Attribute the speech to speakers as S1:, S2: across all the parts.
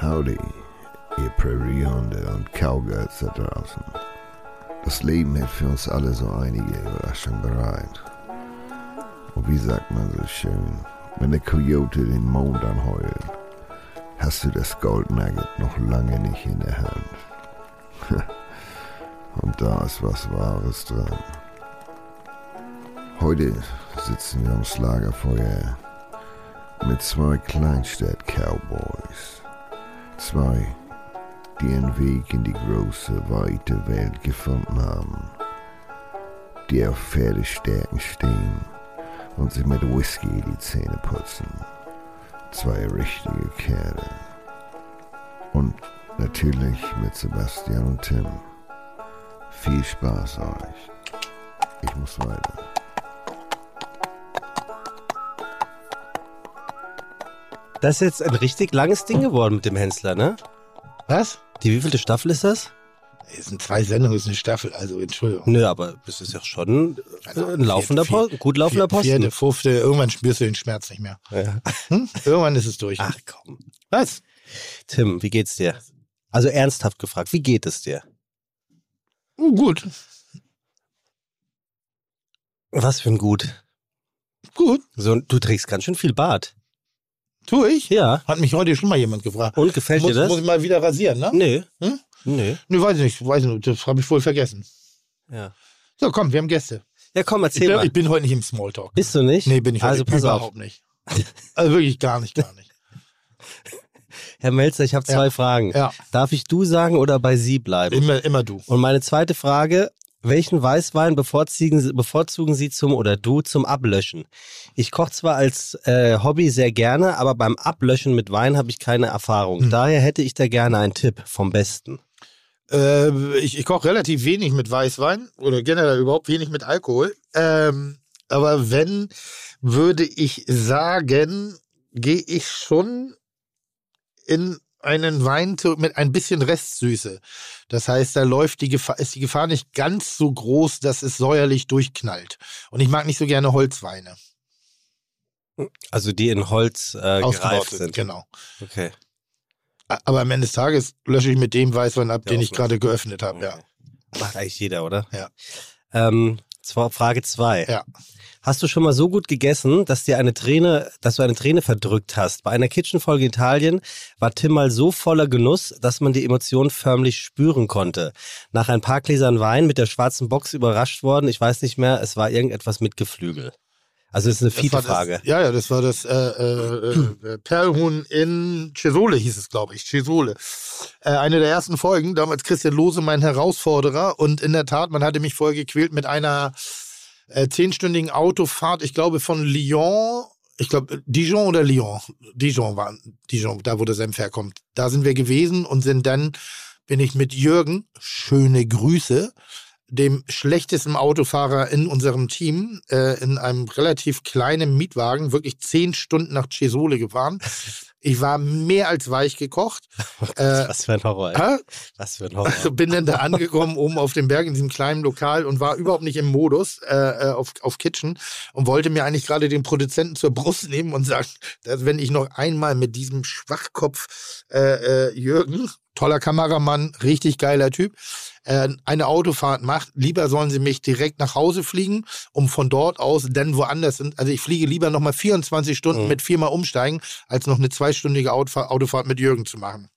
S1: Howdy, ihr Prairiehunde und Cowgirls da draußen. also. Das Leben hat für uns alle so einige Überraschungen bereit. Und wie sagt man so schön, wenn der Coyote den Mond anheult, hast du das Gold Nugget noch lange nicht in der Hand. und da ist was Wahres dran. Heute sitzen wir ums Lagerfeuer mit zwei Kleinstadt-Cowboys. Zwei, die einen Weg in die große, weite Welt gefunden haben. Die auf Pferdestärken stehen und sich mit Whisky die Zähne putzen. Zwei richtige Kerle. Und natürlich mit Sebastian und Tim. Viel Spaß euch. Ich muss weiter.
S2: Das ist jetzt ein richtig langes Ding geworden mit dem Hensler, ne?
S3: Was?
S2: Die wievielte Staffel ist das?
S3: Es sind zwei Sendungen, es ist eine Staffel, also Entschuldigung. Also
S2: Nö, aber das ist ja schon äh, ein laufender,
S3: vier-
S2: po gut laufender
S3: Vier-
S2: Posten.
S3: Vierte, fünfte, irgendwann spürst du den Schmerz nicht mehr.
S2: Ja.
S3: Hm? Irgendwann ist es durch.
S2: Ach komm.
S3: Was?
S2: Tim, wie geht's dir? Also ernsthaft gefragt, wie geht es dir?
S3: Oh, gut,
S2: Was für ein Gut.
S3: gut,
S2: So, du trägst ganz schön viel Bart.
S3: tue ich.
S2: Ja.
S3: Hat mich heute schon mal jemand gefragt.
S2: Und gefällt
S3: Muss,
S2: dir das?
S3: muss ich mal wieder rasieren, ne?
S2: Nö.
S3: Hm?
S2: Nö.
S3: Nee, weiß ich nicht, weiß ich nicht, das habe ich wohl vergessen.
S2: Ja.
S3: So, komm, wir haben Gäste.
S2: Ja, komm,
S3: Ich,
S2: erzähl
S3: glaub,
S2: mal.
S3: ich bin heute nicht im Smalltalk.
S2: Bist du nicht?
S3: Nee, bin ich
S2: Also
S3: heute
S2: pass auf.
S3: überhaupt nicht. Also wirklich gar nicht, gar nicht.
S2: Herr Melzer, ich habe
S3: Ja.
S2: zwei Fragen.
S3: Ja,
S2: Darf ich du sagen oder bei Sie bleiben?
S3: immer, immer du.
S2: Und meine zweite Frage, welchen Weißwein bevorzugen, Sie- bevorzugen Sie zum oder du zum Ablöschen? Ich koche zwar als äh, Hobby sehr gerne, aber beim Ablöschen mit Wein habe ich keine Erfahrung.
S3: Hm.
S2: Daher hätte ich da gerne einen Tipp vom Besten.
S3: Äh, ich ich koche relativ wenig mit Weißwein oder generell überhaupt wenig mit Alkohol. Ähm, aber wenn, würde ich sagen, gehe ich schon in einen Wein zu- mit ein bisschen Restsüße. Das heißt, da läuft die Gefahr, ist die Gefahr nicht ganz so groß, dass es säuerlich durchknallt. Und ich mag nicht so gerne Holzweine.
S2: Also die in Holz äh, gereift
S3: Ausgerottet,
S2: sind.
S3: genau.
S2: Okay.
S3: A- Aber am Ende des Tages lösche ich mit dem Weißwein ab,
S2: Der
S3: den ich
S2: offen ist.
S3: gerade geöffnet habe. Ja.
S2: Macht eigentlich jeder, oder?
S3: Ja.
S2: Ähm, zwar Frage zwei.
S3: Ja.
S2: Hast du schon mal so gut gegessen, dass dir eine Träne, dass du eine Träne verdrückt hast? Bei einer Kitchen-Folge in Italien war Tim mal so voller Genuss, dass man die Emotionen förmlich spüren konnte. Nach ein paar Gläsern Wein mit der schwarzen Box überrascht worden. Ich weiß nicht mehr, es war irgendetwas mit Geflügel. Also ist eine
S3: Das war
S2: fiese Frage.
S3: Das, ja, ja, das war das äh, äh, äh, Perlhuhn in Cesole hieß es, glaube ich. Cesole. Äh, eine der ersten Folgen, damals Christian Lose, mein Herausforderer. Und in der Tat, man hatte mich vorher gequält mit einer äh, zehnstündigen Autofahrt, ich glaube, von Lyon. Ich glaube, Dijon oder Lyon? Dijon war Dijon, da wo der Senf herkommt. Da sind wir gewesen und sind dann, bin ich mit Jürgen, schöne Grüße, dem schlechtesten Autofahrer in unserem Team äh, in einem relativ kleinen Mietwagen wirklich zehn Stunden nach Cesole gefahren. Ich war mehr als weich gekocht. äh,
S2: Was für ein Horror. ey.
S3: äh,
S2: Was für ein Horror.
S3: bin dann da angekommen, oben auf dem Berg in diesem kleinen Lokal und war überhaupt nicht im Modus äh, äh, auf, auf Kitchen und wollte mir eigentlich gerade den Produzenten zur Brust nehmen und sagen, dass wenn ich noch einmal mit diesem Schwachkopf äh, äh, Jürgen, toller Kameramann, richtig geiler Typ, äh, eine Autofahrt macht, lieber sollen sie mich direkt nach Hause fliegen, um von dort aus dann woanders, hin- also ich fliege lieber nochmal 24 Stunden
S2: Mhm.
S3: mit viermal umsteigen, als noch eine zweistündige Autofahr- Autofahrt mit Jürgen zu machen.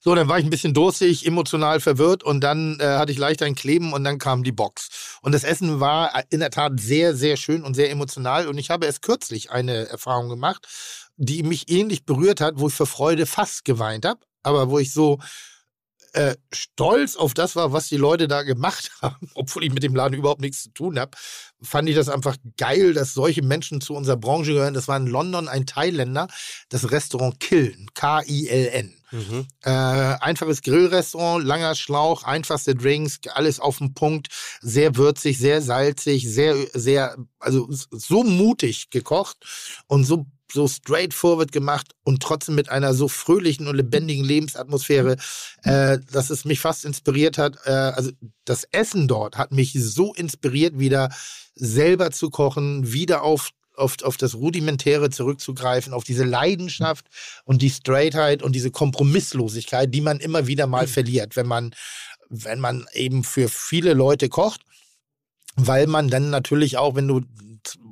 S3: So, dann war ich ein bisschen durstig, emotional verwirrt und dann äh, hatte ich leicht ein Kleben und dann kam die Box. Und das Essen war äh, in der Tat sehr, sehr schön und sehr emotional und ich habe erst kürzlich eine Erfahrung gemacht, die mich ähnlich berührt hat, wo ich vor Freude fast geweint habe, aber wo ich so äh, stolz auf das war, was die Leute da gemacht haben, obwohl ich mit dem Laden überhaupt nichts zu tun habe, fand ich das einfach geil, dass solche Menschen zu unserer Branche gehören. Das war in London ein Thailänder, das Restaurant Kiln, K-I-L-N.
S2: Mhm.
S3: Äh, einfaches Grillrestaurant, langer Schlauch, einfachste Drinks, alles auf den Punkt, sehr würzig, sehr salzig, sehr, sehr, also s- so mutig gekocht und so, so straightforward gemacht und trotzdem mit einer so fröhlichen und lebendigen Lebensatmosphäre, äh, dass es mich fast inspiriert hat. Äh, also das Essen dort hat mich so inspiriert, wieder selber zu kochen, wieder auf auf, auf das Rudimentäre zurückzugreifen, auf diese Leidenschaft und die Straightheit und diese Kompromisslosigkeit, die man immer wieder
S2: Mhm.
S3: mal verliert, wenn man, wenn man eben für viele Leute kocht, weil man dann natürlich auch, wenn du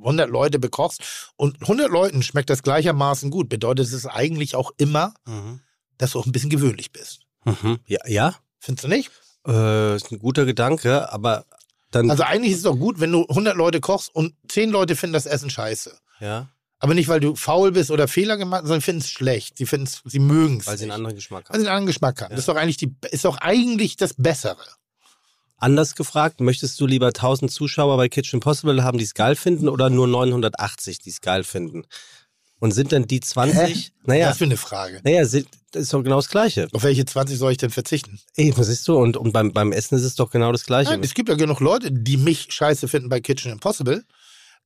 S3: 100 Leute bekochst und 100 Leuten schmeckt das gleichermaßen gut, bedeutet es eigentlich auch immer,
S2: Mhm.
S3: dass du auch ein bisschen gewöhnlich bist.
S2: Mhm. Ja, ja.
S3: Findest du nicht?
S2: Äh, ist ein guter Gedanke, aber dann.
S3: Also eigentlich ist es doch gut, wenn du 100 Leute kochst und 10 Leute finden das Essen scheiße.
S2: ja,
S3: Aber nicht, weil du faul bist oder Fehler gemacht hast, sondern finden es schlecht. Sie, finden's- sie mögen es.
S2: weil sie einen
S3: nicht.
S2: anderen Geschmack haben.
S3: Weil sie einen Also anderen Geschmack haben. Das ist doch eigentlich, die, ist doch eigentlich das Bessere.
S2: Anders gefragt, möchtest du lieber 1000 Zuschauer bei Kitchen Possible haben, die es geil finden, oder nur 980, die es geil finden? Und sind denn die 20? Naja,
S3: Das für eine Frage.
S2: naja, sind, das ist doch genau das Gleiche.
S3: Auf welche 20 soll ich denn verzichten?
S2: Eben, siehst du, und, und beim, beim Essen ist es doch genau das Gleiche.
S3: Nein, es gibt ja genug Leute, die mich scheiße finden bei Kitchen Impossible,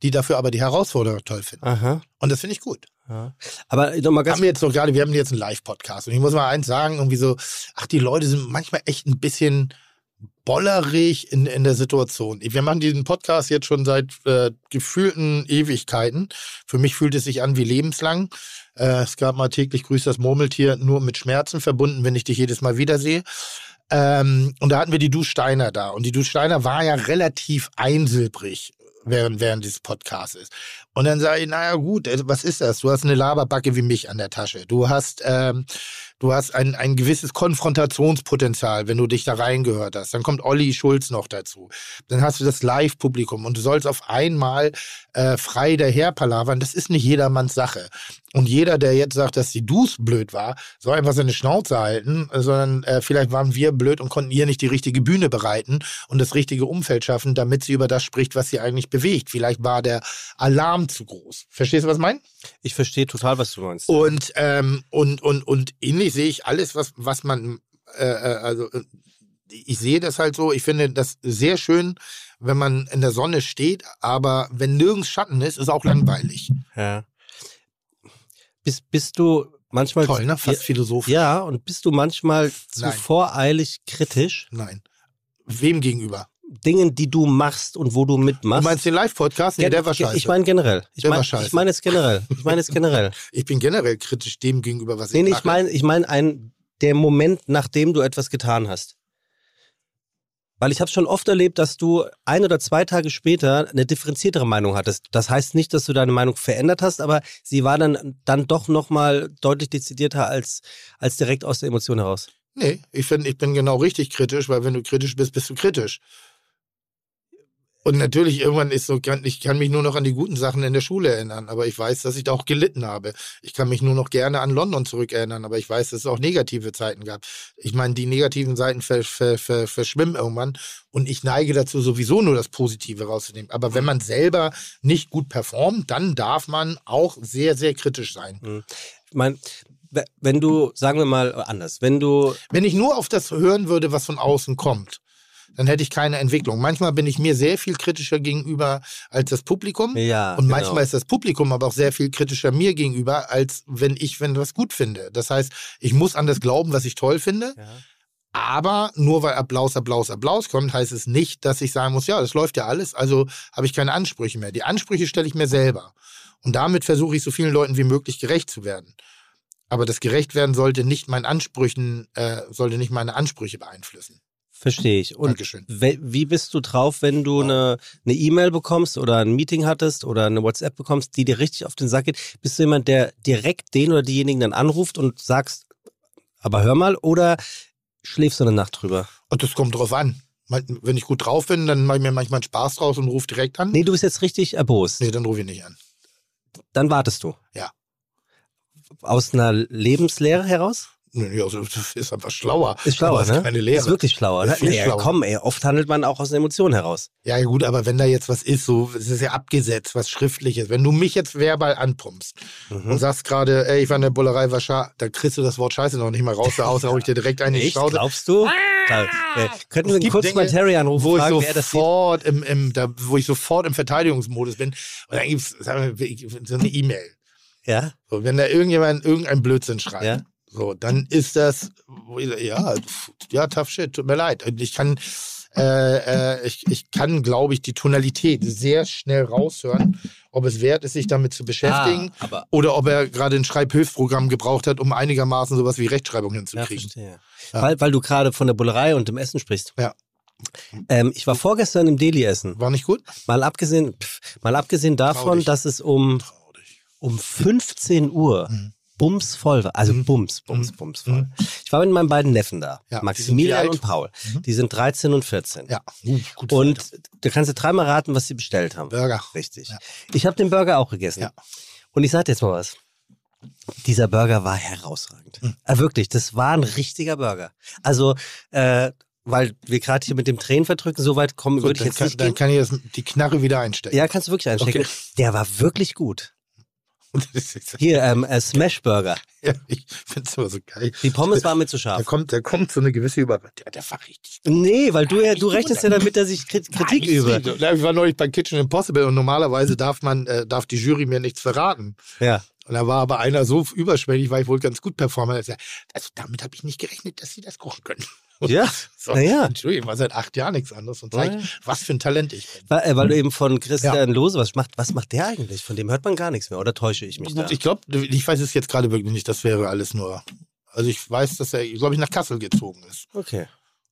S3: die dafür aber die Herausforderer toll finden.
S2: Aha.
S3: Und das finde ich gut.
S2: Ja. Aber nochmal ganz
S3: haben wir jetzt noch gerade, wir haben jetzt einen Live-Podcast. Und ich muss mal eins sagen, irgendwie so, ach, die Leute sind manchmal echt ein bisschen bollerig in, in der Situation. Wir machen diesen Podcast jetzt schon seit äh, gefühlten Ewigkeiten. Für mich fühlt es sich an wie lebenslang. Äh, es gab mal täglich grüßt das Murmeltier, nur mit Schmerzen verbunden, wenn ich dich jedes Mal wiedersehe. Ähm, und da hatten wir die Du Steiner da. Und die Du Steiner war ja relativ einsilbrig während, während dieses Podcasts ist. Und dann sage ich, naja gut, äh, was ist das? Du hast eine Laberbacke wie mich an der Tasche. Du hast, ähm, du hast ein, ein gewisses Konfrontationspotenzial, wenn du dich da reingehört hast. Dann kommt Olli Schulz noch dazu. Dann hast du das Live-Publikum und du sollst auf einmal äh, frei daher palavern. Das ist nicht jedermanns Sache. Und jeder, der jetzt sagt, dass die Dus blöd war, soll einfach seine Schnauze halten, äh, sondern äh, vielleicht waren wir blöd und konnten ihr nicht die richtige Bühne bereiten und das richtige Umfeld schaffen, damit sie über das spricht, was sie eigentlich bewegt. Vielleicht war der Alarm zu groß. Verstehst du, was ich meine?
S2: Ich verstehe total, was du meinst.
S3: Und, ähm, und, und, und ähnlich sehe ich alles, was, was man, äh, äh, also äh, ich sehe das halt so, ich finde das sehr schön, wenn man in der Sonne steht, aber wenn nirgends Schatten ist, ist auch langweilig.
S2: Ja. Bist, bist du manchmal.
S3: Toll, ne? Fast philosophisch.
S2: Ja, und bist du manchmal zu
S3: Nein.
S2: voreilig kritisch?
S3: Nein. Wem gegenüber?
S2: Dingen, die du machst und wo du mitmachst?
S3: Du meinst den Live-Podcast? Nee,
S2: Gen-
S3: der war
S2: gen-
S3: scheiße. Ich,
S2: Ich meine generell. Ich
S3: Der war
S2: meine
S3: scheiße.
S2: ich mein es generell. Ich meine es generell.
S3: bin generell kritisch dem gegenüber, was
S2: nee,
S3: ich
S2: nee,
S3: mache.
S2: ich meine ich mein ein, der Moment, nachdem du etwas getan hast. Weil ich habe schon oft erlebt, dass du ein oder zwei Tage später eine differenziertere Meinung hattest. Das heißt nicht, dass du deine Meinung verändert hast, aber sie war dann, dann doch nochmal deutlich dezidierter als, als direkt aus der Emotion heraus.
S3: nee, ich finde, ich bin genau richtig kritisch, weil wenn du kritisch bist, bist du kritisch. Und natürlich, irgendwann ist so, kann- ich kann mich nur noch an die guten Sachen in der Schule erinnern, aber ich weiß, dass ich da auch gelitten habe. Ich kann mich nur noch gerne an London zurückerinnern, aber ich weiß, dass es auch negative Zeiten gab. Ich meine, die negativen Seiten ver, ver, ver, verschwimmen irgendwann und ich neige dazu, sowieso nur das Positive rauszunehmen. Aber wenn man selber nicht gut performt, dann darf man auch sehr, sehr kritisch sein.
S2: Ich meine, we- wenn du, sagen wir mal anders, wenn du,
S3: Wenn ich nur auf das hören würde, was von außen kommt, dann hätte ich keine Entwicklung. Manchmal bin ich mir sehr viel kritischer gegenüber als das Publikum.
S2: ja,
S3: und
S2: genau.
S3: manchmal ist das Publikum aber auch sehr viel kritischer mir gegenüber, als wenn ich, wenn was gut finde. Das heißt, ich muss an das glauben, was ich toll finde.
S2: Ja.
S3: Aber nur weil Applaus, Applaus, Applaus kommt, heißt es nicht, dass ich sagen muss, ja, das läuft ja alles, also habe ich keine Ansprüche mehr. Die Ansprüche stelle ich mir selber. Und damit versuche ich so vielen Leuten wie möglich gerecht zu werden. Aber das gerecht werden sollte nicht meinen Ansprüchen, äh, sollte nicht meine Ansprüche beeinflussen.
S2: verstehe ich. Und
S3: Dankeschön.
S2: we- wie bist du drauf, wenn du eine eine E-Mail bekommst oder ein Meeting hattest oder eine WhatsApp bekommst, die dir richtig auf den Sack geht? Bist du jemand, der direkt den oder diejenigen dann anruft und sagst, aber hör mal, oder schläfst du eine Nacht drüber?
S3: Und das kommt drauf an. Man- Wenn ich gut drauf bin, dann mache ich mir manchmal einen Spaß draus und rufe direkt an. Nee,
S2: Nee, du bist jetzt richtig erbost.
S3: dann rufe ich nicht an.
S2: Dann wartest du.
S3: Ja.
S2: Aus einer Lebenslehre heraus?
S3: Nee, also, das ist einfach schlauer.
S2: Ist schlauer,
S3: Aber ist
S2: ne?
S3: keine Lehre.
S2: Ist wirklich schlauer,
S3: Ist
S2: ne?
S3: viel
S2: nee,
S3: schlauer.
S2: komm, ey, oft handelt man auch aus einer Emotion heraus.
S3: Ja, ja, gut, aber wenn da jetzt was ist, so, es ist ja abgesetzt, was Schriftliches. Wenn du mich jetzt verbal anpumpst und
S2: Mhm.
S3: sagst gerade, ey, ich war in der Bullerei Waschar, da kriegst du das Wort Scheiße noch nicht mal raus, da haue ich dir direkt eine in die
S2: Echt?
S3: Schnauze.
S2: Glaubst du? Da, äh, könnten wir
S3: gibt
S2: kurz mal
S3: Dinge,
S2: Terry anrufen,
S3: wo ich
S2: fragen, wer das sieht?
S3: sofort im, im da, wo ich sofort im Verteidigungsmodus bin. Und dann gibt's, sagen wir, ich- so eine E-Mail.
S2: Ja?
S3: So, wenn da irgendjemand irgendein Blödsinn schreibt,
S2: Ja.
S3: so, dann ist das, wo ich sage, ja, pf, ja, tough shit, tut mir leid. Und ich kann, äh, äh, ich, ich kann, glaube ich, die Tonalität sehr schnell raushören ob es wert ist, sich damit zu beschäftigen
S2: Ah, aber
S3: oder ob er gerade ein Schreibhilfsprogramm gebraucht hat, um einigermaßen sowas wie Rechtschreibung
S2: ja,
S3: hinzukriegen.
S2: verstehe.
S3: Ja.
S2: Weil, weil du gerade von der Bullerei und dem Essen sprichst.
S3: Ja.
S2: Ähm, ich war vorgestern im Deli essen.
S3: War nicht gut?
S2: Mal abgesehen, pff, mal abgesehen davon,
S3: Traurig.
S2: dass es um,
S3: Traurig.
S2: um 15 Uhr
S3: Mhm.
S2: bumsvoll war. Also
S3: Mhm.
S2: bums, bums, bumsvoll. Ich war mit meinen beiden Neffen da,
S3: Ja, die
S2: Maximilian
S3: sind wie
S2: und Paul.
S3: Mhm.
S2: Die sind 13 und 14.
S3: Ja.
S2: Hm,
S3: Uh, gut
S2: Und du kannst dir dreimal raten, was sie bestellt haben.
S3: Burger.
S2: Richtig.
S3: Ja.
S2: Ich habe den Burger auch gegessen.
S3: Ja.
S2: Und ich sage jetzt mal was. Dieser Burger war herausragend.
S3: Hm.
S2: Äh, wirklich, das war ein richtiger Burger. Also, äh, weil wir gerade hier mit dem Tränen verdrücken, so weit kommen
S3: Gut,
S2: würde ich
S3: dann,
S2: jetzt
S3: kann,
S2: nicht
S3: dann
S2: gehen.
S3: kann ich jetzt die Knarre wieder einstecken.
S2: Ja, kannst du wirklich einstecken.
S3: Okay.
S2: Der war wirklich gut. Hier, ähm, äh, Smash Burger.
S3: ja, ich finde es immer so geil.
S2: Die Pommes waren mir zu
S3: Da
S2: scharf.
S3: kommt, da kommt so eine gewisse Überraschung. Der, der war richtig.
S2: Nee, weil du ja, du rechnest ja damit, dass ich Kri- Kritik übe.
S3: Ja, Ich war neulich bei Kitchen Impossible und normalerweise darf man, äh, darf die Jury mir nichts verraten.
S2: Ja.
S3: Und da war aber einer so überschwänglich, weil ich wohl ganz gut performe. dass er- Also damit habe ich nicht gerechnet, dass sie das kochen können.
S2: Ja.
S3: So,
S2: Na ja.
S3: Entschuldigung, war seit acht Jahren nichts anderes und zeigt,
S2: Ja.
S3: was für ein Talent ich bin.
S2: Weil, äh, weil du eben von Christian Lose was macht. Was macht der eigentlich? Von dem hört man gar nichts mehr, oder täusche ich ne? mich da?
S3: Gut, ich glaube, ich weiß es jetzt gerade wirklich nicht, das wäre alles nur. Also ich weiß, dass er, glaube ich, nach Kassel gezogen ist.
S2: Okay.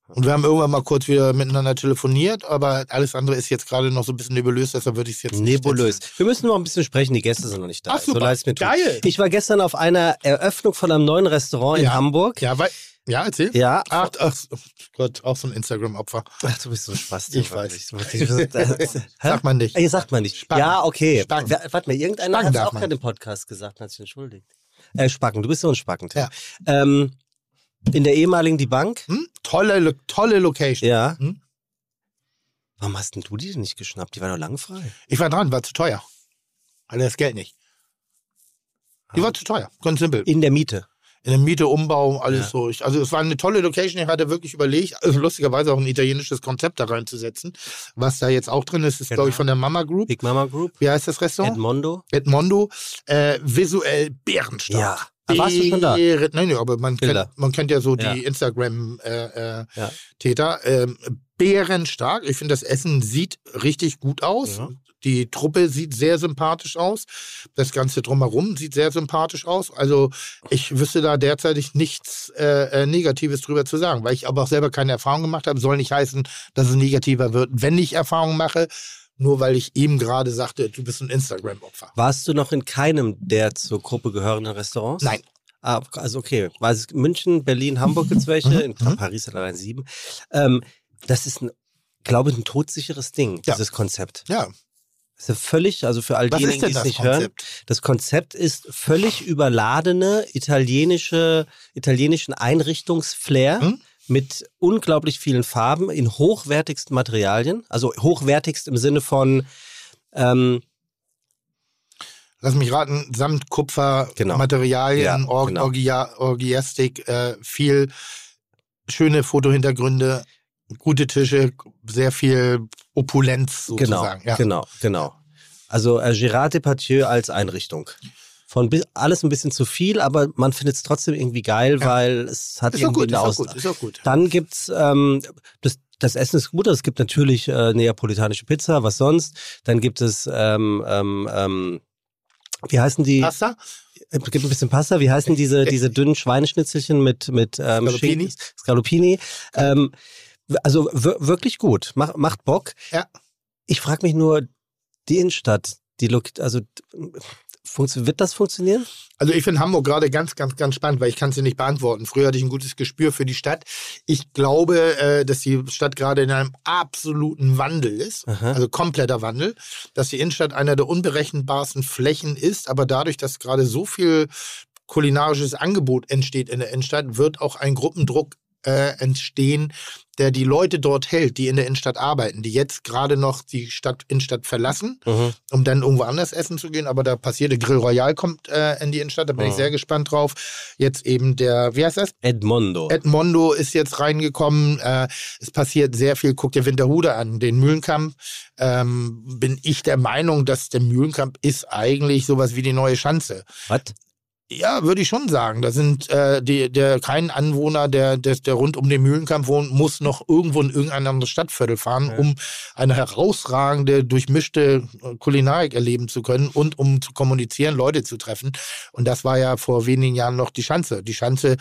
S3: Und wir haben irgendwann mal kurz wieder miteinander telefoniert, aber alles andere ist jetzt gerade noch so ein bisschen nebulös, deshalb würde ich es jetzt
S2: Nebulös.
S3: Nicht
S2: Wir müssen noch ein bisschen sprechen, die Gäste sind noch nicht da.
S3: Ach, super.
S2: So leid es mir tut.
S3: Geil.
S2: Ich war gestern auf einer Eröffnung von einem neuen Restaurant in
S3: Ja.
S2: Hamburg.
S3: setzen. ja, weil, ja, erzähl.
S2: Ja.
S3: Ach, ach, oh Gott, auch so ein Instagram-Opfer.
S2: Ach, du bist so Spaß.
S3: Ich
S2: Hä?
S3: Sagt man nicht.
S2: Ey, sagt man nicht.
S3: Spacken.
S2: Ja, okay.
S3: Spacken.
S2: Wer- Warte mal, irgendeiner
S3: Spacken
S2: hat
S3: darf
S2: auch
S3: man.
S2: gerade im Podcast gesagt, hat sich entschuldigt. Äh, Spacken, du bist so ein Spacken. Tim.
S3: Ja.
S2: Ähm, in der ehemaligen Die Bank.
S3: Hm? Tolle, Lo- tolle Location.
S2: Ja.
S3: Hm?
S2: Warum hast denn du die denn nicht geschnappt? Die war doch lange frei.
S3: Ich war dran, war zu teuer. Hatte das Geld nicht.
S2: Hm.
S3: Die war zu teuer, ganz simpel.
S2: In der Miete.
S3: In der Miete, Umbau, alles
S2: Ja.
S3: so. Ich, also es war eine tolle Location. Ich hatte wirklich überlegt, also lustigerweise auch ein italienisches Konzept da reinzusetzen. Was da jetzt auch drin ist, ist,
S2: Genau.
S3: glaube ich, von der Mama Group.
S2: Big Mama Group,
S3: Wie heißt das Restaurant?
S2: Edmondo.
S3: Edmondo. Äh, visuell bärenstark.
S2: Ja. Ah, warst du schon da?
S3: Bären- Nein, nein, aber man
S2: Bilder.
S3: kennt, man kennt ja so
S2: Ja.
S3: die Instagram-Täter. Äh,
S2: Ja.
S3: Täter. ähm, bärenstark. Ich finde, das Essen sieht richtig gut aus.
S2: Ja.
S3: Die Truppe sieht sehr sympathisch aus. Das Ganze drumherum sieht sehr sympathisch aus. Also ich wüsste da derzeitig nichts äh, äh, Negatives drüber zu sagen, weil ich aber auch selber keine Erfahrung gemacht habe. Soll nicht heißen, dass es negativer wird, wenn ich Erfahrung mache. Nur weil ich eben gerade sagte, du bist ein Instagram-Opfer.
S2: Warst du noch in keinem der zur Gruppe gehörenden Restaurants?
S3: Nein.
S2: Ah, also okay. War es München, Berlin, Hamburg gibt's
S3: Mhm,
S2: welche, in Paris hat allein sieben. Ähm, das ist ein, glaube ich, ein todsicheres Ding,
S3: Ja.
S2: dieses Konzept.
S3: Ja,
S2: Das ist ja völlig, also für all
S3: was ist
S2: diejenigen,
S3: denn
S2: die es
S3: das
S2: nicht hören,
S3: Konzept?
S2: das Konzept ist völlig überladene italienische, italienischen Einrichtungsflair
S3: Mhm.
S2: mit unglaublich vielen Farben in hochwertigsten Materialien. Also hochwertigst im Sinne von ähm,
S3: Lass mich raten, samt Kupfer,
S2: Genau.
S3: Materialien,
S2: Ja,
S3: Or
S2: genau.
S3: Orgia Orgiastik, äh, viel schöne Fotohintergründe, gute Tische, sehr viel Opulenz sozusagen.
S2: Genau,
S3: ja.
S2: genau, genau. Also äh, Gérard Depardieu als Einrichtung. Von bi alles ein bisschen zu viel, aber man findet es trotzdem irgendwie geil, weil es hat
S3: Ist doch
S2: irgendwie
S3: gut, ist
S2: eine
S3: doch
S2: Aus
S3: gut, ist doch gut.
S2: Genau. Dann gibt's ähm, das, das Essen ist gut, es gibt natürlich äh, neapolitanische Pizza, was sonst. Dann gibt es ähm, ähm, ähm, wie heißen die?
S3: Pasta?
S2: Es gibt Äh, ein bisschen Pasta. Wie heißen diese, diese dünnen Schweineschnitzelchen mit, mit ähm,
S3: Scallopini?
S2: Schinken? Scallopini. Ähm, w- also wir- wirklich gut. Mach, macht Bock.
S3: Ja.
S2: Ich frage mich nur, die Innenstadt, die Lok also funktio- wird das funktionieren?
S3: Also ich finde Hamburg gerade ganz, ganz, ganz spannend, weil ich kann es dir nicht beantworten. Früher hatte ich ein gutes Gespür für die Stadt. Ich glaube, äh, dass die Stadt gerade in einem absoluten Wandel ist,
S2: Aha.
S3: also kompletter Wandel, dass die Innenstadt einer der unberechenbarsten Flächen ist, aber dadurch, dass gerade so viel kulinarisches Angebot entsteht in der Innenstadt, wird auch ein Gruppendruck äh, entstehen, der die Leute dort hält, die in der Innenstadt arbeiten, die jetzt gerade noch die Stadt Innenstadt verlassen
S2: Also mhm.
S3: um dann irgendwo anders essen zu gehen. Aber da passierte Grill Royal kommt äh, in die Innenstadt, da bin
S2: Mhm.
S3: ich sehr gespannt drauf. Jetzt eben der, wie heißt das?
S2: Edmondo.
S3: Edmondo ist jetzt reingekommen. Äh, es passiert sehr viel. Guck dir Winterhude an, den Mühlenkamp. Ähm, bin ich der Meinung, dass der Mühlenkamp ist eigentlich sowas wie die neue Schanze.
S2: Was?
S3: Ja, würde ich schon sagen. Da sind äh, die, der kein Anwohner, der, der, der rund um den Mühlenkampf wohnt, muss noch irgendwo in irgendein anderes Stadtviertel fahren, um eine herausragende, durchmischte äh, Kulinarik erleben zu können und um zu kommunizieren, Leute zu treffen. Und das war ja vor wenigen Jahren noch die Schanze. Die Schanze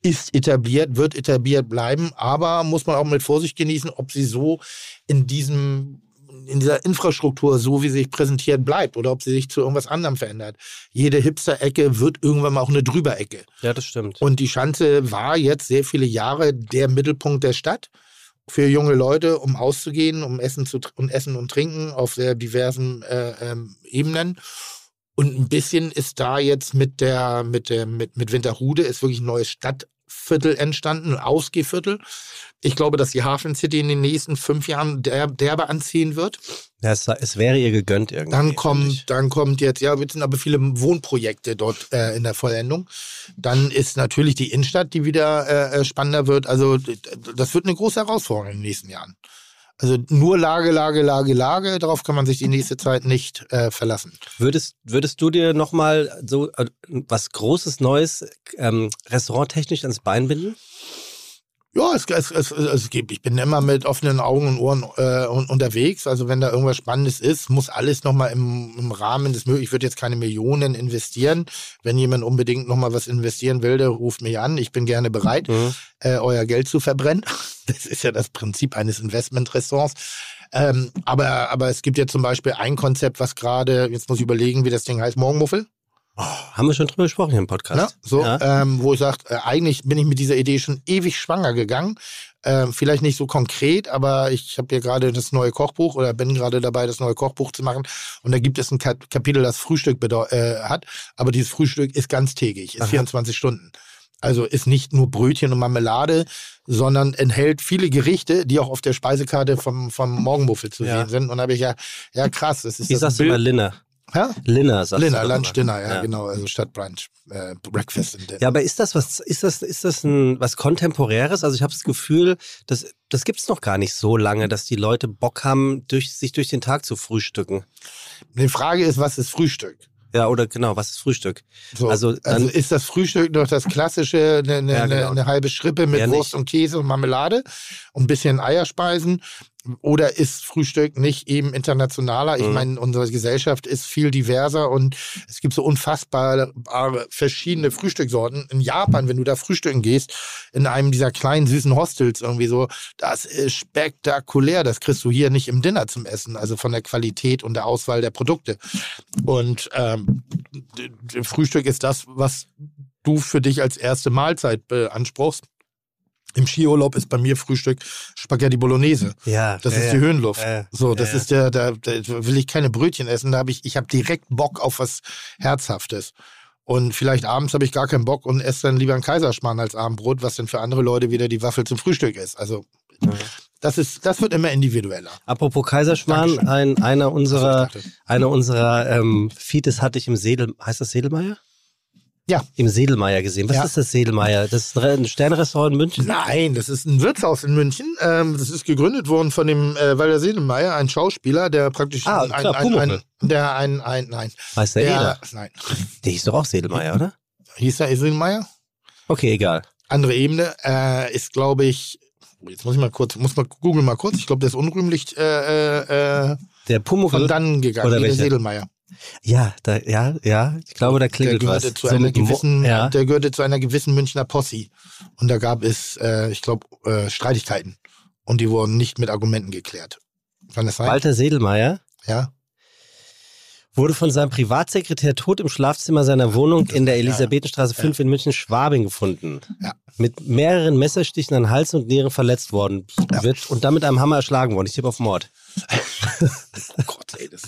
S3: ist etabliert, wird etabliert bleiben, aber muss man auch mit Vorsicht genießen, ob sie so in diesem in dieser Infrastruktur, so wie sie sich präsentiert, bleibt oder ob sie sich zu irgendwas anderem verändert. Jede Hipster-Ecke wird irgendwann mal auch eine Drüberecke.
S2: Ja, das stimmt.
S3: Und die Schanze war jetzt sehr viele Jahre der Mittelpunkt der Stadt für junge Leute, um auszugehen, um Essen, zu, tr- und Essen und Trinken auf sehr diversen äh, ähm, Ebenen. Und ein bisschen ist da jetzt mit der, mit der, mit, mit Winterhude ist wirklich ein neues Stadtviertel entstanden, ein Ausgehviertel. Ich glaube, dass die Hafen City in den nächsten fünf Jahren der, derbe anziehen wird.
S2: Ja, es, es wäre ihr gegönnt irgendwie.
S3: Dann
S2: finde ich.
S3: kommt, dann kommt jetzt, ja, jetzt sind aber viele Wohnprojekte dort äh, in der Vollendung. Dann ist natürlich die Innenstadt, die wieder äh, äh, spannender wird. Also d- d- das wird eine große Herausforderung in den nächsten Jahren. Also nur Lage, Lage, Lage, Lage, darauf kann man sich die nächste Zeit nicht äh, verlassen.
S2: Würdest, würdest du dir nochmal so äh, was Großes, Neues, ähm, restauranttechnisch ans Bein binden?
S3: Ja, es, es, es, es gibt. Ich bin immer mit offenen Augen und Ohren äh, un- unterwegs. Also wenn da irgendwas Spannendes ist, muss alles nochmal im, im Rahmen des Möglichen. Ich würde jetzt keine Millionen investieren. Wenn jemand unbedingt nochmal was investieren will, der ruft mich an. Ich bin gerne bereit,
S2: Mhm.
S3: äh, euer Geld zu verbrennen. Das ist ja das Prinzip eines Investmentrestaurants. Ähm, aber, aber es gibt ja zum Beispiel ein Konzept, was gerade, jetzt muss ich überlegen, wie das Ding heißt, Morgenmuffel.
S2: Haben wir schon drüber gesprochen hier im
S3: Ne?
S2: Podcast.
S3: So,
S2: Ja.
S3: ähm, wo ich sage, äh, eigentlich bin ich mit dieser Idee schon ewig schwanger gegangen. Ähm, vielleicht nicht so konkret, aber ich habe hier gerade das neue Kochbuch oder bin gerade dabei, das neue Kochbuch zu machen. Und da gibt es ein Kap Kapitel, das Frühstück bedeu- äh, hat. Aber dieses Frühstück ist ganztägig, ist
S2: Aha.
S3: 24 Stunden. Also ist nicht nur Brötchen und Marmelade, sondern enthält viele Gerichte, die auch auf der Speisekarte vom, vom Morgenmuffel zu
S2: Ja.
S3: sehen sind. Und da habe ich ja, ja krass, das ist
S2: Wie
S3: das
S2: sagst du mal Linner?
S3: Hä?
S2: Linner sagst
S3: Linner,
S2: du. doch
S3: Lunch,
S2: immer.
S3: Dinner, ja, genau, also statt Brunch, äh, Breakfast and Dinner.
S2: Ja, aber ist das was, ist das, ist das ein, was Kontemporäres? Also ich habe das Gefühl, das, das gibt's noch gar nicht so lange, dass die Leute Bock haben, durch, sich durch den Tag zu frühstücken.
S3: Die Frage ist, was ist Frühstück?
S2: Ja, oder genau, was ist Frühstück?
S3: So,
S2: Also
S3: also,
S2: dann-
S3: ist das Frühstück noch das klassische, eine ne,
S2: Ja,
S3: ne,
S2: genau.
S3: ne halbe Schrippe mit
S2: Eher
S3: Wurst
S2: nicht.
S3: und Käse und Marmelade und ein bisschen Eierspeisen? Oder ist Frühstück nicht eben internationaler? Ich
S2: Mhm.
S3: meine, unsere Gesellschaft ist viel diverser und es gibt so unfassbare bare verschiedene Frühstücksorten. In Japan, wenn du da frühstücken gehst, in einem dieser kleinen süßen Hostels irgendwie so, das ist spektakulär. Das kriegst du hier nicht im Dinner zum Essen, also von der Qualität und der Auswahl der Produkte. Und ähm, d- d- Frühstück ist das, was du für dich als erste Mahlzeit beanspruchst. Im Skiurlaub ist bei mir Frühstück Spaghetti Bolognese.
S2: Ja,
S3: Das
S2: ja,
S3: ist
S2: ja.
S3: die Höhenluft.
S2: Ja, ja.
S3: so,
S2: Ja,
S3: das
S2: ja.
S3: ist der, da, da will ich keine Brötchen essen, da habe ich, ich habe direkt Bock auf was Herzhaftes. Und vielleicht abends habe ich gar keinen Bock und esse dann lieber einen Kaiserschmarrn als Abendbrot, was dann für andere Leute wieder die Waffel zum Frühstück ist. Also das ist, das wird immer individueller.
S2: Apropos Kaiserschmarrn, ein, einer unserer,
S3: Also ich dachte-
S2: einer unserer ähm, Feeds hatte ich im Sedel, heißt das Sedelmeier?
S3: Ja.
S2: Im Sedelmeier gesehen. Was
S3: Ja.
S2: ist das Sedelmeier? Das ist ein Re- ein Sternrestaurant in München.
S3: Nein, das ist ein Wirtshaus in München. Ähm, das ist gegründet worden von dem äh, Walter Sedelmeier, ein Schauspieler, der praktisch
S2: Ah,
S3: ein,
S2: klar,
S3: ein, ein,
S2: Pumuckl.
S3: der ein, ein nein,
S2: Weiß der
S3: der,
S2: jeder.
S3: nein,
S2: Der hieß doch auch Sedelmeier, oder?
S3: hieß der Sedelmeier?
S2: Okay, egal.
S3: Andere Ebene äh, ist, glaube ich, oh, jetzt muss ich mal kurz, muss mal googeln mal kurz. Ich glaube, der ist unrühmlich äh, äh, äh,
S2: Der
S3: von
S2: Pumuckl.
S3: dann gegangen.
S2: Oder
S3: Nee, der
S2: welcher?
S3: Sedelmeier.
S2: Ja, da, ja, ja. Ich glaube, da
S3: Der
S2: klingelt was.
S3: gehörte, zu einer
S2: mit Mo-
S3: gewissen,
S2: ja.
S3: der gehörte zu einer gewissen Münchner Posse. Und da gab es, äh, ich glaube, äh, Streitigkeiten. Und die wurden nicht mit Argumenten geklärt. Kann das sein?
S2: Walter Sedelmeier
S3: Ja.
S2: wurde von seinem Privatsekretär tot im Schlafzimmer seiner Wohnung in der Elisabethenstraße 5 in München Schwabing gefunden.
S3: Ja.
S2: Mit mehreren Messerstichen an Hals und Nieren verletzt worden wird und damit einem Hammer erschlagen worden. Ich tippe auf Mord.
S3: Oh Gott, ey, das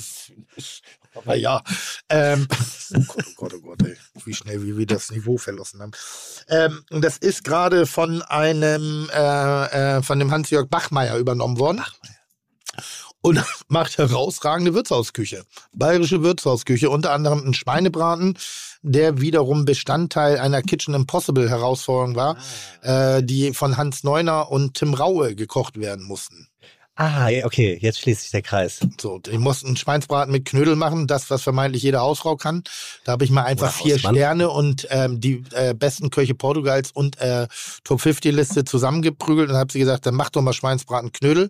S3: ist. Aber ja. Ähm, oh Gott, oh Gott, oh Gott, ey. Wie schnell wie wir das Niveau verlassen haben. Ähm, und das ist gerade von einem, äh, äh, von dem Hans-Jörg Bachmeier übernommen worden. Und macht herausragende Wirtshausküche. Bayerische Wirtshausküche, unter anderem ein Schweinebraten, der wiederum Bestandteil einer Kitchen Impossible Ah. Herausforderung war, äh, die von Hans Neuner und Tim Raue gekocht werden mussten.
S2: Ah, ja, okay, jetzt schließt sich der Kreis.
S3: So, ich musste einen Schweinsbraten mit Knödel machen, das, was vermeintlich jede Hausfrau kann. Da habe ich mal einfach
S2: Oder
S3: vier
S2: Hausmann.
S3: Sterne und ähm, die äh, besten Köche Portugals und äh, Top 50-Liste zusammengeprügelt und habe sie gesagt, dann mach doch mal Schweinsbraten Knödel.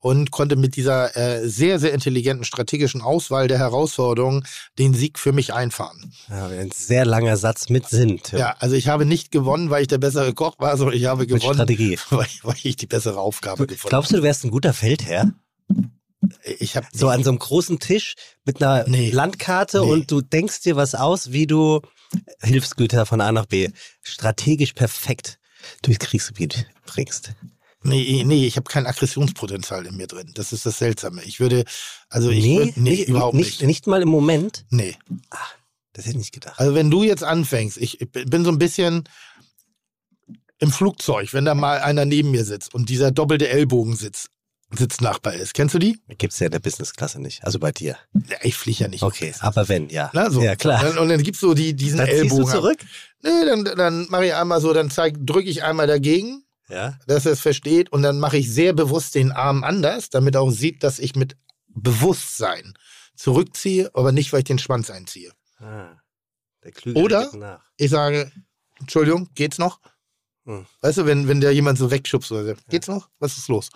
S3: Und konnte mit dieser äh, sehr, sehr intelligenten strategischen Auswahl der Herausforderungen den Sieg für mich einfahren.
S2: Ja, ein sehr langer Satz mit Sinn. Tim.
S3: Ja, also ich habe nicht gewonnen, weil ich der bessere Koch war, sondern ich habe
S2: mit
S3: gewonnen,
S2: Strategie.
S3: weil, weil ich die bessere Aufgabe gefunden habe.
S2: Glaubst du, du wärst ein guter Feldherr?
S3: Ich habe
S2: So an so einem großen Tisch mit einer
S3: Nee.
S2: Landkarte
S3: Nee.
S2: und du denkst dir was aus, wie du Hilfsgüter von A nach B strategisch perfekt durchs Kriegsgebiet bringst.
S3: Nee, eh, nee, ich habe kein Aggressionspotenzial in mir drin. Das ist das Seltsame. Ich würde, also ich
S2: nee,
S3: würde, nee,
S2: nicht,
S3: überhaupt nicht.
S2: nicht. mal im Moment.
S3: Nee.
S2: Das hätte ich nicht gedacht.
S3: Also wenn du jetzt anfängst, ich ich bin so ein bisschen im Flugzeug, wenn da mal einer neben mir sitzt und dieser doppelte Ellbogen sitzt. Sitznachbar ist. Kennst du die?
S2: Gibt's ja in der Businessklasse nicht. Also bei dir.
S3: Ja, Ah. ich fliege ja nicht.
S2: Okay, aber wenn, ja.
S3: Na, so.
S2: Ja, klar.
S3: Dann, und dann gibt's so die, diesen
S2: Dann ziehst
S3: Ellbogen.
S2: du
S3: ab.
S2: zurück.
S3: Nee, dann, dann mache ich einmal so, dann drücke ich einmal dagegen
S2: Ja.
S3: dass er es versteht. Und dann mache ich sehr bewusst den Arm anders, damit er auch sieht, dass ich mit Bewusstsein zurückziehe, aber nicht, weil ich den Schwanz einziehe.
S2: Ah, der Klügere
S3: Oder-
S2: geht nach.
S3: Ich sage, Entschuldigung, geht's noch?
S2: Hm.
S3: Weißt du, wenn, wenn der jemand so wegschubst oder so, geht's noch? Was ist los?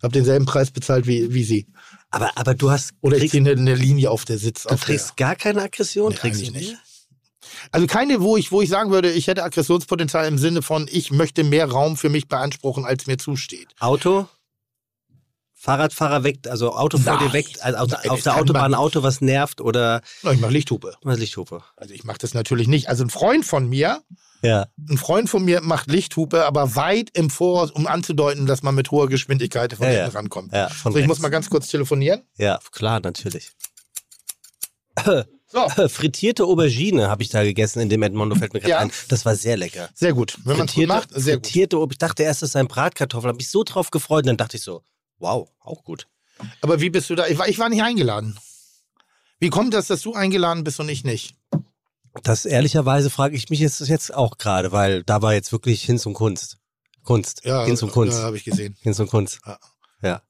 S3: Hab denselben Preis bezahlt wie, wie sie.
S2: Aber, aber du hast,
S3: Oder
S2: kriegst,
S3: ich ziehe eine, eine Linie auf der Sitz.
S2: du
S3: Auf der.
S2: kriegst gar keine Aggression.
S3: Nee,
S2: kriegst du
S3: eigentlich nicht.
S2: die?
S3: Also keine, wo ich, wo ich sagen würde, ich hätte Aggressionspotenzial im Sinne von, ich möchte mehr Raum für mich beanspruchen, als mir zusteht.
S2: Auto? Fahrradfahrer weckt, also Auto vor
S3: Nein.
S2: dir weckt, also auf,
S3: Nein, das
S2: auf der
S3: kann
S2: Autobahn
S3: man-
S2: ein Auto, was nervt oder
S3: Na, Ich mache Lichthupe.
S2: was Lichthupe.
S3: Also ich mache das natürlich nicht. Also ein Freund von mir,
S2: Ja.
S3: ein Freund von mir macht Lichthupe, aber weit im Voraus, um anzudeuten, dass man mit hoher Geschwindigkeit von
S2: Ja,
S3: hinten
S2: ja.
S3: rankommt.
S2: Ja, von
S3: So, ich muss
S2: rechts.
S3: mal ganz kurz telefonieren.
S2: ja, klar, natürlich.
S3: So,
S2: Frittierte Aubergine habe ich da gegessen in dem Edmondo, fällt mir gerade
S3: Ja.
S2: ein. Das war sehr lecker.
S3: sehr gut. Wenn man es gut
S2: Frittierte,
S3: macht, sehr gut.
S2: frittierte Aubergine. Ich dachte erst, das ist ein Bratkartoffel. Habe mich so drauf gefreut. Und dann dachte ich so, wow, auch gut.
S3: Aber wie bist du da? Ich war, ich war nicht eingeladen. Wie kommt das, dass du eingeladen bist und ich nicht?
S2: Das ehrlicherweise frage ich mich jetzt, jetzt auch gerade, weil da war jetzt wirklich hin zum Kunst. Kunst.
S3: Ja,
S2: hin zum um Kunst.
S3: Ja, habe ich gesehen.
S2: Hin zum Kunst.
S3: Ja.
S2: Ja.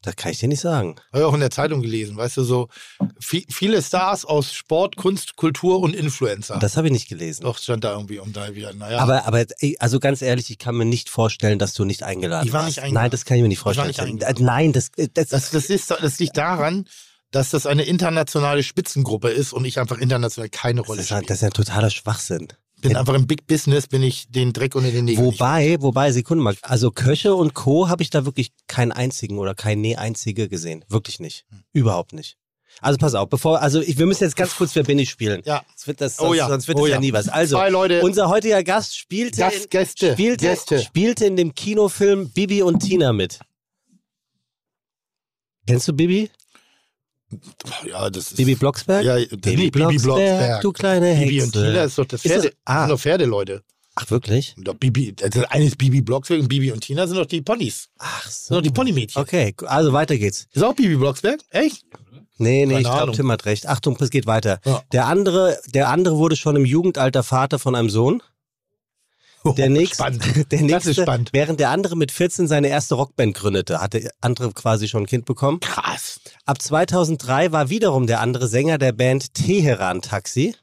S2: Das kann ich dir nicht sagen.
S3: Habe ich auch in der Zeitung gelesen, weißt du, so vi- viele Stars aus Sport, Kunst, Kultur und Influencer.
S2: Das habe ich nicht gelesen.
S3: Doch, stand da irgendwie um da wieder. Naja,
S2: Aber, aber ey, also ganz ehrlich, ich kann mir nicht vorstellen, dass du nicht eingeladen
S3: Ich war
S2: warst.
S3: nicht eingeladen.
S2: Nein, das kann ich mir nicht
S3: Ich war
S2: vorstellen.
S3: nicht
S2: Äh, Nein, das, äh, das,
S3: das, das, ist, doch- das liegt daran, dass das eine internationale Spitzengruppe ist und ich einfach international keine
S2: das,
S3: Rolle
S2: ist, halt ja-
S3: spiele.
S2: das ist ja totaler Schwachsinn.
S3: bin einfach im Big Business, bin ich den Dreck unter den Nägeln.
S2: Äh, Wobei, wobei, Sekunde mal, also Köche und Co. habe ich da wirklich keinen einzigen oder keine einzige gesehen. Wirklich nicht.
S3: Hm.
S2: Überhaupt nicht. Also pass auf, bevor, also ich, wir müssen jetzt ganz kurz Wer bin ich spielen.
S3: Ja.
S2: Sonst wird das, sonst,
S3: Oh ja.
S2: sonst wird
S3: Oh
S2: das ja.
S3: ja.
S2: nie was. Also,
S3: Zwei Leute.
S2: unser heutiger Gast spielte,
S3: Gast, Gäste,
S2: in, spielte,
S3: Gäste.
S2: spielte in dem Kinofilm Bibi und Tina mit. Kennst du Bibi?
S3: Ja, das ist.
S2: Bibi Blocksberg?
S3: Ja, Bibi Blocksberg.
S2: du kleine Hexe.
S3: Bibi und Tina ist doch das
S2: Ist das-
S3: Pferde.
S2: ah.
S3: sind doch Pferdeleute.
S2: Ach, wirklich?
S3: Doch Bibi, das ist eines Bibi Blocksberg und Bibi und Tina sind doch die Ponys.
S2: Ach
S3: Sind
S2: so.
S3: doch die Ponymädchen.
S2: Oh. Okay, gu- also weiter geht's.
S3: Ist auch Bibi Blocksberg? Echt?
S2: Nee, nee,
S3: Keine
S2: ich glaube,
S3: Ahnung.
S2: Tim hat recht. Achtung, es geht weiter.
S3: Ja.
S2: Der, andere, der andere wurde schon im Jugendalter Vater von einem Sohn. Der nächste,
S3: Oh, Spannend.
S2: der
S3: Das ist
S2: nächste
S3: spannend.
S2: während der andere mit 14 seine erste Rockband gründete, hatte der andere quasi schon ein Kind bekommen.
S3: Krass.
S2: Ab 2003 war wiederum der andere Sänger der Band Teheran Taxi.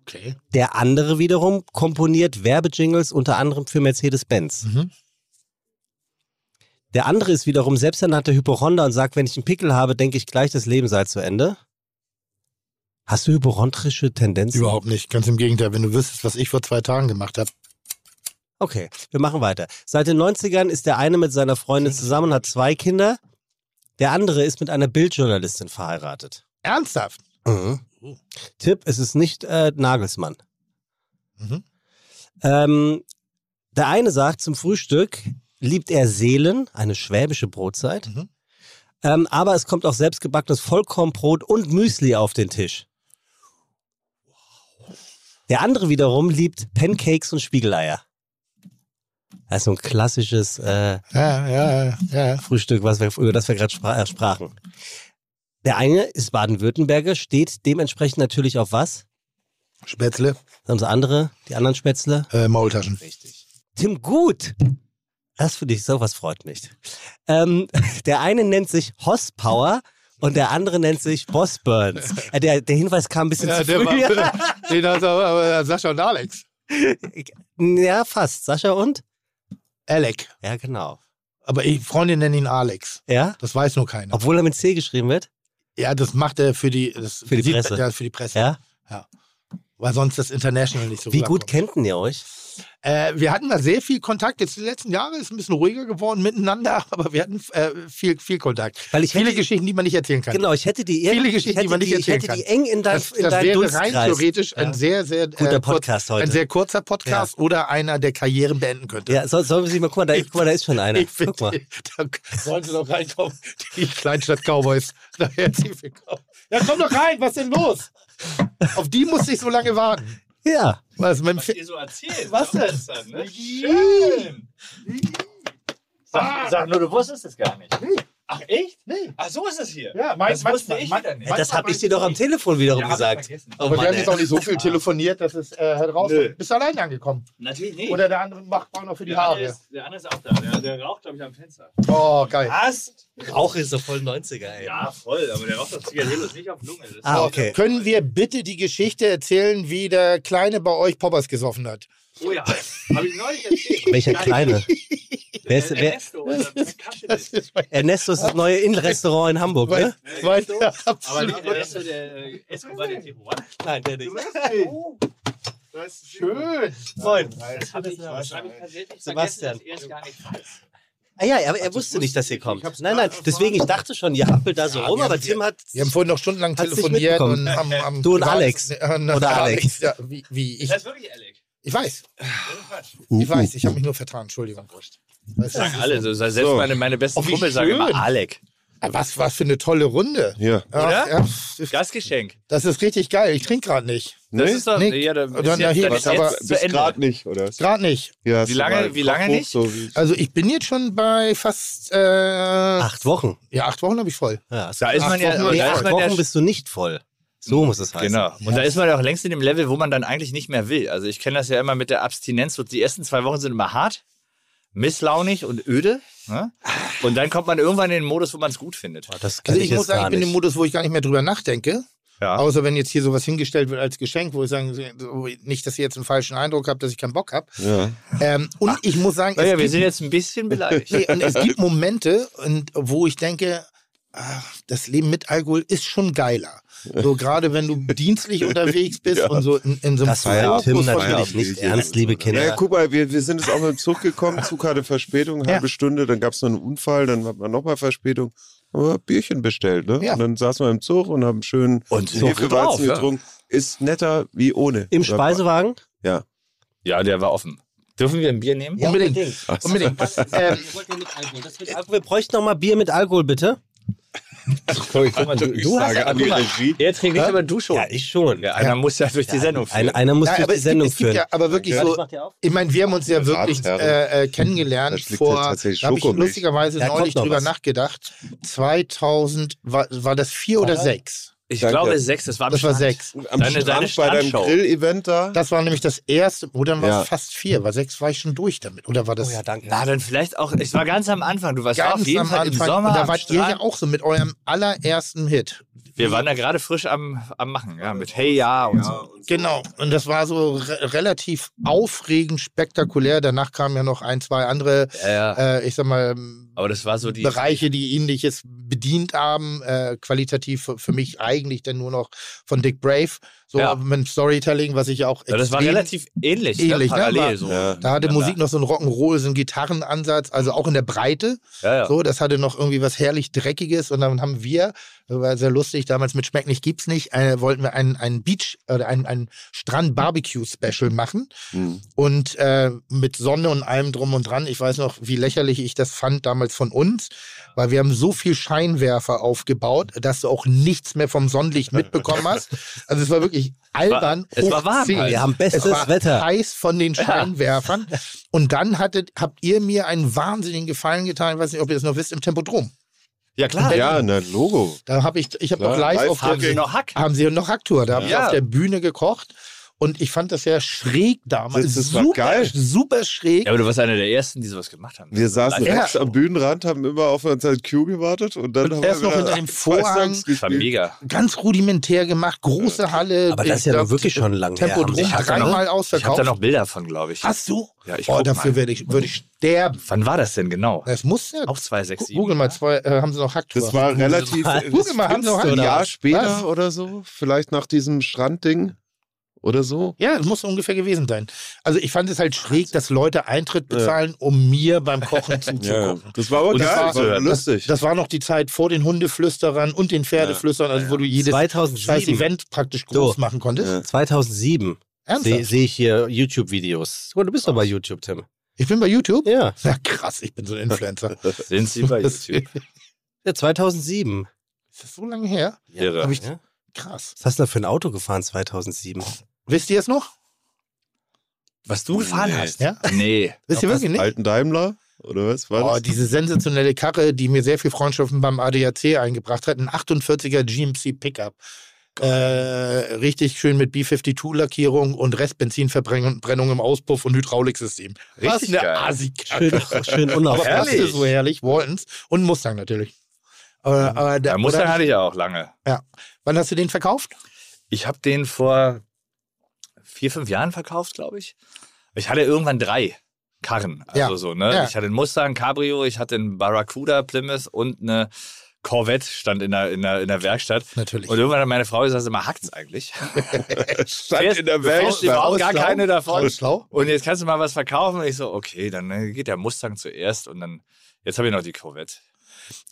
S3: Okay.
S2: Der andere wiederum komponiert Werbejingles unter anderem für Mercedes-Benz.
S3: Mhm.
S2: Der andere ist wiederum selbsternannter Hypochonder und sagt, wenn ich einen Pickel habe, denke ich gleich, das Leben sei zu Ende. Hast du hypochondrische Tendenzen?
S3: Überhaupt nicht. Ganz im Gegenteil, wenn du wüsstest, was ich vor zwei Tagen gemacht habe.
S2: Okay, wir machen weiter. Seit den 90ern ist der eine mit seiner Freundin zusammen und hat zwei Kinder. Der andere ist mit einer Bildjournalistin verheiratet.
S3: Ernsthaft? Oh.
S2: Tipp, es ist nicht äh, Nagelsmann.
S3: Mhm.
S2: Ähm, der eine sagt, zum Frühstück liebt er Seelen, eine schwäbische Brotzeit.
S3: Mhm.
S2: Ähm, aber es kommt auch selbstgebackenes Vollkornbrot und Müsli auf den Tisch. Der andere wiederum liebt Pancakes und Spiegeleier. Das ist so ein klassisches äh,
S3: Ja, ja, ja.
S2: Frühstück, was wir, über das wir gerade spra äh, sprachen. Der eine ist Baden-Württemberger, steht dementsprechend natürlich auf was?
S3: Spätzle,
S2: Dann das andere, die anderen Spätzle.
S3: äh, Maultaschen.
S2: Tim Gut Das finde ich, sowas freut mich. Ähm, der eine nennt sich Hosspower und der andere nennt sich Boss Burns. Äh, der, der Hinweis kam ein bisschen
S3: Ja,
S2: zu
S3: der
S2: früh.
S3: war, den hat aber aber Sascha und Alex.
S2: ja, fast. Sascha und?
S3: Alec.
S2: Ja, genau.
S3: Aber ich, Freunde nennen ihn Alex.
S2: Ja?
S3: Das weiß nur keiner.
S2: Obwohl er mit C geschrieben wird?
S3: Ja, das macht er für die, das
S2: Für die
S3: sieht-
S2: Presse.
S3: Ja, für die Presse.
S2: Ja?
S3: Weil sonst das International nicht so
S2: Wie gut
S3: rüberkommt.
S2: kennten ihr euch?
S3: Äh, wir hatten da sehr viel Kontakt. Jetzt die letzten Jahre ist ein bisschen ruhiger geworden miteinander, aber wir hatten äh, viel, viel Kontakt.
S2: Weil ich
S3: Viele
S2: hätte,
S3: Geschichten, die man nicht erzählen kann.
S2: genau, ich hätte die
S3: Viele
S2: irgendwie-
S3: Geschichten,
S2: ich hätte
S3: die man nicht
S2: ich hätte
S3: erzählen
S2: die eng in dein,
S3: das
S2: in
S3: das
S2: dein
S3: wäre rein
S2: Dunstkreis.
S3: theoretisch
S2: Ja.
S3: ein sehr, sehr
S2: Guter
S3: äh, kurz,
S2: Podcast
S3: ein
S2: heute.
S3: sehr kurzer Podcast oder einer, der Karrieren beenden könnte.
S2: ja, soll, sollen wir sich mal gucken, da, guck mal, da ist schon einer.
S3: Ich
S2: Guck mal.
S3: finde, da sollen sie doch reinkommen, die Kleinstadt-Cowboys. Na, herzlich willkommen. Ja, komm doch rein, was ist denn los? Auf die musste ich so lange warten.
S2: Ja.
S3: Was, mit dem
S4: was
S3: Fi-
S4: ihr so erzählt.
S3: Was
S4: Doch,
S3: denn?
S4: ist das, ne? Schön. Sag, sag nur, du wusstest es gar nicht. Ach echt?
S3: Nee.
S4: Ach so ist es hier.
S3: Ja, mein-
S4: das wusste
S3: manchmal-
S4: ich
S3: man-
S4: wieder nicht.
S2: Ja, das
S3: Manchmal
S2: habe ich
S3: weiß
S2: dir doch am
S3: ich
S2: telefon wiederum
S4: Ja, hab ich
S2: gesagt.
S4: vergessen.
S2: Oh,
S3: Aber wir
S2: Mann,
S3: haben
S2: ey.
S3: jetzt auch nicht so viel telefoniert, dass es äh, heraus.
S4: Nö.
S3: Bist du alleine angekommen?
S4: Natürlich nicht.
S3: Oder der andere macht auch noch für die
S4: der, andere
S3: Haare.
S4: ist, der andere ist auch da. Der, der raucht, glaube ich, am Fenster.
S3: Oh, geil.
S4: Was?
S2: Auch ist so voll 90er, ey.
S4: Ja, voll. Aber der raucht doch Zigarillos nicht auf Lunge. Das ist
S2: Ah,
S4: doch-
S2: okay.
S3: Können wir bitte die Geschichte erzählen, wie der Kleine bei euch Poppers gesoffen hat?
S4: Oh ja. Habe ich neulich erzählt.
S2: Welcher kleine? wer ist,
S4: Der
S2: wer,
S4: Ernesto oder der Kaschilis.
S2: Ernesto ist das neue Innenrestaurant in Hamburg, ne?
S3: Weißt du?
S4: Aber
S3: Absolut.
S4: nicht Ernesto, der äh, Escobar, der Tijuana.
S2: Nein, der nicht.
S3: Schön.
S2: Moin.
S4: Das habe ich, das hab ich tatsächlich
S2: Sebastian.
S4: vergessen, dass er es gar nicht weiß.
S2: Ah ja, aber er wusste nicht, dass ihr kommt. Nein, nein, deswegen, ich dachte schon, ihr happelt da so rum,
S3: wir haben-
S2: aber Tim hat...
S3: Wir haben vorhin noch stundenlang
S2: Hat's nicht
S3: telefoniert. Und
S2: mitbekommen.
S3: haben, haben
S2: Du und
S3: privat-
S2: Alex.
S3: Äh, äh,
S2: Oder Alex.
S3: Ja, wie, wie ich.
S4: Das ist wirklich Alec.
S3: Ich weiß.
S1: Uh,
S3: Ich weiß.
S1: uh,
S3: Ich habe mich nur vertan. Entschuldigung. Das ist-
S5: Sagen alle so. also Selbst
S1: So.
S5: meine, meine besten
S3: Oh, wie
S5: Kumpel sagen
S3: schön.
S5: immer Alec.
S3: Ah, Was, was für eine tolle Runde.
S1: Ja.
S5: Oder?
S3: Ja, ja,
S5: Gastgeschenk.
S3: das ist richtig geil. Ich trinke gerade nicht.
S5: Das
S1: Nee?
S5: ist doch.
S3: Nee.
S5: Ja, dann
S3: Dann
S5: ist
S3: da
S5: jetzt,
S3: hieß
S5: dann
S3: es
S5: ist
S3: aber-
S5: jetzt zu
S1: Bis
S5: Ende.
S1: gerade nicht, oder?
S3: Gerade nicht.
S1: Ja,
S5: Wie
S1: so
S5: lange-
S1: mal
S5: wie lange
S1: Kopf hoch,
S5: nicht?
S1: So wie
S3: Also ich bin jetzt schon bei fast äh,
S2: Acht Wochen.
S3: ja acht Wochen habe ich voll.
S2: Ja, ist
S5: Da ist
S3: Acht
S5: man ja.
S3: Wochen-
S5: und
S2: nee,
S5: da
S2: acht
S5: ist man ja
S2: Wochen bist du nicht voll. So muss es heißen.
S5: Genau. Und da ist man ja auch längst in dem Level, wo man dann eigentlich nicht mehr will. Also ich kenne das ja immer mit der Abstinenz. So die ersten zwei Wochen sind immer hart, misslaunig und öde. Ne? Und dann kommt man irgendwann in den Modus, wo man es gut findet.
S2: Boah, Das kenne
S3: Also
S2: ich,
S3: ich muss
S2: jetzt
S3: sagen,
S2: gar
S3: ich bin im
S2: nicht.
S3: Modus, wo ich gar nicht mehr drüber nachdenke.
S5: Ja.
S3: Außer wenn jetzt hier sowas hingestellt wird als Geschenk, wo ich sagen, so, nicht, dass ihr jetzt einen falschen Eindruck habt, dass ich keinen Bock habe.
S1: ja.
S3: Ähm, und ich muss sagen, es
S5: Naja, wir
S3: gibt-
S5: sind jetzt ein bisschen beleidigt.
S3: Nee, und es gibt Momente, und, wo ich denke, ach, das Leben mit Alkohol ist schon geiler. So gerade wenn du dienstlich unterwegs bist und so in, in so einem
S2: Das war
S3: Fokus
S2: Tim
S3: von-
S2: natürlich
S1: Feierabend-
S2: nicht ernst, liebe
S5: Genau.
S1: Naja,
S2: Kinder.
S1: guck mal, wir, wir sind jetzt auch mit dem Zug gekommen, Zug hatte Verspätung, halbe Stunde, dann gab es noch einen Unfall, dann hat man nochmal Verspätung. Aber Bierchen bestellt, ne?
S3: Ja.
S1: Und dann saßen wir im Zug und haben schön
S5: Und so gut drauf,
S1: Hefeweizen
S5: ja.
S1: getrunken. Ist netter wie ohne.
S2: Im Speisewagen?
S1: Ja.
S5: Ja, der war offen. Dürfen wir ein Bier nehmen?
S3: Unbedingt.
S2: unbedingt.
S3: Unbedingt. Ähm,
S2: Wir bräuchten noch mal Bier mit Alkohol, bitte.
S1: Ich
S5: du hast-
S1: sage an die
S5: guck mal.
S1: Regie.
S5: Er trägt nicht, aber du schon.
S2: Ja, ich schon.
S5: Ja, einer muss ja durch die Sendung
S2: Ein,
S5: führen.
S2: einer muss durch
S3: aber
S2: die
S3: es gibt,
S2: Sendung
S3: es gibt
S2: führen.
S3: ja, aber wirklich
S2: Warte, ich
S3: so.
S2: mach die auf.
S3: Ich meine, wir haben uns ja wirklich
S1: Ratsherren.
S3: äh, äh, kennengelernt
S1: Da schlägt
S3: vor.
S1: jetzt tatsächlich
S3: Da habe ich
S1: Schokomilch.
S3: lustigerweise
S2: Da kommt
S3: neulich
S2: noch
S3: drüber
S2: was.
S3: nachgedacht. 2000 war, war das vier oder sechs?
S5: Ich
S1: Danke.
S5: glaube, sechs, das war am
S3: Das war
S5: Strand.
S3: sechs.
S1: Am
S5: Deine-
S1: Strand
S5: deine
S1: bei deinem
S5: Strandshow.
S1: Grill-Event da.
S3: Das war nämlich das erste, oder dann war
S1: Ja.
S3: es fast vier, war sechs war ich schon durch damit. Oder war das
S2: Oh ja, danke.
S5: Na, dann vielleicht auch. Ich war ganz am Anfang. Du warst
S3: ganz
S5: auf jeden
S3: am
S5: Fall
S3: Anfang?
S5: im Sommer.
S3: und da
S5: am
S3: wart ihr ja
S5: Strand.
S3: auch so mit eurem allerersten Hit.
S5: Wir waren da gerade frisch am, am Machen. Ja, mit Hey Ja und so.
S3: Genau, und das war so re relativ aufregend, spektakulär. Danach kamen ja noch ein, zwei andere,
S5: Ja, ja.
S3: äh, ich sag mal, ähm,
S5: Aber das war so die.
S3: Bereiche, die ähnliches bedient haben. Äh, qualitativ für, für mich eigentlich dann nur noch von Dick Brave. So
S5: Ja.
S3: aber mit Storytelling, was ich ja auch
S5: Ja, das war
S3: extrem-
S5: relativ ähnlich.
S3: ähnlich, ne?
S5: ne? Parallel
S3: War-
S5: so.
S1: Ja.
S3: Da hatte Musik noch so einen Rock'n'Roll, so einen Gitarrenansatz, also auch in der Breite.
S5: Ja, ja.
S3: So, das hatte noch irgendwie was herrlich Dreckiges und dann haben wir, das war sehr lustig, damals mit Schmeck nicht gibt's nicht, äh, wollten wir einen, einen Beach oder einen, einen Strand-Barbecue-Special machen
S1: Hm.
S3: und äh, mit Sonne und allem drum und dran. Ich weiß noch, wie lächerlich ich das fand damals von uns, weil wir haben so viel Scheinwerfer aufgebaut, dass du auch nichts mehr vom Sonnenlicht mitbekommen hast. Also es war wirklich albern.
S5: es war
S3: hoch
S5: warm,
S3: zehn.
S5: Alter.
S2: Wir haben bestes
S3: Es war
S2: Wetter.
S3: heiß von den Scheinwerfern. Und dann hattet, habt ihr mir einen wahnsinnigen Gefallen getan. Ich weiß nicht, ob ihr das noch wisst, im Tempodrom.
S5: ja, klar.
S1: Ja, na, Logo.
S3: Da habe ich, ich habe
S1: Klar,
S3: auch live
S1: live
S3: auf der,
S5: Haben sie noch Hack?
S3: haben sie noch Hacktour. Da habe ich
S5: Ja.
S3: auf der Bühne gekocht Und ich fand das ja schräg damals.
S6: Das- das war
S3: super,
S6: geil.
S3: super schräg.
S5: Ja, aber du warst einer der ersten, die sowas gemacht haben.
S6: Wir saßen
S5: Live.
S6: rechts am Bühnenrand, haben immer auf unseren Cue gewartet und dann
S3: Und
S6: haben
S3: erst
S6: wir
S3: noch
S6: wieder
S3: hinter dem
S6: Five
S3: Vorhang.
S6: Songs
S5: Das war
S6: gespielt.
S5: mega.
S3: Ganz rudimentär gemacht, große Halle.
S2: Aber das ist ja
S3: Ich
S2: nun
S3: glaub,
S2: wirklich schon lang her.
S3: Tempodrom
S2: Haben Sie-
S3: dreimal
S5: Ich habe da
S3: ausverkauft.
S5: noch Bilder von, glaube ich.
S3: Hast du?
S5: Ja, ich
S3: oh,
S5: guck
S3: dafür
S5: mal.
S3: würde ich, würd ich sterben.
S5: Wann war das denn genau?
S3: Das muss ja.
S5: Auch 267.
S3: Google mal, zwei, äh, haben sie noch Hacktour.
S6: Das war relativ.
S3: Google mal, haben sie noch
S6: ein
S3: Hacktour.
S6: Jahr später
S3: Was?
S6: oder so, vielleicht nach diesem Strandding oder so.
S3: Ja, es muss ungefähr gewesen sein. Also ich fand es halt schräg, dass Leute Eintritt bezahlen, um mir beim Kochen zuzugucken.
S6: Das war aber
S5: Und das
S6: geil,
S5: war-
S6: das war
S5: das-
S6: lustig.
S3: Das war noch die Zeit vor den Hundeflüsterern und den Pferdeflüsterern, also wo du jedes scheiß
S2: 2007.
S3: Event praktisch groß
S2: So.
S3: machen konntest.
S6: Ja.
S2: 2007 sehe
S3: Ernsthaft?
S2: sehe ich hier YouTube-Videos. Oh, du bist doch bei YouTube, Tim.
S3: Ich bin bei YouTube?
S2: Ja,
S3: Ja, krass, ich bin so ein Influencer.
S5: Sind sie bei YouTube?
S2: ja 2007.
S3: Ist das so lange her?
S5: Irre.
S3: Hab ich-
S2: Ja?
S3: Krass.
S2: Was hast du da für ein Auto gefahren 2007?
S3: Wisst ihr es noch?
S5: Was du gefahren
S6: Nee.
S5: hast?
S3: Ja?
S5: Nee.
S3: Wisst ihr wirklich nicht?
S6: Alten Daimler oder was war
S3: Oh,
S6: das?
S3: diese sensationelle Karre, die mir sehr viel Freundschaften beim ADAC eingebracht hat. Ein 48er GMC Pickup. Äh, richtig schön mit B52-Lackierung und Restbenzinverbrennung im Auspuff und Hydrauliksystem.
S5: Richtig
S3: Was
S5: geil.
S3: eine Asi-Karre.
S2: Schön, schön
S3: Aber
S2: unaufgeregt.
S3: passte so herrlich. Waltons und Mustang natürlich. Äh, aber der,
S5: Da Mustang
S3: oder,
S5: hatte ich ja auch lange.
S3: wann hast du den verkauft?
S5: Ich habe den vor vier, fünf Jahren verkauft, glaube ich. Ich hatte irgendwann drei Karren. Also
S3: Ja.
S5: so, ne?
S3: Ja.
S5: Ich hatte einen Mustang, Cabrio, ich hatte einen Barracuda, Plymouth und eine Corvette stand in der, in der, in der Werkstatt.
S3: Natürlich.
S5: Und irgendwann hat meine Frau gesagt, immer hackt's eigentlich.
S6: Stand in der
S5: Fährst
S6: Welt.
S5: du überhaupt gar keine davon.
S3: Schlau.
S5: Und jetzt kannst du mal was verkaufen. Und ich so, okay, dann äh, geht der Mustang zuerst und dann, jetzt habe ich noch die Corvette.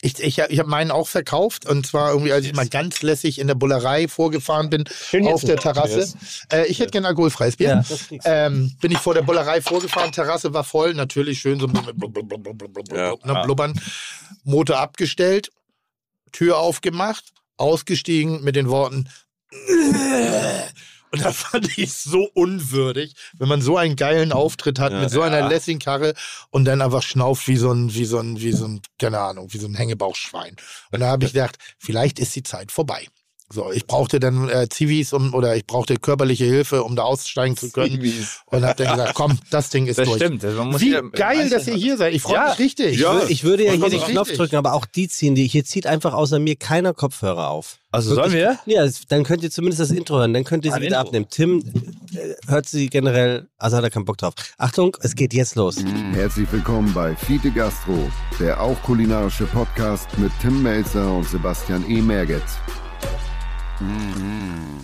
S3: Ich, ich, hab- ich habe meinen auch verkauft und zwar irgendwie, als ich mal ganz lässig in der Bullerei vorgefahren bin, auf der Terrasse. Äh, ich hätte gern alkoholfreies Bier.
S2: Ja, das kriegst du.
S3: Ähm, bin ich vor der Bullerei vorgefahren, Terrasse war voll, natürlich schön so mit blub, blub, blub, blub, blub, blub,
S6: Ja.
S3: ne, blubbern. Motor abgestellt, Tür aufgemacht, ausgestiegen mit den Worten. Und das fand ich so unwürdig, wenn man so einen geilen Auftritt hat mit so einer lässigen Karre und dann einfach schnauft wie so ein, wie so ein, wie so ein, keine Ahnung, wie so ein Hängebauchschwein. Und da habe ich gedacht, vielleicht ist die Zeit vorbei. So, ich brauchte dann äh, Zivis um, oder ich brauchte körperliche Hilfe, um da aussteigen zu können. Und habe dann gesagt, komm, das Ding ist
S5: Das
S3: durch.
S5: stimmt. Das, man muss
S3: Wie
S5: ja-
S3: geil, dass ihr hier seid. Ich freue
S5: Ja.
S3: mich richtig.
S6: Ja.
S2: Ich würde ja
S3: Und
S2: hier
S3: das
S2: den
S3: ist
S2: Knopf
S3: richtig.
S2: drücken, aber auch die ziehen die. Hier zieht einfach außer mir keiner Kopfhörer auf.
S5: Also sollen wir?
S2: Ja, es- dann könnt ihr zumindest das Intro hören, dann könnt ihr sie
S5: Ein
S2: wieder
S5: Intro.
S2: abnehmen. Tim äh, hört sie generell, also hat er keinen Bock drauf. Achtung, es geht jetzt los.
S1: Mhm. Herzlich willkommen bei Fiete Gastro, der auch kulinarische Podcast mit Tim Melzer und Sebastian E. Merget.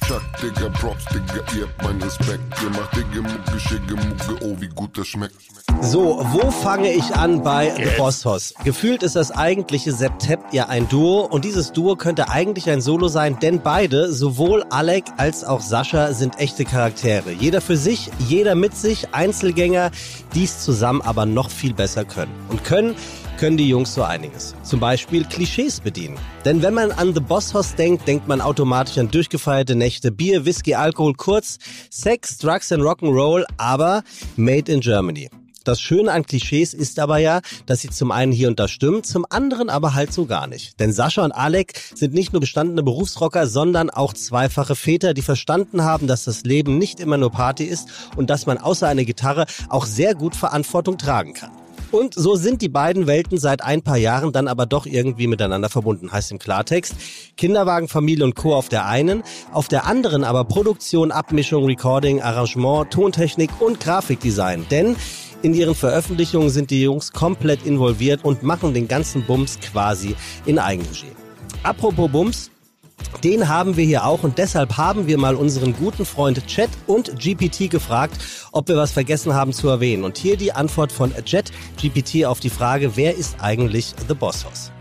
S7: Chuck, Digga, Props, Digga, ihr habt meinen Respekt. Ihr macht Digga, Mucke, Schicke, Mucke, oh, wie gut das schmeckt.
S2: So, wo fange ich an bei The Bossos? Gefühlt ist das eigentliche Septep ja ein Duo und dieses Duo könnte eigentlich ein Solo sein, denn beide, sowohl Alec als auch Sascha, sind echte Charaktere. Jeder für sich, jeder mit sich, Einzelgänger, dies zusammen aber noch viel besser können. Und können, können die Jungs so einiges. Zum Beispiel Klischees bedienen. Denn wenn man an The Boss Hoss denkt, denkt man automatisch an durchgefeierte Nächte, Bier, Whisky, Alkohol, kurz Sex, Drugs and Rock'n'Roll, aber made in Germany. Das Schöne an Klischees ist aber ja, dass sie zum einen hier und da stimmen, zum anderen aber halt so gar nicht. Denn Sascha und Alec sind nicht nur bestandene Berufsrocker, sondern auch zweifache Väter, die verstanden haben, dass das Leben nicht immer nur Party ist und dass man außer einer Gitarre auch sehr gut Verantwortung tragen kann. Und so sind die beiden Welten seit ein paar Jahren dann aber doch irgendwie miteinander verbunden, heißt im Klartext. Kinderwagenfamilie und Co. auf der einen, auf der anderen aber Produktion, Abmischung, Recording, Arrangement, Tontechnik und Grafikdesign. Denn in ihren Veröffentlichungen sind die Jungs komplett involviert und machen den ganzen Bums quasi in Eigenregie. Apropos Bums, den haben wir hier auch und deshalb haben wir mal unseren guten Freund Chat und GPT gefragt, ob wir was vergessen haben zu erwähnen. Und hier die Antwort von Chat GPT auf die Frage, wer ist eigentlich The Boss Hoss?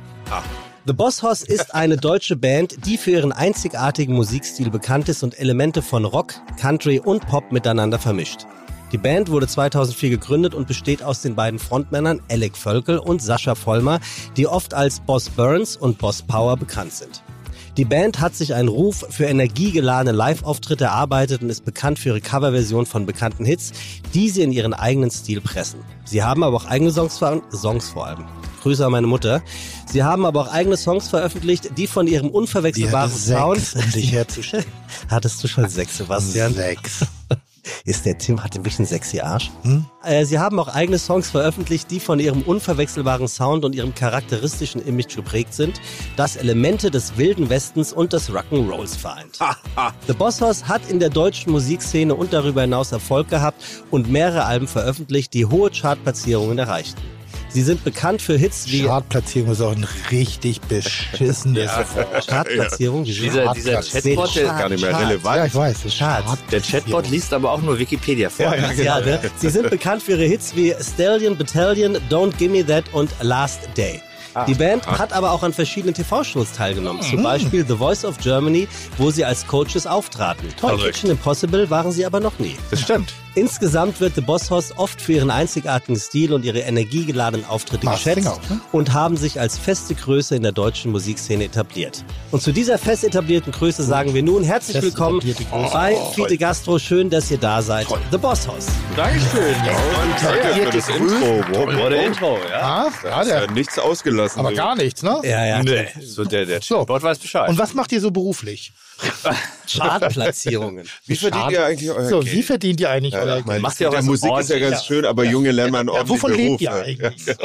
S2: The Boss Hoss ist eine deutsche Band, die für ihren einzigartigen Musikstil bekannt ist und Elemente von Rock, Country und Pop miteinander vermischt. Die Band wurde 2004 gegründet und besteht aus den beiden Frontmännern Alec Völkel und Sascha Vollmer, die oft als Boss Burns und Boss Power bekannt sind. Die Band hat sich einen Ruf für energiegeladene Live-Auftritte erarbeitet und ist bekannt für ihre Coverversion von bekannten Hits, die sie in ihren eigenen Stil pressen. Sie haben aber auch eigene Songs vor, Songs vor allem. Grüße an meine Mutter. Sie haben aber auch eigene Songs veröffentlicht, die von ihrem unverwechselbaren Sound.
S3: und ich hätte
S2: Hattest du schon sechs, Sebastian?
S3: sechs.
S2: Ist der Tim, hat ein bisschen sexy Arsch.
S3: Hm?
S2: Äh, sie haben auch eigene Songs veröffentlicht, die von ihrem unverwechselbaren Sound und ihrem charakteristischen Image geprägt sind, das Elemente des wilden Westens und des Rock'n'Rolls vereint. The Boss Hoss hat in der deutschen Musikszene und darüber hinaus Erfolg gehabt und mehrere Alben veröffentlicht, die hohe Chartplatzierungen erreichten. Sie sind bekannt für Hits wie
S3: Chartplatzierung ist auch ein richtig beschissenes Wort.
S2: Chartplatzierung. Wieso?
S5: Dieser, dieser
S3: Hardcut.
S5: Chatbot, der,
S2: Schade.
S8: Gar nicht mehr
S2: Schade.
S3: Ja,
S8: relevant.
S3: ich weiß. es ist
S2: Schad.
S5: der Chatbot liest aber auch nur Wikipedia vor.
S3: Ja, ja, genau.
S2: Ja, ne? Sie sind bekannt für ihre Hits wie Stallion, Battalion, Don't Gimme That und Last Day. Die Band hat aber auch an verschiedenen TV-Shows teilgenommen, zum Beispiel The Voice of Germany, wo sie als Coaches auftraten. Toll,
S8: Verrückt.
S2: Kitchen Impossible waren sie aber noch nie.
S8: Das stimmt.
S2: Insgesamt wird The Boss Hoss oft für ihren einzigartigen Stil und ihre energiegeladenen Auftritte
S3: Mach's
S2: geschätzt
S3: Finger auf, ne?
S2: und haben sich als feste Größe in der deutschen Musikszene etabliert. Und zu dieser fest etablierten Größe sagen wir nun herzlich
S3: Fest
S2: willkommen
S3: etablierte Größe. Oh,
S2: bei Fiete Gastro. Schön, dass ihr da seid. The Boss Hoss.
S8: Dankeschön. Danke für das Intro.
S5: Wurde Intro, ja.
S3: Ah,
S8: Da
S3: ja,
S8: ist ja
S3: der,
S8: nichts ausgelassen.
S3: aber gar nichts, ne?
S2: Ja, ja.
S5: Nee. So der, der
S3: So.
S5: Chatbot weiß Bescheid.
S3: Und was macht ihr so beruflich?
S2: Chartplatzierungen.
S8: Wie verdient
S3: Schade.
S8: ihr eigentlich euer
S3: So,
S8: Geld?
S3: wie verdient ihr eigentlich
S8: Ja,
S3: euer
S8: ich meine,
S3: Geld?
S5: Macht ihr auch
S8: der
S5: was
S8: Musik ist ja
S5: ordentlich?
S8: ganz schön, aber junge lernen einen
S3: Ja,
S8: ordentlichen
S3: wovon lebt
S8: Beruf.
S3: ihr
S8: ne?
S3: eigentlich?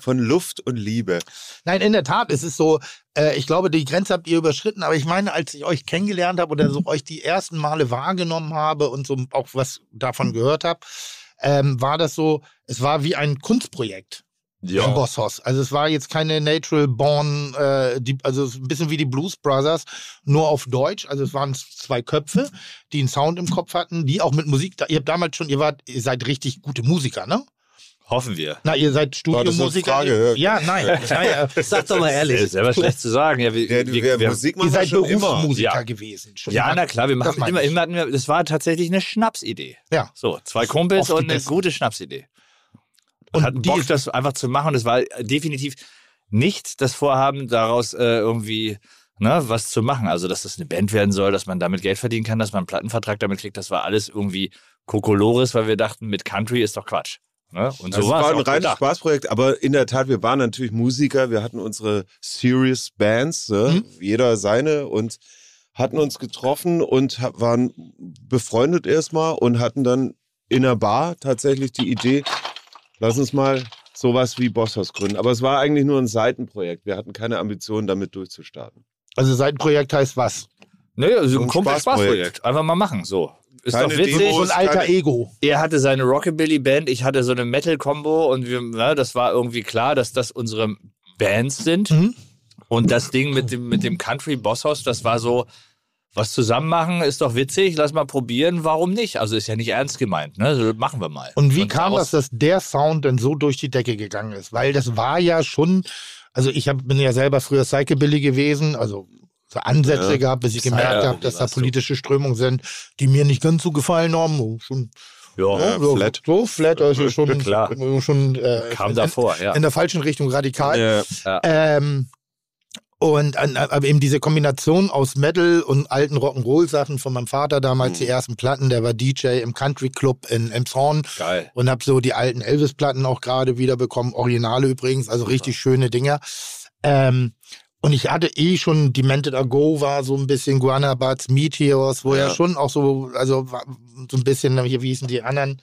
S8: Von Luft und Liebe.
S3: Nein, in der Tat ist es so, äh, ich glaube, die Grenze habt ihr überschritten, aber ich meine, als ich euch kennengelernt habe oder so
S8: Mhm.
S3: euch die ersten Male wahrgenommen habe und so auch was davon gehört habe, ähm, war das so, es war wie ein Kunstprojekt. Von
S5: Genau.
S8: Ja.
S3: Boss Hoss. Also es war jetzt keine Natural Born, äh, die, also es ist ein bisschen wie die Blues Brothers, nur auf Deutsch. Also es waren zwei Köpfe, die einen Sound im Kopf hatten, die auch mit Musik, ihr habt damals schon, ihr wart, ihr seid richtig gute Musiker, ne?
S5: Hoffen wir.
S3: Na, ihr seid
S8: War Ah, das eine
S3: Studiomusiker.
S8: Frage?
S3: Ja, nein. naja,
S2: Sag doch mal
S5: Ist
S2: ehrlich.
S5: selber schlecht zu sagen. Ja, wir,
S8: Der,
S5: wir,
S8: der,
S5: wir,
S8: Musik
S3: ihr
S8: macht man
S3: seid
S8: schon immer.
S3: Berufsmusiker
S5: Ja.
S3: gewesen. Schon
S5: ja,
S3: immer.
S5: na klar, wir
S3: Das
S5: machen
S3: meine
S5: immer,
S3: ich.
S5: immer, hatten wir- das war tatsächlich eine Schnapsidee.
S3: Ja.
S5: So, zwei Kumpels
S3: Oft die
S5: und eine
S3: besten.
S5: gute Schnapsidee. Und
S3: Und
S5: hatten
S3: die
S5: Bock,
S3: ist-
S5: das einfach zu machen. Und es war definitiv nicht das Vorhaben, daraus äh, irgendwie ne, was zu machen. Also, dass das eine Band werden soll, dass man damit Geld verdienen kann, dass man einen Plattenvertrag damit kriegt. Das war alles irgendwie Kokolores, weil wir dachten, mit Country ist doch Quatsch. Ne? Und
S8: Das
S5: so
S8: Also war ein
S5: war
S8: reines
S5: es.
S8: Spaßprojekt, aber in der Tat, wir waren natürlich Musiker, wir hatten unsere Serious Bands,
S3: Mhm.
S8: ne? jeder seine und hatten uns getroffen und ha- waren befreundet erstmal und hatten dann in der Bar tatsächlich die Idee, lass uns mal sowas wie Bosshaus gründen. Aber es war eigentlich nur ein Seitenprojekt, wir hatten keine Ambition, damit durchzustarten.
S3: Also Seitenprojekt heißt was?
S5: Naja, so Ne,
S8: So
S5: also ein
S8: ein
S5: Kumpel-Spaßprojekt.
S8: Spaßprojekt.
S5: Einfach mal machen. So. Ist
S8: Keine
S5: doch witzig.
S8: Demos,
S3: So ein alter
S8: keine-
S3: Ego.
S5: er hatte seine Rockabilly-Band, ich hatte so eine Metal-Combo und wir, ne, das war irgendwie klar, dass das unsere Bands sind.
S3: Mhm.
S5: Und das Ding mit dem, mit dem Country Bosshaus, das war so, was zusammen machen ist doch witzig, lass mal probieren, warum nicht? Also ist ja nicht ernst gemeint, ne? So, machen wir mal.
S3: Und wie kam das,
S5: daraus-
S3: dass der Sound denn so durch die Decke gegangen ist? Weil das war ja schon, also ich hab, bin ja selber früher Psychobilly gewesen, also so Ansätze
S8: Ja.
S3: gehabt, bis ich gemerkt
S5: Psychobilly
S3: habe, dass da
S5: warst du.
S3: politische Strömungen sind, die mir nicht ganz so gefallen haben. Oh, Schon, ne?
S5: Ja,
S8: Ja,
S3: so,
S8: flat.
S3: So flat, also schon,
S5: Klar.
S3: schon äh,
S5: kam
S3: in,
S5: davor, ja.
S3: in der falschen Richtung radikal.
S8: Ja.
S3: Ähm, und an, aber eben diese Kombination aus Metal und alten Rock'n'Roll-Sachen von meinem Vater damals, die ersten Platten, der war DJ im Country Club in Emshorn
S5: Geil.
S3: und habe so die alten Elvis-Platten auch gerade wieder bekommen, Originale übrigens, also richtig schöne Dinger. Ähm, und ich hatte eh schon Demented Ago war so ein bisschen Guanabats, Meteors, wo ja.
S8: Ja.
S3: schon auch so, also war so ein bisschen, hier, wie hießen die anderen?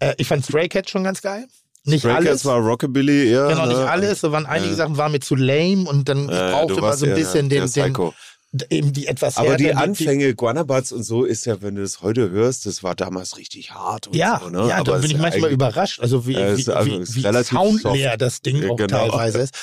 S3: Äh, ich fand Stray Cat schon ganz geil. Nicht alles.
S8: Breakers war Rockabilly, ja.
S3: Genau, nicht
S8: ne?
S3: alles. Da waren einige
S8: Ja.
S3: Sachen, waren mir zu lame und dann
S8: Ja,
S3: ich brauchte
S8: du
S3: mal
S8: warst
S3: so ein
S8: eher
S3: bisschen
S8: der
S3: den, den,
S8: Psycho.
S3: eben die etwas
S8: Aber die
S3: härter-
S8: Anfänge, Guanabats und so, ist ja, wenn du das heute hörst, das war damals richtig hart. Und
S3: Ja,
S8: so, ne?
S3: ja,
S8: Aber
S3: da
S8: es
S3: bin ich
S8: ist
S3: manchmal
S8: eigentlich-
S3: überrascht, also wie,
S8: Ja,
S3: wie,
S8: ist also
S3: wie,
S8: ist
S3: wie
S8: relativ
S3: soundleer
S8: soft.
S3: das Ding
S8: Ja,
S3: auch
S8: genau.
S3: teilweise ist.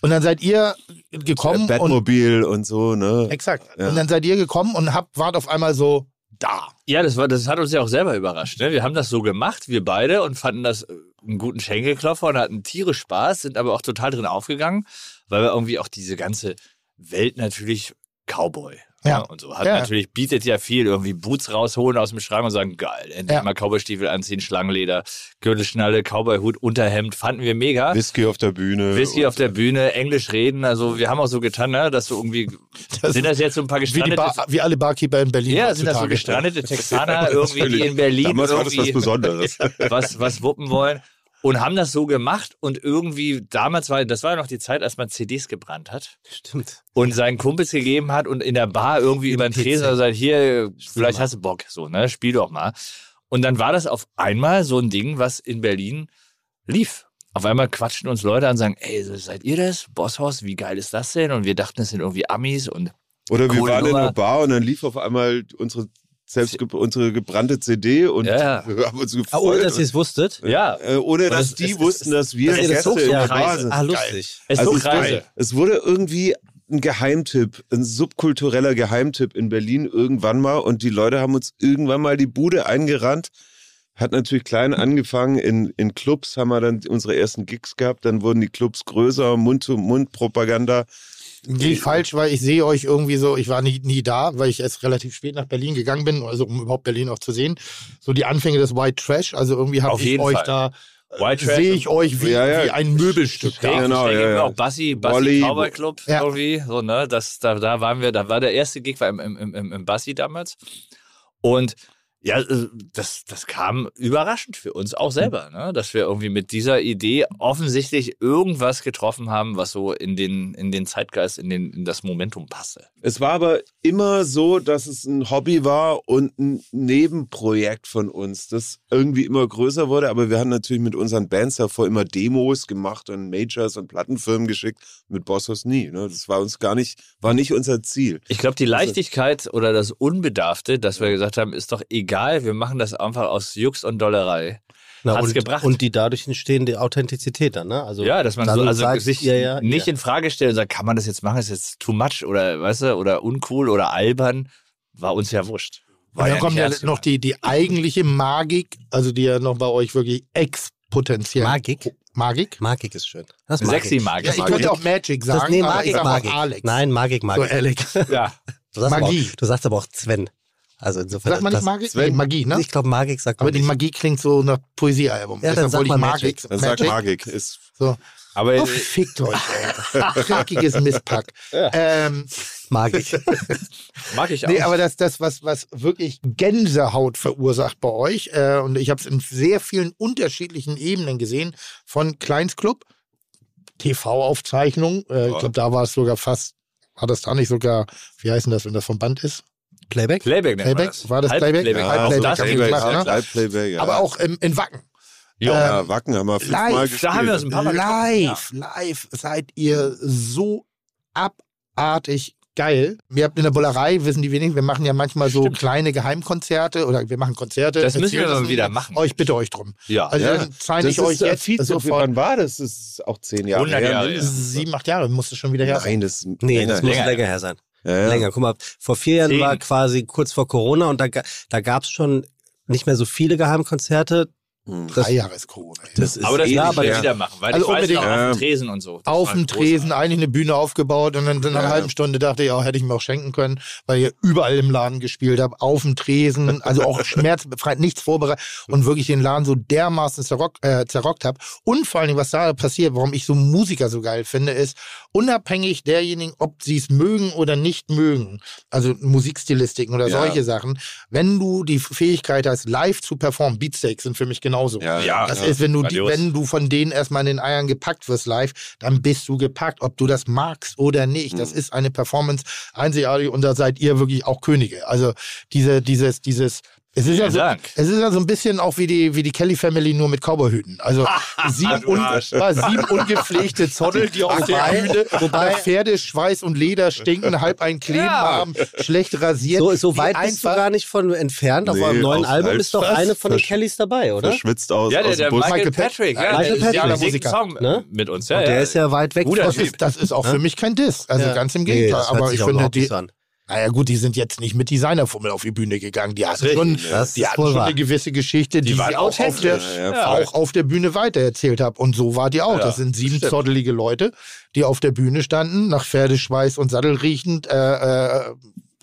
S3: Und dann seid ihr gekommen und
S8: Batmobil und so, ne?
S3: exakt.
S8: Ja.
S3: Und dann seid ihr gekommen und habt wart auf einmal so da.
S5: Ja, das, war, das hat uns ja auch selber überrascht. Ne? Wir haben das so gemacht, wir beide, und fanden das äh, einen guten Schenkelklopfer und hatten Tiere Spaß, sind aber auch total drin aufgegangen, weil wir irgendwie auch diese ganze Welt natürlich Cowboy.
S3: Ja.
S5: ne, Und so hat
S3: Ja.
S5: natürlich, bietet ja viel, irgendwie Boots rausholen aus dem Schrank und sagen, geil, endlich
S3: Ja.
S5: mal Cowboystiefel anziehen, Schlangenleder, Gürtelschnalle, Cowboyhut, Unterhemd, fanden wir mega.
S8: Whisky auf der Bühne.
S5: Whisky
S8: und-
S5: auf der Bühne, Englisch reden, also wir haben auch so getan, ne, dass so irgendwie,
S3: Das-
S5: sind das jetzt so ein paar
S3: Wie, die
S5: gestrandete
S3: Bar, wie alle Barkeeper in Berlin.
S5: ja, sind das so
S3: heutzutage.
S5: gestrandete Texaner irgendwie, die
S8: Natürlich.
S5: in Berlin
S8: Damals war das was
S5: irgendwie
S8: Besonderes.
S5: was, was wuppen wollen. und haben das so gemacht und irgendwie damals war, das war ja noch die Zeit, als man CDs gebrannt hat
S2: Stimmt.
S5: und seinen Kumpels gegeben hat und in der Bar irgendwie über den
S2: PC.
S5: Tresen sagt, hier, vielleicht
S2: mal.
S5: hast du Bock, so, ne, spiel doch mal. Und dann war das auf einmal so ein Ding, was in Berlin lief. Auf einmal quatschen uns Leute an und sagen, ey, so seid ihr das? Bosshaus, wie geil ist das denn? Und wir dachten, das sind irgendwie Amis und
S8: Oder wir
S5: Coole
S8: waren in
S5: Nummer.
S8: einer Bar und dann lief auf einmal unsere, selbst, ge- unsere gebrannte CD und
S5: Ja, ja.
S8: wir haben uns gefreut.
S2: Ah, ohne dass ihr es wusstet.
S5: ja,
S8: äh, ohne
S5: Und
S8: dass
S5: es-
S8: die
S5: es- es-
S8: wussten, dass wir
S5: das ist
S8: Gäste
S5: so
S8: in der
S5: krass.
S8: Bar sind.
S2: Ah, lustig.
S5: es ist
S8: Also
S5: so
S8: ich
S5: kreise.
S8: weiß, es wurde irgendwie ein Geheimtipp, ein subkultureller Geheimtipp in Berlin irgendwann mal und die Leute haben uns irgendwann mal die Bude eingerannt. Hat natürlich klein angefangen, in, in Clubs haben wir dann unsere ersten Gigs gehabt, dann wurden die Clubs größer, Mund-zu-Mund-Propaganda.
S3: Gehe ich falsch, weil ich sehe euch irgendwie so, ich war nie, nie da, weil ich erst relativ spät nach Berlin gegangen bin, also um überhaupt Berlin auch zu sehen. So die Anfänge des White Trash, also irgendwie habe
S5: Auf
S3: ich
S5: jeden
S3: euch
S5: Fall.
S3: da,
S5: White Trash
S3: sehe ich euch wie,
S8: Ja, ja.
S3: wie ein Möbelstück da.
S5: Ja,
S8: genau,
S5: genau,
S8: ja, ja.
S5: auch Bassi, Bassi
S8: Wally,
S5: Cowboy Club
S3: Ja.
S5: irgendwie. So, ne? das, da, da waren wir, da war der erste Gig war im, im, im, im Bassi damals. Und ja, also das, das kam überraschend für uns auch selber, ne? dass wir irgendwie mit dieser Idee offensichtlich irgendwas getroffen haben, was so in den, in den Zeitgeist, in, den, in das Momentum passte.
S8: Es war aber immer so, dass es ein Hobby war und ein Nebenprojekt von uns, das irgendwie immer größer wurde. Aber wir haben natürlich mit unseren Bands davor immer Demos gemacht und Majors und Plattenfirmen geschickt. Mit Bossos nie. Ne? Das war uns gar nicht, war nicht unser Ziel.
S5: Ich glaube, die Leichtigkeit oder das Unbedarfte, dass wir gesagt haben, ist doch egal, wir machen das einfach aus Jux und Dollerei.
S2: Na,
S5: Hat's
S2: und,
S5: gebracht.
S2: und die dadurch entstehende Authentizität dann, ne? Also,
S5: ja, dass man
S2: dann
S5: so, also
S2: sagt,
S5: sich
S2: ja, ja,
S5: nicht
S2: ja.
S5: in Frage stellt und sagt, kann man das jetzt machen, ist jetzt too much oder weißt du, oder uncool oder albern, war uns ja wurscht.
S3: Und
S5: War
S3: dann
S5: nicht
S3: kommt ja
S5: ernst
S3: noch die, die eigentliche Magik, also die ja noch bei euch wirklich exponentiell.
S2: Magik.
S3: Magik?
S2: Magik ist schön. Das
S5: gemeint.
S2: mag
S5: sexy
S2: ich.
S3: Ja,
S5: Magier.
S3: ich könnte auch Magic sagen,
S2: Das, nee,
S3: aber ich
S2: Magik,
S3: sag
S2: Magik.
S3: auch Alex.
S2: Nein, Magik,
S3: so
S2: Magik.
S3: Alex.
S5: ja.
S2: Du sagst, aber
S3: Magie.
S2: Auch, du sagst aber auch Sven. Also insofern.
S3: Sagt man nicht
S2: das-
S3: Magik?
S8: Sven.
S3: Nee, Magie, ne?
S2: Ich glaube, Magik sagt
S3: Aber
S2: man
S3: die
S2: nicht.
S3: Magie klingt so nach Poesiealbum.
S2: Ja, dann
S3: Deshalb
S2: sag
S3: wollte ich
S2: mal Magic.
S3: Magik.
S8: Dann sagt Magik. Ist,
S5: Aber
S3: Oh, fickt euch, ey. Dreckiges Misspack. Ähm,
S2: Magik.
S5: mag ich auch.
S3: nee, aber das, das was, was wirklich Gänsehaut verursacht bei euch, äh, und ich habe es in sehr vielen unterschiedlichen Ebenen gesehen, von Kleinstclub, TV-Aufzeichnung, äh, ich
S8: Ja.
S3: glaube, da war es sogar fast, war das da nicht sogar, wie heißt denn das, wenn das vom Band ist?
S2: Playback?
S5: Playback, nennt man
S3: Playback?
S5: das.
S3: War das
S5: Halb
S3: Playback?
S5: Playback.
S3: Halb
S8: auch
S3: Playback
S8: so
S3: haben wir
S8: Playback,
S3: gemacht,
S8: ja,
S3: ne?
S8: Live-Playback, ja.
S3: Aber auch im, in Wacken.
S8: ja, Wacken haben wir fünfmal
S3: live,
S8: gespielt.
S5: da haben wir uns ein paar Mal
S3: Live, live seid ihr so abartig geil. Wir habt in der Bullerei, wissen die wenigen, wir machen ja manchmal so kleine Geheimkonzerte oder wir machen Konzerte.
S5: Das müssen wir
S3: Erzählt
S5: mal
S3: das
S5: wieder
S3: nicht.
S5: machen.
S3: Oh, ich bitte euch drum.
S5: Ja.
S3: Also
S8: Ja,
S3: dann zeige
S8: das
S3: ich
S8: ist
S3: euch
S8: äh,
S3: jetzt
S8: viel zu viel.
S3: sofort.
S8: Wann war das? Das ist auch zehn Jahre
S5: 100
S8: her.
S5: Jahre, ja.
S3: Sieben, acht Jahre, muss es schon wieder her sein.
S8: Nein, das ist
S2: Nee, das muss
S5: Länger.
S2: länger, her sein.
S8: ja, ja.
S2: Länger. Guck mal, vor vier Jahren
S5: Zehn.
S2: war quasi kurz vor Corona und da, ga- da gab es schon nicht mehr so viele Geheimkonzerte.
S8: Hm.
S2: Das,
S3: Drei Jahre ist Corona. ey.
S2: das ist
S5: aber das
S2: ja,
S5: ja,
S2: aber
S5: wir
S2: das,
S5: wieder machen, weil
S3: Also
S5: ich weiß noch,
S3: unbedingt.
S5: auf
S8: Ja.
S5: dem Tresen und so. Das
S3: auf
S5: war
S3: dem
S5: großartig.
S3: Tresen eigentlich eine Bühne aufgebaut und dann in einer
S8: halt Ja.
S3: halben Stunde dachte ich, oh, hätte ich mir auch schenken können, weil ihr überall im Laden gespielt habt, auf dem Tresen, also auch schmerzbefreit, nichts vorbereitet und wirklich den Laden so dermaßen zerrock, äh, zerrockt habt. Und vor allen Dingen, was da passiert, warum ich so Musiker so geil finde, ist, unabhängig derjenigen, ob sie es mögen oder nicht mögen, also Musikstilistiken oder
S8: Ja.
S3: solche Sachen, wenn du die Fähigkeit hast, live zu performen, Beatsteaks sind für mich genauso.
S8: Ja,
S5: Ja,
S3: Das ist, wenn du, die,
S5: grandios.
S3: wenn du von denen erstmal in den Eiern gepackt wirst live, dann bist du gepackt, ob du das magst oder nicht.
S5: Mhm.
S3: Das ist eine Performance einzigartig und da seid ihr wirklich auch Könige. Also diese, dieses, dieses, es ist ja
S5: Vielen
S3: so,
S5: Dank.
S3: es ist ja so ein bisschen auch wie die, wie die Kelly Family nur mit Cowboyhüten. Also sieben,
S5: du
S3: un
S5: Arsch.
S3: war sieben ungepflegte Zottel, die auf der Bühne wobei Pferdeschweiß und Leder stinken, halb ein Kleben haben, schlecht rasiert.
S2: so, so
S3: Wie
S2: weit bist du
S3: einfach-
S2: gar nicht von entfernt. Auf
S8: Nee,
S2: eurem neuen
S8: aus-
S2: Album
S8: als
S2: ist doch
S8: Vers-
S2: eine von den
S8: Vers-
S2: Kellys dabei, oder?
S8: Verschwitzt aus,
S5: Ja, der,
S8: aus
S5: der
S8: dem Bus.
S5: Michael
S3: Michael Patrick.
S5: Patrick. Ja,
S2: Michael
S5: der- der
S2: Patrick.
S5: singt einen Song
S2: Ne?
S5: mit uns. Ja,
S2: Und der ist ja weit weg.
S5: Guter
S2: von-
S3: Das ist, das ist auch
S5: Ne?
S3: für mich kein Diss. Also
S2: Ja.
S3: ganz im
S2: Nee,
S3: Gegenteil.
S2: das hört
S3: aber
S2: sich
S3: ich
S2: auch
S3: finde,
S2: überhaupt
S3: halt die,
S2: nicht so an.
S3: Naja gut, die sind jetzt nicht mit Designerfummel auf die Bühne gegangen. Die hatten schon,
S2: Das
S3: die
S2: ist
S3: hatten
S2: wohl
S3: schon
S2: wahr.
S3: eine gewisse Geschichte, die,
S5: waren
S3: ich auch auf, der,
S5: authentisch.
S8: Ja,
S5: Ja.
S3: auch auf der Bühne weitererzählt habe. Und so war die auch.
S5: Ja,
S3: das sind sieben
S5: stimmt.
S3: zottelige Leute, die auf der Bühne standen, nach Pferdeschweiß und Sattel riechend, äh, äh,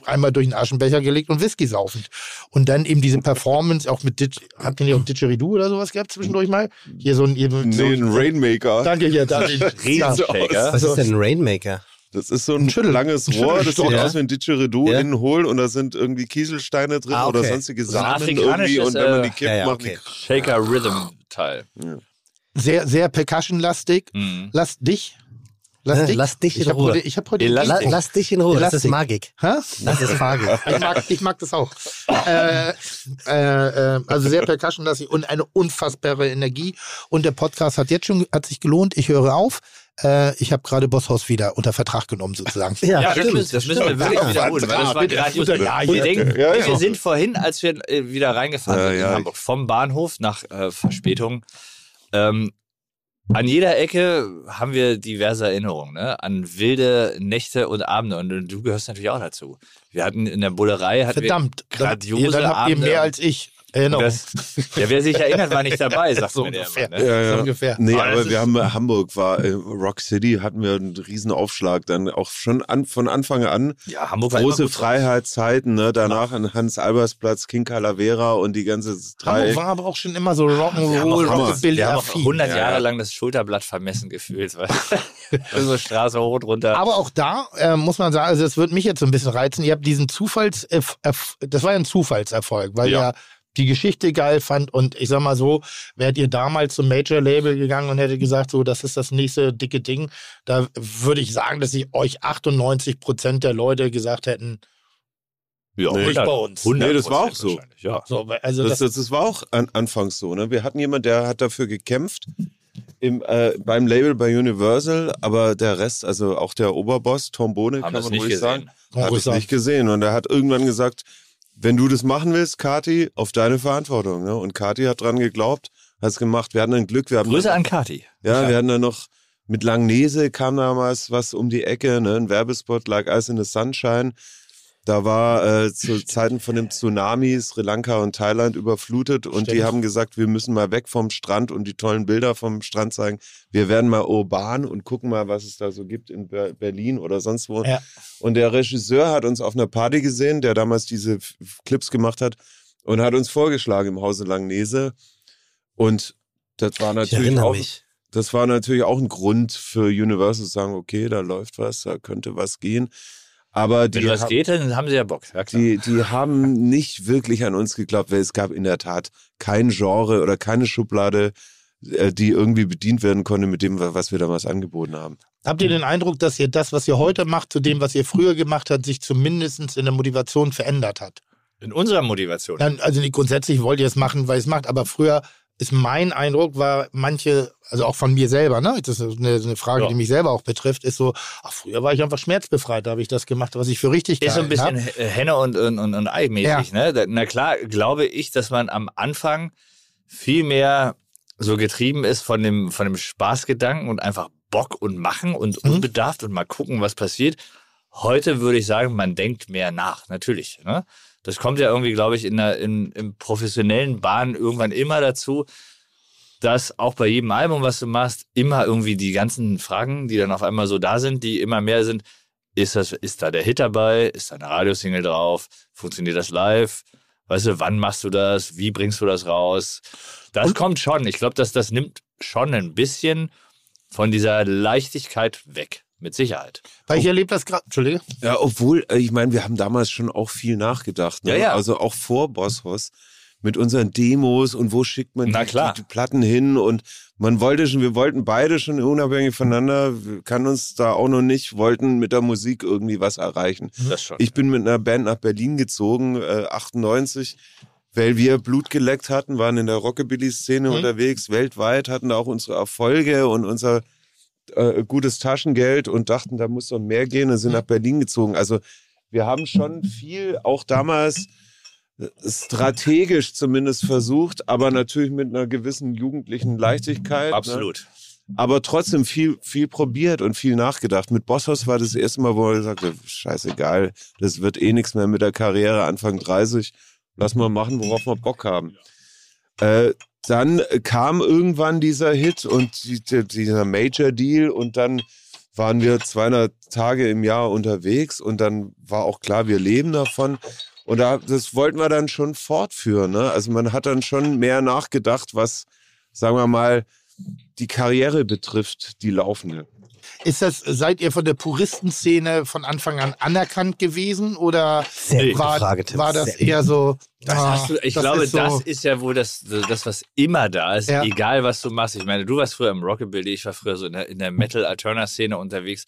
S3: einmal durch den Aschenbecher gelegt und Whisky saufend. Und dann eben diese Performance auch mit, Ditch, habt ihr nicht auch Didgeridoo oder sowas gehabt zwischendurch mal? Hier so ein... Hier
S8: Nee, ein
S3: so,
S8: Rainmaker.
S3: danke, hier, danke. Ja.
S5: Riesenshaker.
S2: Was ist denn ein Rainmaker?
S8: Das ist so ein
S3: Schüttel-
S8: langes
S3: ein
S8: Rohr, das sieht
S3: Schüttelstock.
S8: aus wie ein Didgeridoo
S2: Ja.
S8: innen hohl und da sind irgendwie Kieselsteine drin
S2: Ah, okay.
S8: oder sonstige
S5: ein
S8: Samen irgendwie
S5: afrikanisches,
S8: und wenn man
S5: äh,
S8: die kippt,
S2: ja, ja,
S8: macht
S2: okay.
S5: Shaker Rhythm Teil.
S3: Sehr, sehr percussion-lastig.
S5: Mhm.
S3: Lass dich. Lass
S2: Äh,
S3: dich.
S2: lass dich in
S3: ich hab
S2: Ruhe.
S3: Heute, ich habe heute.
S5: Ihr lasst
S2: La,
S5: Elastik.
S2: lass dich in Ruhe, das ist
S3: Elastik.
S2: Magik.
S3: Hä?
S2: Das ist Magik.
S3: Ich mag, ich mag das auch. Äh, äh, äh, also sehr percussionlastig und eine unfassbare Energie. Und der Podcast hat jetzt schon hat sich gelohnt. Ich höre auf. Äh, ich habe gerade Bosshaus wieder unter Vertrag genommen sozusagen.
S2: Ja,
S5: Ja, das
S2: stimmt.
S5: müssen, das müssen wir wirklich wiederholen, weil das war grandios. Wir, denken,
S8: Ja, ja.
S5: wir sind vorhin, als wir äh, wieder reingefahren
S8: Ja,
S5: sind in
S8: ja.
S5: Hamburg, vom Bahnhof nach äh, Verspätung, ähm, an jeder Ecke haben wir diverse Erinnerungen, ne? an wilde Nächte und Abende. Und äh, du gehörst natürlich auch dazu. Wir hatten in der Bullerei... Hatten
S3: Verdammt.
S5: wir
S3: Dann,
S5: grandiose
S3: ihr, dann habt ihr
S5: Abende.
S3: mehr als ich. Erinnerung.
S5: Das, ja, wer sich erinnert, war nicht dabei, sagt
S3: So
S5: mir der
S3: ungefähr.
S5: immer, ne?
S8: Ja,
S3: So Ah,
S8: ja.
S3: ungefähr.
S8: Nee,
S5: Aber
S8: aber,
S5: das ist-
S8: wir haben äh, Hamburg war äh, Rock City hatten wir einen riesen Aufschlag dann auch schon an, von Anfang an
S5: Ja, Hamburg war immer
S8: große
S5: gut.
S8: Freiheitszeiten ne danach an Hans Albers Platz King Calavera und die ganze
S3: Hamburg
S8: Dreieck.
S3: war aber auch schon immer so
S5: Wir haben
S3: Rock'n'Roll,
S5: auch,
S8: Hammer.
S3: Rockabilly,
S5: wir haben auch
S3: affin.
S5: 100
S8: Ja,
S5: Jahre
S8: ja.
S5: lang das Schulterblatt vermessen gefühlt. weil- Also Straße hoch und runter.
S3: Aber auch da äh, muss man sagen, also das wird mich jetzt so ein bisschen reizen. Ihr habt diesen Zufalls, äh, erf- erf- das war ja ein Zufallserfolg, weil
S5: Ja.
S3: ihr die Geschichte geil fand und ich sag mal so, wärt ihr damals zum Major Label gegangen und hätte gesagt, so das ist das nächste dicke Ding, da würde ich sagen, dass ich euch 98 Prozent der Leute gesagt hätten,
S5: Ja,
S8: Nee.
S3: Nicht bei uns.
S5: 100
S8: Nee, das war auch so.
S5: wahrscheinlich, Ja.
S3: so, also
S5: Ne,
S8: Das,
S3: das,
S8: das, das war auch an, anfangs so. Ne? Wir hatten jemanden, der hat dafür gekämpft im, äh, beim Label bei Universal, aber der Rest, also auch der Oberboss, Tombone,
S5: Haben
S8: kann
S5: das
S8: man
S5: nicht
S8: ruhig
S5: gesehen.
S8: sagen,
S3: Kann man
S8: hat
S3: ruhig
S8: es
S3: sagen.
S8: nicht gesehen. Und er hat irgendwann gesagt, wenn du das machen willst, Kati, auf deine Verantwortung. Ne? Und Kati hat dran geglaubt, hat es gemacht. Wir hatten ein Glück. Wir haben
S5: Grüße an Kati.
S8: ja, wir hatten dann noch mit Langnese kam damals was um die Ecke, ne? ein Werbespot lag Ice in the Sunshine. Da war äh, zu Zeiten von dem Tsunami Sri Lanka und Thailand überflutet und die haben gesagt, wir müssen mal weg vom Strand und die tollen Bilder vom Strand zeigen. Wir werden mal urban und gucken mal, was es da so gibt in Ber Berlin oder sonst wo.
S3: Ja.
S8: Und der Regisseur hat uns auf einer Party gesehen, der damals diese F- F- Clips gemacht hat und hat uns vorgeschlagen im Hause Langnese. Und das war
S2: Ich
S8: natürlich
S2: erinnere
S8: auch
S2: mich.
S8: das war natürlich auch ein Grund für Universal zu sagen, okay, da läuft was, da könnte was gehen. Aber
S5: Wenn
S8: die,
S5: was
S8: ha-
S5: geht, dann haben sie ja Bock. Ja, klar.
S8: die, die haben nicht wirklich an uns geglaubt, weil es gab in der Tat kein Genre oder keine Schublade, äh, die irgendwie bedient werden konnte mit dem, wa- was wir damals angeboten haben.
S3: habt ihr den Eindruck, dass ihr das, was ihr heute macht, zu dem, was ihr früher gemacht habt, sich zumindest in der Motivation verändert hat?
S5: In unserer Motivation.
S3: Nein, also nicht grundsätzlich wollt ihr es machen, weil ihr es macht, aber früher ist mein Eindruck, war manche, also auch von mir selber, ne? das ist eine, eine Frage,
S5: Ja.
S3: die mich selber auch betrifft, ist so, ach, früher war ich einfach schmerzbefreit, da habe ich das gemacht, was ich für richtig
S5: Ist so ein
S3: gehalten
S5: bisschen
S3: hab.
S5: H- Henne und, und, und, und Ei mäßig. Ne? Da- Na klar, glaube ich, dass man am Anfang viel mehr so getrieben ist von dem, von dem Spaßgedanken und einfach Bock und machen und unbedarft und mal gucken, was passiert. Heute würde ich sagen, man denkt mehr nach, natürlich. Ne? Das kommt ja irgendwie, glaube ich, in der in, im professionellen Bahn irgendwann immer dazu, dass auch bei jedem Album, was du machst, immer irgendwie die ganzen Fragen, die dann auf einmal so da sind, die immer mehr sind, ist, das, ist da der Hit dabei? Ist da eine Radiosingle drauf? Funktioniert das live? Weißt du, wann machst du das? Wie bringst du das raus? Das kommt schon. Ich glaube, dass das nimmt schon ein bisschen von dieser Leichtigkeit weg. Mit Sicherheit.
S3: Weil ich erlebe das gerade, Entschuldige,
S8: Ja, obwohl, äh, ich meine, wir haben damals schon auch viel nachgedacht. Ne?
S5: Ja, ja.
S8: Also auch vor Bosshaus mit unseren Demos und wo schickt man
S5: Na
S8: die,
S5: klar.
S8: Die, die Platten hin und man wollte schon, wir wollten beide schon unabhängig voneinander, wir kann uns da auch noch nicht, wollten mit der Musik irgendwie was erreichen.
S5: Das schon.
S8: Ich bin mit einer Band nach Berlin gezogen, äh, 98, weil wir Blut geleckt hatten, waren in der
S5: Mhm.
S8: Rockabilly-Szene unterwegs, weltweit, hatten da auch unsere Erfolge und unser äh, gutes Taschengeld und dachten, da muss doch mehr gehen und sind
S5: Mhm.
S8: nach Berlin gezogen. Also wir haben schon viel, auch damals äh, strategisch zumindest versucht, aber natürlich mit einer gewissen jugendlichen Leichtigkeit. Ne?
S5: Absolut.
S8: aber trotzdem viel, viel probiert und viel nachgedacht. Mit Bosshaus war das erste Mal, wo er sagte, scheißegal, das wird eh nichts mehr mit der Karriere Anfang 30. Lass mal machen, worauf wir Bock haben. Äh, dann kam irgendwann dieser Hit und die, die, dieser Major Deal und dann waren wir 200 Tage im Jahr unterwegs und dann war auch klar, wir leben davon. Und da, das wollten wir dann schon fortführen. Ne? Also man hat dann schon mehr nachgedacht, was, sagen wir mal, die Karriere betrifft, die laufende.
S3: Ist das, seid ihr von der Puristenszene von Anfang an anerkannt gewesen oder
S2: Sehr gute
S3: war,
S2: Frage, Tim.
S3: war das
S2: Sehr-
S3: eher so?
S5: Das
S3: ah,
S5: hast du, ich
S3: das
S5: glaube,
S3: ist so,
S5: das ist ja wohl das, das, was immer da ist,
S3: Ja.
S5: egal was du machst. Ich meine, du warst früher im Rockabilly, ich war früher so in der, in der Metal-Alterna-Szene unterwegs.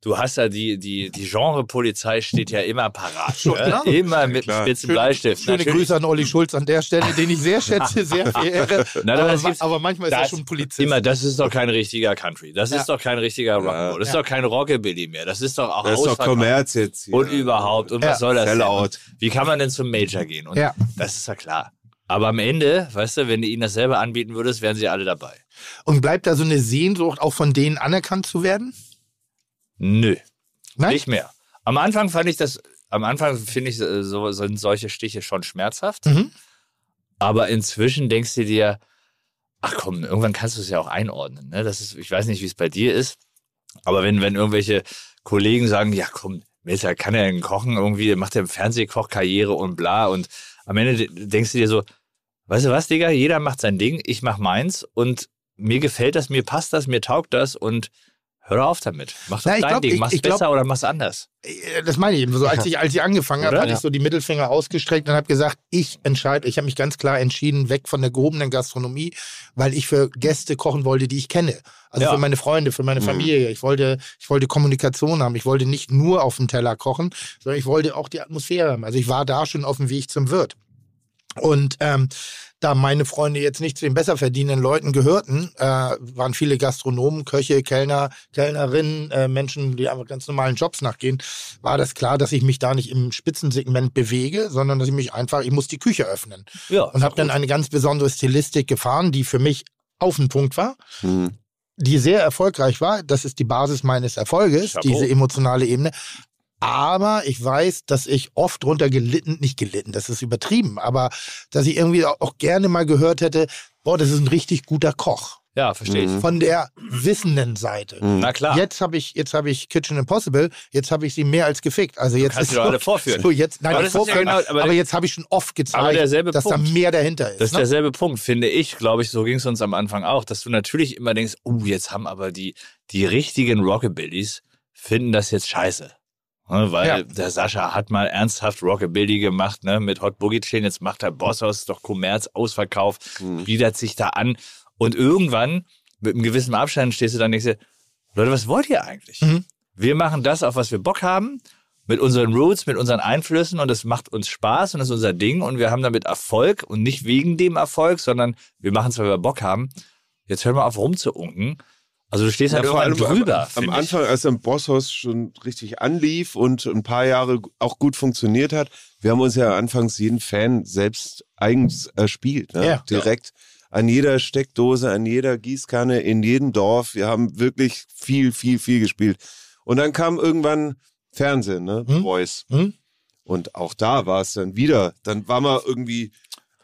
S5: Du hast ja die, die, die Genre-Polizei steht ja immer parat.
S3: Schon,
S5: ne?
S3: ja.
S5: Immer mit
S8: Klar.
S5: einem spitzen
S3: Schöne-
S5: Bleistift.
S3: Schöne
S5: natürlich.
S3: Grüße an Olli Schulz an der Stelle, den ich sehr schätze, sehr verehre.
S5: Na, aber
S3: aber,
S5: das
S3: ma-
S5: gibt's-
S3: aber manchmal ist er
S5: das-
S3: schon Polizist.
S5: Immer, das ist doch kein richtiger Country. Das
S3: Ja.
S5: ist doch kein richtiger Rock'n'Roll. Das ist
S3: Ja.
S5: doch kein Rockabilly mehr. Das ist doch auch
S8: Das ist doch
S5: ausverkauft.
S8: Kommerz jetzt hier.
S5: Und überhaupt. Und
S3: Ja.
S5: was soll das denn?
S8: Sellout.
S5: Und Wie kann man denn zum Major gehen? Und
S3: Ja.
S5: das ist ja klar. Aber am Ende, weißt du, wenn du ihnen das selber anbieten würdest, wären sie alle dabei.
S3: Und bleibt da so eine Sehnsucht, auch von denen anerkannt zu werden?
S5: Nö,
S3: Nein?
S5: nicht mehr. Am Anfang fand ich das, am Anfang finde ich, äh, so, sind solche Stiche schon schmerzhaft.
S3: Mhm.
S5: Aber inzwischen denkst du dir, ach komm, irgendwann kannst du es ja auch einordnen. Ne? Das ist, ich weiß nicht, wie es bei dir ist, aber wenn, wenn irgendwelche Kollegen sagen, ja komm, Messer kann er denn kochen, irgendwie macht er Fernsehkoch Karriere und bla und am Ende de- denkst du dir so, weißt du was, Digga, jeder macht sein Ding, ich mach meins und mir gefällt das, mir passt das, mir taugt das und hör auf damit. Mach doch
S3: Na, ich
S5: dein
S3: glaub,
S5: Ding,
S3: ich-
S5: mach's
S3: ich glaub-
S5: besser oder mach's anders.
S3: Äh, Das meine ich eben so. Als ich, als ich angefangen habe,
S5: Oder?
S3: hatte ich so die Mittelfinger ausgestreckt und habe gesagt, ich entscheide, ich habe mich ganz klar entschieden, weg von der gehobenen Gastronomie, weil ich für Gäste kochen wollte, die ich kenne. Also
S5: Ja.
S3: für meine Freunde, für meine Familie. Ich wollte, ich wollte Kommunikation haben. Ich wollte nicht nur auf dem Teller kochen, sondern ich wollte auch die Atmosphäre haben. Also ich war da schon auf dem Weg zum Wirt. Und ähm, da meine Freunde jetzt nicht zu den besser verdienenden Leuten gehörten, äh, waren viele Gastronomen, Köche, Kellner, Kellnerinnen, äh, Menschen, die einfach ganz normalen Jobs nachgehen, war das klar, dass ich mich da nicht im Spitzensegment bewege, sondern dass ich mich einfach, ich muss die Küche öffnen.
S5: Ja,
S3: Und habe dann eine ganz besondere Stilistik gefahren, die für mich auf den Punkt war,
S8: Mhm.
S3: die sehr erfolgreich war. Das ist die Basis meines Erfolges,
S5: Chapeau.
S3: diese emotionale Ebene. Aber ich weiß, dass ich oft drunter gelitten, nicht gelitten, das ist übertrieben, aber dass ich irgendwie auch- auch gerne mal gehört hätte, boah, das ist ein richtig guter Koch.
S5: ja verstehe ich.
S3: Von der wissenden Seite.
S5: Hm. Na klar.
S3: Jetzt habe ich, jetzt habe ich Kitchen Impossible, jetzt habe ich sie mehr als gefickt. Also jetzt
S5: kannst
S3: ist
S5: du doch
S3: so-
S5: alle vorführen.
S3: So jetzt, nein,
S5: Aber
S3: aber,
S5: das ist ja
S3: vorführen,
S5: genau-
S3: aber,
S5: aber-
S3: jetzt habe ich schon oft
S5: Aber
S3: gezeigt,
S5: derselbe
S3: dass da
S5: Punkt.
S3: mehr dahinter ist.
S5: Das ist
S3: ne?
S5: derselbe Punkt, finde ich, glaube ich, so ging es uns am Anfang auch, dass du natürlich immer denkst, oh, jetzt haben aber die, die richtigen Rockabillys, finden das jetzt scheiße. Ne, weil
S3: Ja.
S5: der Sascha hat mal ernsthaft Rockabilly gemacht, ne, mit Hot Boogie Chain, jetzt macht er Bosshaus, ist doch Kommerz, Ausverkauf,
S3: Mhm.
S5: biedert sich da an. Und irgendwann, mit einem gewissen Abstand, stehst du dann und denkst dir, Leute, was wollt ihr eigentlich?
S3: Mhm.
S5: Wir machen das, auf was wir Bock haben, mit unseren Roots, mit unseren Einflüssen und es macht uns Spaß und das ist unser Ding und wir haben damit Erfolg und nicht wegen dem Erfolg, sondern wir machen es, weil wir Bock haben. Jetzt hören wir auf rumzuunken. Also du stehst halt
S8: Ja, vor
S5: irgendwann
S8: allem
S5: drüber.
S8: Am, am
S5: finde ich.
S8: Anfang, als er im Bosshaus schon richtig anlief und ein paar Jahre auch gut funktioniert hat, wir haben uns ja anfangs jeden Fan selbst eigens erspielt. Ne?
S3: Ja.
S8: Direkt an jeder Steckdose, an jeder Gießkanne, in jedem Dorf. Wir haben wirklich viel, viel, viel gespielt. Und dann kam irgendwann Fernsehen, ne?
S3: Hm?
S8: Voice.
S3: Hm?
S8: Und auch da war es dann wieder. Dann war mal irgendwie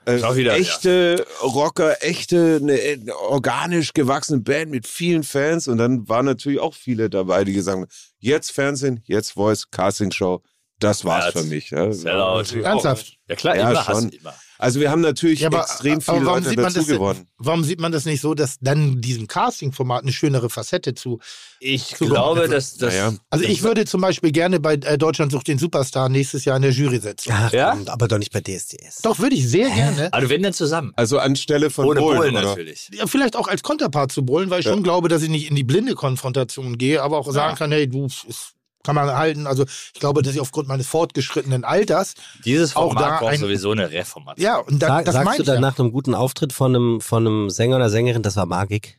S8: äh,
S5: Ist auch wieder,
S8: echte Rocker, echte, eine, eine organisch gewachsene Band mit vielen Fans. Und dann waren natürlich auch viele dabei, die gesagt haben: Jetzt Fernsehen, jetzt Voice, Castingshow, das war's
S5: Ja,
S8: für mich. Ja.
S5: Sellout.
S3: Ernsthaft?
S5: Ja klar,
S8: Ja,
S5: immer
S8: schon.
S5: hast du immer.
S8: Also wir haben natürlich
S3: Ja, aber-
S8: extrem
S3: aber
S8: viele
S3: warum
S8: Leute
S3: sieht man
S8: dazu
S3: das denn-
S8: gewonnen.
S3: Warum sieht man das nicht so, dass dann diesem Casting-Format eine schönere Facette zu?
S5: Ich glaube, dass das.
S8: Naja.
S3: Also ich würde zum Beispiel gerne bei äh, Deutschland sucht den Superstar nächstes Jahr in der Jury sitzen.
S2: Ach,
S5: Ja?
S2: komm, aber doch nicht bei DSDS.
S3: Doch, würde ich sehr gerne.
S5: Also wenn denn zusammen.
S8: Also anstelle von
S5: Ohne
S8: Polen,
S5: Polen,
S8: oder?
S5: natürlich.
S3: Ja, vielleicht auch als Konterpart zu Bullen, weil ich schon glaube, dass ich nicht in die blinde Konfrontation gehe, aber auch sagen kann, hey, du, ist, kann man halten. Also ich glaube, dass ich aufgrund meines fortgeschrittenen Alters,
S5: Dieses
S3: Auch
S5: Format
S3: da
S5: braucht
S3: ein-
S5: sowieso eine Reformation.
S3: ja, und da,
S2: Sag,
S3: das
S2: sagst
S3: meine
S2: du
S3: ich. Ja.
S2: dann nach einem guten Auftritt von einem, von einem Sänger oder Sängerin, das war Magik?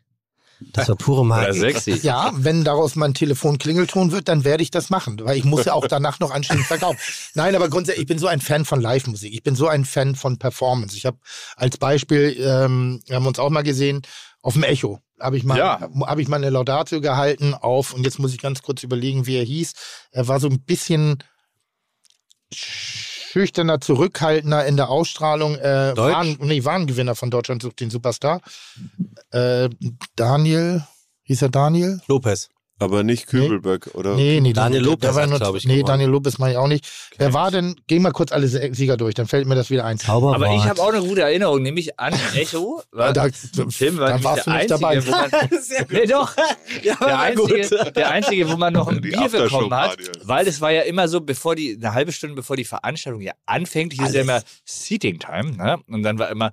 S2: Das war pure
S5: Oder
S2: Magik.
S5: sexy.
S3: Ja, wenn daraus mein Telefon-Klingelton wird, dann werde ich das machen, weil ich muss ja auch danach noch anschließend verkaufen. Nein, aber grundsätzlich, ich bin so ein Fan von Live-Musik. Ich bin so ein Fan von Performance. Ich habe als Beispiel, ähm, wir haben uns auch mal gesehen, auf dem Echo habe ich mal,
S5: Ja.
S3: habe ich mal eine Laudatio gehalten auf, und jetzt muss ich ganz kurz überlegen, wie er hieß. Er war so ein bisschen schüchterner, zurückhaltender in der Ausstrahlung. Äh,
S2: Deutsch?
S3: Waren, nee, Warengewinner von Deutschland sucht den Superstar. Äh, Daniel, hieß er Daniel?
S2: Lopez.
S8: Aber nicht Kübelböck, oder?
S3: Nee, nee,
S2: Daniel
S3: der-
S2: Lopez
S3: der war
S2: hat,
S3: nur-
S2: glaub ich,
S3: Nee,
S2: gewonnen.
S3: Daniel Lopez meine ich auch nicht. Wer war denn? Geh mal kurz alle Se- Sieger durch, dann fällt mir das wieder ein.
S2: Zauberwort.
S5: Aber ich habe auch eine gute Erinnerung, nämlich an Echo. War,
S3: Da-
S5: Film war
S3: da
S5: nämlich
S3: warst
S5: der
S3: du nicht
S5: einzige,
S3: dabei.
S5: Wo man, nee, doch, der, einzige, der einzige, wo man noch ein
S8: Die
S5: Bier bekommen hat,
S8: Aftershow-Party.
S5: weil es war ja immer so, bevor die, eine halbe Stunde bevor die Veranstaltung ja anfängt, hier ist ja immer Seating Time, ne? Und dann war immer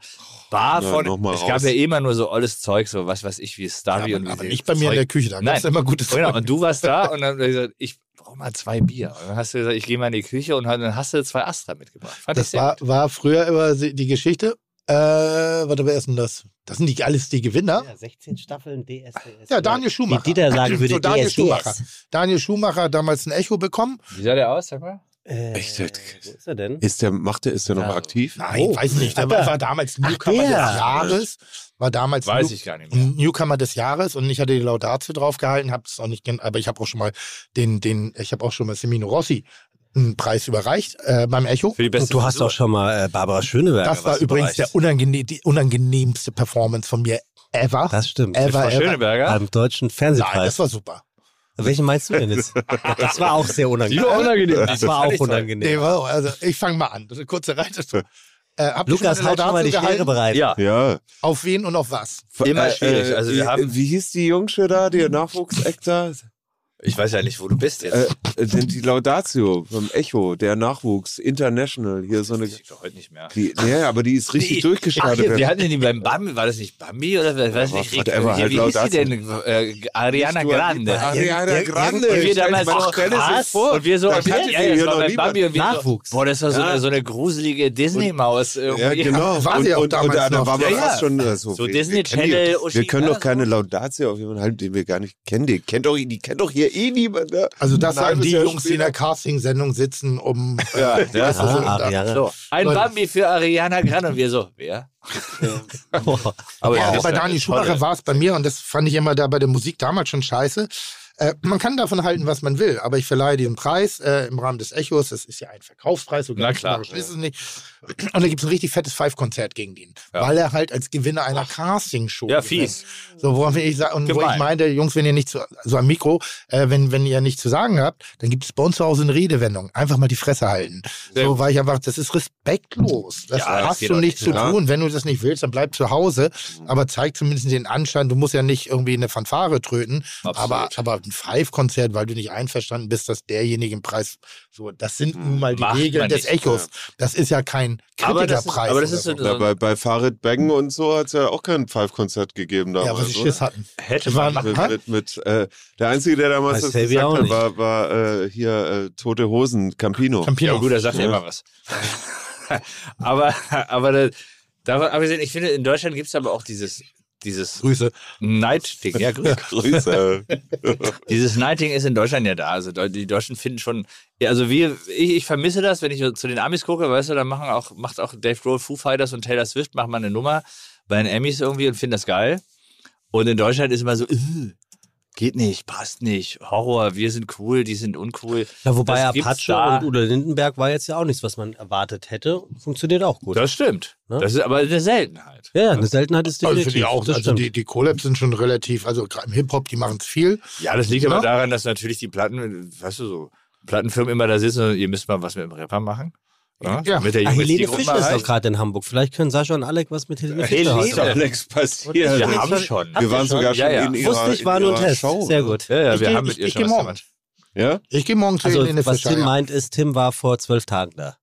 S5: Bar
S8: Na,
S5: von,
S8: noch mal
S5: es
S8: raus.
S5: gab ja immer nur so alles Zeug, so was weiß ich, wie Starry
S3: Aber,
S5: und wie
S3: aber
S5: sie-
S3: nicht bei mir in der
S5: Zeug.
S3: Küche, da
S5: Nein.
S3: gab's immer gutes
S5: Genau, und du warst da und dann hab ich gesagt, ich brauche mal zwei Bier. Und dann hast du gesagt, ich gehe mal in die Küche und dann hast du zwei Astra mitgebracht. Fand ich
S3: Das
S5: sehr
S3: war,
S5: gut.
S3: war früher immer se- die Geschichte. Äh, warte, wer ist denn das? Das sind die, alles die Gewinner.
S2: Ja, 16 Staffeln DSDS.
S3: Ja, Daniel Schumacher.
S2: Wie Dieter sagen würde,
S3: So, Daniel
S2: DSDS.
S3: Schumacher. Daniel Schumacher hat damals ein Echo bekommen.
S5: Wie sah der aus, sag mal?
S2: Äh,
S8: Echt jetzt?
S2: Wo ist er denn?
S8: Ist der, macht der, ist der noch
S5: Ja.
S8: aktiv?
S3: Nein,
S2: Oh.
S3: weiß nicht. Der
S2: Alter.
S3: war, war damals Newcomer
S2: der.
S3: des Jahres. War damals
S5: Weiß
S3: New-
S5: ich gar nicht mehr.
S3: Newcomer des Jahres und ich hatte die Laudatio draufgehalten, habe es auch nicht, gen- aber ich habe auch schon mal den, den, ich habe auch schon mal Semino Rossi einen Preis überreicht äh, beim Echo.
S5: Für die beste
S2: Und du hast auch schon mal äh, Barbara Schöneberger.
S3: Das war
S2: was
S3: übrigens der
S2: überreicht.
S3: unangene die unangenehmste Performance von mir ever.
S2: Das stimmt.
S3: ever,
S5: Frau
S3: ever.
S5: Schöneberger.
S2: Beim deutschen
S3: Nein, das
S2: Fernsehpreis.
S3: war super.
S2: Welchen meinst du denn jetzt? Das war auch sehr unangenehm.
S5: unangenehm.
S2: Das war auch unangenehm.
S3: Nee, war- also ich fange mal an. Das ist eine kurze Reitestour. Äh, habt ihr schon
S2: Lukas,
S3: eine
S2: halt schon mal die
S3: Laudatio
S2: Schere
S3: gehalten?
S2: bereit.
S5: Ja,
S8: Ja.
S3: Auf wen und auf was?
S5: Immer schwierig. Also wir
S8: wie,
S5: haben-
S8: wie hieß die Jungsche da, die Nachwuchseck da?
S5: ich weiß ja nicht, wo du bist
S8: Äh,
S5: jetzt.
S8: äh, die Laudatio vom Echo, der Nachwuchs, International. Hier so eine.
S5: Ich glaub, heute nicht mehr.
S8: Die, ja, aber die ist richtig
S5: Die- Ach,
S8: durchgestartet.
S5: hier, wir hatten die beim Bambi, war das nicht Bambi oder ich weiß
S8: Ja,
S5: nicht,
S8: whatever,
S5: richtig,
S8: halt
S5: wie
S8: laut
S5: hieß die
S8: dazu.
S5: denn? Äh, Ariana Grande.
S8: Ariana Grande.
S5: Und wir
S8: Ich meine,
S5: damals
S8: man
S5: so,
S8: stelle sich
S5: was?
S8: vor,
S5: und wir so,
S8: da kannte
S5: ja,
S8: sie
S5: ja,
S8: hier
S5: das war
S8: noch
S5: beim
S8: niemand.
S5: Bambi und wir
S2: Nachwuchs.
S5: So, boah, das war so,
S8: Ja.
S5: eine, so eine gruselige Disney-Maus irgendwie.
S8: Ja, genau.
S3: War
S8: und,
S3: sie auch
S8: und,
S3: damals
S8: und, da
S3: noch.
S8: war man
S5: Ja, ja.
S8: fast schon äh, so.
S5: So
S8: wir-
S5: Disney
S8: wir kennen die-
S5: Channel, Uschi,
S8: Wir können
S5: ja,
S8: doch keine
S5: so.
S8: Laudatio auf jemanden halten, den wir gar nicht kennen. Den kennt doch, die kennt doch hier eh niemand. Ne?
S3: Also das
S8: Ein
S3: sagen
S8: halbes
S3: die
S8: Jahr
S3: Jungs, die in
S8: später.
S3: der Casting-Sendung sitzen, um... Äh,
S8: Ja,
S3: die
S8: ja.
S3: erste Sendung
S2: Ah,
S3: da-
S2: Ariana.
S5: So, ein
S3: Leute.
S5: Bambi für Ariana Grande und wir so, wer?
S2: Boah.
S5: Aber
S3: Ja,
S5: Oh das ist
S3: bei
S5: eine
S3: Dani
S5: tolle-
S3: Schumacher war es bei mir und das fand ich immer da bei der Musik damals schon scheiße. Äh, man kann davon halten, was man will, aber ich verleihe diesen Preis äh, im Rahmen des Echos. Das ist ja ein Verkaufspreis, so
S5: Na
S3: ganz
S5: klar.
S3: genau ist es nicht. Und da gibt es ein richtig fettes Five-Konzert gegen ihn,
S5: Ja.
S3: weil er halt als Gewinner einer Casting-Show.
S5: Ja,
S3: gewinnt.
S5: fies.
S3: So, worauf ich sag, und wo
S5: Gemein.
S3: ich meinte, Jungs, wenn ihr nicht zu, so am Mikro, äh, wenn, wenn ihr nichts zu sagen habt, dann gibt es bei uns zu Hause eine Redewendung. Einfach mal die Fresse halten.
S5: Sehr
S3: so
S5: gut.
S3: war ich einfach, das ist respektlos. Das
S5: Ja, das
S3: hast
S5: geht
S3: du
S5: doch
S3: nicht
S5: nicht, ne? Mhm.
S3: zu
S8: ja.
S3: tun. Wenn du das nicht willst, dann bleib zu Hause. Aber zeig zumindest den Anschein, du musst ja nicht irgendwie eine Fanfare tröten.
S5: Absolut.
S3: Aber, aber ein Five-Konzert, weil du nicht einverstanden bist, dass derjenige im Preis, so, das sind nun mal die
S5: Mhm. Macht
S3: Regeln
S5: man
S3: des
S5: nicht,
S3: Echos. Das ist ja kein
S5: Aber das ist,
S3: Kritikerpreis.
S5: aber das ist so,
S3: oder so.
S8: Na,
S5: so
S8: bei, bei Farid Bang und so hat es ja auch kein Five-Konzert gegeben damals.
S3: ja, was sie
S8: oder?
S3: Schiss hatten.
S5: hätte
S3: War-
S5: man.
S8: mit,
S3: Hä?
S8: mit, mit äh, der einzige, der damals
S2: Weiß
S8: das
S2: Fabi
S8: gesagt
S2: auch
S8: hat,
S2: nicht.
S8: war, war äh, hier äh, Tote Hosen, Campino.
S3: Campino.
S5: Ja, gut, er sagt ja immer was. aber aber da, davon abgesehen, ich finde, in Deutschland gibt es aber auch dieses, dieses
S3: Grüße.
S5: Neid-Ding. Ja, grüß Gott.
S8: Grüße.
S5: Dieses Nighting ist in Deutschland ja da. Also Deu- die Deutschen finden schon, ja, also wir, ich, ich vermisse das, wenn ich so zu den Amis gucke, weißt du, dann machen auch, macht auch Dave Grohl, Foo Fighters und Taylor Swift, machen mal eine Nummer bei den Amis irgendwie und finden das geil. Und in Deutschland ist immer so, "Äh, geht nicht, passt nicht, Horror, wir sind cool, die sind uncool.
S2: Ja, wobei
S5: Das gibt's
S2: Apache
S5: da.
S2: und Udo Lindenberg war jetzt ja auch nichts, was man erwartet hätte. Funktioniert auch gut.
S5: Das stimmt.
S2: Ne?
S5: Das ist aber eine Seltenheit.
S2: ja, ja, eine Seltenheit ist
S3: Also
S2: definitiv.
S3: finde ich auch.
S2: das
S3: also
S2: stimmt.
S3: die, die Collabs sind schon relativ, also gerade im Hip-Hop, die machen es viel.
S5: Ja, das liegt aber
S3: Ja.
S5: daran, dass natürlich die Platten, weißt du so, Plattenfirmen immer da sitzen und ihr müsst mal was mit dem Rapper machen. Ja?
S3: Ja.
S5: Mit der
S2: Ah,
S5: jungen
S2: Helene
S5: Zielgruppe
S2: Fischer ist
S5: erreichen.
S2: doch gerade in Hamburg. Vielleicht können Sascha und Alec was mit Helene Fischer
S5: Helene.
S8: Ist doch
S2: machen.
S8: nichts passiert.
S5: Wir haben schon.
S8: Wir waren sogar schon
S5: Ja, ja.
S8: in ihrer
S2: Wusste ich, war
S8: in
S2: nur ein
S8: ihrer
S2: Test.
S8: Show.
S2: Sehr gut.
S5: Ja, ja,
S3: Ich
S5: wir
S3: geh-
S5: haben mit
S3: ich-
S5: ihr
S3: ich
S5: schon
S3: geh
S5: was
S3: morgen.
S5: gemacht.
S8: Ja?
S3: Ich gehe morgen zu
S2: Also,
S3: Helene
S2: was
S3: Fischer.
S2: Tim
S3: Ja.
S2: meint, ist, Tim war vor zwölf Tagen da.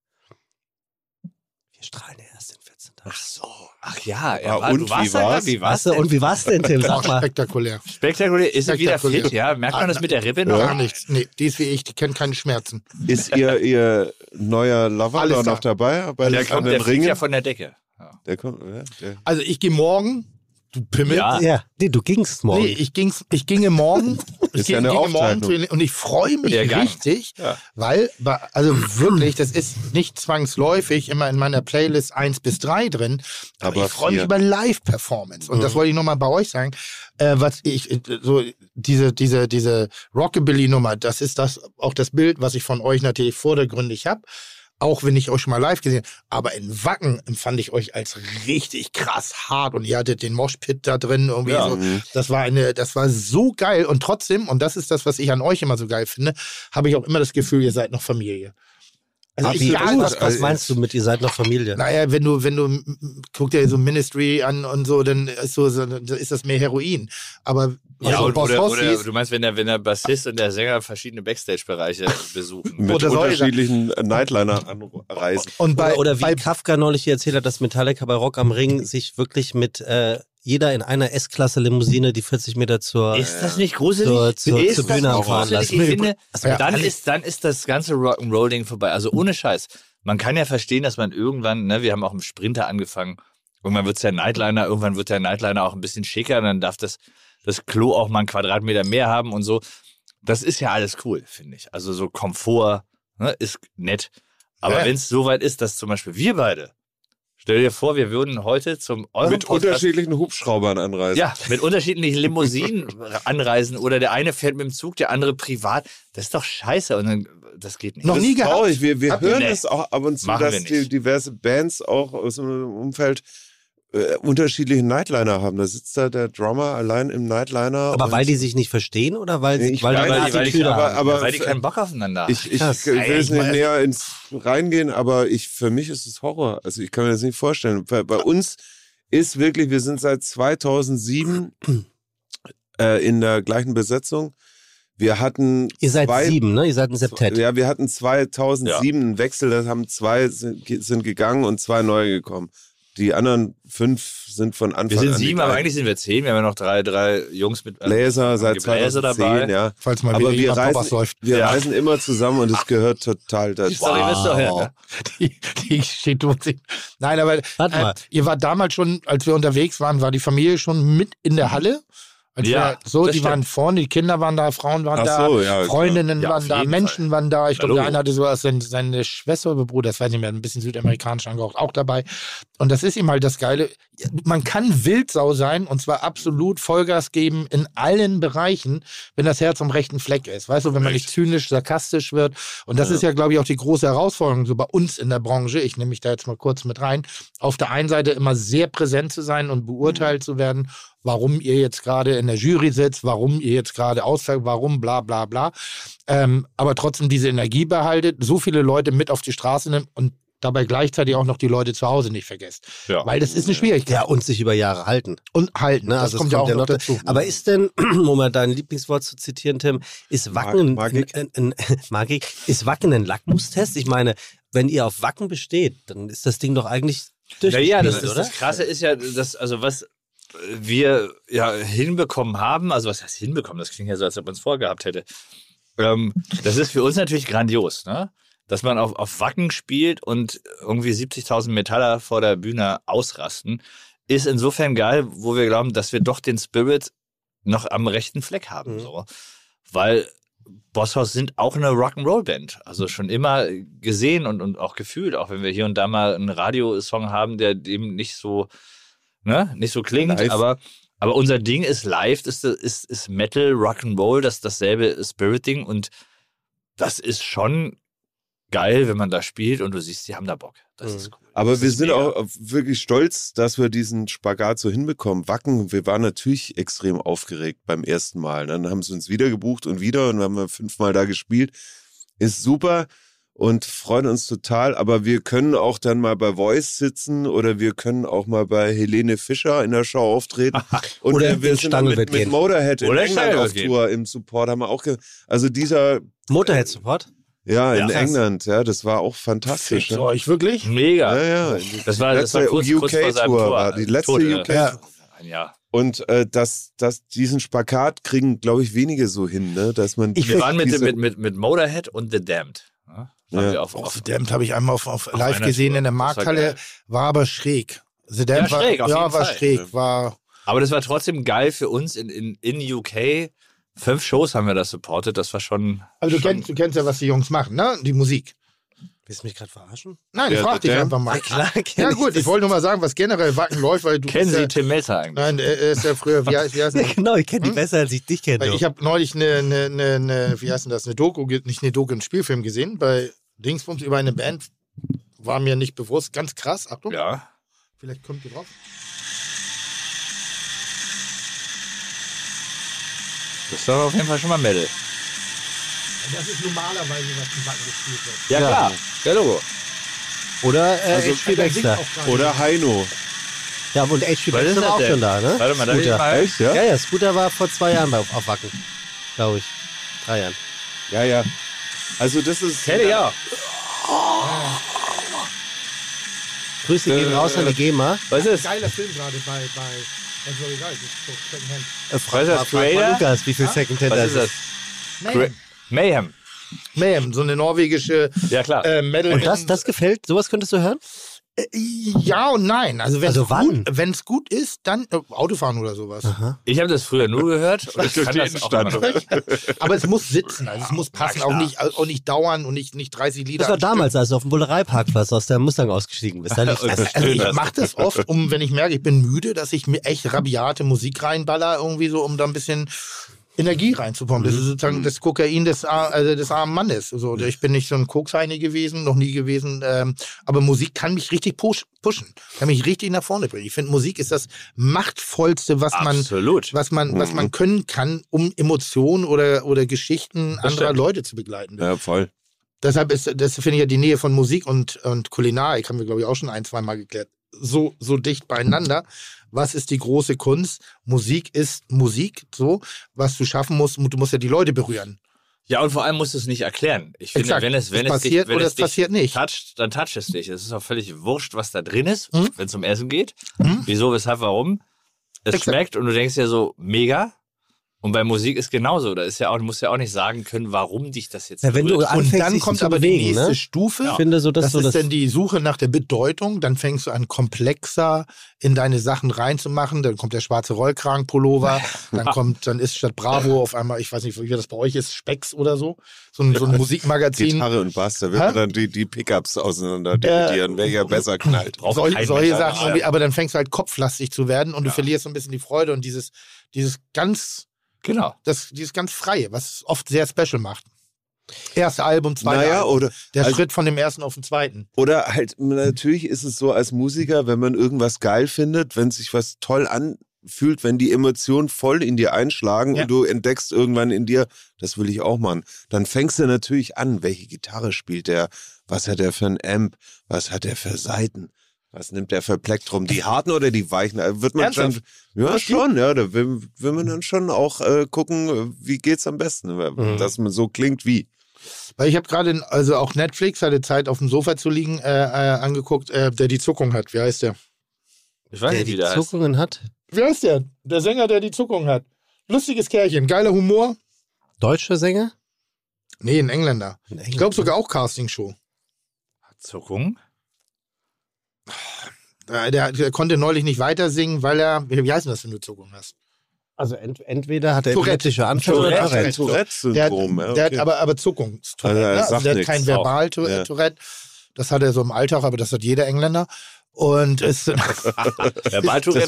S2: Wir strahlen ja erst in 14 Tagen. Ach so.
S5: Ach ja,
S8: Ah,
S5: er war,
S8: und
S5: du
S8: wie
S5: warst da,
S8: war's?
S5: wie war's?
S2: Was und wie war's denn, Tim?
S3: Auch
S2: Sag mal.
S3: spektakulär.
S5: Spektakulär. Ah, Ist er wieder
S3: Spektakulär.
S5: fit, ja? Merkt man das mit der Rippe noch?
S3: Gar nichts. Nee, die ist wie ich, die kennt keine Schmerzen.
S8: Ist ihr, ihr neuer Lover
S3: Alles
S8: da
S3: da.
S8: noch dabei? Bei
S5: Der
S8: den
S5: kommt,
S8: anderen
S5: der fliegt
S8: Ringen?
S5: ja von der Decke. Ja.
S8: der kommt, ja, der.
S3: Also ich gehe morgen, du Pimmel.
S5: Ja.
S2: Ja, nee, du gingst morgen.
S3: Nee, ich, ging's, ich ginge morgen. ich
S8: Ist ja eine
S3: ginge morgen
S8: Aufteilung.
S3: zu Helene- und ich freue mich
S5: Der Gang.
S3: richtig, weil, ba- also wirklich, das ist nicht zwangsläufig immer in meiner Playlist 1 bis 3 drin, aber,
S8: Aber
S3: ich freue mich
S8: vier.
S3: über Live-Performance. Und das wollte ich nochmal bei euch sagen. Äh, was ich, äh, so, diese, diese, diese Rockabilly-Nummer, das ist das, auch das Bild, was ich von euch natürlich vordergründig habe. auch wenn ich euch schon mal live gesehen habe. Aber in Wacken empfand ich euch als richtig krass hart und ihr hattet den Moshpit da drin irgendwie
S5: Ja.
S3: so. Das war eine, das war so geil und trotzdem und das ist das, was ich an euch immer so geil finde, habe ich auch immer das Gefühl, ihr seid noch Familie. Also
S2: Ach, wie,
S3: egal,
S2: was,
S3: was
S2: was
S3: passiert.
S2: meinst du mit, ihr seid noch Familie?
S3: Naja, wenn du, wenn du, m- m- guck dir so Ministry an und so, dann ist, so, so, dann ist das mehr Heroin. Aber
S5: Ja,
S3: also
S5: und,
S3: Boss
S5: oder, oder
S3: Hossies-
S5: du meinst, wenn der, wenn der Bassist und der Sänger verschiedene Backstage-Bereiche besuchen.
S8: Mit
S3: Oder soll ich-
S8: unterschiedlichen Nightliner anreisen.
S3: und bei,
S2: oder, oder wie
S3: bei
S2: Kafka neulich hier erzählt hat, dass Metallica bei Rock am Ring sich wirklich mit äh, jeder in einer S-Klasse-Limousine die 40 Meter zur.
S5: Ist das nicht gruselig?
S2: Zur- zur-
S5: ist
S2: zur Bühne
S5: das
S2: haben
S5: nicht
S2: fahren
S5: gruselig?
S2: lassen.
S5: Ich finde,
S3: Ja.
S5: dann, ist, dann ist das ganze Rock'n'Rolling vorbei. Also ohne Scheiß. Man kann ja verstehen, dass man irgendwann, ne, wir haben auch im Sprinter angefangen, irgendwann wird es der Nightliner, irgendwann wird der Nightliner auch ein bisschen schicker, dann darf das, das Klo auch mal einen Quadratmeter mehr haben und so. Das ist ja alles cool, finde ich. Also so Komfort ne, ist nett. Aber
S3: Ja.
S5: wenn es so weit ist, dass zum Beispiel wir beide, stell dir vor, wir würden heute zum eurem
S8: Mit
S5: Podcast
S8: unterschiedlichen Hubschraubern anreisen.
S5: ja, Also mit unterschiedlichen Limousinen anreisen oder der eine fährt mit dem Zug, der andere privat. Das ist doch scheiße und dann, das geht nicht.
S3: Noch
S8: das
S3: nie
S8: ist
S3: gehabt.
S8: traurig. Wir, wir
S5: Habt ihr-
S8: hören
S5: Nee.
S8: es auch ab und zu,
S5: Machen wir
S8: dass die
S5: nicht.
S8: diverse Bands auch aus dem Umfeld äh, unterschiedliche Nightliner haben. Da sitzt da der Drummer allein im Nightliner.
S2: aber
S8: und
S2: weil die sich nicht verstehen oder weil,
S8: Nee,
S2: sie
S8: ich
S2: weil,
S8: glaube,
S2: weil,
S8: die-
S2: weil die
S8: die-
S2: Tür
S8: aber-
S2: haben?
S5: aber, weil die keinen Bock aufeinander haben.
S8: ich, ich,
S2: krass.
S8: ich will es
S5: Ey,
S8: nicht
S5: ich-
S8: näher ins reingehen, aber ich für mich ist es Horror. Also ich kann mir das nicht vorstellen. Bei, bei uns ist wirklich, wir sind seit 2007 äh, in der gleichen Besetzung. Wir hatten
S2: Ihr seid
S8: zwei-
S2: sieben, ne? Ihr seid ein Septett.
S8: Ja, wir hatten 2007 einen Wechsel, da haben zwei sind ge- sind gegangen und zwei neue gekommen. Die anderen fünf sind von Anfang
S5: wir
S8: an.
S5: sind sieben, aber
S8: gegangen.
S5: eigentlich sind wir zehn. Wir haben ja noch drei, drei Jungs mit. äh,
S8: Laser seit
S5: Gebläse
S8: 2010,
S5: dabei.
S8: ja.
S3: falls mal
S8: Aber
S3: wieder
S8: wir
S3: jemand Poppers
S8: reisen,
S3: läuft.
S8: wir
S5: Ja.
S8: reisen immer zusammen und es gehört total
S5: Die
S8: dazu.
S5: Story wisst ihr doch, ja. ne?
S3: Die, die steht durch. Nein, aber
S2: Warte
S3: äh,
S2: mal.
S3: ihr wart damals schon, als wir unterwegs waren, war die Familie schon mit in der Halle. Als
S5: Ja,
S3: wir, so,
S5: das
S3: die
S5: stimmt.
S3: waren vorne, die Kinder waren da, Frauen waren da,
S8: Ach so, ja. klar.
S3: Freundinnen
S5: Ja,
S3: waren
S5: auf
S3: da,
S5: jeden
S3: Menschen waren da. Ich
S5: Na,
S3: glaube, der
S5: Logo.
S3: eine hatte sogar seine, seine Schwester oder Bruder, das weiß ich nicht mehr, ein bisschen südamerikanisch angehaucht, auch dabei. Und das ist ihm halt das Geile. Man kann Wildsau sein und zwar absolut Vollgas geben in allen Bereichen, wenn das Herz am rechten Fleck ist. Weißt du, wenn man nicht zynisch, sarkastisch wird. Und das ist ja, glaube ich, auch die große Herausforderung so bei uns in der Branche. Ich nehme mich da jetzt mal kurz mit rein. Auf der einen Seite immer sehr präsent zu sein und
S5: Mhm.
S3: beurteilt zu werden, warum ihr jetzt gerade in der Jury sitzt, warum ihr jetzt gerade ausfällt, warum, bla, bla, bla. Ähm, aber trotzdem diese Energie behaltet, so viele Leute mit auf die Straße nimmt und dabei gleichzeitig auch noch die Leute zu Hause nicht vergesst.
S5: Ja.
S3: Weil das ist eine Schwierigkeit.
S2: Ja, und sich über Jahre halten.
S3: Und halten.
S2: Ne?
S3: das,
S2: also
S3: kommt
S2: es
S3: ja auch noch
S2: noch
S3: dazu.
S2: Aber ist denn, um mal dein Lieblingswort zu zitieren, Tim, ist Wacken,
S8: Mag- Magik.
S2: Ein, ein, ein, Magik, ist Wacken ein Lackmustest? Ich meine, wenn ihr auf Wacken besteht, dann ist das Ding doch eigentlich durchgespielt,
S5: Naja, das, ist,
S2: oder?
S5: das Krasse ist ja, dass, also was wir ja hinbekommen haben, also was heißt hinbekommen, das klingt ja so, als ob man es vorgehabt hätte. Ähm, das ist für uns natürlich grandios, ne? dass man auf, auf Wacken spielt und irgendwie 70.000 Metaller vor der Bühne ausrasten, ist insofern geil, wo wir glauben, dass wir doch den Spirit noch am rechten Fleck haben.
S2: Mhm.
S5: So. Weil Bosshaus sind auch eine Rock'n'Roll-Band. Also schon immer gesehen und, und auch gefühlt, auch wenn wir hier und da mal einen Radiosong haben, der dem nicht so, ne, nicht so klingt.
S8: Live.
S5: Aber, aber unser Ding ist live, ist, ist, ist Metal, Rock'n'Roll, das dasselbe Spirit-Ding. Und das ist schon geil, wenn man da spielt und du siehst, die haben da Bock. Das
S2: Mhm.
S5: ist cool.
S8: Aber
S5: das
S8: wir
S5: ist
S8: sind
S5: mega.
S8: auch äh, wirklich stolz, dass wir diesen Spagat so hinbekommen. Wacken, wir waren natürlich extrem aufgeregt beim ersten Mal. ne? Dann haben sie uns wieder gebucht und wieder und haben wir fünfmal da gespielt. Ist super und freuen uns total. Aber wir können auch dann mal bei Voice sitzen oder wir können auch mal bei Helene Fischer in der Show auftreten. Und
S2: Oder
S8: wir, wir
S2: in
S8: sind
S2: Stangelwirt
S8: mit, mit
S2: gehen.
S8: Motorhead in
S5: Oder
S8: England
S5: Stangelwirt
S8: auf
S5: gehen.
S8: Tour im Support haben wir auch. Ge also dieser,
S2: Motorhead Support?
S8: ja, in
S5: Ja.
S8: England, ja, das war auch fantastisch.
S3: Fickt
S8: ne?
S3: euch wirklich?
S5: Mega.
S8: Ja, ja.
S5: Das war, das war
S8: Letzte
S5: kurz, kurz vor seinem
S8: UK-Tour
S5: Tor.
S8: war die letzte
S5: Tod, äh,
S8: UK.
S3: Ja.
S5: Ein Jahr.
S8: Und äh, dass das, diesen Spagat kriegen, glaube ich, wenige so hin, ne? dass man.
S5: Wir waren mit,
S8: diese-
S5: mit, mit, mit Motorhead und The Damned. ne? Waren
S8: Ja.
S5: wir auf,
S3: Oh,
S5: auf,
S3: The Damned habe ich einmal auf, auf live
S5: einer
S3: gesehen
S5: Tour.
S3: in der
S5: Das war
S3: Markthalle,
S5: geil.
S3: war, aber schräg. The Damned
S5: Ja, schräg,
S3: war,
S5: auf
S3: ja,
S5: jeden
S3: war
S5: Fall.
S3: schräg, war
S5: aber das war trotzdem geil für uns in, in, in UK. Fünf Shows haben wir das supported. Das war schon.
S3: Also du
S5: schon
S3: kennst, du kennst ja, was die Jungs machen, ne? Die Musik.
S2: Willst du mich gerade verarschen?
S3: Nein, ich
S8: Ja,
S3: frag dich
S8: der-
S3: einfach mal.
S2: Klar,
S3: Ja
S2: kenn
S3: gut, ich
S2: das.
S3: wollte nur mal sagen, was generell Wacken läuft, weil du
S5: kennen
S3: bist
S5: Sie
S3: ja,
S5: Tim Melzer eigentlich?
S3: Nein, er er ist ja früher, wie heißt, wie heißt
S2: Ja,
S3: das?
S2: genau, ich kenne die
S3: Hm?
S2: besser, als ich dich kenne.
S3: Weil
S2: du.
S3: ich habe neulich ne, eine, eine, Ne eine, eine, wie heißt denn das, eine Doku, ge- nicht eine Doku, einen Spielfilm gesehen bei Dingsbums über eine Band, war mir nicht bewusst. Ganz krass, Achtung.
S5: Ja.
S3: Vielleicht kommt ihr drauf.
S5: Das ist doch auf jeden Fall schon mal Metal.
S3: Das ist normalerweise, was die Wacken gespielt wird.
S5: Ja, klar. Der Logo.
S2: Oder äh,
S8: Also,
S2: H.P. Baxter.
S8: Oder Heino.
S2: Ja, und H.P.
S5: Was ist
S2: Baxter
S5: das
S2: war auch
S5: denn?
S2: schon da, ne?
S5: Warte mal, da ich
S2: Scooter.
S5: mal.
S8: Echt, ja?
S2: Ja, ja, Scooter war vor zwei Jahren bei, auf Wacken, glaube ich. Drei Jahren.
S8: Ja, ja. Also das ist.
S5: Kenn ich auch.
S2: Grüße gehen raus an die GEMA.
S5: Was ist?
S3: Geiler Film gerade bei, bei, das war egal, das ist so Secondhand.
S2: Äh, frag
S5: Was ist
S2: mal,
S5: das,
S2: frag mal
S5: Trader?
S2: Lukas, wie viel Second Hand
S5: Was
S2: das
S5: ist das?
S2: ist.
S5: Gra- Mayhem.
S3: Ma'am, so eine norwegische
S5: Ja, klar.
S3: äh, Metal.
S2: Und das, das gefällt? Sowas könntest du hören?
S3: Äh, ja und nein. Also wenn es
S2: Also wann?
S3: gut, wenn's gut ist, dann äh, Autofahren oder sowas.
S5: Ich habe das früher nur gehört. Und ich
S8: Durch
S5: kann
S8: die
S5: das auch immer noch.
S3: Aber es muss sitzen, also es muss passen, auch nicht, auch nicht dauern und nicht, nicht 30 Lieder.
S2: Das war
S3: am Stück.
S2: damals, als du auf dem Bullerei-Parkplatz aus der Mustang ausgestiegen bist. Da lief das.
S3: Also ich mache das oft, um wenn ich merke, ich bin müde, dass ich mir echt rabiate Musik reinballer, irgendwie so, um da ein bisschen Energie reinzupumpen. Das ist
S5: Mhm.
S3: sozusagen das Kokain des, ar- also des armen Mannes. So, ich bin nicht so ein Koksheini gewesen, noch nie gewesen. Ähm, aber Musik kann mich richtig push, pushen, kann mich richtig nach vorne bringen. Ich finde, Musik ist das machtvollste, was man
S5: Absolut. Mhm.
S3: was man, was man können kann, um Emotionen oder, oder Geschichten anderer
S5: stimmt.
S3: Leute zu begleiten.
S8: Ja, voll.
S3: Deshalb ist, das finde ich ja die Nähe von Musik und, und Kulinarik, haben wir, glaube ich, auch schon ein, zweimal geklärt, so, so dicht beieinander. Was ist die große Kunst? Musik ist Musik, so. Was du schaffen musst, du musst ja die Leute berühren.
S5: Ja, und vor allem musst du es nicht erklären. Ich finde,
S3: Exakt.
S5: wenn es,
S3: Es
S5: wenn es,
S3: passiert
S5: dich, wenn
S3: oder
S5: es
S3: es
S5: dich
S3: passiert nicht.
S5: toucht, dann toucht es dich. Es ist auch völlig wurscht, was da drin ist,
S2: Hm?
S3: Mhm.
S5: wenn es um Essen geht.
S3: Mhm.
S5: Wieso, weshalb, warum. Es
S3: Exakt.
S5: schmeckt und du denkst ja so, mega. Und bei Musik ist genauso. Da ist ja auch, du musst ja auch nicht sagen können, warum dich das jetzt
S2: Ja, wenn du
S5: berührt.
S2: anfängst,
S3: und dann
S2: sich
S3: kommt
S2: zu
S3: aber die
S2: bewegen,
S3: nächste
S2: ne?
S3: Stufe.
S2: Ich finde so, dass
S3: das
S2: so
S3: ist
S2: das.
S3: dann die Suche nach der Bedeutung. Dann fängst du an, komplexer in deine Sachen reinzumachen. Dann kommt der schwarze Rollkragenpullover. Dann kommt, dann ist statt Bravo auf einmal, ich weiß nicht, wie das bei euch ist, Specs oder so. So ein, so ein Musikmagazin.
S8: Gitarre und Bass, da wird
S3: Hä? Äh.
S8: man dann die, die Pickups auseinander dividieren, welcher besser knallt.
S5: Braucht
S3: Sol,
S5: kein
S3: solche
S5: Mensch. äh,
S3: Sachen, irgendwie, aber dann fängst du halt kopflastig zu werden und du verlierst so ein bisschen die Freude und dieses, dieses ganz,
S5: Genau.
S3: das, dieses ganz Freie, was es oft sehr special macht. Erste Album, zweite
S8: Naja,
S3: Album.
S8: oder,
S3: Der
S8: also-
S3: Schritt von dem ersten auf den zweiten.
S8: oder halt, natürlich ist es so als Musiker, wenn man irgendwas geil findet, wenn sich was toll anfühlt, wenn die Emotionen voll in dir einschlagen
S3: Ja.
S8: und du entdeckst irgendwann in dir, das will ich auch machen, dann fängst du natürlich an, welche Gitarre spielt der, was hat er für ein Amp, was hat er für Saiten. Was nimmt der für Plektrum? Die harten oder die weichen? Also Wird man
S3: Ernsthaft?
S8: schon, ja, schon, ja. Da will, will man dann schon auch äh, gucken, wie geht's am besten,
S3: Mhm.
S8: dass man so klingt wie.
S3: Weil ich habe gerade, also auch Netflix hatte Zeit, auf dem Sofa zu liegen, äh, äh, angeguckt, äh, der die Zuckung hat. Wie heißt der?
S5: Ich weiß
S2: der
S5: nicht, wie
S2: die
S5: der heißt.
S2: Zuckungen hat.
S3: Wie heißt der? Der Sänger, der die Zuckung hat. Lustiges Kerlchen, geiler Humor.
S2: Deutscher Sänger?
S3: Nee, ein Engländer.
S2: Ein
S3: Ich glaube sogar auch Castingshow.
S5: Zuckung?
S3: Äh, Der, der konnte neulich nicht weiter singen, weil er, wie heißt denn das, wenn du Zuckung hast?
S2: Also ent entweder hat er
S3: Tourette.
S2: epileptische Anfälle oder
S3: Tourette.
S2: Tourette.
S3: Der hat,
S8: Tourette-Syndrom. ja,
S3: der hat
S8: okay.
S3: aber, aber Zuckungstourette.
S8: Also er
S3: ne? also
S8: sagt
S3: der hat
S8: nichts
S3: kein
S8: auch. Ja.
S3: Verbal-Tourette. Das hat er so im Alltag, aber das hat jeder Engländer. Und es,
S5: Verbaltourette.
S8: das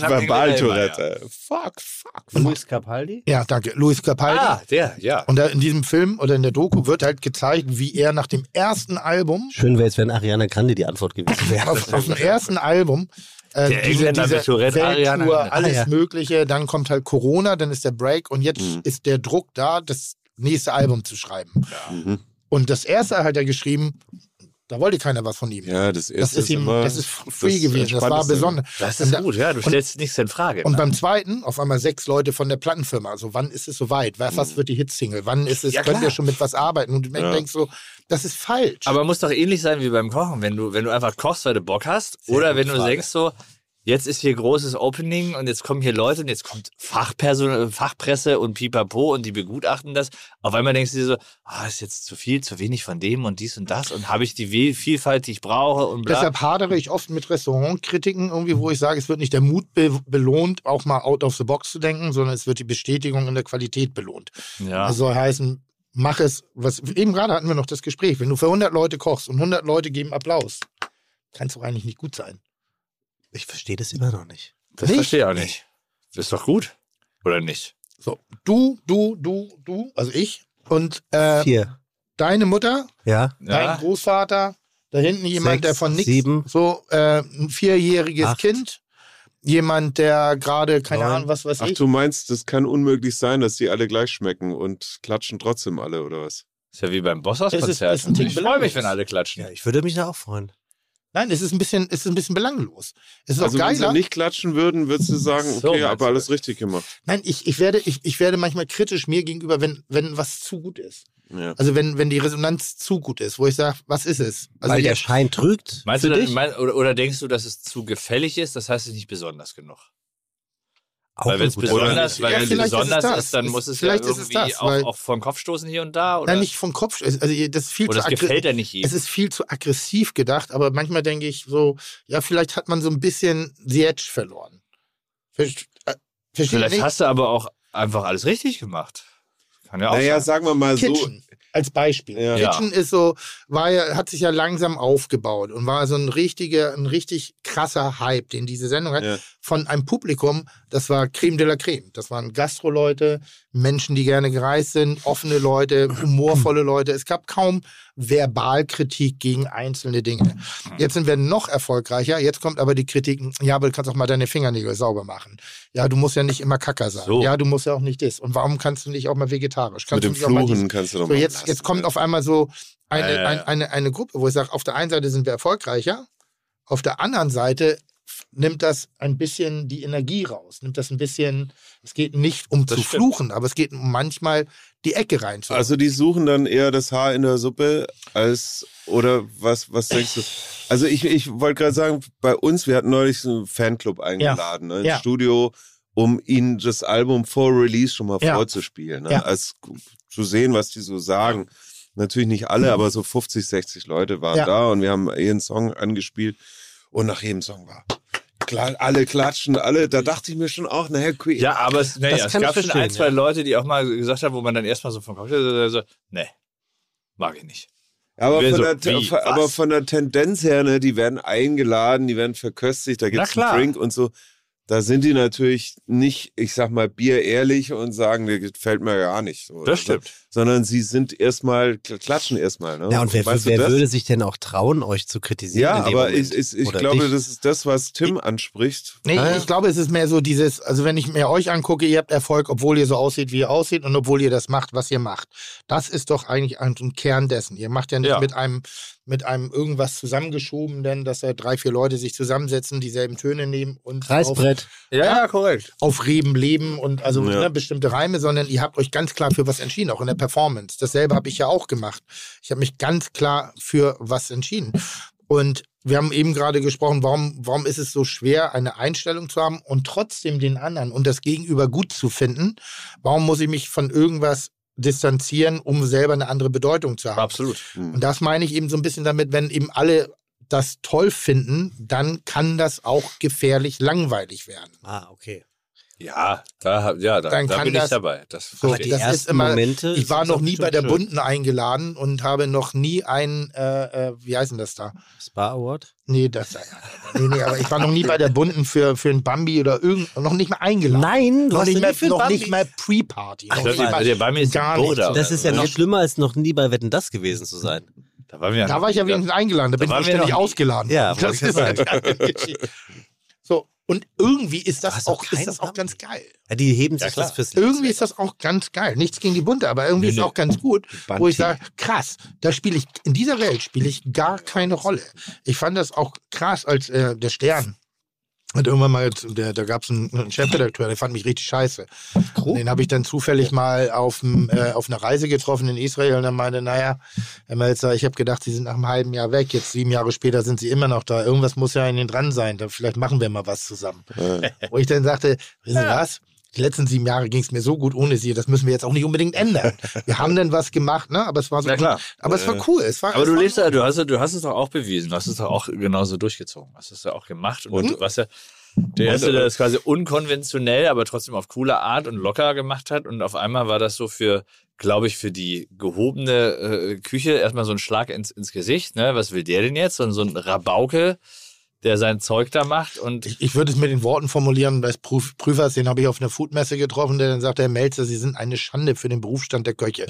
S5: haben wir
S8: Verbal-Tourette.
S5: immer,
S8: ey. Fuck, fuck.
S2: Luis Capaldi?
S3: ja, danke. Luis
S5: ja.
S3: Capaldi.
S5: Ah, der, ja.
S3: Und da in diesem Film oder in der Doku wird halt gezeigt, wie er nach dem ersten Album,
S2: Schön wäre es, wenn Ariana Grande die Antwort gewesen wäre.
S3: auf, auf dem ersten Album, äh,
S5: Der Engländer mit Tourette, Ariana Grande.
S3: Welttour, alles
S2: Ah, ja.
S3: Mögliche, dann kommt halt Corona, dann ist der Break und jetzt
S8: Mhm.
S3: ist der Druck da, das nächste Album zu schreiben.
S8: Mhm.
S3: Und das erste hat er geschrieben, da wollte keiner was von ihm.
S8: Ja, das erste
S3: Das ist, ihm,
S8: immer
S3: das ist free
S8: das
S3: gewesen, das war
S8: Entspannendste.
S3: besonders.
S5: Das
S3: Und
S5: ist
S3: da-
S5: gut, ja. Du stellst nichts in Frage.
S3: Und
S5: ne?
S3: beim zweiten auf einmal sechs Leute von der Plattenfirma. Also wann ist es soweit? Was, was wird die Hitsingle? Wann ist es,
S5: Mhm. Ja,
S3: können wir
S5: klar.
S3: schon mit was arbeiten? Und du
S8: Ja.
S3: denkst so, das ist falsch.
S5: Aber muss doch ähnlich sein wie beim Kochen, wenn du, wenn du einfach kochst, weil du Bock hast. oder wenn du denkst so, jetzt ist hier großes Opening und jetzt kommen hier Leute und jetzt kommt Fachperson, Fachpresse und Pipapo und die begutachten das. Auf einmal denkst du dir so, ah, ist jetzt zu viel, zu wenig von dem und dies und das und habe ich die Wie- Vielfalt, die ich brauche und bla.
S3: Deshalb hadere ich oft mit Restaurantkritiken irgendwie, wo ich sage, es wird nicht der Mut be belohnt, auch mal out of the box zu denken, sondern es wird die Bestätigung in der Qualität belohnt.
S5: ja.
S3: Das soll heißen, mach es, was eben gerade hatten wir noch das Gespräch, wenn du für 100 Leute kochst und 100 Leute geben Applaus, kannst du eigentlich nicht gut sein.
S2: Ich verstehe das immer noch nicht.
S5: das
S3: nicht.
S5: verstehe ich auch nicht. Ist doch gut. Oder nicht?
S3: So, du, du, du, du, also ich und äh,
S2: Vier.
S3: deine Mutter,
S2: Ja.
S3: dein Großvater, Da hinten jemand,
S2: Sechs,
S3: der von nichts,
S2: sieben.
S3: so äh, ein vierjähriges
S2: Acht.
S3: Kind, jemand, der gerade, keine
S2: Neun.
S3: Ahnung, was weiß
S8: Ach,
S3: ich.
S8: du meinst, das kann unmöglich sein, dass die alle gleich schmecken und klatschen trotzdem alle, oder was?
S5: Ist ja wie beim
S3: Es ist-
S5: Bosshaus-Konzert.
S3: ist ein Tick
S5: Ich freue mich,
S3: belanglos.
S5: wenn alle klatschen.
S2: Ja, ich würde mich da auch freuen.
S3: Nein, es ist ein bisschen, es ist ein bisschen belanglos. Es ist
S8: also,
S3: auch
S8: wenn
S3: geiler.
S8: sie nicht klatschen würden, würdest du sagen,
S5: So,
S8: okay,
S5: meinst
S8: aber
S5: du
S8: alles
S5: das?
S8: richtig gemacht.
S3: Nein, ich, ich, werde, ich, ich werde manchmal kritisch mir gegenüber, wenn, wenn was zu gut ist.
S8: Ja.
S3: Also wenn, wenn die Resonanz zu gut ist, wo ich sage, was ist es? Also
S2: Weil
S3: wir-
S2: der Schein trügt.
S5: Meinst
S2: für
S5: du,
S2: dich?
S5: dann, mein, oder, oder denkst du, dass es zu gefällig ist? Das heißt, es ist nicht besonders genug. Weil wenn es
S2: guter
S5: besonders,
S8: besonders- Oder-
S5: weil
S8: Ja,
S5: wenn's
S3: vielleicht ist es
S5: besonders ist,
S3: das.
S5: dann
S3: Es-
S5: muss es ja
S3: vielleicht
S5: irgendwie
S3: ist es das, weil-
S5: auch, auch vor den Kopf stoßen hier und da. Oder,
S3: Nein, nicht vom Kopf. Also das ist viel
S5: oder
S3: zu
S5: es
S3: aggressiv.
S5: gefällt ja nicht jedem.
S3: Es ist viel zu aggressiv gedacht, aber manchmal denke ich so, ja, vielleicht hat man so ein bisschen the edge verloren. Verst äh, versteht
S5: Vielleicht
S3: nicht?
S5: hast du aber auch einfach alles richtig gemacht. Kann ja auch
S8: Naja,
S5: sein.
S8: sagen wir mal so.
S3: Kitchen als Beispiel.
S8: Ja.
S3: Kitchen ist so, war ja, hat sich ja langsam aufgebaut und war so ein richtiger, ein richtig krasser Hype, den diese Sendung hat,
S8: Ja.
S3: von einem Publikum, das war Creme de la Creme. Das waren Gastroleute, Menschen, die gerne gereist sind, offene Leute, humorvolle Leute. Es gab kaum Verbalkritik gegen einzelne Dinge. Jetzt sind wir noch erfolgreicher. Jetzt kommt aber die Kritik, ja, aber du kannst auch mal deine Fingernägel sauber machen. Ja, du musst ja nicht immer Kacker sein.
S5: So.
S3: Ja, du musst ja auch nicht das. Und warum kannst du nicht auch mal vegetarisch? Kannst
S8: Mit
S3: du
S8: dem
S3: nicht auch mal dies?
S8: Fluchen kannst du doch
S3: So,
S8: mal
S3: jetzt,
S8: lassen, ne?
S3: jetzt kommt
S8: ja.
S3: auf einmal so eine,
S5: Äh.
S3: ein, eine, eine Gruppe, wo ich sage, auf der einen Seite sind wir erfolgreicher, auf der anderen Seite f- nimmt das ein bisschen die Energie raus, nimmt das ein bisschen, es geht nicht um
S5: Das
S3: zu
S5: stimmt.
S3: fluchen, aber es geht um manchmal die Ecke reinzu.
S8: Also die suchen dann eher das Haar in der Suppe als oder was was denkst du? Also ich, ich wollte gerade sagen, bei uns, wir hatten neulich so einen Fanclub eingeladen ne, ins
S3: Ja.
S8: Studio, um ihnen das Album vor Release schon mal
S3: Ja.
S8: vorzuspielen, ne,
S3: Ja.
S8: als zu sehen, was die so sagen. Natürlich nicht alle, aber so 50, 60 Leute waren
S3: Mhm. Ja.
S8: da und wir haben ihren Song angespielt und nach jedem Song war klar, alle klatschen, alle, da dachte ich mir schon auch, naja, Queen.
S5: Ja, aber es, naja,
S2: Das
S5: es
S2: kann ich
S5: gab schon
S2: verstehen,
S5: ein, zwei
S2: ja.
S5: Leute, die auch mal gesagt haben, wo man dann erstmal so vom Kopf steht, so, nee, mag ich nicht.
S8: Aber
S5: Wer
S8: von,
S5: so,
S8: der,
S5: wie,
S8: von,
S5: was?
S8: aber von der Tendenz her, ne, die werden eingeladen, die werden verköstigt, da
S5: Na
S8: gibt's
S5: klar.
S8: einen Drink und so. Da sind die natürlich nicht, ich sag mal, bierehrlich und sagen, der gefällt mir gar nicht. So,
S5: Das
S8: Also,
S5: stimmt.
S8: Sondern sie sind erstmal, kl- klatschen erstmal. Ne?
S2: Ja, und wer,
S8: Weißt du
S2: wer
S8: das?
S2: würde sich denn auch trauen, euch zu kritisieren?
S8: Ja,
S2: in dem
S8: aber
S2: Moment?
S8: ich, ich, ich
S2: Oder
S8: glaube,
S2: dich?
S8: das ist das, was Tim anspricht.
S3: Nee,
S2: Ah, ja.
S3: ich glaube, es ist mehr so dieses, also wenn ich mir euch angucke, ihr habt Erfolg, obwohl ihr so aussieht, wie ihr aussieht und obwohl ihr das macht, was ihr macht. Das ist doch eigentlich ein, ein Kern dessen. Ihr macht ja nicht
S5: Ja.
S3: mit einem mit einem irgendwas zusammengeschobenen, dass da drei, vier Leute sich zusammensetzen, dieselben Töne nehmen und auf,
S2: Reißbrett.
S5: Ja, ja, korrekt.
S3: auf Reben leben und also
S8: Ja.
S3: ne, bestimmte Reime, sondern ihr habt euch ganz klar für was entschieden, auch in der Performance. Dasselbe habe ich ja auch gemacht. Ich habe mich ganz klar für was entschieden. Und wir haben eben gerade gesprochen, warum, warum ist es so schwer, eine Einstellung zu haben und trotzdem den anderen und das Gegenüber gut zu finden? Warum muss ich mich von irgendwas distanzieren, um selber eine andere Bedeutung zu haben?
S5: Absolut.
S8: Hm.
S3: Und das meine ich eben so ein bisschen damit, wenn eben alle das toll finden, dann kann das auch gefährlich langweilig werden.
S2: Ah, okay.
S5: Ja, da, hab- ja, da,
S3: Dann
S5: da
S3: kann
S5: bin ich
S3: das-
S5: dabei. Das
S3: So,
S2: Aber
S5: verstehe
S2: die
S3: das
S5: ich.
S3: ist
S2: ersten
S3: immer-
S2: Momente.
S3: Äh, Ich war
S2: sind
S3: noch
S2: doch
S3: nie bei
S2: bestimmt
S3: der
S2: schön.
S3: Bunden eingeladen und habe noch nie ein, äh, äh, wie heißen das da?
S2: Spa Award.
S3: Nee, das, äh, nee, nee, aber ich war noch nie bei der Bunden für, für ein Bambi oder irgend, noch nicht mal eingeladen.
S2: Nein,
S3: noch nicht
S2: nie
S3: mal,
S2: für ein
S3: noch
S2: Bambi-
S3: nicht mal Pre-Party. noch
S5: Das
S3: nicht mal-
S5: ist- Bei mir also ist
S3: gar
S5: ein Boda
S3: nichts.
S5: oder
S2: Das ist ja
S5: so.
S2: noch schlimmer, als noch nie bei Wetten das gewesen zu sein.
S5: Da waren wir
S3: Da war ich ja wenigstens eingeladen, da bin
S5: Da
S3: ich
S5: waren wir
S3: ständig
S5: noch nie.
S3: ausgeladen.
S2: Ja, wollte
S3: das
S2: ich ja
S3: ist halt eine Geschichte. So, und irgendwie ist
S2: Du hast
S3: das,
S2: doch
S3: auch, ist
S2: keinen
S3: das auch
S2: Bambi.
S3: ganz geil.
S2: Ja, die heben
S5: Ja,
S2: sich
S5: klar.
S2: das fürs Leben.
S3: Irgendwie ist das auch ganz geil. Nichts gegen die Bunte, aber irgendwie
S5: Nee,
S3: ist
S5: nee.
S3: es auch ganz gut, wo ich
S8: Bunty.
S3: sage, krass, da spiele ich, in dieser Welt spiele ich gar keine Rolle. Ich fand das auch krass, als äh, der Stern. Und irgendwann mal, jetzt- der, da gab es einen, einen Chefredakteur, der fand mich richtig scheiße. Und Den habe ich dann zufällig mal auf, äh, auf einer Reise getroffen in Israel und dann meinte, naja, Herr Melzer, ich habe gedacht, Sie sind nach einem halben Jahr weg. Jetzt sieben Jahre später sind Sie immer noch da. Irgendwas muss ja in Ihnen dran sein. Dann vielleicht machen wir mal was zusammen. Wo ich dann sagte, wissen Sie was? Die letzten sieben Jahre ging es mir so gut ohne Sie. Das müssen wir jetzt auch nicht unbedingt ändern. Wir haben dann was gemacht, ne? Aber es war so.
S5: Na klar.
S3: Aber es war cool. Es war,
S5: Aber
S3: es
S5: du
S3: war
S5: lebst ja, du hast, ja- du hast es doch auch bewiesen, du hast es doch auch genauso durchgezogen, hast es ja auch gemacht und, du warst ja der Erste, der das quasi unkonventionell, aber trotzdem auf coole Art und locker gemacht hat und auf einmal war das so für, glaube ich, für die gehobene äh, Küche erstmal so ein Schlag ins, ins Gesicht, ne? was will der denn jetzt? Und so ein Rabauke, der sein Zeug da macht und
S3: Ich, ich würde es mit den Worten formulieren des Prüf Prüfers, den habe ich auf einer Foodmesse getroffen, der dann sagte, Herr Melzer, Sie sind eine Schande für den Berufsstand der Köche.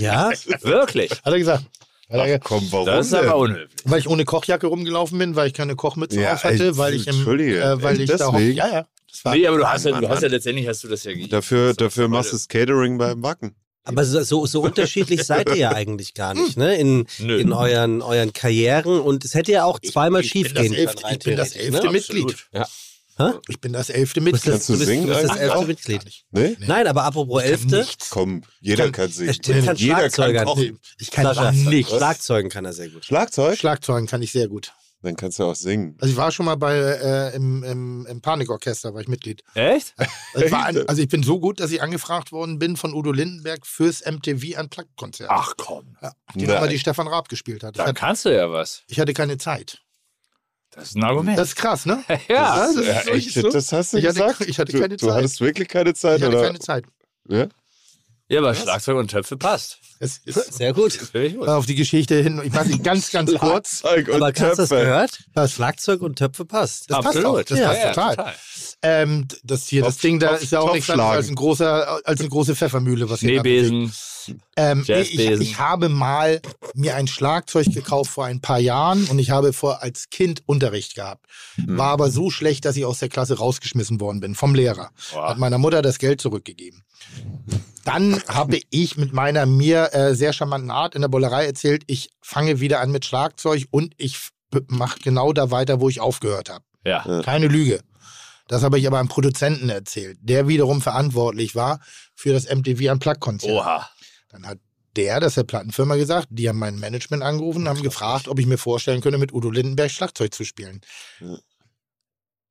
S2: Ja,
S5: wirklich,
S3: Hat er gesagt. Hat er-
S8: komm, warum
S5: Das ist
S8: denn?
S5: aber unhöflich.
S3: Weil ich ohne Kochjacke rumgelaufen bin, weil ich keine Kochmütze
S8: Ja,
S3: auf hatte,
S8: ey,
S3: weil ich im,
S8: Entschuldige,
S3: äh, weil
S8: ey,
S3: ich da hoff-
S8: deswegen?
S3: ja ja, das war
S5: Nee, aber du hast ja,
S8: Mann,
S5: du hast ja
S8: Mann.
S5: letztendlich hast du das ja gegeben.
S8: Dafür,
S5: Das
S8: dafür
S5: ist
S8: machst du das Catering beim Backen.
S2: Aber so, so, so unterschiedlich seid ihr ja eigentlich gar nicht, ne? In,
S5: Nö.
S2: in euren, euren Karrieren. Und es hätte ja auch zweimal
S3: ich
S2: schief
S3: bin das
S2: gehen können,
S3: elfte-
S2: rein
S3: ich bin das
S2: theoretisch, ne?
S3: elfte Mitglied.
S5: Absolut.
S3: Ich bin das elfte
S2: Du bist
S3: Mitglied.
S2: das,
S8: Kannst du
S2: du bist, du
S8: singen
S2: bist das
S8: eigentlich?
S2: elfte
S8: Auch?
S2: Mitglied.
S8: Nee?
S2: Nein, aber apropos elfte,
S8: ne? Komm, jeder
S3: Kann-
S8: kann, singen.
S2: er stimmt, kann
S8: jeder
S2: Schlagzeuger
S8: kann kochen.
S3: Nee, ich kann
S2: Sascha,
S3: nicht.
S2: nicht. Schlagzeugen kann er sehr gut.
S8: Schlagzeug?
S3: Schlagzeugen kann ich sehr gut.
S8: Dann kannst du auch singen.
S3: Also ich war schon mal bei äh, im, im, im Panikorchester, war ich Mitglied.
S5: Echt?
S3: Also ich, war ein, also ich bin so gut, dass ich angefragt worden bin von Udo Lindenberg fürs MTV Unplugged Konzert.
S5: Ach komm.
S3: die
S8: nein.
S3: Nummer, die Stefan Raab gespielt hat. Ich,
S5: Da
S3: hatte,
S5: kannst du ja was.
S3: ich hatte keine Zeit.
S5: Das ist ein Argument.
S3: Das ist krass, ne?
S5: ja.
S3: das ist
S8: Ja,
S3: so-
S8: echt,
S3: so-
S8: das hast du
S3: Ich hatte-
S8: gesagt?
S3: ich hatte
S8: du,
S3: keine
S8: Du
S3: Zeit.
S8: hattest wirklich keine Zeit,
S3: ich hatte
S8: oder?
S3: keine Zeit.
S8: Ja?
S5: Ja, aber Schlagzeug und Töpfe passt.
S3: Es ist
S2: Sehr gut.
S5: Völlig gut.
S3: auf die Geschichte hin. Ich weiß nicht, ganz, ganz kurz.
S8: Zeug und
S2: Aber hast du das
S8: Töpfe.
S2: gehört?
S3: Was?
S2: Schlagzeug und Töpfe passt.
S3: Das passt auch.
S5: Absolut.
S3: Das
S2: Ja,
S3: passt
S5: ja,
S3: total.
S5: total.
S3: Ähm, das hier, das
S8: Topf-
S3: Ding da
S8: Topf-
S3: ist ja auch nichts anderes
S8: Topfschlagen.
S3: als ein großer, als eine große Pfeffermühle, was ihr da bewegt.
S5: Schneebesen.
S3: Ähm, nee, ich,
S5: Jazzbesen.
S3: ich habe mal mir ein Schlagzeug gekauft vor ein paar Jahren und ich habe vor als Kind Unterricht gehabt. War aber so schlecht, dass ich aus der Klasse rausgeschmissen worden bin vom Lehrer.
S5: Boah.
S3: Hat meiner Mutter das Geld zurückgegeben. Dann habe ich mit meiner mir äh, sehr charmanten Art in der Bullerei erzählt, ich fange wieder an mit Schlagzeug und ich mache genau da weiter, wo ich aufgehört habe.
S5: Ja.
S3: Keine Lüge. Das habe ich aber einem Produzenten erzählt, der wiederum verantwortlich war für das MTV Unplugged-Konzert.
S5: Oha.
S3: Dann hat der, das der Plattenfirma gesagt, die haben mein Management angerufen und haben gefragt, ob ich mir vorstellen könnte, mit Udo Lindenberg Schlagzeug zu spielen.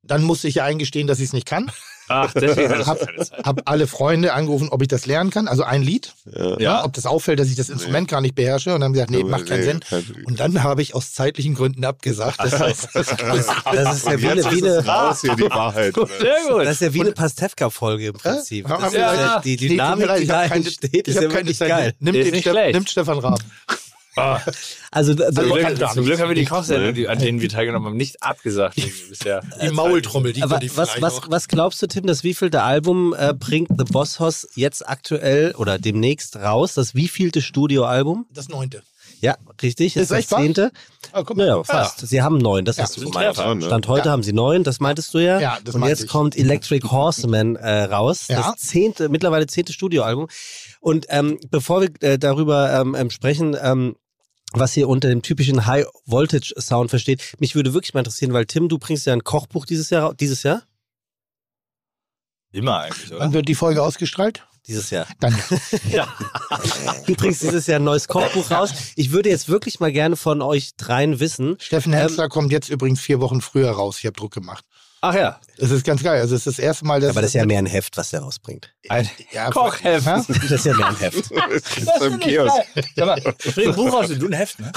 S3: Dann musste ich ja eingestehen, dass ich es nicht kann.
S5: Ach, deswegen hattest du
S3: Hab,
S5: keine Zeit.
S3: hab alle Freunde angerufen, ob ich das lernen kann. Also ein Lied, ne,
S5: Ja.
S3: ob das auffällt, dass ich das Instrument gar nicht beherrsche. Und haben gesagt, nee, macht keinen Sinn.
S8: Sinn.
S3: Und dann habe ich aus zeitlichen Gründen abgesagt. Das heißt, das ist
S2: Das ist ja wie eine,
S8: Jetzt
S2: wie
S8: ist es
S2: eine,
S8: raus hier, die Wahrheit.
S5: Sehr gut.
S2: das ist ja wie eine Pastewka-Folge im Prinzip.
S3: Warum
S2: Das ist
S3: haben wir-
S2: ja, die
S3: Nee, tut mir
S2: Dynamik,
S3: leid,
S2: die
S3: ich hab
S2: da
S3: keine-
S2: entsteht,
S3: ich
S2: ist
S3: hab
S2: ja
S3: keine
S2: wirklich
S3: Zeit.
S2: geil.
S3: Nimmt,
S5: Ist
S3: den
S5: nicht
S3: Ste-
S5: schlecht.
S3: nimmt Stefan Raab.
S2: Also, also
S5: Ah, Zum
S3: man
S5: Glück,
S3: kann gar
S5: zum Glück
S3: nicht. ne?
S5: haben wir die Kochsendung, die, an denen wir teilgenommen haben, nicht abgesagt bisher.
S3: Die Maultrommel, die
S2: Aber
S3: könnte ich
S2: was,
S3: vielleicht
S2: was,
S3: noch.
S2: was glaubst du, Tim, dass wie viel der Album äh, bringt The Boss Hoss jetzt aktuell oder demnächst raus? Das wievielte Studioalbum?
S3: Das neunte.
S2: Ja, richtig.
S3: Ist echt wahr?
S2: zehnte.
S3: Ah, guck mal.
S2: Naja, fast. Sie haben neun, das hast du
S5: sind
S2: gemeint.
S5: clever,
S8: ne?
S2: Stand heute
S3: Ja.
S2: haben sie neun, das meintest du ja.
S3: Ja, das
S2: Und
S3: meinte
S2: jetzt
S3: ich.
S2: kommt Electric Horseman äh, raus,
S3: Ja.
S2: das zehnte, mittlerweile zehnte Studioalbum. Und ähm, bevor wir äh, darüber ähm, ähm, sprechen, ähm, was hier unter dem typischen High Voltage Sound versteht, mich würde wirklich mal interessieren, weil Tim, du bringst ja ein Kochbuch dieses Jahr, ra- dieses Jahr,
S5: Immer eigentlich, oder?
S3: Wann wird die Folge ausgestrahlt?
S2: dieses Jahr.
S3: Dann
S2: Du bringst dieses Jahr ein neues Kochbuch raus. Ich würde jetzt wirklich mal gerne von euch dreien wissen.
S3: Steffen Hensler kommt jetzt übrigens vier Wochen früher raus. Ich habe Druck gemacht.
S5: Ach ja.
S3: Das ist ganz geil. Also es ist das erste Mal, dass
S2: Aber das ist ja mehr ein Heft, was der rausbringt.
S5: Ein
S3: Ja,
S5: Kochheft.
S3: Ja?
S2: Das ist ja mehr ein Heft.
S8: Das ist im Kiosk.
S5: Sag mal, bring ein Buch raus und du ein Heft, ne?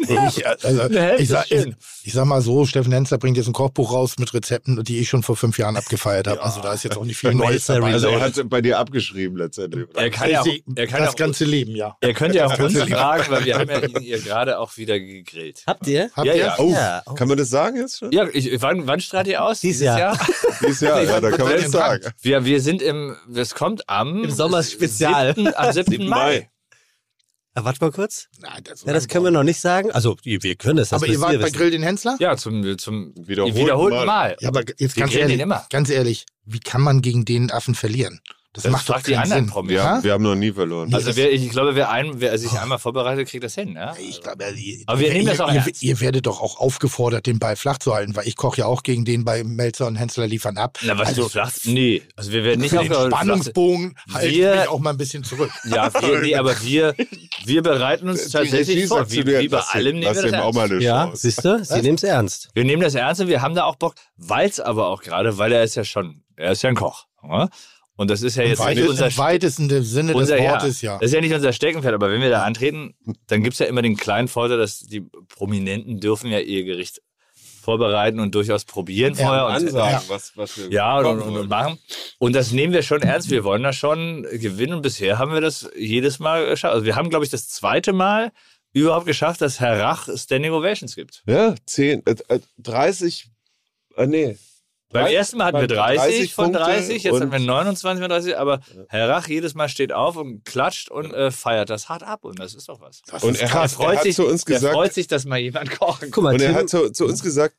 S3: Ich, also,
S5: Eine Hälfte
S3: ich, sag,
S5: ist
S3: ich,
S5: schön.
S3: ich sag mal so, Steffen Hensler bringt jetzt ein Kochbuch raus mit Rezepten, die ich schon vor fünf Jahren abgefeiert habe. Also da ist jetzt auch nicht viel Neues
S2: Raspberry
S3: dabei.
S8: Also er hat bei dir abgeschrieben letztendlich. oder?
S5: Er kann ja auch,
S3: Ich seh-
S5: er kann ja
S3: das
S5: auch,
S3: ganze Leben, ja.
S5: er könnte ja auch uns fragen, weil wir haben ja ihn ihr gerade auch wieder gegrillt.
S2: Habt ihr?
S3: Habt
S5: ja,
S3: ihr?
S5: ja.
S8: Oh,
S2: Ja, oh.
S8: kann man das sagen jetzt schon?
S5: Ja, ich, wann, wann strahlt ihr aus?
S2: Dieses Jahr.
S8: Dieses Jahr, ja, da kann man das
S3: Dran.
S8: sagen.
S5: Wir, wir sind im, es kommt am
S2: Im Sommerspezial.
S5: siebten- am 7. Mai.
S2: Ah, warte mal kurz.
S3: Nein, das,
S2: Ja, das können wir noch nicht sagen. Also, ihr- wir können es. Das
S3: Aber ihr
S2: müsst
S3: wart bei
S2: wissen.
S3: Grill den Hensler?
S5: Ja, zum, zum
S8: Wiederholten
S5: wiederholten Mal.
S3: Ja, aber jetzt
S5: Wir
S3: ganz
S5: grillen
S3: ehrlich,
S5: ihn immer.
S3: ganz ehrlich, wie kann man gegen den Affen verlieren? Das,
S5: Das
S3: macht doch
S5: fragt die
S3: keinen
S5: anderen
S3: Sinn.
S5: Promis.
S8: Wir,
S3: Ja?
S8: haben, wir haben noch nie verloeren.
S5: Also wer, ich glaube, wer, ein, wer sich einmal vorbereitet, kriegt das hin. Ja?
S3: Ich glaube, also, ihr-
S5: Aber wir nehmen
S3: ihr,
S5: das auch
S3: ihr,
S5: ernst.
S3: ihr werdet doch auch aufgefordert, den Ball flach zu halten, weil ich koche ja auch gegen den bei Melzer und Hensler liefern ab.
S5: Na, was
S3: also
S5: du flach? Nee, also wir werden nicht
S3: für den
S5: auf-
S3: Spannungsbogen halte ich
S5: Wir-
S3: mich auch mal ein bisschen zurück.
S5: Ja, wir, nee, aber wir, wir bereiten uns tatsächlich vor. Wie, wie bei allem nehmen
S8: lass
S5: wir das
S8: ihm auch
S5: ernst.
S8: mal eine
S2: Ja,
S8: Chance.
S2: siehst du? Sie nehmen es ernst.
S5: Wir nehmen das ernst und wir haben da auch Bock, weil es aber auch gerade, weil er ist ja schon, er ist ja ein Koch. oder? Und das ist ja jetzt nicht
S3: Weite,
S5: unser,
S3: Im weitesten Sinne
S5: unser
S3: des
S5: ja,
S3: Wortes, ja.
S5: Das ist ja nicht unser Steckenpferd, aber wenn wir da antreten, dann gibt es ja immer den kleinen Vorteil, dass die Prominenten dürfen ja ihr Gericht vorbereiten und durchaus probieren
S3: Ja,
S5: vorher. und,
S8: Ansagen,
S3: Ja.
S8: was, was wir
S5: Ja, und,
S8: kochen
S5: und, und
S8: wollen.
S5: machen. Und das nehmen wir schon ernst. Wir wollen das schon gewinnen. Und bisher haben wir das jedes Mal geschafft. Also wir haben, glaube ich, das zweite Mal überhaupt geschafft, dass Herr Rach Standing Ovations gibt.
S8: Ja, 10, äh, äh, 30, äh, nee,
S5: Beim ersten Mal hatten wir
S8: Beim
S5: 30,
S8: 30
S5: von
S8: Punkte
S5: 30, jetzt
S8: und-
S5: hatten wir 29 von 30, aber Herr Rach jedes Mal steht auf und klatscht und äh, feiert das hart ab und das ist doch was.
S3: Das
S8: Und
S3: ist
S8: er
S3: krass.
S8: hat,
S5: freut
S8: er hat
S5: sich-
S8: zu uns
S5: Er freut
S8: gesagt,
S5: sich, dass mal jemand kochen
S2: Guck mal,
S8: und er
S2: Tim,
S8: hat zu, zu uns gesagt,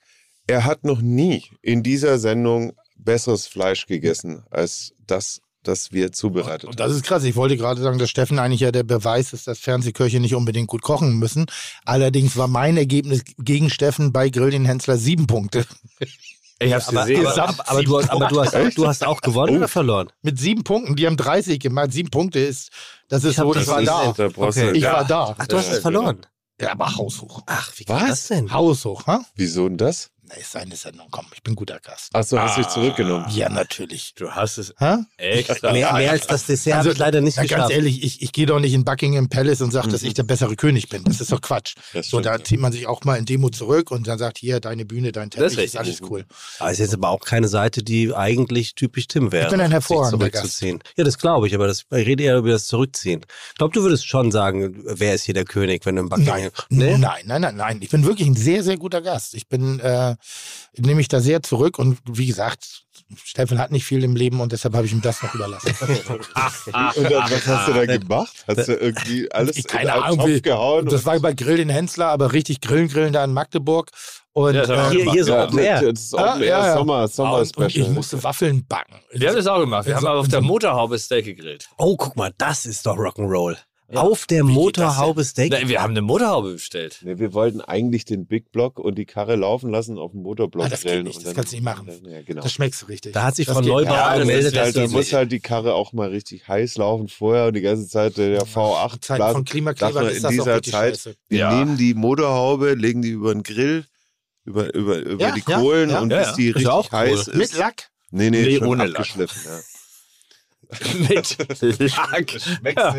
S8: er hat noch nie in dieser Sendung besseres Fleisch gegessen als das, das wir zubereitet
S3: Und
S8: haben.
S3: das ist krass. Ich wollte gerade sagen, dass Steffen eigentlich ja der Beweis ist, dass Fernsehköche nicht unbedingt gut kochen müssen. Allerdings war mein Ergebnis gegen Steffen bei Grill den Hensler sieben Punkte.
S5: Ich hab's
S2: aber,
S5: gesehen.
S2: aber, aber, aber, du, aber du, hast, du hast auch gewonnen
S3: Oh.
S2: oder verloren?
S3: Mit sieben Punkten. Die haben 30 gemacht. Sieben Punkte ist, das ist
S2: Ich hab
S3: so,
S2: das
S3: ich war
S2: nicht
S3: da.
S8: Da brauchst du-
S2: Okay.
S3: Ich war da.
S2: Ach, du hast es verloren.
S3: Ja, aber haushoch.
S2: Ach, wie Was?
S8: Was?
S2: das denn?
S3: Haushoch, ha?
S8: Wieso denn das?
S3: Na, ist seine Sendung. Komm, ich bin guter Gast.
S2: Ah.
S8: Achso, hast du dich zurückgenommen.
S3: Ah, Ja, natürlich.
S5: du hast es
S3: Ha?
S5: extra.
S2: Mehr, mehr als das Dessert habe ich leider nicht
S3: Na, Also, ganz
S2: geschafft.
S3: ehrlich, ich, ich gehe doch nicht in Buckingham Palace und sage, dass ich der bessere König bin. Das ist doch Quatsch.
S8: Das
S3: So,
S8: stimmt,
S3: da
S8: ja.
S3: zieht man sich auch mal in Demo zurück und dann sagt, hier, deine Bühne, dein
S5: Das ist
S3: Teppich, ist,
S5: richtig.
S3: alles cool.
S2: Aber ist jetzt aber auch keine Seite, die eigentlich typisch Tim wäre.
S3: Ich bin ein hervorragender
S2: sich zurückzuziehen. Ja, das glaube ich, aber das, ich rede eher über das Zurückziehen. Ich glaube, du würdest schon sagen, wer ist hier der König, wenn du im Backen... Ne?
S3: Nein. Nein, nein, nein, nein, Ich bin wirklich ein sehr, sehr guter Gast. Ich bin, äh, nehme mich da sehr zurück und wie gesagt, Steffen hat nicht viel im Leben und deshalb habe ich ihm das noch überlassen.
S8: Und dann, was hast du da gemacht? Hast du irgendwie alles
S3: Ich-
S8: in
S3: keine
S8: einen
S3: Ahnung,
S8: Topf
S3: wie-
S8: gehauen?
S3: Und das war bei Grill den Hensler, aber richtig Grillen, Grillen da in Magdeburg. Und,
S5: Ja, das haben wir
S3: äh,
S2: Hier, hier so
S8: ja,
S2: Open Air.
S8: das das ist Open
S3: Ja,
S8: Air
S3: Ah, ja, ja.
S8: Sommer, Sommer
S3: und, und ich
S8: Special.
S3: musste Waffeln backen.
S5: Wir haben das auch gemacht. Wir haben aber auf der Motorhaube Steak gegrillt.
S2: Oh, guck mal, das ist doch Rock'n'Roll. Auf der Motorhaube Steak.
S5: Nein, wir haben eine Motorhaube bestellt.
S8: Nee, wir wollten eigentlich den Big Block und die Karre laufen lassen auf dem Motorblock
S3: Ah, das geht
S8: stellen.
S3: nicht,
S8: und
S3: das kannst du nicht machen.
S8: Ja, genau.
S3: Das schmeckst du richtig.
S2: Da hat sich
S3: Das
S2: von
S3: geht
S2: Neubauer
S3: nicht.
S5: das
S2: gemeldet,
S5: ist
S2: dass
S8: halt, da
S2: die
S5: geht
S8: muss halt die Karre auch mal richtig heiß laufen vorher und die ganze Zeit äh, der V8
S3: Zeit
S8: blasen.
S3: von
S8: Sag
S3: Klimakleber
S8: mal,
S3: ist
S8: in
S3: das auch
S8: dieser
S3: richtig
S8: Zeit-
S3: scheiße.
S8: Wir
S5: Ja.
S8: nehmen die Motorhaube, legen die über den Grill, über, über, über
S3: Ja,
S8: die
S3: ja,
S8: Kohlen
S3: ja.
S8: und
S5: Ja,
S8: bis
S5: ja.
S8: die
S5: Ist
S8: richtig
S5: ja auch cool.
S8: heiß
S3: Mit
S8: ist.
S3: Lack?
S8: Nee, nee,
S5: Nee,
S8: schon
S5: ohne Lack.
S8: abgeschliffen. Ja.
S5: Mit Lack. Ja.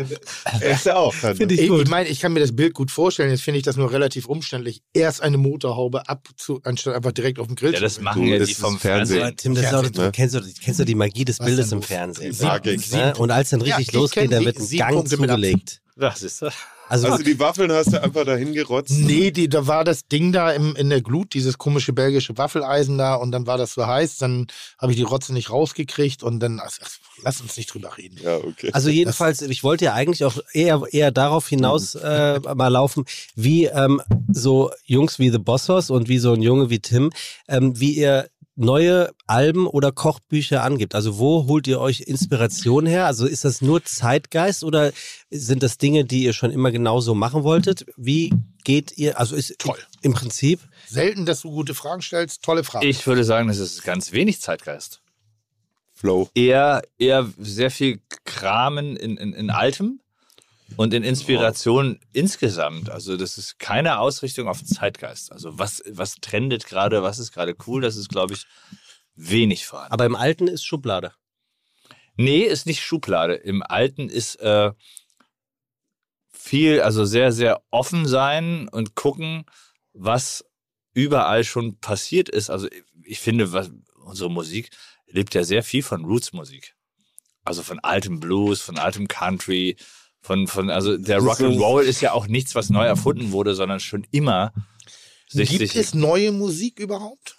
S8: Ist ja auch. Dann, ne?
S2: Finde
S3: Ich,
S2: ich
S3: ich
S2: gut.
S3: meine, ich kann mir das Bild gut vorstellen. Jetzt finde ich das nur relativ umständlich. Erst eine Motorhaube abzu, anstatt einfach direkt auf den Grill
S5: ja,
S3: zu
S5: das
S3: bringen.
S5: machen
S8: Du,
S5: ja
S8: das
S5: die
S8: ist
S5: vom
S8: Fernsehen.
S5: Fernsehen.
S2: Also, Tim, das ist auch,
S3: Fernsehen, ne?
S2: du kennst, doch, du kennst doch die Magie des
S3: Was
S2: Bildes
S3: denn
S2: im
S3: los?
S2: Fernsehen.
S8: Die Magik.
S2: Ne? Und als dann
S3: Ja,
S2: richtig
S3: ich
S2: losgeht,
S3: kenn
S2: dann
S3: sie-
S2: wird ein
S3: sie
S2: Gang
S3: Punkte mit
S2: zugelegt.
S5: Das ist das.
S2: Also,
S8: also die Waffeln hast du einfach dahin gerotzt.
S3: Nee, die, da war das Ding da im, in der Glut, dieses komische belgische Waffeleisen da und dann war das so heiß, dann habe ich die Rotze nicht rausgekriegt und dann, ach, ach, lass uns nicht drüber reden.
S8: Ja, okay.
S2: Also jedenfalls, ich wollte ja eigentlich auch eher, eher darauf hinaus äh, mal laufen, wie ähm, so Jungs wie The Bossos und wie so ein Junge wie Tim, ähm, wie ihr neue Alben oder Kochbücher angibt. Also wo holt ihr euch Inspiration her? Also ist das nur Zeitgeist oder sind das Dinge, die ihr schon immer genauso machen wolltet? Wie geht ihr, also ist
S3: Toll.
S2: im Prinzip,
S3: Selten, dass du gute Fragen stellst, tolle Fragen.
S5: Ich würde sagen, das ist ganz wenig Zeitgeist.
S8: Flow.
S5: eher, eher sehr viel Kramen in, in, in Altem und in Inspiration insgesamt. Also das ist keine Ausrichtung auf den Zeitgeist. Also was, was trendet gerade, was ist gerade cool, das ist, glaube ich, wenig vorhanden.
S2: aber im Alten ist Schublade.
S5: Nee, ist nicht Schublade. Im Alten ist äh, viel, also sehr, sehr offen sein und gucken, was überall schon passiert ist. Also ich- ich finde, was, unsere Musik lebt ja sehr viel von Roots-Musik. Also von altem Blues, von altem Country, von, von also der
S8: Das ist so-
S5: Rock'n'Roll ist ja auch nichts, was neu erfunden wurde, sondern schon immer sich,
S3: Gibt
S5: sich
S3: es neue Musik überhaupt?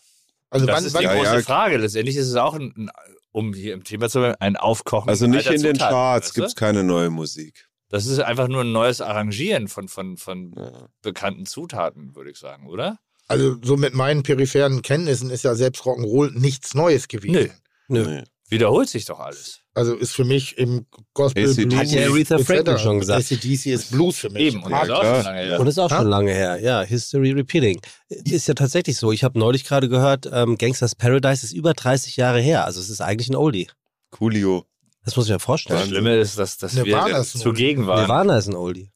S3: Also
S5: das
S3: wann,
S5: ist
S3: wann
S5: die
S8: Ja,
S5: große
S8: ja.
S5: Frage. Letztendlich ist es auch, ein, ein, um hier im Thema zu bleiben, ein Aufkochen.
S8: Also nicht
S5: alter
S8: in den
S5: Zutaten,
S8: Charts
S5: weißt du?
S8: gibt es keine neue Musik.
S5: Das ist einfach nur ein neues Arrangieren von, von, von
S8: Ja.
S5: bekannten Zutaten, würde ich sagen, oder?
S3: Also so mit meinen peripheren Kenntnissen ist ja selbst Rock'n'Roll nichts Neues gewesen.
S5: Nö.
S2: Nö.
S8: Nee.
S5: Wiederholt sich doch alles.
S3: Also ist für mich im Gospel
S8: AC/DC.
S3: Blues.
S8: Hat
S2: ja Aretha
S3: etc.
S2: Franklin schon gesagt.
S3: ACDC ist Blues für mich.
S5: Eben, und das ist auch
S8: klar.
S5: schon lange her.
S2: Und ist auch
S3: Ja.
S2: schon lange her. Ja, History Repeating. Ist ja tatsächlich so. Ich habe neulich gerade gehört, ähm, Gangsters Paradise ist über 30 Jahre her. Also es ist eigentlich ein Oldie.
S8: Coolio.
S2: Das muss ich mir
S5: Das
S2: vorstellen.
S5: Schlimme ist, dass, dass wir
S3: Nirvana
S5: dann
S3: ist ein-
S5: zugegen waren.
S2: Nirvana ist ein Oldie.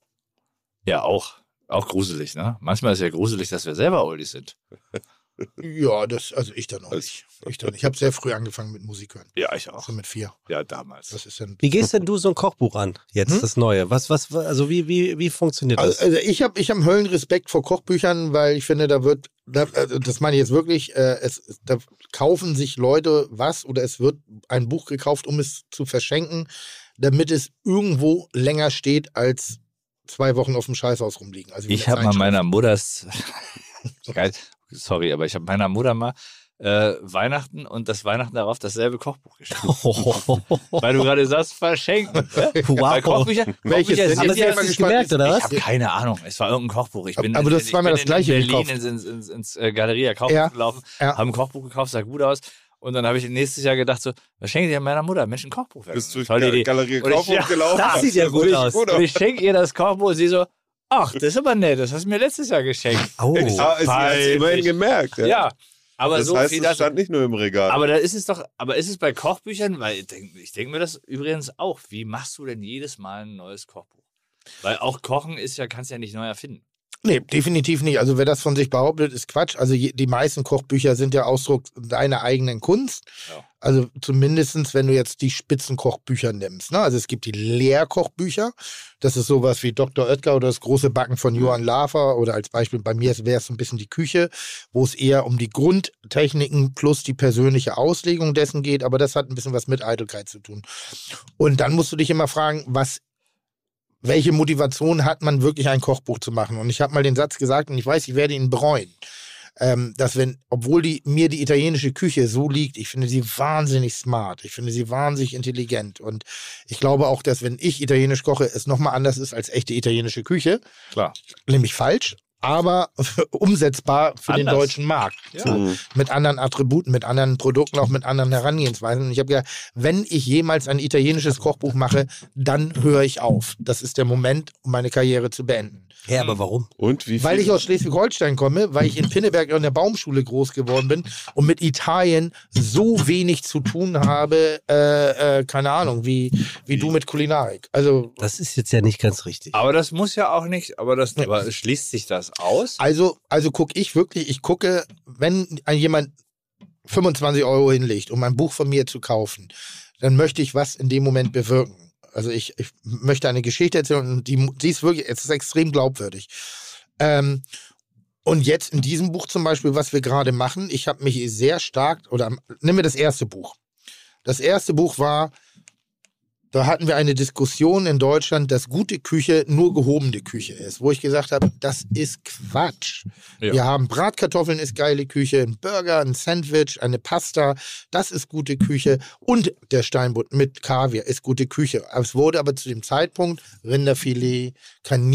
S5: Ja, auch. Auch gruselig, ne? Manchmal ist ja gruselig, dass wir selber Oldies sind.
S3: Ja, das, also ich dann auch
S8: Also-
S3: nicht. Ich, dann, ich habe sehr früh angefangen mit Musik hören.
S5: Ja, ich auch.
S3: Also mit vier.
S5: Ja, damals.
S3: Das ist dann.
S2: Wie gehst denn du so ein Kochbuch an? Jetzt
S3: Hm?
S2: das Neue. Was, was, also wie, wie, wie funktioniert das?
S3: Also, also ich habe ich hab einen Höllenrespekt vor Kochbüchern, weil ich finde, da wird, da, also das meine ich jetzt wirklich, äh, es, da kaufen sich Leute was oder es wird ein Buch gekauft, um es zu verschenken, damit es irgendwo länger steht als zwei Wochen auf dem Scheißhaus rumliegen. Also wie
S5: Ich
S3: eine
S5: habe mal
S3: Zeitschrift.
S5: meiner Mutter. Geil. Sorry, aber ich habe meiner Mutter mal äh, äh, Weihnachten und das Weihnachten darauf dasselbe Kochbuch geschrieben. Weil du gerade sagst, verschenken. Weil
S2: wow.
S5: Kochbücher,
S3: Welches
S5: Kochbücher
S3: denn?
S5: sind
S2: Aber
S3: bin
S2: Sie
S5: ja
S2: haben
S3: jetzt mal
S2: es nicht
S3: gespannt,
S2: gemerkt, oder
S5: ich
S2: was?
S5: habe keine Ahnung. Es war irgendein Kochbuch. Ich bin
S3: Aber du hast
S5: in,
S3: zweimal
S5: ich
S3: das
S5: bin
S3: Gleiche
S5: in Berlin
S3: gekauft.
S5: ins, ins, ins, ins äh, Galeria Kaufhof
S3: Ja.
S5: gelaufen,
S3: Ja.
S5: haben ein Kochbuch gekauft, sah gut aus. Und dann habe ich nächstes Jahr gedacht so, was schenke ich meiner Mutter? Mensch, ein Kochbuch. wäre
S8: Bist
S5: eine
S8: durch
S5: tolle
S8: Gal
S5: Idee.
S8: Galerie
S5: Und ich-
S8: Kaufhof
S5: ja,
S8: gelaufen.
S2: das sieht ja gut aus.
S5: Und ich schenke ihr das Kochbuch und sie so, ach, das ist aber nett, das hast du mir letztes Jahr geschenkt.
S2: Oh.
S8: Ich habe es
S5: Peinlich.
S8: immerhin gemerkt.
S5: Ja, aber
S8: das
S5: so
S8: heißt,
S5: viel
S8: es
S5: das.
S8: stand nicht nur im Regal.
S5: Aber da ist es doch, aber ist es bei Kochbüchern, weil ich denke ich denk mir das übrigens auch, wie machst du denn jedes Mal ein neues Kochbuch? Weil auch Kochen ist ja, kannst ja nicht neu erfinden.
S3: Nee, definitiv nicht. Also wer das von sich behauptet, ist Quatsch. Also je, die meisten Kochbücher sind ja Ausdruck deiner eigenen Kunst.
S5: Ja.
S3: Also zumindestens, wenn du jetzt die Spitzenkochbücher nimmst. Ne? Also es gibt die Lehrkochbücher. Das ist sowas wie Dr. Oetker oder das große Backen von Johann Lafer oder als Beispiel bei mir wäre es ein bisschen die Küche, wo es eher um die Grundtechniken plus die persönliche Auslegung dessen geht. Aber das hat ein bisschen was mit Eitelkeit zu tun. Und dann musst du dich immer fragen, was welche Motivation hat man wirklich ein Kochbuch zu machen? Und ich habe mal den Satz gesagt und ich weiß, ich werde ihn bereuen. Ähm, dass wenn, obwohl die, mir die italienische Küche so liegt, ich finde sie wahnsinnig smart, ich finde sie wahnsinnig intelligent und ich glaube auch, dass wenn ich italienisch koche, es nochmal anders ist als echte italienische Küche.
S5: Klar.
S3: Nämlich falsch, aber umsetzbar für den
S5: Anders.
S3: deutschen Markt.
S5: Ja.
S3: So
S8: Mhm.
S3: mit anderen Attributen, mit anderen Produkten, auch mit anderen Herangehensweisen. Und ich habe gedacht, wenn ich jemals ein italienisches Kochbuch mache, dann höre ich auf. Das ist der Moment, um meine Karriere zu beenden.
S2: Ja, aber warum?
S8: Und wie
S3: Weil
S8: viel-
S3: ich aus Schleswig-Holstein komme, weil ich in Pinneberg in der Baumschule groß geworden bin und mit Italien so wenig zu tun habe, äh, äh, keine Ahnung, wie, wie du mit Kulinarik. Also,
S2: Das ist jetzt ja nicht ganz richtig.
S5: Aber das muss ja auch nicht, aber das aber schließt sich das aus.
S3: also, also gucke ich wirklich, ich gucke, wenn ein jemand 25 Euro hinlegt, um ein Buch von mir zu kaufen, dann möchte ich was in dem Moment bewirken. Also ich, ich möchte eine Geschichte erzählen und die, die ist wirklich, es ist extrem glaubwürdig. Ähm, und jetzt in diesem Buch zum Beispiel, was wir gerade machen, ich habe mich sehr stark, oder am- nimm mir das erste Buch. Das erste Buch war, da hatten wir eine Diskussion in Deutschland, dass gute Küche nur gehobene Küche ist, wo ich gesagt habe, das ist Quatsch.
S5: Ja.
S3: Wir haben Bratkartoffeln ist geile Küche, ein Burger, ein Sandwich, eine Pasta, das ist gute Küche und der Steinbutt mit Kaviar ist gute Küche. Es wurde aber zu dem Zeitpunkt Rinderfilet,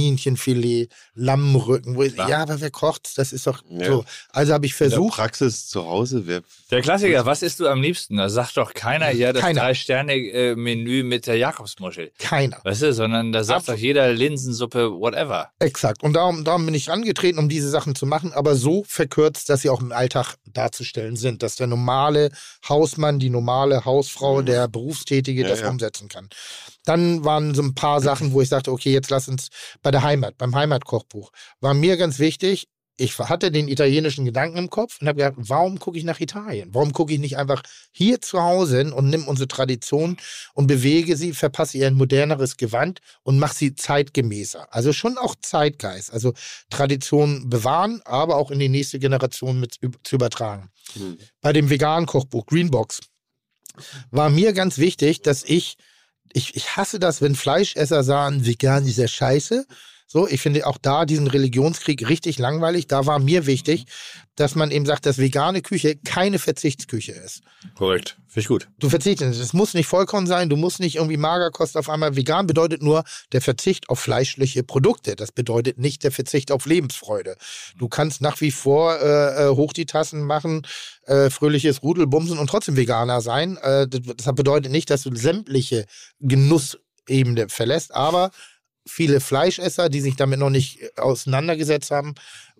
S3: Kaninchenfilet, Lammrücken, wo ich,
S5: Klar.
S3: ja, aber wer kocht's? Das ist doch
S8: Ja.
S3: so. Also habe ich
S8: in der
S3: versucht,
S8: Praxis zu Hause, wer
S5: Der Klassiker, was isst du am liebsten? Da sagt doch keiner ja das
S3: Keiner.
S5: Drei-Sterne-Menü mit der Jakobsmuschel.
S3: keiner.
S5: Weißt du, sondern da sagt
S3: Absolut.
S5: doch jeder Linsensuppe, whatever.
S3: Exakt. Und darum, darum bin ich angetreten, um diese Sachen zu machen, aber so verkürzt, dass sie auch im Alltag darzustellen sind, dass der normale Hausmann, die normale Hausfrau, der Berufstätige
S8: Mhm. Ja,
S3: das
S8: ja.
S3: umsetzen kann. Dann waren so ein paar Sachen, wo ich sagte, okay, jetzt lass uns bei der Heimat, beim Heimatkochbuch. War mir ganz wichtig, ich hatte den italienischen Gedanken im Kopf und habe gedacht, warum gucke ich nach Italien? Warum gucke ich nicht einfach hier zu Hause hin und nimm unsere Tradition und bewege sie, verpasse ihr ein moderneres Gewand und mach sie zeitgemäßer. Also schon auch Zeitgeist. Also Tradition bewahren, aber auch in die nächste Generation mit üb- zu übertragen. Bei dem veganen Kochbuch Greenbox war mir ganz wichtig, dass ich, ich, ich hasse das, wenn Fleischesser sagen, vegan ist ja scheiße. So, ich finde auch da diesen Religionskrieg richtig langweilig. Da war mir wichtig, dass man eben sagt, dass vegane Küche keine Verzichtsküche ist.
S5: Korrekt. Finde ich gut.
S3: Du verzichtest. Es muss nicht Vollkorn sein, du musst nicht irgendwie Magerkost auf einmal. Vegan bedeutet nur der Verzicht auf fleischliche Produkte. Das bedeutet nicht der Verzicht auf Lebensfreude. Du kannst nach wie vor äh, äh, hoch die Tassen machen, äh, fröhliches Rudelbumsen und trotzdem Veganer sein. Äh, das das bedeutet nicht, dass du sämtliche Genussebene verlässt, aber viele Fleischesser, die sich damit noch nicht äh, auseinandergesetzt haben,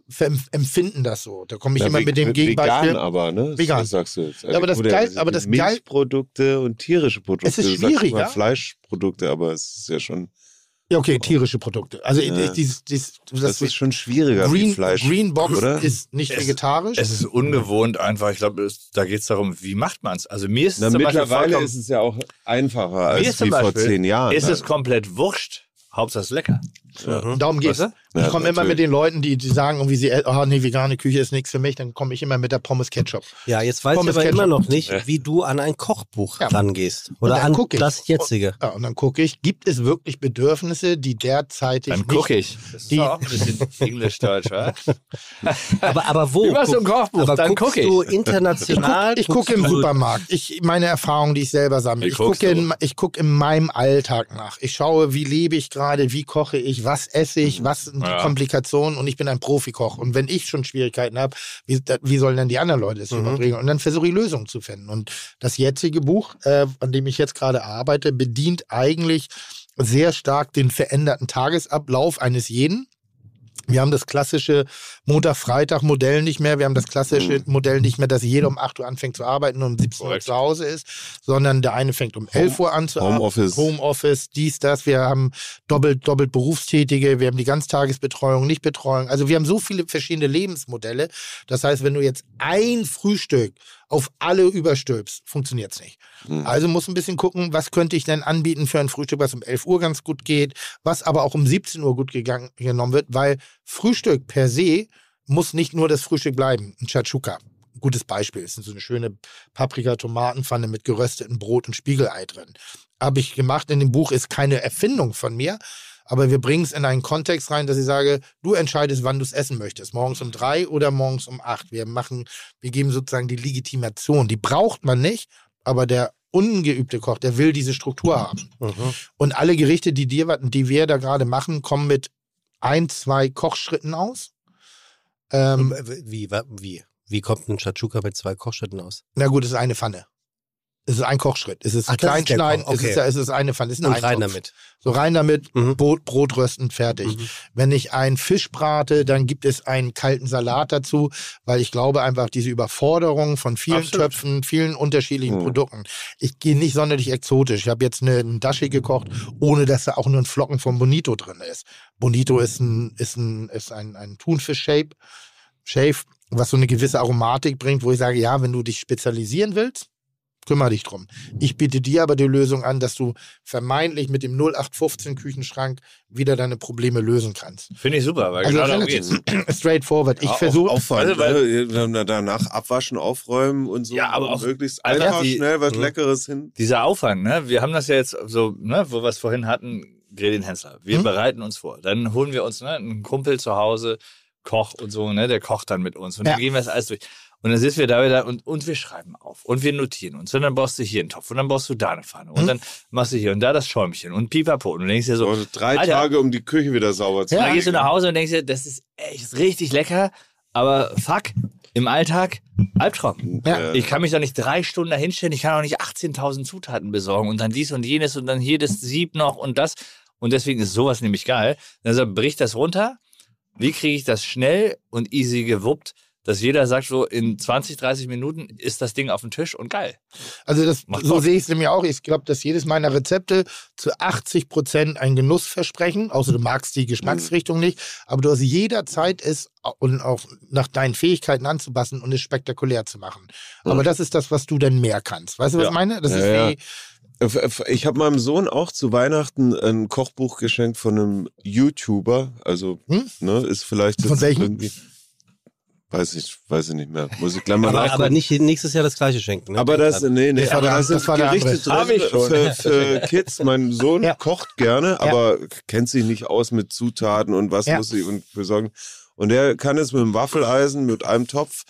S3: ver- empfinden das so. Da komme ich
S8: Na,
S3: immer
S8: ve-
S3: mit dem
S8: ve-
S3: Gegenbeispiel.
S8: Vegan aber, ne?
S3: Vegan.
S8: Das Sagst du jetzt. Also
S3: Ja, aber das
S8: Oder
S3: Geil- aber das Geil-
S8: Milchprodukte und tierische Produkte.
S3: Es ist
S8: Du sagst immer
S3: schwieriger.
S8: Fleischprodukte, aber es ist ja schon,
S3: Ja, okay, tierische Produkte. Also
S8: Ja.
S3: ich, dieses, dieses,
S8: das, ist schon schwieriger wie
S3: Green,
S8: Fleisch.
S3: Green Box
S8: oder?
S3: ist nicht
S5: Es-
S3: vegetarisch.
S5: Es ist ungewohnt einfach. Ich glaube, es- da geht es darum, wie macht man es? Also mir ist es
S8: Na,
S5: zum Beispiel
S8: mittlerweile
S5: vollkommen-
S8: ist es ja auch einfacher
S5: Mir
S8: als
S5: ist zum
S8: wie vor
S5: Beispiel-
S8: zehn Jahren.
S5: ist
S8: ne?
S5: es komplett wurscht. Hauptsache es ist lecker.
S2: Mhm.
S3: Und Hm? Darum geht's.
S5: Weißt
S3: Ich
S8: Ja,
S3: komme immer
S8: natürlich.
S3: mit den Leuten, die, die sagen irgendwie, sie, ah, nee, vegane Küche ist nichts für mich, dann komme ich immer mit der Pommes Ketchup.
S2: Ja, jetzt weiß
S3: Pommes
S2: ich aber
S3: Ketchup.
S2: immer noch nicht, wie du an ein Kochbuch
S3: Ja.
S2: rangehst. Oder
S3: dann
S2: an
S3: guck ich.
S2: das jetzige.
S3: Ja, und dann gucke ich, gibt es wirklich Bedürfnisse, die derzeitig
S5: Dann
S3: nicht
S5: gucke ich. Das ist
S3: Die-
S5: doch auch ein bisschen englisch-deutsch, wa?
S2: Aber, aber wo?
S5: Über so ein
S2: Guck-
S5: Kochbuch,
S2: aber
S5: dann
S2: guckst
S5: guck ich.
S2: du
S3: Ich
S2: international?
S3: gucke ich guck
S2: guckst
S3: im
S2: du-
S3: Supermarkt. Ich, meine Erfahrungen, die ich selber sammle.
S5: Wie
S3: Ich
S5: guckst
S3: gucke in,
S5: du?
S3: ich guck in meinem Alltag nach. Ich schaue, wie lebe ich gerade, wie koche ich, was esse ich, was sind die
S5: Ja.
S3: Komplikationen und ich bin ein Profikoch. Und wenn ich schon Schwierigkeiten habe, wie, da- wie sollen denn die anderen Leute
S5: Mhm.
S3: es überbringen? Und dann versuche ich Lösungen zu finden. Und das jetzige Buch, äh, an dem ich jetzt gerade arbeite, bedient eigentlich sehr stark den veränderten Tagesablauf eines jeden. Wir haben das klassische Montag-Freitag-Modell nicht mehr. Wir haben das klassische Modell nicht mehr, dass jeder um 8 Uhr anfängt zu arbeiten und um 17 Uhr
S5: Korrekt.
S3: zu Hause ist, sondern der eine fängt um 11 Uhr an zu arbeiten.
S8: Homeoffice.
S3: Homeoffice, dies, das. Wir haben doppelt, doppelt Berufstätige. Wir haben die Ganztagesbetreuung, Nichtbetreuung. Also wir haben so viele verschiedene Lebensmodelle. Das heißt, wenn du jetzt ein Frühstück auf alle überstülpst, funktioniert es nicht. Also muss ein bisschen gucken, was könnte ich denn anbieten für ein Frühstück, was um 11 Uhr ganz gut geht, was aber auch um 17 Uhr gut gegangen, genommen wird, weil Frühstück per se muss nicht nur das Frühstück bleiben. Ein Shakshuka, gutes Beispiel, ist so eine schöne Paprika-Tomatenpfanne mit geröstetem Brot und Spiegelei drin. Habe ich gemacht in dem Buch, ist keine Erfindung von mir, aber wir bringen es in einen Kontext rein, dass ich sage, du entscheidest, wann du es essen möchtest. Morgens um drei oder morgens um acht. Wir machen, wir geben sozusagen die Legitimation. Die braucht man nicht, aber der ungeübte Koch, der will diese Struktur haben.
S2: Mhm.
S3: Und alle Gerichte, die, dir, die wir da gerade machen, kommen mit ein, zwei Kochschritten aus.
S8: Hm.
S3: Ähm,
S2: äh, Wie, wa- wie? Wie kommt ein Shakshuka mit zwei Kochschritten aus?
S3: na gut, es ist eine Pfanne. Es ist ein Kochschritt. Es ist
S2: Ach, das ist der
S3: Kleinschneiden,
S2: Koch,
S3: es, ist,
S2: okay.
S3: es ist eine Pfanne. Es ist ein
S2: Und rein
S3: Eintopf.
S2: damit.
S3: So rein damit,
S2: Mhm.
S3: Brot, Brot rösten, fertig. Wenn ich einen Fisch brate, dann gibt es einen kalten Salat dazu, weil ich glaube einfach diese Überforderung von vielen Töpfen, vielen unterschiedlichen Produkten. Ich gehe nicht sonderlich exotisch. Ich habe jetzt eine, eine Dashi gekocht, ohne dass da auch nur ein Flocken von Bonito drin ist. Bonito ist ein, ist ein, ist ein, ein Thunfisch-Shape, Shape, was so eine gewisse Aromatik bringt, wo ich sage, ja, wenn du dich spezialisieren willst, kümmere dich drum. Ich biete dir aber die Lösung an, dass du vermeintlich mit dem 0815 Küchenschrank wieder deine Probleme lösen kannst.
S5: Finde ich super, weil
S3: Also
S5: genau darum
S3: relativ
S5: geht's.
S3: straightforward. Ich
S8: Ja, auch
S3: versuche,
S8: Aufwand,
S5: Also, weil-
S8: ne? Dann danach abwaschen, aufräumen und so.
S5: Ja, aber auch
S8: möglichst
S5: einfach
S8: einfach
S5: die-
S8: schnell was
S2: Mhm.
S8: Leckeres hin.
S5: Dieser Aufwand, ne? Wir haben das ja jetzt so, ne, wo wir es vorhin hatten, Gredin Hensler. Wir
S3: Hm?
S5: bereiten uns vor. Dann holen wir uns ne, einen Kumpel zu Hause, Koch und so, ne? Der kocht dann mit uns. Und dann
S3: Ja.
S5: gehen wir das alles durch. Und dann sitzen wir da wieder und, und wir schreiben auf und wir notieren uns. Und dann brauchst du hier einen Topf und dann brauchst du da eine Pfanne. Und
S3: Hm?
S5: dann machst du hier und da das Schäumchen und pipapo. Und du denkst dir so,
S8: So, drei
S5: Alter.
S8: Tage, um die Küche wieder sauber zu
S5: Und dann
S8: kriegen.
S5: gehst du nach Hause und denkst dir, das ist echt richtig lecker, aber fuck, im Alltag Albtraum.
S3: Ja.
S5: Ich kann mich doch nicht drei Stunden dahinstellen, ich kann auch nicht 18.000 Zutaten besorgen und dann dies und jenes und dann hier das Sieb noch und das. Und deswegen ist sowas nämlich geil. Also bricht das runter. Wie kriege ich das schnell und easy gewuppt, dass jeder sagt, so in 20, 30 Minuten ist das Ding auf dem Tisch und geil.
S3: also das,
S5: Macht
S3: so
S5: Bock.
S3: sehe ich es nämlich auch. Ich glaube, dass jedes meiner Rezepte zu 80 Prozent ein Genussversprechen, außer du magst die Geschmacksrichtung nicht, aber du hast jederzeit es und auch nach deinen Fähigkeiten anzupassen und es spektakulär zu machen. Aber das ist das, was du dann mehr kannst. Weißt du, was ich
S5: Ja.
S3: meine? Das
S8: Ja,
S3: ist
S8: ja.
S3: wie,
S8: F- f- Ich habe meinem Sohn auch zu Weihnachten ein Kochbuch geschenkt von einem YouTuber. Also,
S3: Hm?
S8: ne, ist vielleicht
S3: Von
S8: jetzt
S3: welchem?
S8: irgendwie. Weiß ich, weiß ich nicht mehr. Muss ich gleich mal
S2: Aber,
S8: nachgucken.
S2: aber nicht nächstes Jahr das gleiche schenken. Ne?
S8: Aber
S2: Denk
S8: das,
S2: dran.
S8: nee, nee,
S3: Das war
S8: aber
S3: der
S8: da
S3: andere-
S8: sind
S3: das war der
S8: Gerichte
S3: andere.
S8: drin
S5: Hab ich schon.
S8: für, für Kids. Mein Sohn
S3: Ja.
S8: kocht gerne, aber kennt sich nicht aus mit Zutaten und was
S3: Ja.
S8: muss ich und besorgen. Und er kann es mit einem Waffeleisen, mit einem Topf,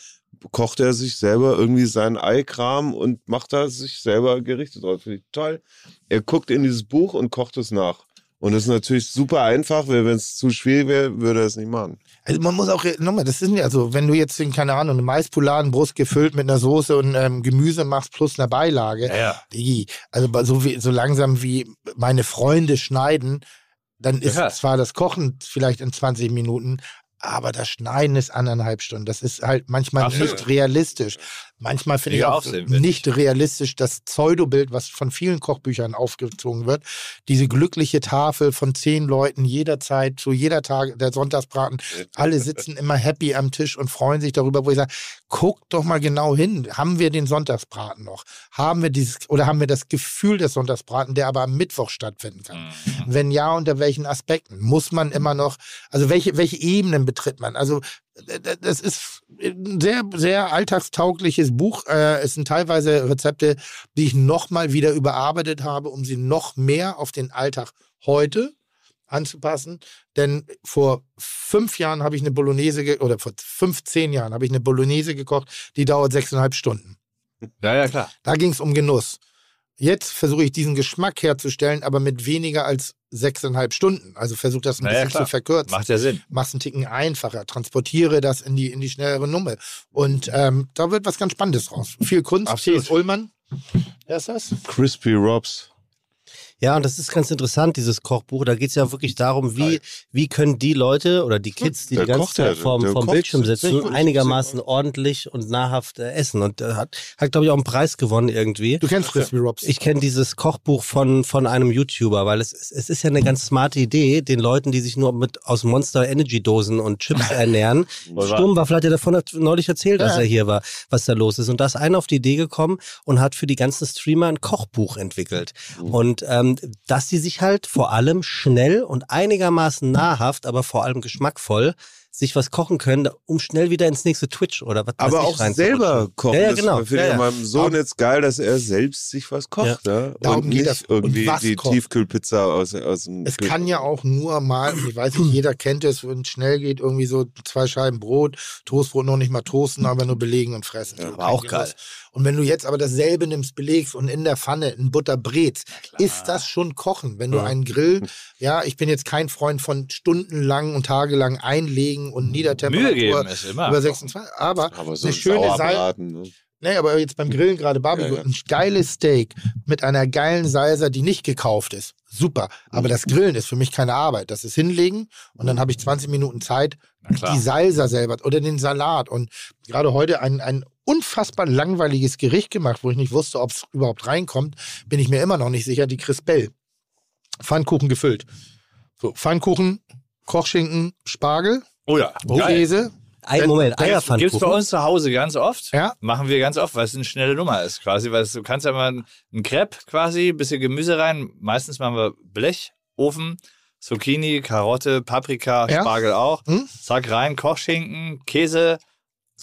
S8: kocht er sich selber irgendwie seinen Eikram und macht da sich selber Gerichte drauf. Finde ich toll. Er guckt in dieses Buch und kocht es nach. Und das ist natürlich super einfach, weil wenn es zu schwierig wäre, würde er es nicht machen.
S3: Also man muss auch, nochmal, das ist ja so, wenn du jetzt, den, keine Ahnung, eine Maispouladenbrust gefüllt mit einer Soße und ähm, Gemüse machst plus einer Beilage,
S5: ja.
S3: Digi, also bei- so, wie, so langsam wie meine Freunde schneiden, dann ist
S5: Ja.
S3: zwar das Kochen vielleicht in 20 Minuten, Aber das Schneiden ist anderthalb Stunden. Das ist halt manchmal
S5: Absolut.
S3: nicht realistisch. Manchmal finde ich
S5: Mega
S3: auch
S5: Aufsehen, finde
S3: nicht realistisch das Pseudobild, was von vielen Kochbüchern aufgezogen wird. Diese glückliche Tafel von zehn Leuten jederzeit zu jeder Tage der Sonntagsbraten. Alle sitzen immer happy am Tisch und freuen sich darüber, wo ich sage, guckt doch mal genau hin. Haben wir den Sonntagsbraten noch? Haben wir dieses oder haben wir das Gefühl des Sonntagsbraten, der aber am Mittwoch stattfinden kann? Wenn ja, unter welchen Aspekten? Muss man immer noch, also welche, welche Ebenen betritt man? Also d- d- das ist ein sehr, sehr alltagstaugliches Buch. Äh, Es sind teilweise Rezepte, die ich nochmal wieder überarbeitet habe, um sie noch mehr auf den Alltag heute anzupassen. Denn vor fünf Jahren habe ich eine Bolognese, ge- oder vor 15 Jahren habe ich eine Bolognese gekocht, die dauert sechseinhalb Stunden.
S5: Ja, ja, klar.
S3: Da ging es um Genuss. Jetzt versuche ich diesen Geschmack herzustellen, aber mit weniger als sechseinhalb Stunden. Also versuche das ein
S5: Na ja,
S3: bisschen
S5: klar.
S3: zu verkürzen.
S5: Macht ja Sinn.
S3: Mach's einen Ticken einfacher, transportiere das in die, in die schnellere Nummer. Und ähm, da wird was ganz Spannendes draus. Viel Kunst,
S5: Absolut.
S3: T.S. Ullmann. Wer ist das?
S8: Crispy Robs.
S2: Ja, und das ist ganz interessant, dieses Kochbuch. Da geht's ja wirklich darum, wie, wie können die Leute oder die Kids, die
S8: Der
S2: die ganze
S8: kocht ja,
S2: Zeit vorm,
S8: der
S2: vorm
S8: kocht
S2: Bildschirm sitzen,
S8: sechsundfünfzig
S2: einigermaßen ordentlich und nahrhaft äh, essen. Und äh, hat, hat glaube ich, auch einen Preis gewonnen irgendwie.
S3: Du kennst Crispy Robs.
S2: Ich kenne dieses Kochbuch von, von einem YouTuber, weil es, es ist ja eine ganz smarte Idee, den Leuten, die sich nur mit aus Monster Energy Dosen und Chips ernähren. Sturmwaffel hat ja davon neulich erzählt, als
S3: Ja.
S2: er hier war, was da los ist. Und da ist einer auf die Idee gekommen und hat für die ganzen Streamer ein Kochbuch entwickelt.
S8: Uh.
S2: Und ähm, dass sie sich halt vor allem schnell und einigermaßen nahrhaft, aber vor allem geschmackvoll sich was kochen können, um schnell wieder ins nächste Twitch oder was weiß
S8: Aber
S2: ich
S8: auch
S2: reinzurutschen.
S8: selber kochen.
S2: Ja, ja,
S8: Das
S2: genau.
S8: finde
S2: Ja,
S8: ich
S2: ja.
S8: meinem Sohn jetzt geil, dass er selbst sich was kocht. Ne?
S3: Darum
S8: Und
S3: geht
S8: nicht
S3: das. Und
S8: irgendwie
S3: was
S8: die
S3: kocht.
S8: Tiefkühlpizza aus, aus dem
S3: Es
S8: Kühl-
S3: kann ja auch nur mal, und ich weiß nicht, jeder kennt es, wenn es schnell geht, irgendwie so zwei Scheiben Brot, Toastbrot noch nicht mal toasten, aber nur belegen und fressen.
S2: aber auch
S3: Kein Genuss.
S2: geil.
S3: Und wenn du jetzt aber dasselbe nimmst, belegst und in der Pfanne in Butter brätst, ist das schon Kochen. Wenn du einen Grill, ja, ich bin jetzt kein Freund von stundenlang und tagelang einlegen und
S5: Mühe geben
S3: Niedertemperatur
S5: ist immer.
S3: über 26, aber,
S8: aber so
S3: eine
S8: eine
S3: schöne
S8: schöne
S3: Salz,
S8: Sauerbraten. Ne?
S3: Nee, aber jetzt beim Grillen gerade Barbecue.
S8: Ja, ja.
S3: Ein geiles Steak mit einer geilen Salsa, die nicht gekauft ist. Super. Aber das Grillen ist für mich keine Arbeit. Das ist hinlegen und dann habe ich 20 Minuten Zeit,
S5: Na klar.
S3: die Salsa selber oder den Salat. Und gerade heute ein, ein unfassbar langweiliges Gericht gemacht, wo ich nicht wusste, ob es überhaupt reinkommt, bin ich mir immer noch nicht sicher. Die Crispell. Pfannkuchen gefüllt. So, Pfannkuchen, Kochschinken, Spargel,
S5: Oh ja. Geil.
S3: Käse.
S2: Ei, Moment,
S5: Gibt es bei
S2: Eierpfannkuchen.
S5: uns zu Hause ganz oft.
S3: Ja.
S5: Machen wir ganz oft, weil es eine schnelle Nummer ist quasi. Weil es- du kannst ja mal ein- ein Crepe quasi, ein bisschen Gemüse rein. Meistens machen wir Blech, Ofen, Zucchini, Karotte, Paprika,
S3: Ja.
S5: Spargel auch.
S3: Hm?
S5: Zack rein, Kochschinken, Käse,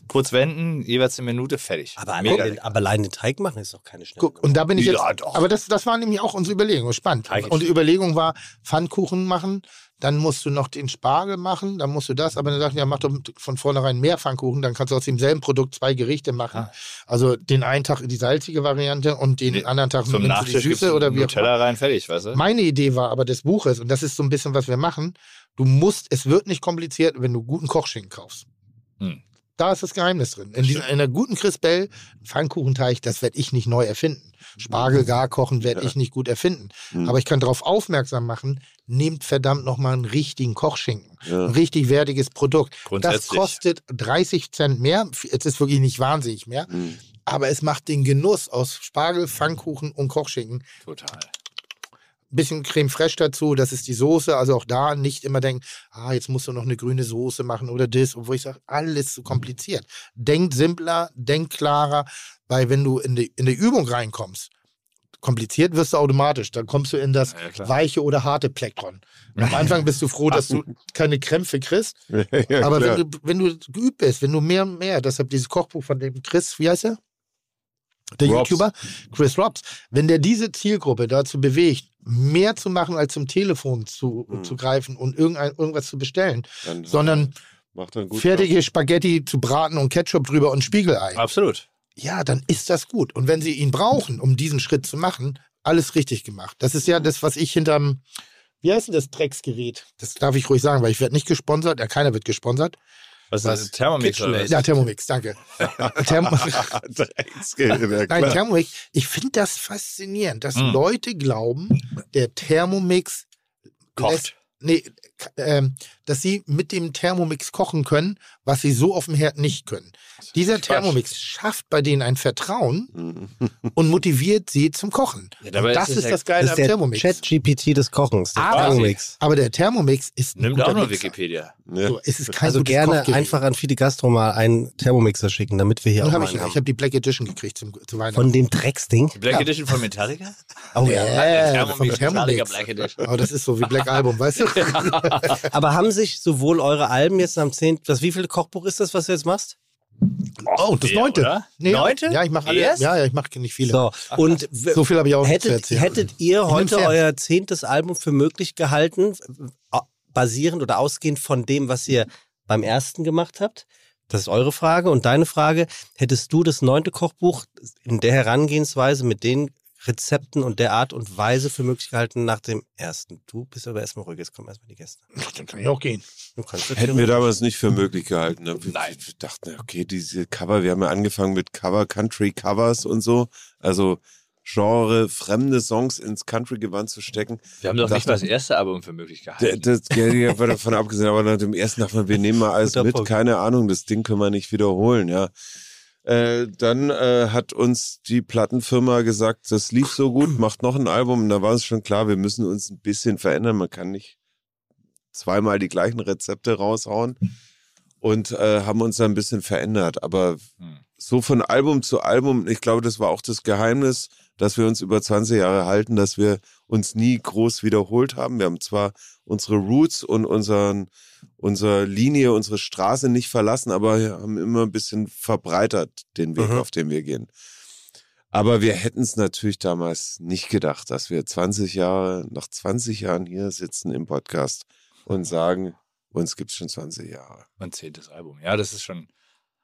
S5: kurz wenden, jeweils eine Minute, fertig.
S2: Aber,
S5: Mega
S2: allein, aber allein den Teig machen ist doch keine schnelle
S3: Guck, und da bin ich
S5: Ja,
S3: jetzt.
S5: doch.
S3: Aber das, das war nämlich auch unsere Überlegung. Spannend.
S5: Eigentlich.
S3: Und die Überlegung war, Pfannkuchen machen, dann musst du noch den Spargel machen, dann musst du das. Aber dann sagten, ja, mach doch von vornherein mehr Pfannkuchen, dann kannst du aus demselben Produkt zwei Gerichte machen.
S5: Ah.
S3: Also den einen Tag die salzige Variante und den
S5: Nee,
S3: anderen Tag
S5: Zum
S3: nimmst du die
S5: Nachtisch gibt's
S3: Süße oder wie auch immer.
S5: Nutella rein, fertig, weißt du?
S3: Meine Idee war aber des Buches, und das ist so ein bisschen, was wir machen, du musst, es wird nicht kompliziert, wenn du guten Kochschinken kaufst.
S5: Hm.
S3: Da ist das Geheimnis drin. In, dieser, in einer guten Crispell, Pfannkuchenteig, das werde ich nicht neu erfinden. Spargel
S5: Hm.
S3: gar kochen werde ich nicht gut erfinden. Aber ich kann darauf aufmerksam machen, nehmt verdammt nochmal einen richtigen Kochschinken. Ein richtig wertiges Produkt. Das
S5: Grundsätzlich.
S3: kostet 30 Cent mehr. Es ist wirklich nicht wahnsinnig mehr.
S5: Hm.
S3: Aber es macht den Genuss aus Spargel, Pfannkuchen und Kochschinken
S5: Total.
S3: bisschen Creme Fraiche dazu, das ist die Soße. Also auch da nicht immer denken, ah, jetzt musst du noch eine grüne Soße machen oder das, obwohl ich sage, alles
S5: Mhm.
S3: zu kompliziert. Denkt simpler, denkt klarer, weil wenn du in die, in die Übung reinkommst, kompliziert wirst du automatisch. Dann kommst du in das
S5: Ja, klar. Ah,
S3: weiche oder harte Plektron. Am Anfang bist du froh, dass du
S5: uh.
S3: keine Krämpfe kriegst.
S8: Ja,
S3: aber
S8: klar.
S3: wenn du, wenn du geübt bist, wenn du mehr und mehr, deshalb dieses Kochbuch von dem Chris, wie heißt er? Der
S8: Robs.
S3: YouTuber, Chris Robs, wenn der diese Zielgruppe dazu bewegt, mehr zu machen, als zum Telefon zu,
S8: Hm.
S3: zu greifen und irgendein, irgendwas zu bestellen,
S8: Dann
S3: sondern
S8: macht dann gut.
S3: fertige Spaghetti zu braten und Ketchup drüber und Spiegelei,
S8: Ah.
S5: Absolut.
S3: ja, dann ist das gut. Und wenn sie ihn brauchen, um diesen Schritt zu machen, alles richtig gemacht. Das ist ja das, was ich hinterm, wie heißt denn das Drecksgerät? Das darf ich ruhig sagen, weil ich werde nicht gesponsert, ja, keiner wird gesponsert.
S5: Was ist das? Thermomix oder was?
S3: Ja, Thermomix, danke. Therm
S8: Drecksgerät,
S3: Nein,
S8: klar.
S3: Thermomix. Ich finde das faszinierend, dass
S5: Mm.
S3: Leute glauben, der Thermomix
S5: Kocht.
S3: lässt, nee, ähm, dass sie mit dem Thermomix kochen können, was sie so auf dem Herd nicht können. Dieser Thermomix schafft bei denen ein Vertrauen und motiviert sie zum Kochen.
S5: Hm. Ja, dabei
S3: und das
S5: ist
S3: ist,
S5: es ja-
S3: das Geile
S2: Das
S3: am
S2: ist der
S3: Thermomix.
S2: Chat-GPT des Kochens, der
S3: Aber-
S2: Thermomix.
S3: Aber der Thermomix ist ein
S5: Nimmt
S3: guter
S5: auch nur
S3: Mixer.
S5: Wikipedia.
S8: Ja.
S3: So, es ist kein
S2: Also
S3: gutes
S2: gerne
S3: Kochgerät.
S2: einfach an viele Gastro mal einen Thermomixer schicken, damit wir hier
S3: Nun
S2: auch
S3: hab
S2: mal
S3: ich, ich
S2: einen
S3: habe
S2: haben.
S3: die Black Edition gekriegt zum, zu Weihnachten.
S2: Von dem Drecksding.
S5: Die Black
S3: Ja. Äh,
S5: Edition von Metallica?
S2: Oh ja.
S3: Ja,
S5: Thermomix,
S3: vom
S5: Metallica
S3: Thermomix.
S5: Black Edition.
S3: Aber Oh, das ist so wie Black Album, weißt du?
S2: Aber haben sich sowohl eure Alben jetzt am 10. Das wievielte Kochbuch ist das, was du jetzt machst?
S3: Oh, das
S5: Ja,
S3: neunte.
S5: oder?
S3: Nee,
S5: Neunte?
S3: Ja, ich mache alle.
S5: Erst?
S3: Ja, ja, ich mache nicht viele. So,
S2: So. Und w-
S3: viel habe ich auch nicht zu
S2: hättet,
S3: erzählen.
S2: hättet ihr
S3: bin
S2: heute
S3: Fan.
S2: euer zehntes Album für möglich gehalten, w- basierend oder ausgehend von dem, was ihr beim ersten gemacht habt? Das ist eure Frage. Und deine Frage, hättest du das neunte Kochbuch in der Herangehensweise mit den Rezepten und der Art und Weise für möglich gehalten nach dem ersten? Du bist aber erstmal ruhig, jetzt kommen erstmal die Gäste.
S3: Dann kann ich auch gehen.
S2: Du kannst jetzt
S8: Hätten
S2: hier-
S8: wir damals nicht für möglich gehalten. Ne? Wir, wir dachten, okay, diese Cover, wir haben ja angefangen mit Cover, Country-Covers und so. Also Genre, fremde Songs ins Country-Gewand zu stecken.
S5: Wir haben doch nicht
S8: Dachten-
S5: mal das erste Album für möglich
S8: D-
S5: gehalten.
S8: Das Geld ich war davon abgesehen, aber nach dem ersten dachte man, wir nehmen mal alles
S2: Guter
S8: mit,
S2: Punkt.
S8: keine Ahnung, das Ding können wir nicht wiederholen, ja. Äh, dann äh, hat uns die Plattenfirma gesagt, das lief so gut, macht noch ein Album. Und da war es schon klar, wir müssen uns ein bisschen verändern. Man kann nicht zweimal die gleichen Rezepte raushauen. Und äh, haben uns da ein bisschen verändert. Aber
S5: Hm.
S8: so von Album zu Album, ich glaube, das war auch das Geheimnis, dass wir uns über 20 Jahre halten, dass wir uns nie groß wiederholt haben. Wir haben zwar unsere Roots und unseren, unsere Linie, unsere Straße nicht verlassen, aber haben immer ein bisschen verbreitert den Weg,
S2: Mhm.
S8: auf den wir gehen. Aber wir hätten es natürlich damals nicht gedacht, dass wir 20 Jahre, nach 20 Jahren hier sitzen im Podcast und sagen, uns gibt es schon 20 Jahre.
S5: Mein zehntes Album. Ja, das ist schon.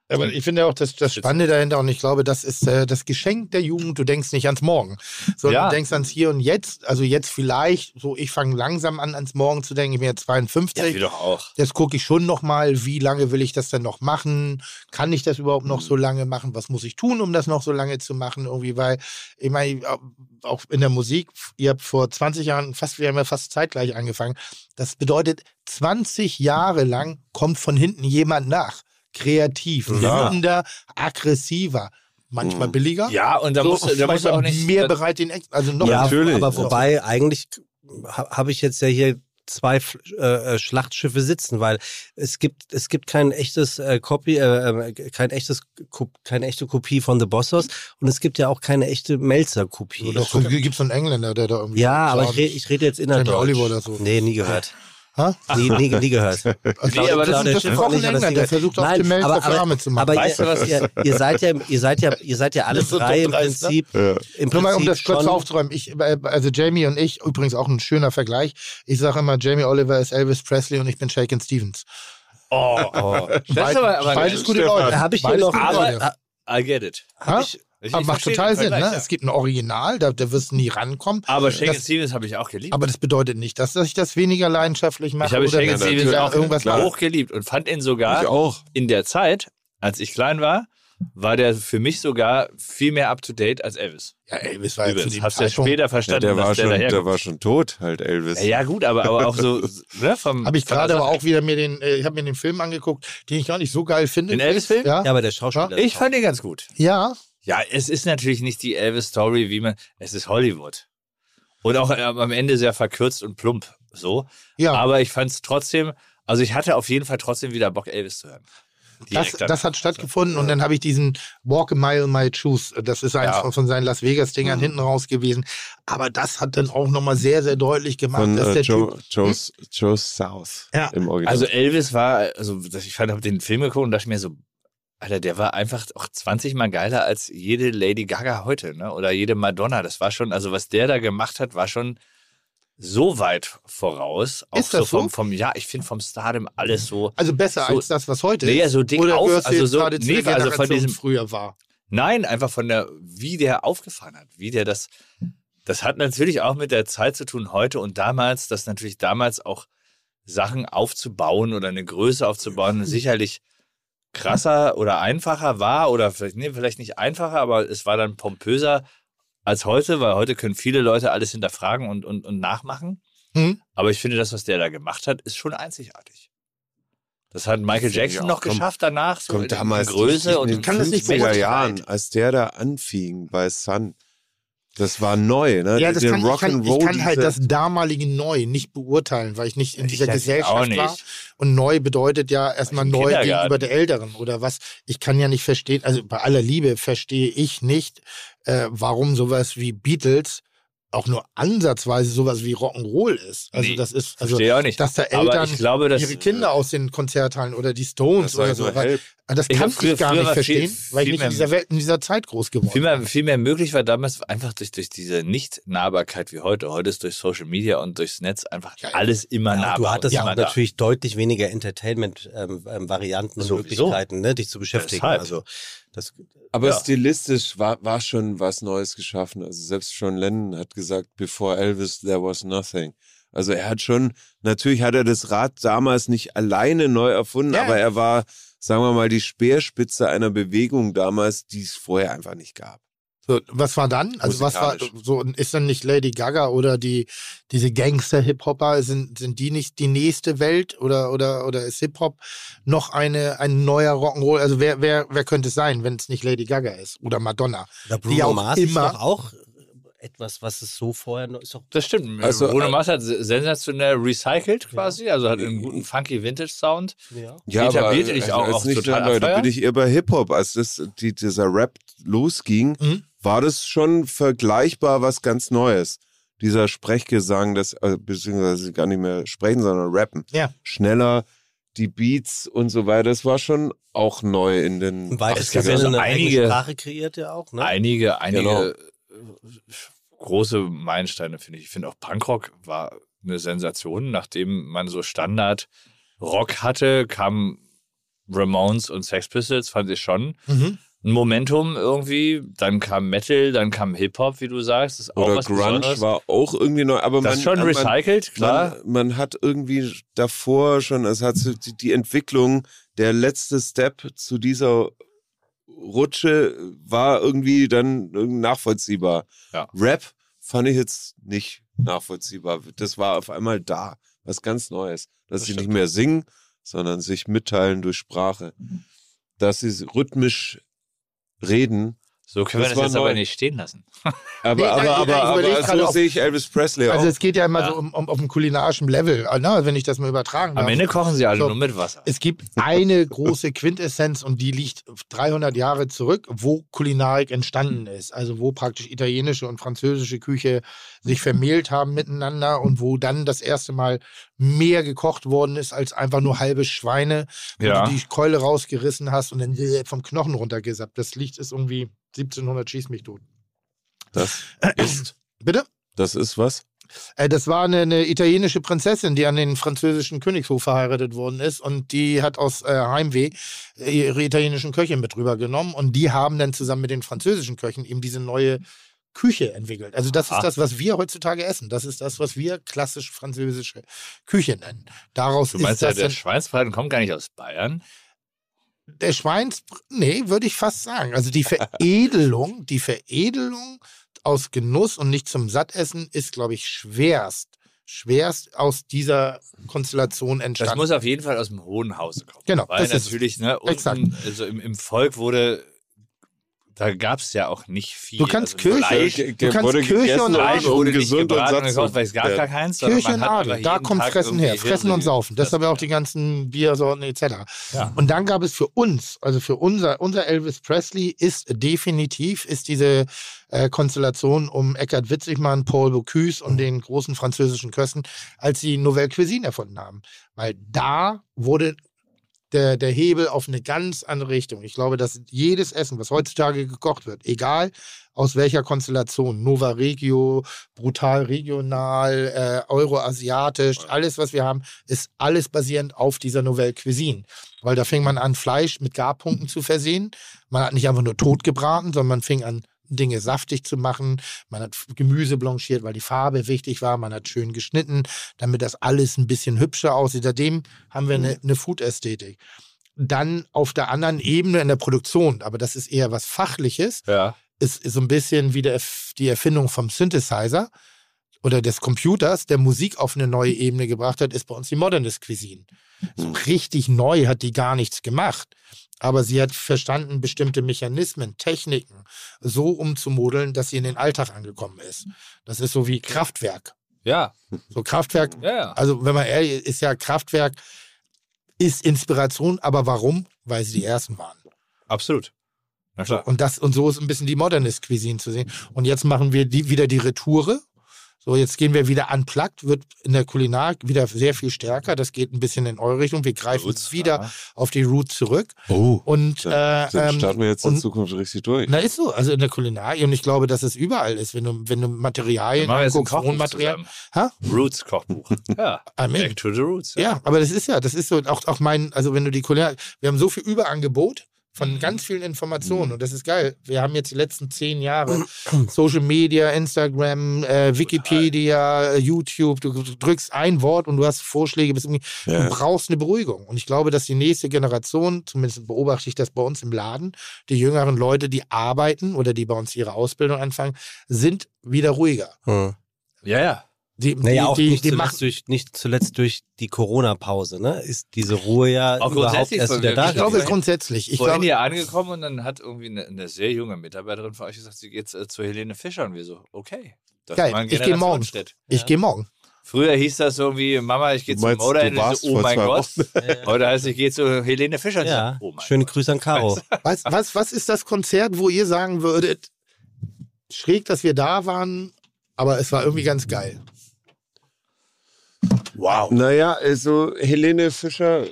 S3: Aber ich finde auch das, das Spannende dahinter und ich glaube, das ist äh, das Geschenk der Jugend. Du denkst nicht ans Morgen, sondern
S5: Ja.
S3: du denkst ans Hier und Jetzt. Also jetzt vielleicht, so ich fange langsam an, ans Morgen zu denken. Ich bin jetzt 52.
S5: doch auch.
S3: jetzt gucke ich schon noch mal, wie lange will ich das denn noch machen? Kann ich das überhaupt noch so lange machen? Was muss ich tun, um das noch so lange zu machen? Irgendwie, weil ich meine, auch in der Musik, ihr habt vor 20 Jahren fast, wir haben ja fast zeitgleich angefangen. Das bedeutet, 20 Jahre lang kommt von hinten jemand nach. Kreativ,
S8: Ja.
S3: wütender, aggressiver, manchmal billiger.
S5: Ja, und da
S3: So,
S5: musst, du- da musst du
S3: manchmal
S5: auch nicht.
S3: mehr
S5: da,
S3: bereit, den Ex also noch
S2: äh, ja,
S8: Natürlich.
S2: Aber wobei, eigentlich ha- habe ich jetzt ja hier zwei F- äh, äh, Schlachtschiffe sitzen, weil es gibt es gibt kein echtes äh, Copy, äh, äh, kein echtes Ko- keine echte Kopie von The Bossos und es gibt ja auch keine echte Melzer Kopie.
S3: Doch, gibt es einen Engländer, der da irgendwie.
S2: Ja, aber ich
S3: Charles-
S2: rede ich rede jetzt innerdeutsch.
S3: Oliver oder so.
S2: Nee, nie gehört.
S3: Ha?
S2: Nie, nie, nie gehört.
S3: Also,
S5: Nee, aber
S3: das, das
S5: das ist-
S3: ist
S5: das ist
S3: auch
S2: nicht,
S3: ein
S2: aber das
S3: Engländer,
S2: Ding
S3: der
S2: ist-
S3: versucht auf
S2: Nein,
S3: dem Meld
S2: aber-
S3: dafür
S2: aber-
S3: Arme zu machen.
S2: Aber
S5: Weißt du, was-
S2: ihr, ihr, ihr seid ja ihr seid ja ihr seid ja alle
S3: Das ist so
S2: drei im
S3: dumm dreist, ne?
S2: Prinzip.
S8: Ja.
S2: Im
S3: Nur mal, um
S2: Prinzip
S3: das kurz
S2: schon-
S3: aufzuräumen. Ich, äh, also Jamie und ich, übrigens auch ein schöner Vergleich. Ich sage immer, Jamie Oliver ist Elvis Presley und ich bin Shaken Stevens.
S5: oh, oh. Das ist
S3: Beid-
S5: aber, aber
S3: Beides gute Leute.
S2: Habe ich hier
S3: Beides
S2: noch-
S3: gute
S5: Aber-
S3: Leute.
S5: I get it.
S3: Ha?
S5: Ich- ich-
S3: aber
S5: ich
S3: macht
S5: verstehe
S3: total
S5: den
S3: Sinn,
S5: Vergleich,
S3: ne?
S5: ja.
S3: Es gibt ein Original, da, da wirst du nie rankommen.
S5: Aber Shaken
S3: Das-
S5: Stevens habe ich auch geliebt.
S3: Aber das bedeutet nicht, dass, dass ich das weniger leidenschaftlich mache
S5: ich habe
S3: oder
S5: Shaken
S3: dass ich
S5: Stevens
S3: da
S5: auch
S3: irgendwas
S5: irgendwas
S3: mache.
S5: hoch geliebt und fand ihn
S8: Ich
S5: sogar
S8: auch.
S5: in der Zeit, als ich klein war, war der für mich sogar viel mehr up to date als Elvis.
S3: Ja, Elvis war jetzt in
S5: Übrigens,
S3: dem
S5: hast du ja
S3: Zeitpunkt.
S5: später
S8: Ja,
S5: verstanden,
S8: der, war
S5: dass der
S8: schon, der
S5: daher.
S8: war schon tot, halt Elvis.
S5: Ja, ja, gut, aber, aber auch so. Ne, vom,
S3: Habe ich
S5: von
S3: gerade
S5: der
S3: aber
S5: Sache.
S3: auch wieder mir den, äh, ich habe mir den Film angeguckt, den ich gar nicht so geil finde.
S5: Den Elvis-Film?
S3: Ja.
S2: Ja, aber der Schauspieler.
S5: Ich fand ihn ganz gut.
S3: ja.
S5: Ja, es ist natürlich nicht die Elvis-Story, wie man. Es ist Hollywood. Und auch ähm, am Ende sehr verkürzt und plump. So.
S3: ja.
S5: Aber ich fand es trotzdem. Also, ich hatte auf jeden Fall trotzdem wieder Bock, Elvis zu hören.
S3: Das,
S5: Direkt dann.
S3: das hat stattgefunden und dann habe ich diesen Walk a Mile in My Shoes, das ist eins
S5: Ja.
S3: von- von seinen Las Vegas-Dingern hinten raus gewesen. Aber das hat dann auch nochmal sehr, sehr deutlich gemacht,
S8: Von
S3: dass
S8: äh,
S3: der
S8: Joe,
S3: Typ.
S8: Joe's, Joe's South
S3: Ja.
S8: im Original.
S5: Also Elvis war, also das- ich fand, habe den Film geguckt und dachte mir so, Alter, der war einfach auch 20 mal geiler als jede Lady Gaga heute, ne? Oder jede Madonna. Das war schon, also was der da gemacht hat, war schon so weit voraus. Auch
S3: Ist das
S5: vom,
S3: so?
S5: vom, ja, ich finde vom Stardom alles so.
S3: Also besser
S5: So-
S3: als das, was heute
S5: Nee,
S3: ist.
S5: so dick
S3: Oder
S5: auf,
S3: gehörst du
S5: also
S3: jetzt
S5: so-
S3: gerade zu
S5: nee,
S3: der
S5: also von
S3: Generation
S5: diesem-
S3: früher war.
S5: Nein, einfach von der, wie der aufgefahren hat, wie der das. Das hat natürlich auch mit der Zeit zu tun, heute und damals, dass natürlich damals auch Sachen aufzubauen oder eine Größe aufzubauen sicherlich krasser oder einfacher war oder vielleicht, nee, vielleicht nicht einfacher, aber es war dann pompöser als heute, weil heute können viele Leute alles hinterfragen und, und, und nachmachen.
S3: Hm?
S5: Aber ich finde, das, was der da gemacht hat, ist schon einzigartig. Das hat Michael
S8: Ja,
S5: Jackson
S8: ja,
S5: noch
S8: komm.
S5: geschafft danach, so
S8: Kommt
S5: halt in,
S8: damals
S5: in Größe
S8: in
S5: und
S8: den 50er Jahren, als der da anfing bei Sun. Das war neu, ne?
S3: Ja, das
S8: Den
S3: kann, ich, kann, ich
S8: Rock'n'Roll,
S3: kann halt
S8: diese-
S3: das damalige Neu nicht beurteilen, weil ich nicht in
S5: Ich
S3: dieser
S5: das auch
S3: Gesellschaft
S5: nicht.
S3: war. Und neu bedeutet ja erstmal
S5: Im
S3: neu
S5: Kindergarten.
S3: gegenüber der Älteren oder was. Ich kann ja nicht verstehen, also bei aller Liebe verstehe ich nicht, äh, warum sowas wie Beatles auch nur ansatzweise sowas wie Rock'n'Roll ist. Also
S5: Nee,
S3: das ist, also
S5: Verstehe ich auch nicht.
S3: dass da
S5: Aber
S3: Eltern
S5: ich äh, glaube, dass
S3: ihre Kinder aus den Konzerthallen oder die Stones
S8: Das war
S3: oder
S8: ja
S3: so.
S8: nur
S3: Weil,
S8: Help.
S3: Ah, das
S5: Ich
S3: kann
S5: glaub, früher-
S3: ich gar nicht
S5: früher war viel-
S3: verstehen, weil ich nicht
S5: viel
S3: in
S5: mehr-
S3: dieser Welt, in dieser Zeit groß geworden
S5: viel
S3: bin.
S5: mehr, viel mehr möglich war damals einfach durch, durch diese Nicht-Nahbarkeit wie heute. Heute ist durch Social Media und durchs Netz einfach alles immer
S2: Ja,
S5: nahbar.
S2: du hattest
S5: und
S2: aber
S5: immer da.
S2: natürlich deutlich weniger Entertainment-Varianten und
S5: Sowieso.
S2: Möglichkeiten, ne, dich zu beschäftigen.
S5: Deshalb.
S2: Also, das,
S8: Aber
S5: Ja.
S8: stilistisch war, war schon was Neues geschaffen. Also selbst John Lennon hat gesagt, before Elvis, there was nothing. Also er hat schon, natürlich hat er das Rad damals nicht alleine neu erfunden,
S3: Ja.
S8: aber er war, sagen wir mal, die Speerspitze einer Bewegung damals, die es vorher einfach nicht gab.
S3: So, was war dann? Also was war
S8: Musikalisch.
S3: so ist dann nicht Lady Gaga oder die diese Gangster Hip Hopper sind sind die nicht die nächste Welt oder oder oder ist Hip Hop noch eine ein neuer Rock'n'Roll? Also wer wer wer könnte es sein, wenn es nicht Lady Gaga ist oder Madonna?
S2: oder
S3: Die auch
S2: Bruno Mars ist
S3: immer-
S2: doch auch etwas, was es so vorher noch ist. Doch,
S5: Das stimmt.
S8: Also,
S5: Also, Bruno
S8: äh,
S5: Mars hat se- sensationell recycelt quasi, also hat einen guten funky Vintage-Sound.
S2: ja.
S8: Ja,
S5: Etabliert
S8: aber
S5: ich
S8: also
S5: auch-
S8: als
S5: auch
S8: nicht
S5: total
S8: Leute, da
S5: abfeiern.
S8: bin ich eher bei Hip-Hop. Als das, die, dieser Rap losging,
S3: Mhm.
S8: war das schon vergleichbar was ganz Neues. Dieser Sprechgesang, das, äh, beziehungsweise sie gar nicht mehr sprechen, sondern rappen.
S3: Ja.
S8: Schneller, die Beats und so weiter, das war schon auch neu in den.
S2: Im weitesten
S5: gab ja
S2: Sinne
S5: so
S2: eine
S5: einige-
S2: eigene Sprache kreiert ja auch, ne?
S5: Einige, einige
S8: Genau.
S5: äh, große Meilensteine, finde ich. Ich finde auch Punkrock war eine Sensation. Nachdem man so Standard Rock hatte, kamen Ramones und Sex Pistols, fand ich schon.
S3: Mhm.
S5: Ein Momentum irgendwie, dann kam Metal, dann kam Hip-Hop, wie du sagst. Das ist auch
S8: Oder
S5: was
S8: Grunge
S5: Besonderes.
S8: war auch irgendwie neu, aber
S5: das
S8: man,
S5: ist schon
S8: man,
S5: recycelt, klar.
S8: Man, man hat irgendwie davor schon, es hat so die, die Entwicklung, der letzte Step zu dieser Rutsche war irgendwie dann nachvollziehbar.
S5: Ja.
S8: Rap fand ich jetzt nicht nachvollziehbar. Das war auf einmal da, was ganz Neues. Dass
S5: Das
S8: sie nicht
S5: stimmt.
S8: mehr singen, sondern sich mitteilen durch Sprache. Dass sie rhythmisch reden.
S5: so können wir
S8: das
S5: das,
S8: war
S5: jetzt aber
S8: neu.
S5: nicht stehen lassen.
S8: Aber,
S3: Nee, nein,
S8: aber,
S3: nein, ich
S8: aber,
S3: überleg
S8: aber,
S3: gerade,
S8: so
S3: ob-
S8: sehe ich Elvis Presley
S3: Also
S8: auch.
S3: es geht ja immer
S5: Ja.
S3: so um, um auf dem kulinarischen Level, äh, ne, wenn ich das mal übertragen
S5: Am
S8: Genau.
S3: darf.
S5: Ende kochen sie alle
S3: So.
S5: nur mit Wasser.
S3: Es gibt eine große Quintessenz und die liegt 300 Jahre zurück, wo Kulinarik entstanden ist. Also wo praktisch italienische und französische Küche sich vermehlt haben miteinander und wo dann das erste Mal mehr gekocht worden ist als einfach nur halbe Schweine, wo
S5: Ja.
S3: du die Keule rausgerissen hast und dann vom Knochen runtergesappt. Das Licht ist irgendwie 1700 schieß mich tot.
S8: Das ist,
S3: Bitte?
S8: das ist was?
S3: Äh, das war eine, eine italienische Prinzessin, die an den französischen Königshof verheiratet worden ist und die hat aus äh, Heimweh äh, ihre italienischen Köche mit rübergenommen und die haben dann zusammen mit den französischen Köchen eben diese neue Küche entwickelt. Also das ist
S5: Ah.
S3: das, was wir heutzutage essen. Das ist das, was wir klassisch französische Küche nennen. Daraus
S5: Du
S3: ist
S5: meinst ja,
S3: das
S5: der
S3: dann-
S5: Schweinsbraten kommt gar nicht aus Bayern.
S3: der Schweins, nee, würde ich fast sagen. Also die Veredelung, die Veredelung aus Genuss und nicht zum Sattessen ist, glaube ich, schwerst, schwerst aus dieser Konstellation
S5: Das
S3: entstanden.
S5: muss auf jeden Fall aus dem Hohen Hause kommen.
S3: Genau,
S5: Weil
S3: das ist
S5: natürlich, ne, unten,
S3: Exakt.
S5: also im, im Volk wurde, da gab es ja auch nicht viel.
S3: Du kannst
S5: also
S3: Kirche- Genau.
S5: Fleisch,
S8: äh, Ge-
S3: Du
S8: ge-
S3: kannst
S8: wurde
S3: Kirche
S8: gegessen,
S3: und
S5: Fleisch
S3: Adel
S8: aber
S5: wurde
S8: ungesund
S5: nicht gebraten und
S8: satt
S5: gekocht, weil es gab
S8: Ja.
S5: gar keins. sondern
S3: Kirche
S5: man
S3: und
S5: hat
S3: Adel,
S5: einfach
S3: da
S5: jeden
S3: kommt
S5: Tag
S3: Fressen
S5: irgendwie
S3: her. Fressen und
S5: Hirse
S3: Saufen.
S5: gegessen.
S3: Deshalb auch die ganzen Biersorten etc.
S5: Ja.
S3: Und dann gab es für uns, also für unser, unser Elvis Presley ist definitiv, ist diese äh, Konstellation um Eckhard Witzigmann, Paul Bocuse
S5: Mhm.
S3: und den großen französischen Kösten, als sie Nouvelle Cuisine erfunden haben. Weil da wurde der, der Hebel auf eine ganz andere Richtung. Ich glaube, dass jedes Essen, was heutzutage gekocht wird, egal aus welcher Konstellation, Nova Regio, brutal regional, äh, euroasiatisch, alles, was wir haben, ist alles basierend auf dieser Nouvelle Cuisine. Weil da fing man an, Fleisch mit Garpunkten zu versehen. Man hat nicht einfach nur tot gebraten, sondern man fing an, Dinge saftig zu machen. Man hat Gemüse blanchiert, weil die Farbe wichtig war. Man hat schön geschnitten, damit das alles ein bisschen hübscher aussieht. Seitdem haben wir eine, eine Food-Ästhetik. Dann auf der anderen Ebene in der Produktion, aber das ist eher was Fachliches,
S5: Ja.
S3: ist, ist so ein bisschen wie der, Erf- die Erfindung vom Synthesizer. oder des Computers, der Musik auf eine neue Ebene gebracht hat, ist bei uns die Modernist Cuisine. So richtig neu hat die gar nichts gemacht. Aber sie hat verstanden, bestimmte Mechanismen, Techniken so umzumodeln, dass sie in den Alltag angekommen ist. Das ist so wie Kraftwerk.
S5: Ja,
S3: So Kraftwerk,
S5: ja, ja.
S3: also wenn man ehrlich ist, ist ja Kraftwerk ist Inspiration, aber warum? Weil sie die ersten waren.
S5: Absolut. Na klar.
S3: Und das und so ist ein bisschen die Modernist Cuisine zu sehen. Und jetzt machen wir die, wieder die Retoure. So, jetzt gehen wir wieder unplugged, wird in der Kulinarik wieder sehr viel stärker. Das geht ein bisschen in eure Richtung. Wir greifen
S5: Roots,
S3: wieder
S5: ja.
S3: auf die Root zurück.
S2: Oh.
S3: Und äh,
S8: Dann
S3: ähm,
S8: starten wir jetzt in
S3: und-
S8: Zukunft richtig durch.
S3: na ist so, also in der Kulinarik. Und ich glaube, dass es überall ist, wenn du, wenn du Materialien
S5: Dann machen wir jetzt ein
S3: anguckst,
S5: Kochbuch
S3: Rohmaterial.
S5: zusammen.
S3: Hä?
S5: Roots-Kochbuch. Ja,
S3: Amen.
S5: back to the roots.
S3: Ja, aber das ist ja, das ist so auch, auch mein, also wenn du die Kulinarik, wir haben so viel Überangebot von ganz vielen Informationen und das ist geil. Wir haben jetzt die letzten zehn Jahre Social Media, Instagram, äh, Wikipedia, äh, YouTube, du drückst ein Wort und du hast Vorschläge, bis irgendwie-
S8: Ja.
S3: du brauchst eine Beruhigung. Und ich glaube, dass die nächste Generation, zumindest beobachte ich das bei uns im Laden, die jüngeren Leute, die arbeiten oder die bei uns ihre Ausbildung anfangen, sind wieder ruhiger.
S2: Hm.
S5: ja. ja.
S3: Die,
S2: Naja,
S3: die,
S2: auch
S3: die,
S2: nicht,
S3: die machen
S2: zuletzt durch, nicht zuletzt durch die Corona-Pause, ne? Ist diese Ruhe ja
S5: Auch
S2: überhaupt
S5: grundsätzlich
S2: erst
S5: von-
S2: wieder da.
S5: ich
S3: ich glaube
S2: gewesen.
S3: grundsätzlich. Ich
S5: Ich Vorhin
S3: glaube,
S5: hier angekommen und dann hat irgendwie eine, eine sehr junge Mitarbeiterin von euch gesagt, sie geht äh, zu Helene Fischer und wir so, okay. Das
S3: Geil,
S5: ist mal ein
S3: ich geh morgen.
S5: Generationsschritt.
S3: ich gehe morgen.
S5: Früher hieß das so wie, Mama, ich gehe
S8: Du
S5: zum
S8: meinst,
S5: Moda
S8: du
S5: und ich
S8: warst
S5: so, oh
S8: vor
S5: mein
S8: zwei
S5: Gott. Heute heißt ich gehe zu Helene Fischer. und ich
S2: Äh, Ja,
S5: so, oh mein
S2: schöne
S5: Gott.
S2: Grüße an Caro.
S3: Was, was, was ist das Konzert, wo ihr sagen würdet, schräg, dass wir da waren, aber es war irgendwie ganz geil?
S5: Wow.
S8: Naja, also Helene Fischer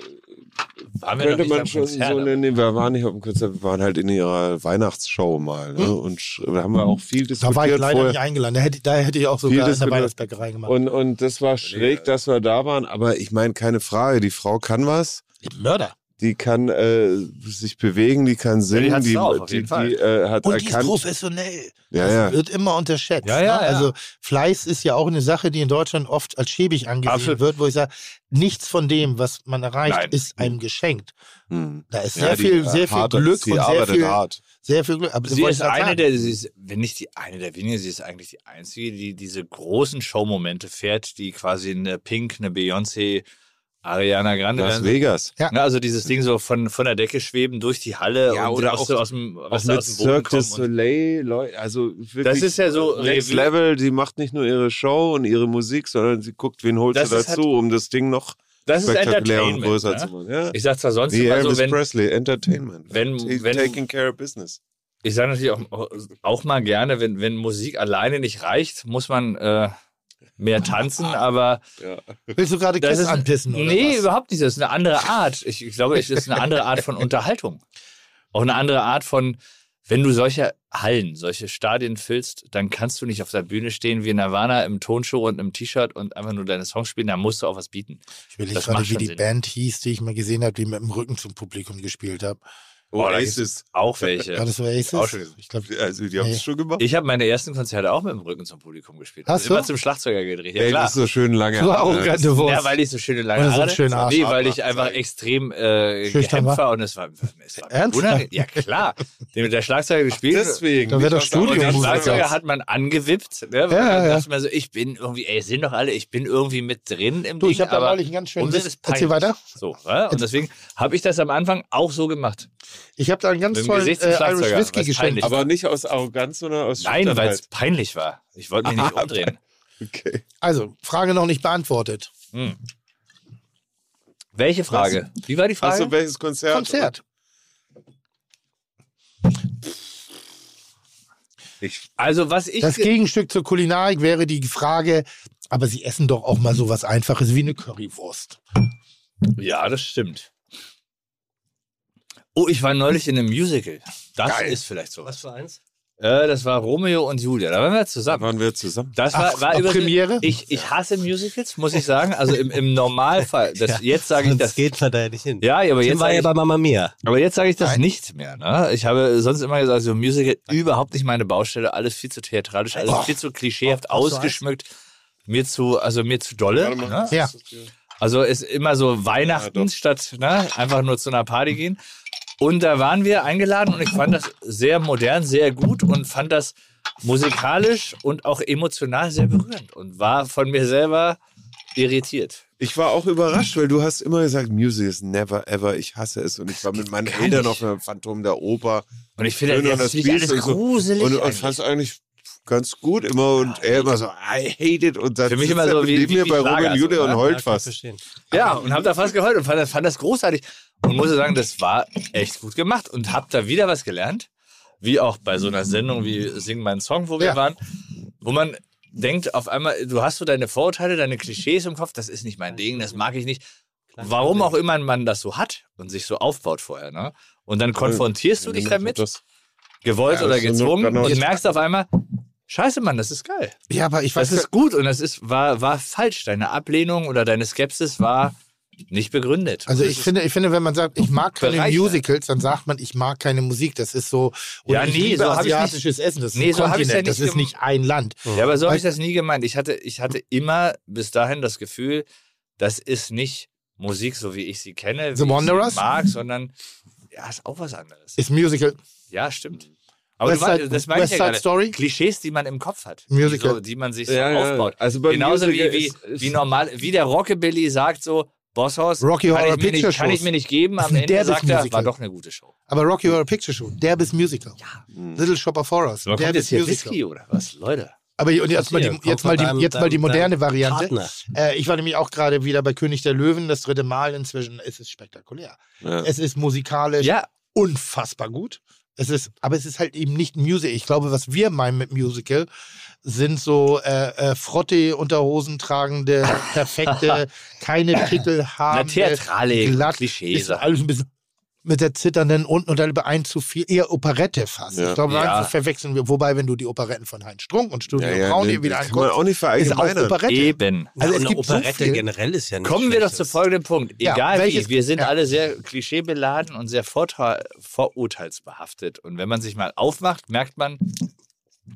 S5: Waren wir
S8: könnte
S5: noch nicht
S8: man
S5: am
S8: schon
S5: Konzert,
S8: so
S5: aber-
S8: nennen. Wir waren nicht auf dem Konzert, wir waren halt in ihrer Weihnachtsshow mal. Ne? Und sch- da haben wir auch viel
S3: Hm. Da war ich
S8: diskutiert
S3: leider nicht
S8: vorher.
S3: eingeladen. Da hätte, da hätte ich auch
S8: Viel
S3: sogar in der
S8: diskutiert.
S3: Weihnachtsbäckerei gemacht.
S8: Und, und das war schräg, dass wir da waren. Aber ich meine, keine Frage, die Frau kann was.
S3: Mörder.
S8: Die kann äh, sich bewegen, die kann singen,
S5: hat's
S8: die,
S5: drauf, auf
S8: die,
S5: jeden Fall.
S8: die, äh, hat
S3: Und die ist Hm.
S8: erkannt.
S3: professionell.
S8: Ja,
S3: Das
S8: ja.
S3: wird immer unterschätzt.
S5: Ja, ja,
S3: ne?
S5: ja.
S3: Also Fleiß ist ja auch eine Sache, die in Deutschland oft als schäbig angesehen
S5: Absolut.
S3: wird, wo ich sage, nichts von dem, was man erreicht,
S5: Nein.
S3: ist einem geschenkt.
S8: Hm.
S3: Da ist
S8: Ja,
S3: sehr
S8: die,
S3: viel,
S8: äh,
S3: sehr viel
S8: hart ist,
S3: Glück
S8: sie
S3: und sehr
S8: arbeitet
S3: viel,
S8: hart.
S3: sehr viel Glück. Aber das
S5: Sie
S3: wollte ich
S5: ist
S3: grad
S5: eine
S3: sagen.
S5: der, sie ist, wenn nicht die eine der wenigen, sie ist eigentlich die einzige, die diese großen Showmomente fährt, die quasi eine Pink, eine Beyoncé, Ariana Grande.
S8: Las
S5: werden.
S8: Vegas.
S3: Ja.
S5: Ne, also dieses Ding so von, von der Decke schweben durch die Halle
S8: Ja,
S5: und
S8: oder
S5: aus,
S8: auch-
S5: aus dem
S8: Auch
S5: was
S8: mit
S5: aus dem Boden
S8: Cirque du
S5: kommen. Und
S8: Soleil, Leute, also wirklich
S5: Das ist ja so
S8: Next
S5: Revue-
S8: Level, die macht nicht nur ihre Show und ihre Musik, sondern sie guckt, wen holt sie
S5: Das
S8: dazu,
S5: ist halt-
S8: um das Ding noch
S5: das ist
S8: spektakulär und
S5: Entertainment.
S8: größer zu
S5: ne?
S8: machen. Ja.
S5: Ich sag zwar sonst
S8: Wie
S5: immer
S8: Elvis
S5: so, wenn
S8: Presley, Entertainment.
S5: wenn-
S8: Ta-
S5: wenn-
S8: Taking care of business.
S5: ich sage natürlich auch, auch mal gerne, wenn, wenn Musik alleine nicht reicht, muss man äh, mehr tanzen, aber
S3: Willst du gerade
S5: Das
S3: Chris
S5: ist-
S3: anpissen? Oder
S5: nee,
S3: was?
S5: überhaupt nicht. Das ist eine andere Art. Ich, ich glaube, es ist eine andere Art von Unterhaltung. Auch eine andere Art von, wenn du solche Hallen, solche Stadien füllst, dann kannst du nicht auf der Bühne stehen wie Nirvana im Tonschuh und im T-Shirt und einfach nur deine Songs spielen. Da musst du auch was bieten.
S3: Ich will
S5: Das
S3: nicht gerade,
S5: macht
S3: wie
S5: schon
S3: die
S5: Sinn.
S3: Band hieß, die ich mal gesehen habe, die mit dem Rücken zum Publikum gespielt hat.
S8: Oasis.
S5: Auch
S3: War
S5: welche.
S3: das Oasis?
S5: äh, Auch schon. Äh,
S3: ich glaube,
S8: Also, die haben es
S3: Nee.
S8: schon gemacht.
S5: Ich habe meine ersten Konzerte auch mit dem Rücken zum Publikum gespielt.
S3: Hast
S5: Also immer
S3: du?
S5: zum Schlagzeuger gedreht. Ja,
S8: Ey,
S5: klar.
S8: das ist so schön lange.
S3: das
S8: ne?
S3: war auch
S8: Ja.
S3: gerade Wurst.
S5: Ja, weil ich so schöne lange
S3: Und so einen
S5: Haare
S3: schönen Arsch
S5: Nee, weil ich einfach extrem äh,
S3: Schüchtern
S5: gehemmt
S3: war?
S5: war und es war, es war
S3: Ernsthaft?
S5: unangenehm. Ja, klar. Den mit der Schlagzeuger gespielt.
S8: Deswegen.
S3: Da wär
S8: nicht
S3: doch
S8: aus der
S3: Studio-
S5: Und
S8: Augen-
S5: den
S3: Musik
S5: Schlagzeuger
S3: aus.
S5: hat man angewippt. Ne? Weil
S3: Ja,
S5: man
S3: ja.
S5: dachte mir so, ich bin irgendwie, ey, sind doch alle, ich bin irgendwie mit drin im
S3: du,
S5: Ding.
S3: ich habe da
S5: aber
S3: neulich einen ganz schönen
S5: uns ist
S3: Witz.
S5: es peinlich.
S3: Erzähl weiter.
S5: So, ne? Und deswegen habe ich das am Anfang auch so gemacht.
S3: Ich habe da einen ganz
S5: Mit dem
S3: tollen äh,
S5: Gesicht zum
S3: Irish
S5: Schlagzeuger,
S3: Whisky
S5: weil's
S3: geschenkt.
S5: peinlich
S8: Aber nicht aus Arroganz, sondern aus
S5: Nein, weil es
S3: halt.
S8: Schüchternheit.
S5: peinlich war. Ich wollte mich nicht umdrehen.
S8: Okay.
S3: Also, Frage noch nicht beantwortet.
S5: Hm. Welche Frage? Wie war die Frage?
S8: Also, welches Konzert?
S3: Konzert.
S5: also, was ich.
S3: Das Gegenstück zur Kulinarik wäre die Frage, aber sie essen doch auch mal sowas Einfaches wie eine Currywurst.
S5: Ja, das stimmt. Oh, ich war neulich in einem Musical. Das ist vielleicht
S2: Was
S5: sowas.
S2: für eins?
S5: Äh, das war Romeo und Julia. Da waren wir
S8: Da
S5: zusammen.
S8: waren wir zusammen.
S5: Das war,
S3: Ach,
S5: war
S3: ab
S5: übrigens-
S3: Premiere?
S5: Ich, ich hasse Musicals, muss ich sagen. Also im, im Normalfall. Das, Jetzt sage ich
S2: Sonst
S5: das.
S2: geht man da ja nicht hin.
S5: Ja, aber
S2: Tim
S5: jetzt
S2: war
S5: sage
S2: ja
S5: ich,
S2: bei Mama Mia.
S5: aber jetzt sage ich das nicht mehr. Ne? Ich habe sonst immer gesagt, so Musical überhaupt nicht meine Baustelle. Alles viel zu theatralisch, alles viel zu klischeehaft ausgeschmückt. Mir zu, also mir zu dolle. Ne?
S3: Ja,
S5: Also ist immer so Weihnachten statt ne, einfach nur zu einer Party gehen. Und da waren wir eingeladen und ich fand das sehr modern, sehr gut und fand das musikalisch und auch emotional sehr berührend und war von mir selber irritiert.
S8: Ich war auch überrascht, weil du hast immer gesagt, Music is never ever, ich hasse es. Und ich war mit meinen
S5: gar
S8: Eltern
S5: nicht.
S8: auf einem Phantom der Oper.
S5: Und ich finde,
S8: Schön, und
S5: das ist wirklich
S8: Biest
S5: alles gruselig.
S8: Und, und
S5: eigentlich.
S8: fand es eigentlich ganz gut immer. Und er immer so, I hate it. Und dann
S5: Für mich
S8: sitzt
S5: immer
S8: er
S5: so wie-
S8: neben
S5: wie-
S8: mir
S5: wie
S8: bei
S5: Schlager,
S8: Robin Jude
S5: so,
S8: und
S5: ne?
S8: heult
S2: Kann ich
S8: fast.
S2: verstehen.
S5: Ja, und hab da fast geheult und fand das, fand das großartig. Und muss sagen, das war echt gut gemacht und hab da wieder was gelernt. Wie auch bei so einer Sendung wie Sing meinen Song, wo wir
S3: Ja.
S5: waren, wo man denkt auf einmal, du hast so deine Vorurteile, deine Klischees im Kopf, das ist nicht mein Ding, das mag ich nicht. Warum auch immer man das so hat und sich so aufbaut vorher. Ne? Und dann konfrontierst du dich damit,
S8: Das,
S5: gewollt
S8: Ja,
S5: oder
S8: das ist so
S5: gezwungen,
S8: genau-
S5: und merkst auf einmal, scheiße Mann, das ist geil.
S3: Ja, aber ich weiß
S5: Das ist gut und das ist, war, war falsch. Deine Ablehnung oder deine Skepsis war nicht begründet.
S3: Also
S5: Und
S3: ich
S5: das
S3: finde, ich finde, wenn man sagt, ich mag keine
S5: Bereichert.
S3: Musicals, dann sagt man, ich mag keine Musik. Das ist so
S5: Ja,
S3: ich
S5: nee,
S3: liebe
S5: so hab ich
S3: asiatisches Essen. Das ist
S5: Nee,
S3: ein
S5: so hab ich's
S3: Kontinent.
S5: ja nicht
S3: das ist
S5: gem-
S3: nicht ein Land.
S5: Ja, aber so habe
S3: Weil-
S5: ich das nie gemeint. Ich hatte, ich hatte immer bis dahin das Gefühl, das ist nicht Musik, so wie ich sie kenne, wie
S3: The Wanderers?
S5: ich sie mag, sondern ja, ist auch was anderes.
S3: Ist Musical.
S5: Ja, stimmt. Aber
S3: West
S5: du, weißt-
S3: Side-
S5: das meine ich
S3: West
S5: ja
S3: Side
S5: gerade.
S3: Story?
S5: Klischees, die man im Kopf hat.
S3: Musical.
S5: Die, so, die man sich
S8: Ja,
S5: so
S8: ja.
S5: aufbaut.
S8: Also bei
S5: Genauso
S8: Musical
S5: wie, wie,
S8: ist- ist-
S5: wie normal, wie der Rockabilly sagt so, Bosshaus,
S3: Rocky
S5: kann,
S3: Horror
S5: ich mir
S3: Picture
S5: nicht, kann ich
S3: Shows.
S5: mir nicht geben.
S3: Das ist
S5: Am
S3: ein
S5: Ende
S3: derbes
S5: sagt er, war
S3: Musical.
S5: doch eine gute Show.
S3: Aber Rocky Horror Picture Show, derbes Musical. Little Shop of Horrors,
S5: Aber kommt jetzt
S3: derbes
S5: hier
S3: Musical.
S5: Whisky oder was? Leute.
S3: Aber und jetzt mal die,
S2: Kommt
S3: jetzt
S2: von
S3: mal die,
S2: deinem-
S3: jetzt mal die
S2: deinem-
S3: moderne
S2: deinem
S3: Variante.
S2: Partner.
S3: Äh, ich war nämlich auch gerade wieder bei König der Löwen, das dritte Mal inzwischen. Es ist spektakulär.
S8: ja.
S3: Es ist musikalisch
S5: Ja,
S3: unfassbar gut. Es ist, aber es ist halt eben nicht Musical. Ich glaube, was wir meinen mit Musical, sind so äh, äh, Frotte-Unterhosen tragende, perfekte, keine Pickel
S5: na,
S3: haben,
S5: Theatralik,
S3: glatt.
S5: Klischees.
S3: Ist alles ein bisschen mit der zitternden unten und darüber ein zu viel, eher Operette fast.
S8: Ja.
S3: Ich glaube,
S5: Ja.
S3: einfach verwechseln wir. Wobei, wenn du die Operetten von Heinz Strunk und Studio
S8: ja, ja,
S3: Braun
S8: nee,
S3: dir wieder
S8: das kann man
S3: anguckst,
S8: auch nicht
S3: ist auch
S8: verallgemeinern.
S3: Operette.
S5: Eben.
S3: Also
S2: Also
S3: es
S2: eine
S3: gibt so
S2: Operette
S3: viel.
S2: generell ist ja nicht
S5: Kommen wir doch zu
S2: Schlechtes.
S5: folgendem Punkt.
S3: Ja,
S5: Egal
S3: welches-
S5: wie, wir sind
S3: ja.
S5: alle sehr klischeebeladen und sehr vorteil- vorurteilsbehaftet. Und wenn man sich mal aufmacht, merkt man,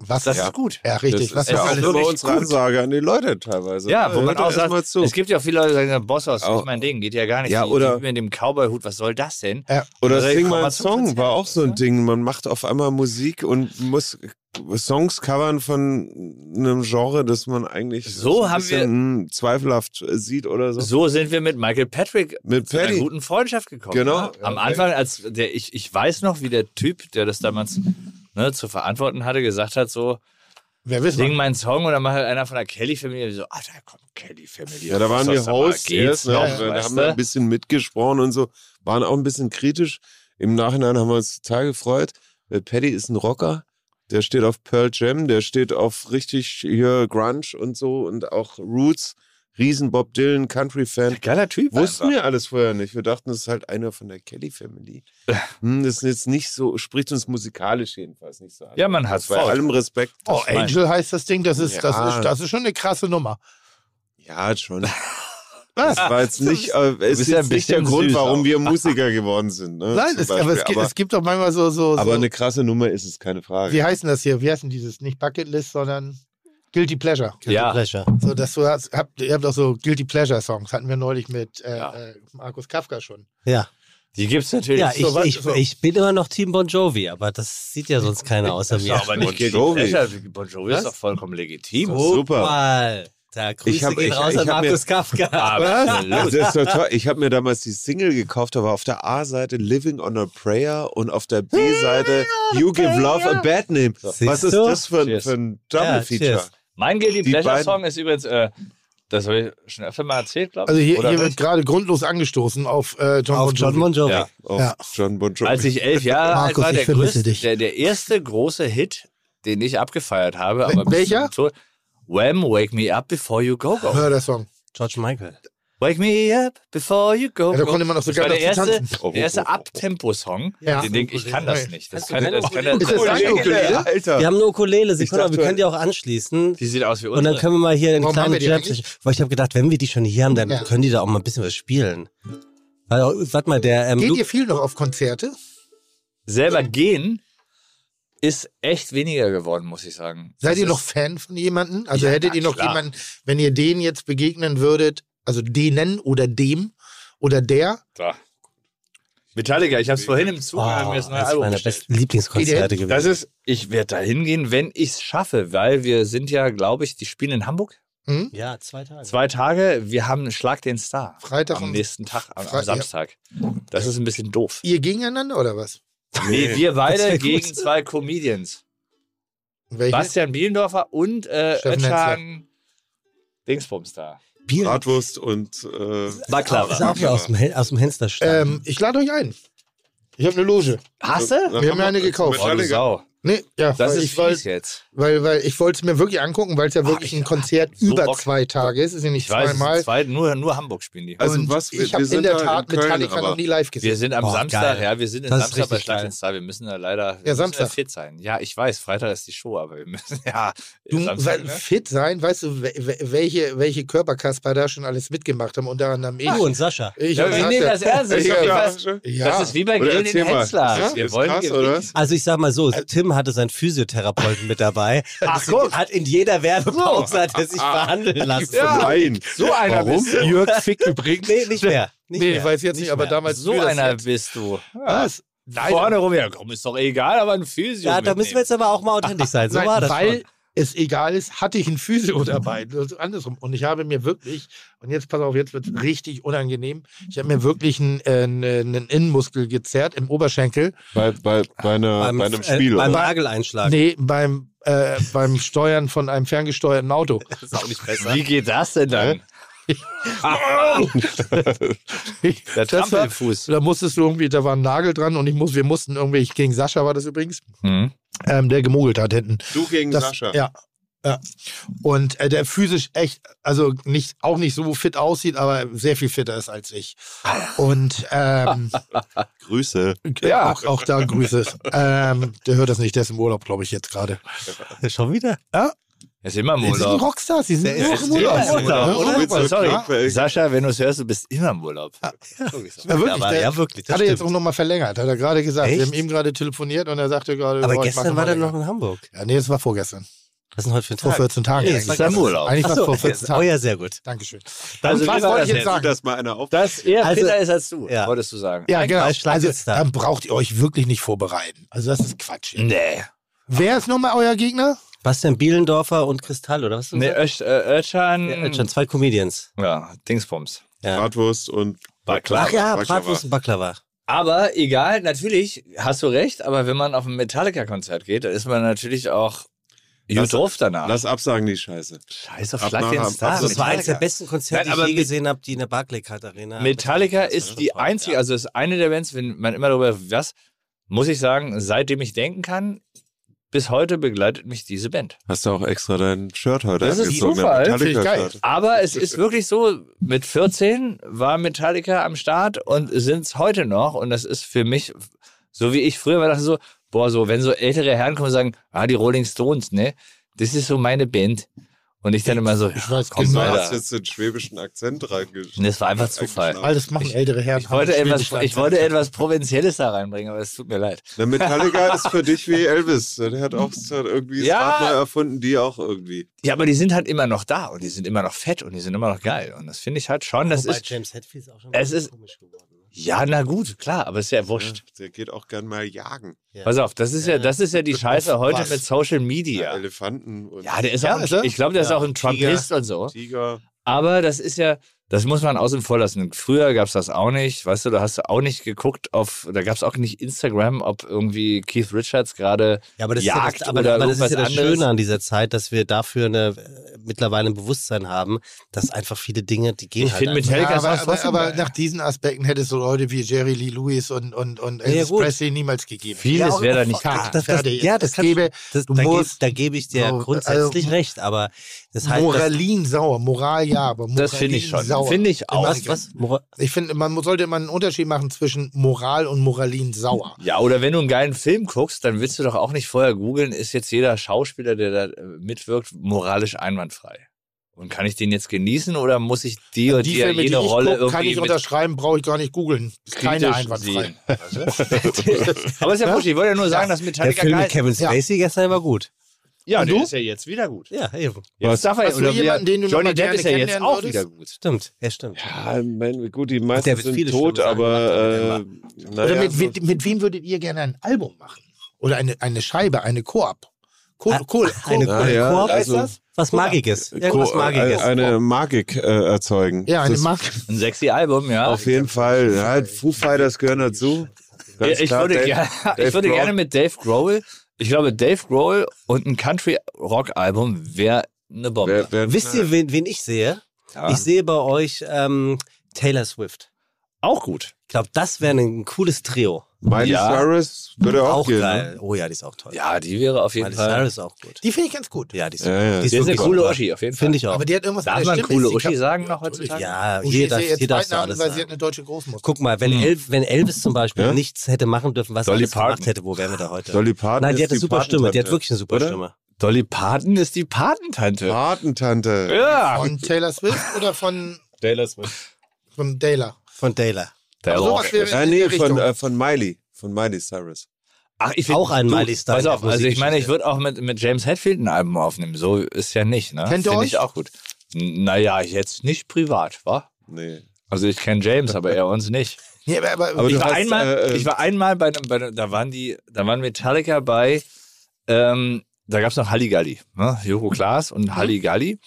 S3: was
S5: das
S3: ja.
S5: ist gut.
S3: Ja, richtig.
S8: Das
S3: Was
S8: ist
S3: das
S8: ja
S5: ist
S8: auch
S3: alles-
S5: wirklich
S8: immer unsere
S5: gut.
S8: Ansage an die Leute teilweise.
S5: Ja, wo man
S8: Hört
S5: auch
S8: erst mal
S5: sagt,
S8: zu.
S5: es gibt ja auch viele Leute, die sagen, Boss aus,
S8: Au.
S5: nicht mein Ding, geht ja gar nicht.
S8: Ja,
S5: Die-
S8: oder-
S5: die mit dem Cowboy-Hut, was soll das denn?
S3: Ja.
S8: Oder
S5: Also,
S8: Sing
S5: komm
S8: mal einen
S5: mal zum
S8: Song
S5: Konzert,
S8: war auch so ein
S5: ne?
S8: Ding. Man macht auf einmal Musik und muss Songs covern von einem Genre, das man eigentlich
S5: So
S8: ein
S5: haben
S8: bisschen,
S5: wir-
S8: hm, zweifelhaft sieht oder so.
S5: So sind wir mit Michael Patrick
S8: Mit
S5: zu einer
S8: Paddy.
S5: guten Freundschaft gekommen.
S8: Genau.
S5: Ne? Am Anfang, als der, ich, ich weiß noch, wie der Typ, der das damals ne, zu verantworten hatte, gesagt hat, so,
S3: Wer wissen
S5: sing meinen Song und dann macht halt einer von der Kelly-Familie so, ah, da kommt Kelly-Familie.
S8: Ja, da waren
S5: Sag
S8: wir
S5: mal,
S8: Hosts
S5: geht's
S8: erst, ne?
S5: noch,
S8: und da
S5: weißt
S8: haben
S5: du?
S8: wir ein bisschen mitgesprochen und so, waren auch ein bisschen kritisch. Im Nachhinein haben wir uns total gefreut. Weil Paddy ist ein Rocker, der steht auf Pearl Jam, der steht auf richtig hier Grunge und so und auch Roots, Riesen Bob Dylan, Country-Fan.
S5: Geiler Typ.
S8: Wussten
S5: einfach.
S8: wir alles vorher nicht. Wir dachten, das ist halt einer von der Kelly Family. Hm, das ist jetzt nicht so, spricht uns musikalisch jedenfalls nicht so an.
S5: Ja, man hat's
S8: Bei
S5: faul.
S8: allem Respekt.
S3: Oh, Angel heißt das Ding. Das ist, das,
S8: Ja.
S3: ist, das ist schon eine krasse Nummer.
S8: Ja, schon. Das war jetzt nicht, äh, ist
S5: bist ja ein
S8: jetzt nicht der
S5: bisschen
S8: Grund,
S5: süß
S8: warum
S5: auch.
S8: wir Musiker geworden sind. Ne?
S3: Nein,
S8: zum
S3: es, aber, es,
S8: Beispiel.
S3: gibt, es gibt doch manchmal so. so,
S8: aber, aber
S3: so
S8: eine krasse Nummer ist es, keine Frage.
S3: wie heißt denn das hier? Wie heißt denn dieses? Nicht Bucketlist, sondern Guilty Pleasure.
S5: Ja,
S2: Pleasure.
S3: So, dass du hast, habt, ihr habt auch so Guilty Pleasure Songs. Hatten wir neulich mit äh,
S5: Ja.
S3: äh, Markus Kafka schon.
S2: Ja,
S5: die gibt's natürlich.
S2: ja ich,
S3: So, was-
S2: ich,
S3: so.
S2: ich bin immer noch Team Bon Jovi, aber das sieht ja sonst keiner außer mir.
S5: aber nicht
S8: Bon
S5: Guilty
S8: Jovi.
S5: Pleasure. Bon Jovi ist doch vollkommen legitim.
S2: Guck
S8: super.
S2: Mal. Da Grüße
S8: Ich hab-
S2: gehen
S8: ich-
S2: raus
S8: ich
S2: an
S8: hab mir- Ah,
S2: Markus Kafka.
S5: Absolut.
S8: Das ist so toll. Ich habe mir damals die Single gekauft, da war auf der A-Seite Living on a Prayer und auf der B-Seite You Give Love a Bad Name. Was ist
S2: du?
S8: das für, ein-
S5: Cheers.
S8: für ein
S2: Ja,
S8: Double-Feature?
S2: cheers.
S5: Mein Guilty
S8: Die
S5: Pleasure
S8: beiden-
S5: Song ist übrigens, äh, das habe ich schon öfter mal erzählt, glaube ich.
S3: Also hier,
S5: oder
S3: hier wird
S5: nicht?
S3: gerade grundlos angestoßen auf äh, John
S2: Auf
S3: Bon
S2: John
S3: Jovi.
S2: Bon Jovi.
S5: Ja.
S8: Auf
S3: Ja.
S8: John Bon Jovi.
S5: Als ich elf Jahre
S3: Markus,
S5: alt war,
S3: ich
S5: der,
S3: vermisse
S5: größte,
S3: dich.
S5: Der, der erste große Hit, den ich abgefeiert habe. Aber bis
S3: welcher?
S5: zum Tod- Wham, Wake Me Up Before You Go Go.
S3: Hör der Song.
S2: George Michael.
S5: Wake me up before you go.
S3: Ja, da
S5: go.
S3: konnte man auch so
S5: das war
S3: geil
S5: der
S3: dazu
S5: erste,
S3: tanzen.
S8: Oh, oh,
S5: der erste
S8: oh, oh.
S5: Abtempo-Song.
S3: Ja.
S5: Den denk ich kann das nicht. Das kann, das kann
S3: Ist das deine Ukulele?
S8: Alter.
S2: Wir haben eine Ukulele, Sekunde,
S8: dachte,
S2: aber wir können die auch anschließen.
S5: Die sieht aus wie
S2: Und dann
S5: unsere.
S2: können wir mal hier einen
S3: Warum haben
S2: kleinen
S3: wir die
S2: Jam
S3: eigentlich?
S2: Weil ich habe gedacht, wenn wir die schon hier haben, dann
S3: Ja.
S2: können die da auch mal ein bisschen was spielen. Weil, oh, warte mal, der ähm,
S3: Geht
S2: Lu-
S3: ihr viel noch auf Konzerte?
S5: Selber gehen ist echt weniger geworden, muss ich sagen.
S3: Seid
S5: Das
S3: ihr noch
S5: ist-
S3: Fan von jemandem? Also
S5: Ja,
S3: hättet
S5: na
S3: ihr noch
S5: klar.
S3: jemanden, wenn ihr den jetzt begegnen würdet, also denen oder dem oder der,
S5: Da. Metallica, ich habe es vorhin im Zug
S2: Oh,
S5: und hab mir das neue
S2: eines
S5: Album
S2: Ah, meiner
S5: bestellt.
S2: besten Lieblingskonzerte gewesen.
S5: Das ist, ich werde da hingehen, wenn ich es schaffe, weil wir sind ja, glaube ich, die spielen in Hamburg
S3: hm?
S2: ja, zwei Tage.
S5: zwei Tage. Wir haben Schlag den Star.
S3: Freitag
S5: am
S3: und-
S5: nächsten Tag, am,
S3: Fre-
S5: am
S3: ja.
S5: Samstag. Das ist ein bisschen doof.
S3: Ihr gegeneinander oder was?
S5: Nee, wir
S2: Das
S5: beide
S2: wär gut.
S5: gegen zwei Comedians.
S3: Welche?
S5: Bastian Bielendorfer und äh,
S3: Steffen Hensler.
S5: Özcan Dingsbums da.
S2: Bier.
S8: Bratwurst und äh,
S5: War klar.
S2: Ist auch hier aus dem, Hen- aus dem Fenster
S3: Ähm, ich lade euch ein. Ich habe eine Loge.
S5: Hast du?
S3: Wir haben ja eine gekauft.
S5: Oh, du Sau.
S3: Nee, ja,
S5: Das
S3: weil
S5: ist
S3: ich wollte-
S5: fies jetzt.
S3: Weil, weil ich wollte es mir wirklich angucken, weil es ja wirklich
S5: ich-
S3: ein Konzert
S5: so
S3: über
S5: Bock.
S3: zwei Tage ist. Es ist ja nicht
S5: Ich weiß, es
S3: zweimal.
S5: sind zwei, nur, nur Hamburg spielen die.
S8: also
S3: und
S8: was, wir,
S3: ich habe
S8: wir sind
S3: in der
S8: da
S3: Tat
S8: in Köln,
S3: Metallica
S8: aber
S3: noch nie live gesehen.
S5: Wir sind am
S2: Boah,
S5: Samstag,
S2: geil.
S5: ja, wir sind am
S2: Das ist
S5: Samstag bei
S2: richtig
S5: Schlag
S2: geil.
S5: den Star. Wir müssen da leider wir
S3: Ja,
S5: müssen
S3: Samstag.
S5: Da fit sein. Ja, ich weiß, Freitag ist die Show, aber wir müssen, ja,
S3: Du
S5: Samstag,
S3: weil
S5: ne?
S3: fit sein, weißt du, we- we- welche, welche Körperkasper da schon alles mitgemacht haben, unter anderem ich.
S2: Du und Sascha.
S3: ich
S5: Ah, Ja,
S3: und
S5: wir nehmen
S3: Sascha.
S5: das ernst. Das,
S8: Ich
S5: ist
S8: hab
S5: doch
S8: ja-
S5: fast- das ist wie bei
S8: Oder
S5: Grillen
S8: erzähl
S5: in
S8: mal.
S5: Hensler.
S8: Ist-
S5: wir
S8: ist
S5: wollen
S8: krass, oder?
S2: Also ich sag mal so, Tim hatte seinen Physiotherapeuten mit dabei.
S5: Ach,
S2: Das
S5: guck.
S2: hat in jeder Werbepause hat er sich
S3: Ah.
S2: behandeln lassen.
S8: Nein.
S5: So einer
S8: Warum?
S5: bist du.
S9: Jörg Fick übrigens.
S2: Nee, nicht mehr. Nicht
S3: Nee,
S2: mehr.
S3: ich weiß jetzt nicht, aber
S2: mehr.
S3: damals
S5: So
S3: für das
S5: einer
S3: Set.
S5: bist du.
S3: Was? Nein,
S5: Vorne rum, ja, komm, ist doch egal, aber ein Physio.
S2: Ja, da müssen wir
S5: mitnehmen.
S2: jetzt aber auch mal authentisch sein. So
S3: nein,
S2: war das
S3: weil
S2: schon.
S3: es egal ist, hatte ich einen Physio dabei. Das ist andersrum. Und ich habe mir wirklich, und jetzt pass auf, jetzt wird es richtig unangenehm, ich habe mir wirklich einen, äh, einen einen Innenmuskel gezerrt im Oberschenkel.
S8: Bei, bei, bei, einer, bei einem Spiel.
S2: äh, beim
S8: oder?
S2: Nageleinschlag.
S3: Nee, beim, äh, beim Steuern von einem ferngesteuerten Auto.
S5: Wie geht das denn dann? Der
S3: Das war-
S5: Ah, Trampelfuß.
S3: Da musstest du irgendwie, da war ein Nagel dran und ich muss, wir mussten irgendwie, ich, gegen Sascha war das übrigens,
S5: Hm.
S3: ähm, der gemogelt hat hinten.
S8: du gegen
S3: Das,
S8: Sascha.
S3: Ja. Ja. Und äh, der physisch echt, also nicht, auch nicht so fit aussieht, aber sehr viel fitter ist als ich. Und ähm,
S8: Grüße.
S3: ja. auch, auch da Grüße. Ähm, der hört das nicht, der ist im Urlaub, glaube ich, jetzt gerade.
S2: Schon wieder?
S5: Er ist immer im
S3: Sie sind
S5: Urlaub.
S3: Rockstars, sie sind
S2: Der
S3: nur
S2: ist
S3: im
S2: immer
S3: Urlaub.
S2: im Urlaub,
S3: Ja,
S2: oder?
S3: Urlaub,
S8: Urlaub,
S3: klar.
S5: Sorry, Sascha, wenn du es hörst, du bist immer im Urlaub.
S3: Ja, wirklich,
S2: aber,
S3: der-
S2: ja, wirklich. Das
S3: Hat er jetzt
S2: stimmt.
S3: auch nochmal verlängert, hat er gerade gesagt.
S2: Echt?
S3: Wir haben ihm gerade telefoniert und er sagte gerade,
S2: aber
S3: boah, ich mach
S2: gestern
S3: noch
S2: war
S3: mal
S2: er noch
S3: länger.
S2: in Hamburg.
S3: Ja, nee, das war vorgestern.
S2: Was ist denn heute für ein
S3: Vor
S2: Tag?
S3: 14 Tagen.
S2: Nee,
S3: eigentlich.
S5: ist im Urlaub.
S3: Eigentlich war es
S2: Achso,
S3: vor 14
S2: oh
S3: Tagen.
S2: ja, sehr gut.
S3: Dankeschön.
S5: Also,
S3: was wollte
S5: lieber
S3: ich
S5: das
S3: jetzt
S5: jetzt.
S3: sagen?
S8: Dass mal einer auf.
S5: Dass er
S2: Also-
S5: fitter ist als du,
S2: Ja.
S5: wolltest du sagen.
S3: Ja, genau.
S2: bei Schlag
S3: Also,
S2: jetzt da. Mhm.
S3: dann braucht ihr euch wirklich nicht vorbereiten. Also, das ist Quatsch. jetzt.
S5: Nee.
S3: Wer ist nochmal euer Gegner?
S2: Bastian Bielendorfer und Kristall, oder was? hast du
S5: Nee,
S2: gesagt?
S5: Ösch- äh, Özcan.
S2: Ja, schon zwei Comedians.
S5: Ja, Dingsbums.
S8: Bratwurst und
S5: War klar.
S2: Ach ja,
S8: Baklava.
S2: Bratwurst und Baklava.
S5: Aber egal, natürlich hast du recht, aber wenn man auf ein Metallica-Konzert geht, dann ist man natürlich auch
S8: Lass-
S5: gut drauf danach.
S8: Lass absagen die Scheiße.
S5: Scheiße,
S8: ab nach-
S5: Schlag den
S8: ab-
S5: Star.
S2: Also, das war eines der
S5: Ah, Metallica.
S2: besten Konzerte,
S5: Nein,
S2: die
S5: aber
S2: ich je
S5: mit-
S2: gesehen habe, die in der Barclaycard Arena.
S5: Metallica
S2: Das
S5: ist
S2: war
S5: die
S2: toll,
S5: einzige,
S2: ja.
S5: also ist eine der Bands, wenn man immer darüber, was, muss ich sagen, seitdem ich denken kann, bis heute begleitet mich diese Band.
S8: Hast du auch extra dein Shirt heute
S5: Das ist
S8: angezogen?
S5: Zufall.
S8: dein
S3: Finde ich geil.
S8: Metallica-Shirt.
S5: Aber es ist wirklich so, mit 14 war Metallica am Start und sind es heute noch. Und das ist für mich, so wie ich früher war, dachte so, boah, so, wenn so ältere Herren kommen und sagen, ah, die Rolling Stones, ne? Das ist so meine Band. Und ich dann immer so,
S3: Ich
S5: ja,
S3: weiß
S5: komm,
S8: Du
S3: genau.
S8: hast
S5: Alter.
S8: jetzt den schwäbischen Akzent
S5: Und
S8: reingeschrieben.
S5: das war einfach Zufall.
S3: Alles Ah, machen ältere Herren.
S5: Ich wollte,
S3: haben einen
S5: etwas,
S3: schwedischen
S5: ich wollte etwas Provinzielles da reinbringen, aber es tut mir leid.
S8: Na, Metallica ist für dich wie Elvis. Der hat auch der hat irgendwie das
S5: Ja.
S8: Rad neu erfunden, die auch irgendwie.
S5: Ja, aber die sind halt immer noch da und die sind immer noch fett und die sind immer noch geil. Und das finde ich halt schon, das
S2: Wobei
S5: ist,
S2: James Hetfield ist auch schon
S5: es ist-
S2: komisch geworden. ne?
S5: ja, na gut, klar, aber ist ja
S8: Oh,
S5: wurscht.
S8: ne? Der geht auch gern mal jagen.
S5: Pass auf, das ist ja, das ist ja die Scheiße heute
S3: Was?
S5: mit Social
S8: Ja.
S5: Media.
S8: ne? Elefanten und
S5: Ja, der ist
S3: Ja,
S5: auch,
S3: ist er?
S5: ein, ich glaube, der ist
S2: Ja,
S5: auch ein
S2: Tiger.
S5: Trumpist und so.
S8: Tiger.
S5: Aber das ist ja, das muss man außen vor lassen. Früher gab es das auch nicht, weißt du, da hast du auch nicht geguckt auf, da gab es auch nicht Instagram, ob irgendwie Keith Richards gerade
S2: Ja, aber das
S5: jagt
S2: ist ja das, aber,
S5: oder
S2: aber das, ist ja
S5: irgendwas
S2: das
S5: anderes.
S2: Schöne an dieser Zeit, dass wir dafür eine, äh, mittlerweile ein Bewusstsein haben, dass einfach viele Dinge, die gehen
S5: Ich
S2: halt
S5: find
S2: einfach.
S5: mit Helga
S3: Ja,
S5: ist
S3: aber,
S5: auch
S3: aber,
S5: trotzdem
S3: aber
S5: geil.
S3: nach diesen Aspekten hättest du Leute wie Jerry Lee Lewis und, und, und
S2: ja,
S3: Elvis
S2: gut.
S3: Presley niemals gegeben.
S5: Vieles
S2: aber-
S5: wäre da nicht
S3: Ja,
S5: da.
S2: das, das,
S3: fertig.
S2: ja, das
S3: Es
S2: kann,
S3: gäbe-
S2: das,
S3: du
S2: da, geb,
S3: musst-
S2: da gebe ich dir
S3: so,
S2: grundsätzlich
S3: also,
S2: recht, aber das heißt, dass,
S3: Moralin sauer, Moral ja, aber Moralin
S5: Das finde ich schon.
S3: sauer.
S5: Finde ich auch.
S2: was, was, Mora-
S3: Ich finde, man sollte mal einen Unterschied machen zwischen Moral und Moralin sauer.
S5: Ja, oder wenn du einen geilen Film guckst, dann willst du doch auch nicht vorher googeln, ist jetzt jeder Schauspieler, der da äh, mitwirkt, moralisch einwandfrei? Und kann ich den jetzt genießen oder muss ich Also die oder
S3: Die
S5: die,
S3: Filme, die ich
S5: jede Rolle
S3: gucke,
S5: irgendwie
S3: kann ich
S5: mit
S3: unterschreiben, brauche ich gar nicht googeln. Ist keine
S5: kritisch
S3: einwandfrei.
S5: sehen? Also? Aber ist ja wurscht, ich wollte ja nur sagen, dass
S2: der
S5: Metallica
S2: Film mit
S5: geil
S2: Kevin Spacey gestern war gut.
S5: Ja,
S3: Und
S5: der
S3: du?
S5: ist ja jetzt wieder gut.
S2: Ja, eben.
S5: Jetzt darf er,
S3: Hast du
S5: oder wer-
S3: jemanden, den du noch
S5: Johnny
S3: mal
S5: Depp
S3: gerne
S5: ist ja jetzt
S3: kennenlernen
S5: auch
S3: würdest?
S5: wieder gut.
S2: Stimmt, ja, stimmt.
S8: Ja, ich meine, gut, die
S2: Der
S8: meisten
S2: wird
S8: sind
S2: viele schlimme
S8: tot,
S2: Sachen
S8: aber äh,
S3: Oder
S8: naja,
S3: mit, mit, mit wem würdet ihr gerne ein Album machen? Oder eine, eine Scheibe, eine Koop? Ko
S2: Ah,
S3: Ko
S2: eine
S3: Ko
S8: Ah, ja,
S2: Koop
S8: also-
S2: ist das? Was Magiges. Irgendwas
S8: Co-
S2: Magiges.
S8: äh, eine Magik äh, erzeugen.
S3: ja, eine
S8: Das-
S3: Marke.
S5: Ein sexy Album, ja.
S8: Auf jeden Fall. Ja, Foo Fighters gehören dazu.
S5: Ja,
S8: Ganz
S5: ich,
S8: klar,
S5: würde,
S8: Dave-
S5: gerne-
S8: Dave
S5: ich würde
S8: Grohl.
S5: gerne mit Dave Grohl, ich glaube, Dave Grohl und ein Country-Rock-Album wäre eine Bombe.
S8: Wer- wer-
S2: Wisst ihr, wen, wen ich sehe?
S8: Ah.
S5: Ja.
S2: Ich sehe bei euch ähm, Taylor Swift.
S5: auch gut.
S2: Ich glaube, das wäre ein cooles Trio.
S8: Miley
S5: Ja.
S8: Cyrus würde auch,
S2: auch
S8: gehen. ne?
S2: geil. Oh ja, die ist auch toll.
S5: Ja, die wäre auf jeden
S2: Miley
S5: Fall.
S2: Cyrus ist auch gut.
S3: Die finde ich ganz gut.
S2: Ja, die ist,
S8: Ja, ja.
S2: Die ist,
S5: Die ist eine
S2: wirklich
S5: coole
S2: super.
S5: Oschi, auf jeden Fall.
S2: Finde ich auch.
S3: Aber die hat irgendwas
S5: Darf
S3: an der
S5: man
S3: Stimme.
S5: coole
S3: Ich
S5: Uschi
S3: hab-
S5: sagen noch
S3: natürlich.
S5: heutzutage?
S2: Ja,
S3: Uschi
S2: hier
S3: ist ja
S2: darf,
S3: jetzt
S2: hier darfst du
S3: Beinamen,
S2: alles
S3: weil sie hat
S2: sagen.
S3: eine deutsche Großmutter.
S2: Guck mal, wenn, El wenn Elvis zum Beispiel
S8: Hm. Ja?
S2: nichts hätte machen dürfen, was er
S5: Dolly
S2: alles gemacht
S5: Parton.
S2: hätte, wo wären wir da heute?
S8: Dolly Parton
S2: Nein, die
S8: ist
S2: hat eine
S8: die
S2: super Stimme. Die hat
S8: Patentante,
S2: wirklich eine super
S8: oder?
S2: Stimme.
S5: Dolly Parton ist die Patentante.
S8: Patentante.
S5: Ja.
S3: Von Taylor Swift oder von,
S5: Taylor Swift.
S3: von Taylor?
S2: Von Taylor.
S5: Der
S3: Aber
S5: Rock.
S3: sowas wäre
S8: Ja,
S3: in die
S8: nee, von,
S3: Richtung.
S8: äh, von Miley. Von Miley Cyrus.
S5: Ach, ich find-
S2: Auch ein
S5: du,
S2: Miley Style
S5: Pass auf,
S2: der
S5: also ich meine, ich
S2: Musikgeschichte.
S5: würde auch mit, mit James Hetfield ein Album aufnehmen. So ist ja nicht, ne?
S3: Kennt ihr
S5: Finde
S3: euch?
S5: ich auch gut. N- Naja, jetzt nicht privat, wa?
S8: Nee.
S5: Also ich kenne James, aber er uns nicht.
S3: Nee, aber, aber,
S8: Aber
S5: ich,
S8: du
S5: war
S8: hast,
S5: einmal,
S8: äh, äh,
S5: ich war einmal bei einem, bei einem, da waren die, da waren Metallica bei, ähm, da gab es noch Halligalli, ne? Juro Klaas
S8: Mhm.
S5: und Halligalli.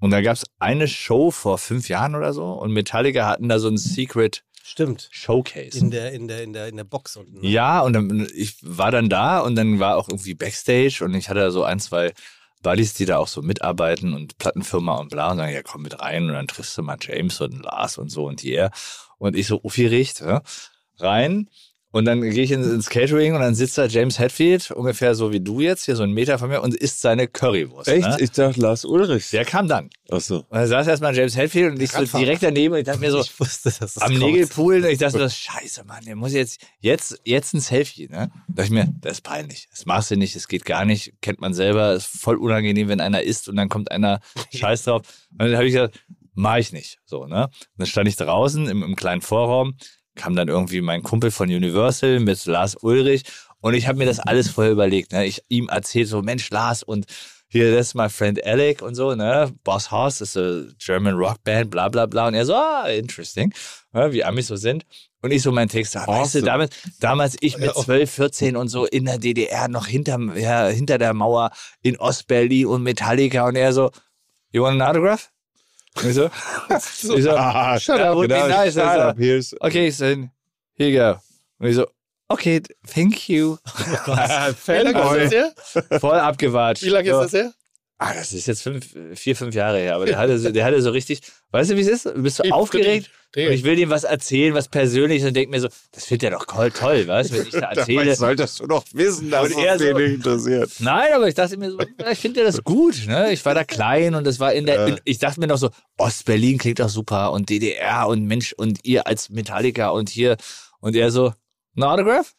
S5: Und da gab es eine Show vor fünf Jahren oder so und Metallica hatten da so ein Secret
S2: Stimmt.
S5: Showcase.
S2: In der, in der, in der, in der Box unten.
S8: Ne?
S2: ne?
S5: Ja, und dann, ich war dann da und dann war auch irgendwie Backstage und ich hatte da so ein, zwei Buddies, die da auch so mitarbeiten und Plattenfirma und bla und dann, ja, komm mit rein und dann triffst du mal James und Lars und so und hier. Und ich so aufgeregt, ja, rein. Und dann gehe ich in, ins Catering und dann sitzt da James Hetfield, ungefähr so wie du jetzt, hier so einen Meter von mir und isst seine Currywurst.
S8: Echt?
S5: Ne?
S8: Ich dachte Lars Ulrich.
S5: Der kam dann.
S8: Achso.
S5: Und da saß erstmal James Hetfield und ich so
S2: Radfahrer.
S5: direkt daneben und ich dachte mir so,
S2: Ich wusste, dass das
S5: am
S2: kommt.
S5: Nägelpool. Und ich dachte, das scheiße, Mann, der muss jetzt, jetzt, jetzt ein Selfie, ne? Da dachte ich mir, das ist peinlich. Das machst du nicht, das geht gar nicht. Kennt man selber, ist voll unangenehm, wenn einer isst und dann kommt einer scheiß drauf. Und dann habe ich gesagt, mach ich nicht. So, ne? Und dann stand ich draußen im, im kleinen Vorraum, kam dann irgendwie mein Kumpel von Universal mit Lars Ulrich und ich habe mir das alles vorher überlegt. Ne? Ich ihm erzählt so, Mensch, Lars und hier, das ist mein Friend Alec und so, ne? Boss House ist eine German Rock Band, bla bla bla. Und er so, ah, interesting, ne? wie Amis so sind. Und ich so meinen Text, ah, weißt du,
S8: Awesome.
S5: damals, damals ich mit 12, 14 und so in der DDR noch hinterm, ja, hinter der Mauer in Ostberlin und Metallica und er so, you want an autograph? Und ich so, ich so
S8: Ah,
S5: shut up, would be
S8: genau,
S5: nice.
S8: shut
S5: Also,
S8: up, here's-
S5: okay, so here you go. Und ich so, okay, thank you.
S3: wie lange ist das
S5: Fanboy.
S3: her?
S5: Voll abgewatscht.
S3: Wie lange
S5: so.
S3: ist das her?
S5: Ah, das ist jetzt fünf, vier, fünf Jahre her, aber der hatte, so- der hatte so richtig, weißt du, wie es ist? Du bist so
S3: Ich-
S5: aufgeregt
S3: Digga.
S5: und ich will dem was erzählen, was Persönliches und denk mir so, das findet er doch toll, toll, weißt du, wenn ich da
S8: Dabei
S5: erzähle.
S8: solltest du doch wissen, dass
S5: Und er
S8: es
S5: so-
S8: den nicht interessiert.
S5: Nein, aber ich dachte mir so, ich finde das gut. Ne? Ich war da klein und das war in der. In, ich dachte mir noch so, Ostberlin klingt doch super und DDR und Mensch und ihr als Metallica und hier und er so, ein Autograph?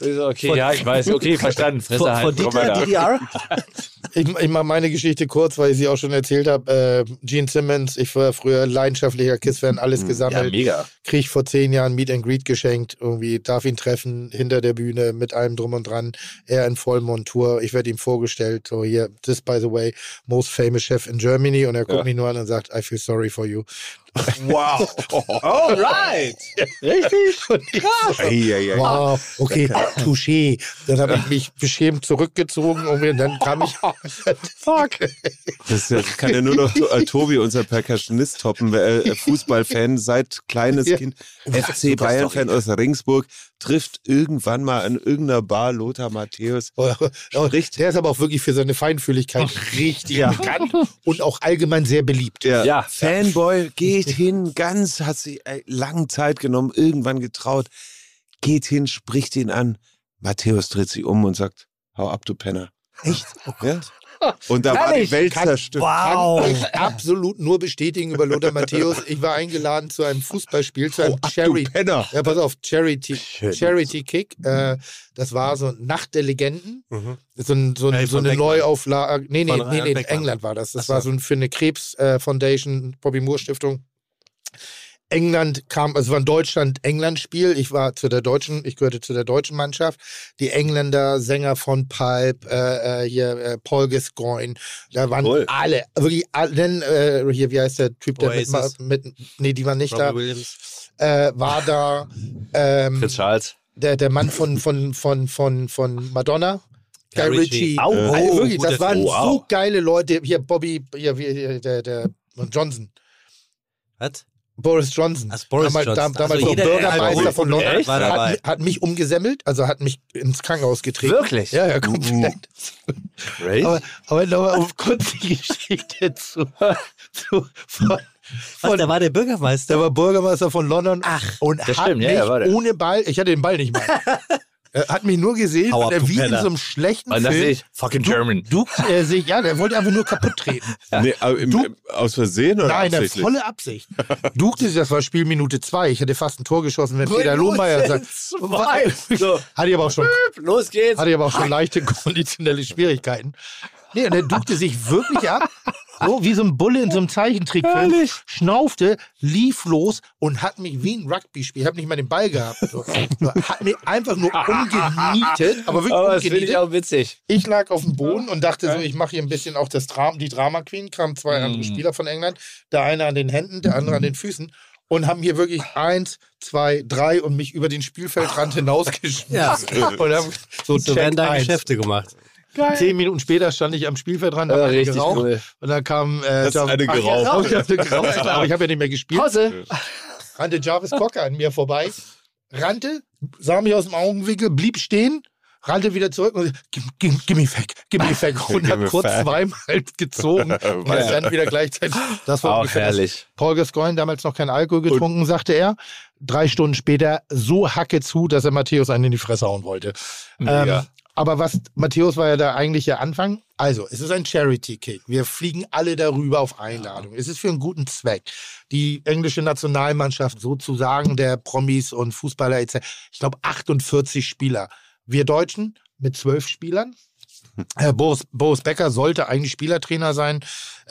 S5: Ich so, okay, ja, ich weiß, okay, verstanden. Fresse
S2: Von,
S5: halt.
S2: von
S5: komm mal
S2: Dieter,
S5: da.
S2: DDR?
S3: Ich, ich mache meine Geschichte kurz, weil ich sie auch schon erzählt habe. Äh, Gene Simmons, ich war früher leidenschaftlicher Kiss-Fan,
S8: Mhm.
S3: alles
S5: Ja,
S3: gesammelt.
S5: mega.
S3: krieg ich vor zehn Jahren Meet and Greet geschenkt. Irgendwie darf ihn treffen, hinter der Bühne, mit allem drum und dran. Er in Vollmontur. Ich werde ihm vorgestellt, so hier, this by the way, most famous chef in Germany. Und er guckt mich nur an und sagt, I feel sorry for you.
S8: Wow.
S5: Alright.
S3: Richtig? Und ich so, Wow, okay, touché. Dann habe ich mich beschämt zurückgezogen und mir- dann kam ich. Fuck.
S8: Das, ist ja- das kann ja nur noch to- äh, Tobi, unser Percussionist, toppen. Äh, äh, Fußballfan seit kleines
S3: Ja.
S8: Kind. FC Bayern-Fan aus Ringsburg trifft irgendwann mal an irgendeiner Bar Lothar Matthäus.
S3: Richtig. Der ist aber auch wirklich für seine Feinfühligkeit richtig bekannt und auch allgemein sehr beliebt.
S8: Der
S5: Ja.
S8: Fanboy geht hin, ganz, hat sich äh, lange Zeit genommen, irgendwann getraut, geht hin, spricht ihn an. Matthäus dreht sich um und sagt, hau ab, du Penner. Echt?
S3: Oh
S8: Ja. Und da war die
S5: Ehrlich?
S8: Welt zerstört.
S3: Kann ich absolut nur bestätigen über Lothar Matthäus. Ich war eingeladen zu einem Fußballspiel, zu einem Charity.
S8: Penner.
S3: Ja, pass auf, Charity, Charity Kick. Äh, das war so Nacht der Legenden. So, ein, so, ein,
S2: Mhm. Ey, von
S3: so eine
S2: Beckmann.
S3: Neuauflage. Nee, nee,
S2: Von
S3: nee, nee
S2: Beckmann.
S3: England war das. Das war so ein, für eine Krebs äh, Foundation, Bobby Moore Stiftung. England kam, also es war ein Deutschland-England-Spiel. Ich war zu der deutschen, ich gehörte zu der deutschen Mannschaft. Die Engländer, Sänger von Pipe, äh, äh, hier äh, Paul Gascoigne, da waren
S8: Toll.
S3: alle, wirklich alle, denn, äh, hier, wie heißt der Typ, der mit, Ma-
S2: Oasis.
S3: mit, nee, die waren nicht
S2: Robbie Williams.
S3: da, äh, war da, ähm,
S5: Fritz Charles.
S3: der, der Mann von, von, von, von, von Madonna. Guy
S2: Guy Ritchie.
S3: Ritchie.
S5: Au,
S3: Äh,
S5: oh,
S3: also wirklich,
S2: guter
S3: das waren
S5: Typ.
S3: so
S5: Wow.
S3: geile Leute. Hier Bobby, hier, wie- hier, der, der Johnson.
S2: Was?
S3: Boris Johnson.
S2: Ach, Boris
S3: damals
S2: Johnson.
S3: dam- damals
S2: Also
S3: noch
S5: Äh,
S2: jeder, der Alkohol
S3: Bürgermeister von London.
S2: trinkt, war dabei.
S3: Hat, hat mich umgesemmelt, also hat mich ins Krankenhaus getreten.
S5: Wirklich?
S3: Ja, ja,
S2: Uh,
S3: komplett.
S5: Crazy.
S3: Aber, aber nochmal auf kurz die Geschichte zu, zu von,
S2: Was,
S3: von
S2: da war der Bürgermeister.
S3: der war Bürgermeister von London. Ach, und
S5: das
S3: hat
S5: stimmt, ja,
S3: mich
S5: ja, war der.
S3: ohne Ball, ich hatte den Ball nicht mal. er hat mich nur gesehen
S2: Hau ab,
S3: und er
S2: du
S3: wie in
S2: Penner.
S3: so einem schlechten
S5: Und das sehe
S3: Film
S5: ich. Fucking German.
S3: duckt er sich, ja, der wollte einfach nur kaputt treten.
S8: Nee, aber im,
S3: Du-
S8: im, aus Versehen oder
S3: Nein, das
S8: absichtlich?
S3: volle Absicht. Dukte sich, das war Spielminute 2. Ich hätte fast ein Tor geschossen, wenn Peter Lohmeier sagt.
S5: So,
S3: Hatte ich aber auch schon
S5: los geht's.
S3: hatte ich aber auch schon leichte konditionelle Schwierigkeiten. Nee, und er dukte sich wirklich ab, so wie so ein Bulle in so einem Zeichentrickfilm, schnaufte, lief los und hat mich wie ein Rugby-Spiel, ich habe nicht mal den Ball gehabt, so, hat mich einfach nur umgenietet, aber wirklich
S5: Aber das finde ich
S3: umgenietet.
S5: auch witzig.
S3: Ich lag auf dem Boden und dachte so, ich mache hier ein bisschen auch das Dram die Drama Queen, kamen zwei andere Spieler von England, der eine an den Händen, der andere an den Füßen und haben hier wirklich eins, zwei, drei und mich über den Spielfeldrand hinausgeschmissen.
S2: Ja.
S3: Und haben so,
S2: So werden da
S3: eins.
S2: Geschäfte gemacht.
S3: Zehn Minuten später stand ich am Spielfeldrand, hab
S5: Ja,
S3: eine
S5: richtig
S2: Oh.
S3: geraucht
S5: cool.
S3: und dann kam äh,
S8: Hast eine
S3: Ach,
S8: geraucht.
S3: Ja, ich hab eine geraucht, aber ich habe ja nicht mehr gespielt.
S5: Pause.
S3: Rannte Jarvis Cocker an mir vorbei, rannte, sah mich aus dem Augenwinkel, blieb stehen, rannte wieder zurück und gib, gib, gib mich weg, gib mich weg und
S8: Gib
S3: hat
S8: mir
S3: kurz
S8: weg.
S3: zweimal gezogen und
S8: Ja.
S3: ist dann wieder gleichzeitig. Das war
S5: Auch
S3: ungefähr das
S5: Ah, herrlich.
S3: Paul Gascoigne, damals noch kein Alkohol getrunken, sagte er. Drei Stunden später so hacke zu, dass er Matthäus einen in die Fresse hauen wollte. Ähm, aber was, Matthäus war ja da eigentlich der Anfang. Also, es ist ein Charity-Kick. Wir fliegen alle darüber auf Einladung. Es ist für einen guten Zweck. Die englische Nationalmannschaft sozusagen der Promis und Fußballer etc. Ich glaube, 48 Spieler. Wir Deutschen mit zwölf Spielern. Herr Äh, Boris, Boris Becker sollte eigentlich Spielertrainer sein,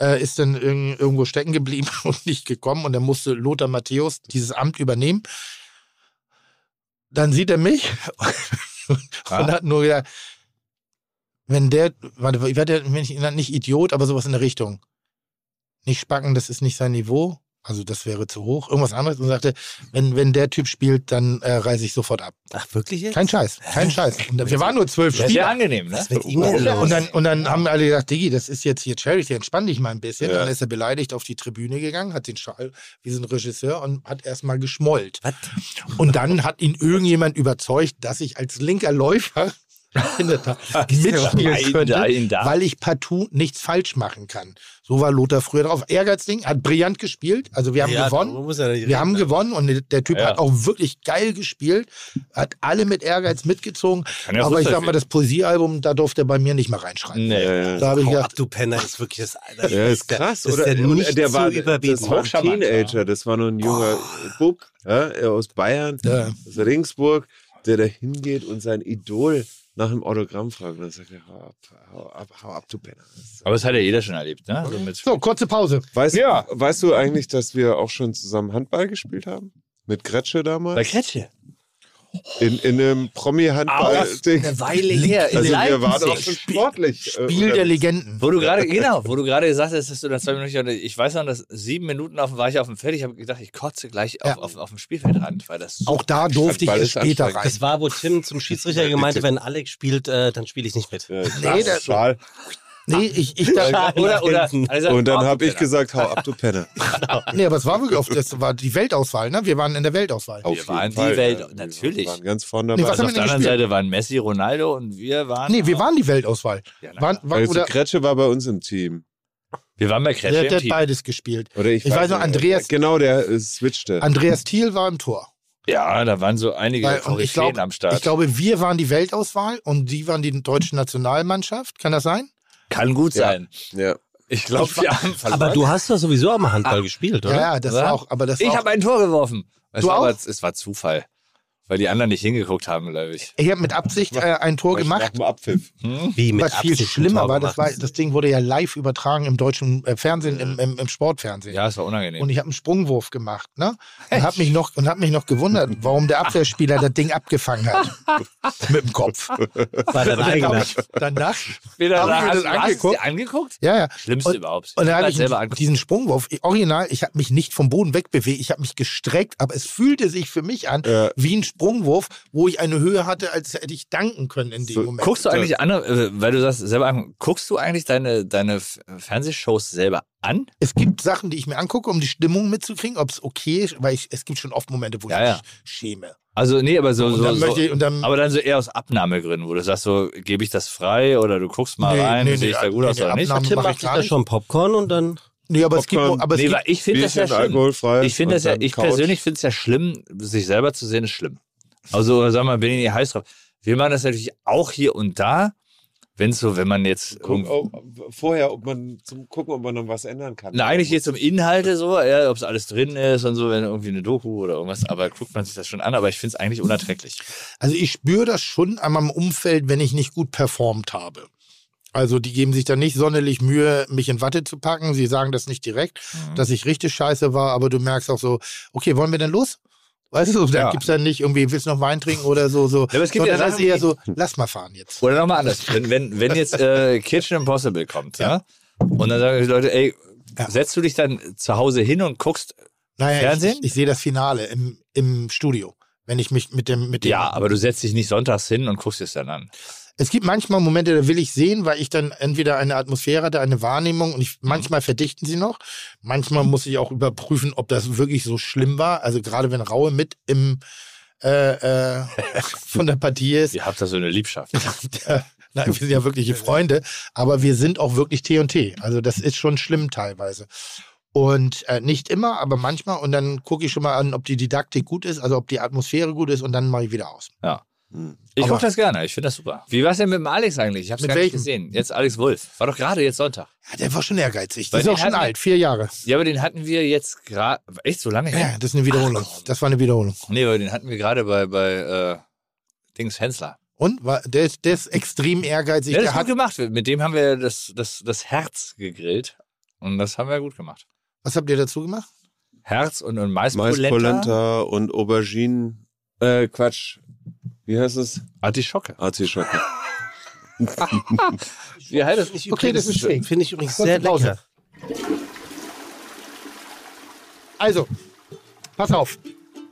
S3: äh, ist dann irg irgendwo stecken geblieben und nicht gekommen. Und dann musste Lothar Matthäus dieses Amt übernehmen. Dann sieht er mich und hat nur gedacht, wenn der, warte, ich werde, wenn ich ihn nannte, nicht Idiot, aber sowas in der Richtung. Nicht spacken, das ist nicht sein Niveau. Also das wäre zu hoch. Irgendwas anderes. Und sagte, wenn, wenn der Typ spielt, dann äh, reise ich sofort ab.
S2: Ach, wirklich jetzt?
S3: Kein Scheiß, kein Scheiß. Und wir waren nur zwölf
S5: Das ist ja
S3: Spieler.
S5: angenehm, ne?
S2: Was ist mit ihm denn los?
S3: Äh, oh, Und dann, und dann haben alle gesagt, Diggi, das ist jetzt hier Charity, entspann dich mal ein bisschen.
S8: Ja.
S3: Dann ist er beleidigt auf die Tribüne gegangen, hat den Schal wie so ein Regisseur und hat erstmal geschmollt.
S2: Was?
S3: Und dann hat ihn irgendjemand überzeugt, dass ich als linker Läufer in der Tat mitspielen
S5: Nein, nein,
S3: könnte,
S5: da.
S3: weil ich partout nichts falsch machen kann. So war Lothar früher drauf. Ehrgeizding, hat brillant gespielt. Also wir haben
S2: Ja,
S3: gewonnen.
S2: darüber muss er nicht
S3: Wir
S2: reden.
S3: haben gewonnen und der Typ
S5: Ja.
S3: hat auch wirklich geil gespielt, hat alle mit Ehrgeiz mitgezogen.
S5: Kann ja
S3: aber ich
S5: Fußball
S3: sag mal,
S5: spielen.
S3: das Poesiealbum, da durfte er bei mir nicht mal reinschreiben.
S5: Nee.
S3: Da habe ich
S2: Hau ab,
S3: gedacht,
S2: du Penner, ist wirklich das Alter.
S8: Ja, ist krass,
S2: Das
S8: oder?
S2: ist ja
S8: Und
S2: nicht
S8: der war,
S2: zu überbieten.
S8: Das war ein
S5: Hochcharmant,
S8: Teenager, das war nur ein junger Bub ja, äh, aus Bayern,
S3: Ja.
S8: aus Regensburg, der da hingeht und sein Idol nach dem Autogramm fragt. Und dann sagt er, hau ab, hau ab, hau ab du Penner.
S5: Aber das hat ja jeder schon erlebt, ne? So mit
S3: so, kurze Pause.
S8: Weißt,
S5: Ja.
S8: weißt du eigentlich, dass wir auch schon zusammen Handball gespielt haben? Mit Gretsche
S5: Bei
S8: damals?
S5: Kretsche.
S8: In, in einem Promi-Handball-Ding.
S5: Eine Weile her. In
S8: Also wir waren auch schon
S5: Leipzig.
S8: sportlich. äh,
S3: Spiel der
S8: unterwegs.
S3: Legenden.
S5: Wo du gerade, genau, wo du gerade gesagt hast, dass du da zwei Minuten, ich weiß noch, dass sieben Minuten auf, dem- war ich auf dem Feld, ich habe gedacht, ich kotze gleich auf,
S3: Ja.
S5: auf, auf dem Spielfeldrand, weil das so
S3: Auch da durfte ich
S8: Handball
S3: erst
S8: ist
S3: später
S8: anstrengend.
S3: rein.
S2: Das war, wo Tim zum Schiedsrichter gemeint hat, wenn Alex spielt, äh, dann spiele ich nicht mit.
S8: Ja,
S3: Nee, der-
S8: Schal.
S3: Nee, ich, ich dachte,
S5: oder, oder, also,
S8: Und dann
S5: oh,
S8: habe ich
S5: Penner.
S8: gesagt, hau ab, du Penner.
S5: genau.
S3: nee, aber es war wirklich oft, das war die Weltauswahl, ne? Wir waren in der Weltauswahl.
S8: Auf
S5: Wir
S8: jeden
S5: waren die
S8: Fall,
S5: Welt-
S8: ja. Wir
S5: natürlich.
S8: waren ganz vorne
S3: Nee,
S8: dabei.
S3: was
S5: Also
S3: haben
S5: auf
S3: wir
S5: der
S3: denn
S5: anderen
S3: gespielt?
S5: Seite waren Messi, Ronaldo und wir waren.
S3: Nee, wir waren die Weltauswahl.
S5: Ja, na
S3: Waren, waren,
S8: Also
S3: oder,
S8: Kretsche war bei uns im Team.
S5: Wir waren bei Kretsche
S3: der,
S5: im
S3: der hat
S5: Team.
S3: beides gespielt.
S8: Oder ich,
S3: Ich weiß noch,
S8: nicht.
S3: Andreas-
S8: Genau, der äh, switchte.
S3: Andreas Thiel war im Tor.
S5: Ja, da waren so einige
S3: Weil- und ich
S5: Koryphäen
S3: glaub-
S5: am Start.
S3: Ich glaube, wir waren die Weltauswahl und die waren die deutsche Nationalmannschaft. Kann das sein?
S5: Kann gut
S8: Ja.
S5: sein.
S8: ja.
S5: Ich glaube, wir haben verloren.
S2: Aber du hast doch sowieso am Handball gespielt, oder?
S3: Ah, Ja, ja, das
S5: Ja.
S3: war auch. Aber das
S5: ich
S3: war auch,
S5: habe ein Tor geworfen. Es
S3: Du
S5: war, aber-
S3: auch?
S5: Es war Zufall. weil die anderen nicht hingeguckt haben, glaube ich.
S3: Ich habe mit Absicht äh, ein Tor
S8: Nach
S3: gemacht.
S8: dem Abpfiff.
S2: Wie mit
S3: Was viel
S2: Absicht ein
S3: schlimmer
S2: Tor
S3: war, das, war,
S2: gemacht?
S3: das Ding wurde ja live übertragen im deutschen äh, Fernsehen, im, im, im Sportfernsehen.
S5: Ja, es war unangenehm.
S3: Und ich habe einen Sprungwurf gemacht, ne? Und habe mich noch und hab mich noch gewundert, warum der Abwehrspieler das Ding abgefangen hat mit dem Kopf.
S2: war dein eigener.
S3: Danach,
S5: Weder
S3: Haben wir das angeguckt?
S5: angeguckt?
S3: ja ja.
S5: Schlimmste
S3: Und-
S5: überhaupt. halt
S3: Und dann habe ich
S5: selber
S3: einen-
S5: angeguckt.
S3: diesen Sprungwurf, ich- original, ich habe mich nicht vom Boden wegbewegt, ich habe mich gestreckt, aber es fühlte sich für mich an
S8: Ja.
S3: wie ein Sprungwurf, wo ich eine Höhe hatte, als hätte ich danken können in dem
S8: So,
S3: Moment.
S5: Guckst du eigentlich andere, äh, weil du sagst, selber angucken, guckst du eigentlich deine, deine F- Fernsehshows selber an?
S3: Es gibt Sachen, die ich mir angucke, um die Stimmung mitzukriegen, ob es okay ist, weil ich, es gibt schon oft Momente, wo
S5: Ja,
S3: ich
S5: ja.
S3: mich schäme.
S5: Also, nee, aber so.
S3: Und
S5: so,
S3: dann
S5: so
S3: möchte ich, und dann,
S5: aber dann so eher aus Abnahmegründen, wo du sagst, so gebe ich das frei oder du guckst mal
S3: Nee,
S5: rein,
S3: nee,
S5: sehe ich
S3: nee,
S5: da gut
S3: nee,
S5: aus
S3: nee,
S5: oder nicht.
S3: Abnahme-
S2: Tim
S3: mach
S2: macht
S3: ich
S2: sich
S3: gar
S2: da
S3: nicht.
S2: schon Popcorn und dann.
S3: nee, aber es gibt,
S8: Popcorn.
S3: aber es
S5: Nee,
S3: gibt
S5: weil ich finde das ja
S8: Bierchen,
S5: schlimm.
S8: alkoholfrei.
S5: Ich finde
S8: und
S5: das ja,
S8: dann
S5: ich
S8: Couch.
S5: persönlich finde es ja schlimm, sich selber zu sehen, ist schlimm. Also, sag mal, bin ich nicht heiß drauf. Wir machen das natürlich auch hier und da, wenn so, wenn man jetzt.
S8: Guck,
S5: irgend-
S8: oh, vorher, ob man zum gucken, ob man noch was ändern kann.
S5: Na, eigentlich geht es um Inhalte so, ja, ob es alles drin ist und so, wenn irgendwie eine Doku oder irgendwas, aber guckt man sich das schon an, aber ich finde es eigentlich unerträglich.
S3: Also ich spüre das schon an meinem Umfeld, wenn ich nicht gut performt habe. Also die geben sich da nicht sonderlich Mühe, mich in Watte zu packen. Sie sagen das nicht direkt,
S5: Mhm.
S3: dass ich richtig scheiße war, aber du merkst auch so, okay, wollen wir denn los? Weißt du, da
S5: Ja.
S3: gibt's dann nicht irgendwie, willst du noch Wein trinken oder so. so.
S5: aber es gibt ja
S3: Sondern das ist
S5: Sachen,
S3: eher so, lass mal fahren jetzt.
S5: Oder nochmal anders, wenn, wenn, wenn jetzt äh, Kitchen Impossible kommt, ja. und dann sagen die Leute, ey,
S3: Ja.
S5: setzt du dich dann zu Hause hin und guckst,
S3: Naja,
S5: Fernsehen?
S3: Ich, ich, ich sehe das Finale im, im Studio, wenn ich mich mit dem... Mit dem
S5: ja, aber du setzt dich nicht sonntags hin und guckst es dann an.
S3: Es gibt manchmal Momente, da will ich sehen, weil ich dann entweder eine Atmosphäre hatte, eine Wahrnehmung und ich,
S5: Mhm.
S3: manchmal verdichten sie noch. Manchmal muss ich auch überprüfen, ob das wirklich so schlimm war. Also gerade wenn Raue mit im äh, äh, von der Partie ist.
S5: Ihr habt da so eine Liebschaft.
S3: Nein, wir sind ja wirkliche Freunde, aber wir sind auch wirklich T&T. Also das ist schon schlimm teilweise. Und äh, nicht immer, aber manchmal. Und dann gucke ich schon mal an, ob die Didaktik gut ist, also ob die Atmosphäre gut ist und dann mache ich wieder aus.
S8: Hm.
S5: Ich
S3: Aber-
S5: gucke das gerne, ich finde das super. Wie war's denn mit dem Alex eigentlich? Ich hab's
S3: Mit
S5: gar nicht
S3: welchem?
S5: gesehen. Jetzt Alex Wolf. War doch gerade jetzt Sonntag.
S3: Ja, der war schon ehrgeizig.
S5: Weil
S3: Das ist
S5: der
S3: auch schon
S5: hat- halt
S3: alt, vier Jahre.
S5: Ja, aber den hatten wir jetzt gerade. Echt so lange her?
S3: Ja, das ist eine Wiederholung.
S5: Ach, komm.
S3: das war eine Wiederholung.
S5: Nee, aber den hatten wir gerade bei, bei äh, Dings Hensler.
S3: Und war, der, ist, der ist extrem ehrgeizig.
S5: Ja, das
S3: der
S5: ist gut
S3: hat,
S5: gemacht. Mit dem haben wir das, das, das Herz gegrillt. Und das haben wir gut gemacht.
S3: was habt ihr dazu gemacht?
S5: Herz und, und Mais,
S8: Mais
S5: Polenta.
S8: Polenta und Auberginen. Äh, Quatsch. Wie heißt es?
S5: Artischocke.
S8: Artischocke.
S5: Wie heißt das?
S3: Okay, das ist schräg.
S2: Finde ich übrigens
S3: Kurze
S2: sehr
S3: Pause.
S2: lecker.
S3: Also, pass auf.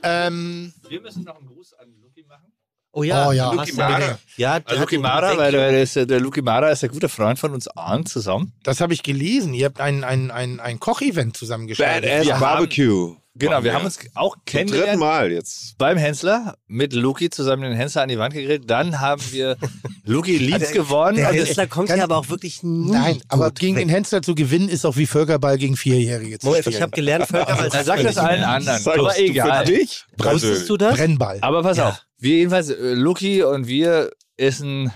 S3: Ähm,
S5: Wir müssen noch einen Gruß an Luki machen.
S2: Oh
S3: Oh ja.
S2: Luki
S3: Luki
S2: Mara.
S3: Mara.
S2: Ja, der
S5: Ah, Also Luki
S2: hat-
S5: Mara, weil der, der, ist, äh, der Luki Mara ist ein guter Freund von uns allen zusammen.
S3: das habe ich gelesen. Ihr habt ein, ein, ein, ein Kochevent zusammengeschaltet.
S8: Badass
S5: Wir haben-
S8: Barbecue.
S5: Genau,
S8: Machen
S5: wir haben uns auch
S8: zum dritten
S5: kennengelernt
S8: Mal jetzt.
S5: beim Hensler mit Luki zusammen den Hensler an die Wand gegrillt. Dann haben wir Luki Leeds gewonnen.
S2: Der
S5: Und es-
S2: Hessler Also kommt
S3: Kann-
S2: ja aber auch wirklich nie.
S3: Nein, aber
S2: gut
S3: gegen
S2: weg.
S3: den Hensler zu gevinnen ist auch wie Völkerball gegen Vierjährige zu
S2: Moment,
S3: spielen.
S2: ich habe gelernt, Völkerball.
S5: Dann sag das allen anderen. Aber egal.
S8: Für dich? Also,
S2: Wusstest du das?
S3: Brennball.
S5: Aber pass
S2: Ja.
S5: auf, wir jedenfalls, äh, Luki und wir ist ein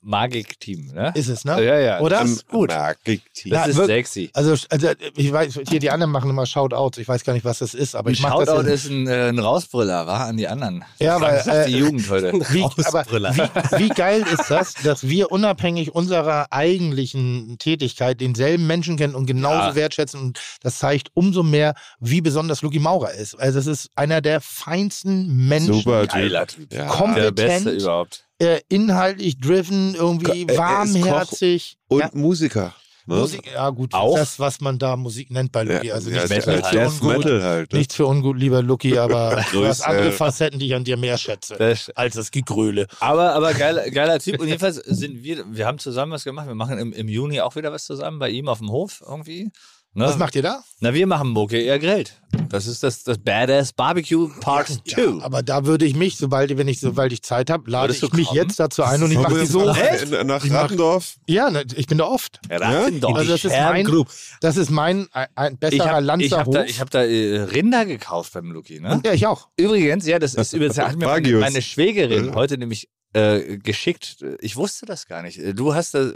S5: Magik-Team, ne?
S3: ist es, ne?
S5: ja, ja.
S3: Oder?
S5: Das ist gut.
S8: Magik-Team.
S3: Ja,
S5: Das ist
S3: wirk-
S5: sexy.
S3: Also, also, ich weiß, hier die anderen machen immer Shoutouts. Ich weiß gar nicht, was das ist, aber
S5: Ein
S3: ich mache das.
S5: Shoutout
S3: ja-
S5: ist ein, äh, ein Rausbrüller, war an die anderen.
S3: Ja, weil,
S5: Das ist die
S3: äh,
S5: Jugend heute.
S3: Wie, aber
S2: Ausbrüller.
S3: wie, wie geil ist das, dass wir unabhängig unserer eigentlichen Tätigkeit denselben Menschen kennen und genauso
S5: Ja.
S3: wertschätzen? Und das zeigt umso mehr, wie besonders Luki Maurer ist. Also es ist einer der feinsten Menschen.
S8: Super
S5: Geiler
S8: Typ.
S5: Typ.
S8: Ja.
S3: Kompetent,
S5: Der Beste überhaupt.
S3: äh, inhaltlich driven, irgendwie
S8: Ko- äh, er ist Koch
S3: warmherzig.
S8: Und
S3: ja,
S8: Musiker. Ne?
S3: Musik, ja gut,
S5: Auch?
S3: das, was man da Musik nennt bei Luki. also
S8: ja,
S3: nichts,
S8: ist halt
S5: Metal.
S3: für
S8: Death
S3: ungut,
S8: Metal halt. ne?
S3: nichts für ungut, lieber Luki, aber du hast
S8: Grüß,
S3: andere
S8: äh,
S3: Facetten, die ich an dir mehr schätze,
S5: Das-
S3: als das Gegröle.
S5: Aber, aber geiler, geiler Typ. Und jedenfalls sind wir, wir haben zusammen was gemacht. Wir machen im, im Juni auch wieder was zusammen bei ihm auf dem Hof irgendwie. Ne?
S3: Was macht ihr da?
S5: Na, wir machen Mucke, er grillt. Das ist das, das Badass Barbecue Part 2.
S3: Aber da würde ich mich, sobald wenn ich sobald ich Zeit habe, lade
S5: Würdest
S3: ich
S5: du
S3: mich
S5: kommen?
S3: jetzt dazu ein und ich
S8: Sollen
S3: mache
S8: wir
S3: die so.
S8: nach- in- Nach Rattendorf.
S3: Ja, ne, ich bin da oft.
S5: Rattendorf.
S3: Also das ist
S2: Herr
S3: mein,
S2: Group.
S3: das ist mein ein, ein
S5: Ich
S3: besserer
S5: habe ich hab
S3: Lanzerhof.
S5: da, ich hab da äh, Rinder gekauft beim Luki. Ne?
S3: ja, ich auch.
S5: Übrigens, ja, das ist übrigens, hat mir meine,
S8: Bagius.
S5: meine Schwägerin heute nämlich äh, geschickt. Ich wusste das gar nicht. Du hast da,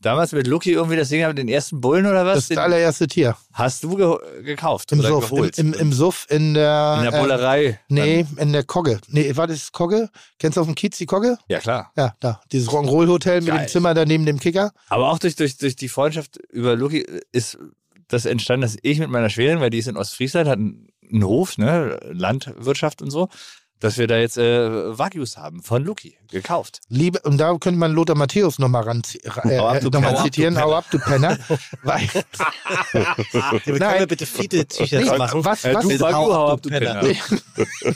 S5: damals mit Lucky irgendwie das Ding mit den ersten Bullen oder was?
S3: Das,
S5: Den
S3: das allererste Tier.
S5: hast du ge gekauft
S3: Im
S5: oder
S3: Suff. Im,
S5: geholt?
S3: im, Im Suff in der.
S5: in der
S3: äh,
S5: Bullerei.
S3: Nee, in der Kogge. Nee, war das Kogge? Kennst du auf dem Kiez die Kogge?
S5: Ja, klar.
S3: Ja, da. Dieses Rock'n'Roll-Hotel mit
S5: Geil.
S3: dem Zimmer daneben dem Kicker.
S5: Aber auch durch, durch, durch die Freundschaft über Luki ist das entstanden, dass ich mit meiner Schwägerin, weil die ist in Ostfriesland, hat einen einen Hof, ne, Landwirtschaft und so, dass wir da jetzt äh, Wagyus haben von Luki, gekauft.
S3: Liebe, und da könnte man Lothar Matthäus nochmal ran, äh,
S5: Hau ab, du
S3: noch mal
S5: Penner.
S3: zitieren. Hau ab, du Penner. Weil,
S2: Können wir
S3: Nein.
S2: bitte viele T-Shirts
S3: Nee,
S2: machen?
S3: was- was-
S5: Äh, du,
S2: Mit
S5: Wagyu,
S2: Hau
S5: hau
S2: ab,
S5: ab,
S2: du
S5: du
S2: Penner.
S5: Penner.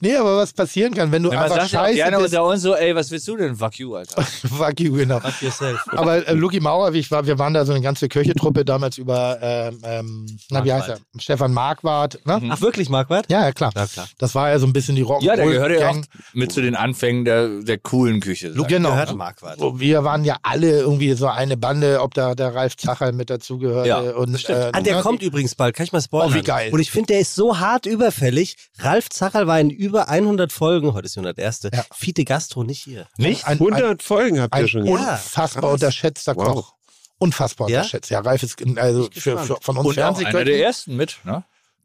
S3: nee, aber was passieren kann, wenn du
S5: Ja, man
S3: einfach
S5: sagt ja auch gerne
S3: scheiße bist.
S5: unter uns so, ey, was willst du denn, Wagyu, Alter?
S3: Fuck you, genau.
S2: Fuck yourself.
S3: Aber äh, Luki Mauer, wie ich war, wir waren da so eine ganze Kirchetruppe damals über, ähm, ähm, na, wie heißt er?
S5: Marquardt.
S3: Stefan Marquardt. Ne?
S5: Mhm.
S2: Ach wirklich, Marquardt?
S3: Ja, ja, klar.
S2: Na klar.
S3: Das war ja so ein bisschen die Rock'n'Roll.
S5: Ja, der gehört ja auch
S3: Gang.
S5: mit zu den Anfängen der, der coolen Küche. sagt
S3: Genau.
S2: Gehört Marquardt.
S3: So, wir waren ja alle irgendwie so eine Bande, ob da der Ralf Zacherl mit dazugehörte.
S5: Ja,
S3: und, äh,
S2: Ah, der
S3: ne?
S2: kommt übrigens bald, kann ich mal spoilern.
S3: Oh, wie geil.
S2: Und ich finde, der ist so hart überfällig. Ralf Zacherl war in über 100 Folgen, heute ist die 101.
S3: Ja.
S2: Fiete Gastro nicht hier.
S3: Nicht? Ein, ein
S8: 100 Folgen habt ihr
S3: Ein
S8: schon gemacht.
S3: unfassbar
S8: Krass.
S3: unterschätzter
S8: Wow.
S3: Koch. Unfassbar
S2: Ja?
S3: unterschätzt. Ja, Ralf ist also für,
S2: gespannt.
S3: für, von uns
S5: Und auch einer der
S3: Fernsehköchen.
S5: ersten mit, ne?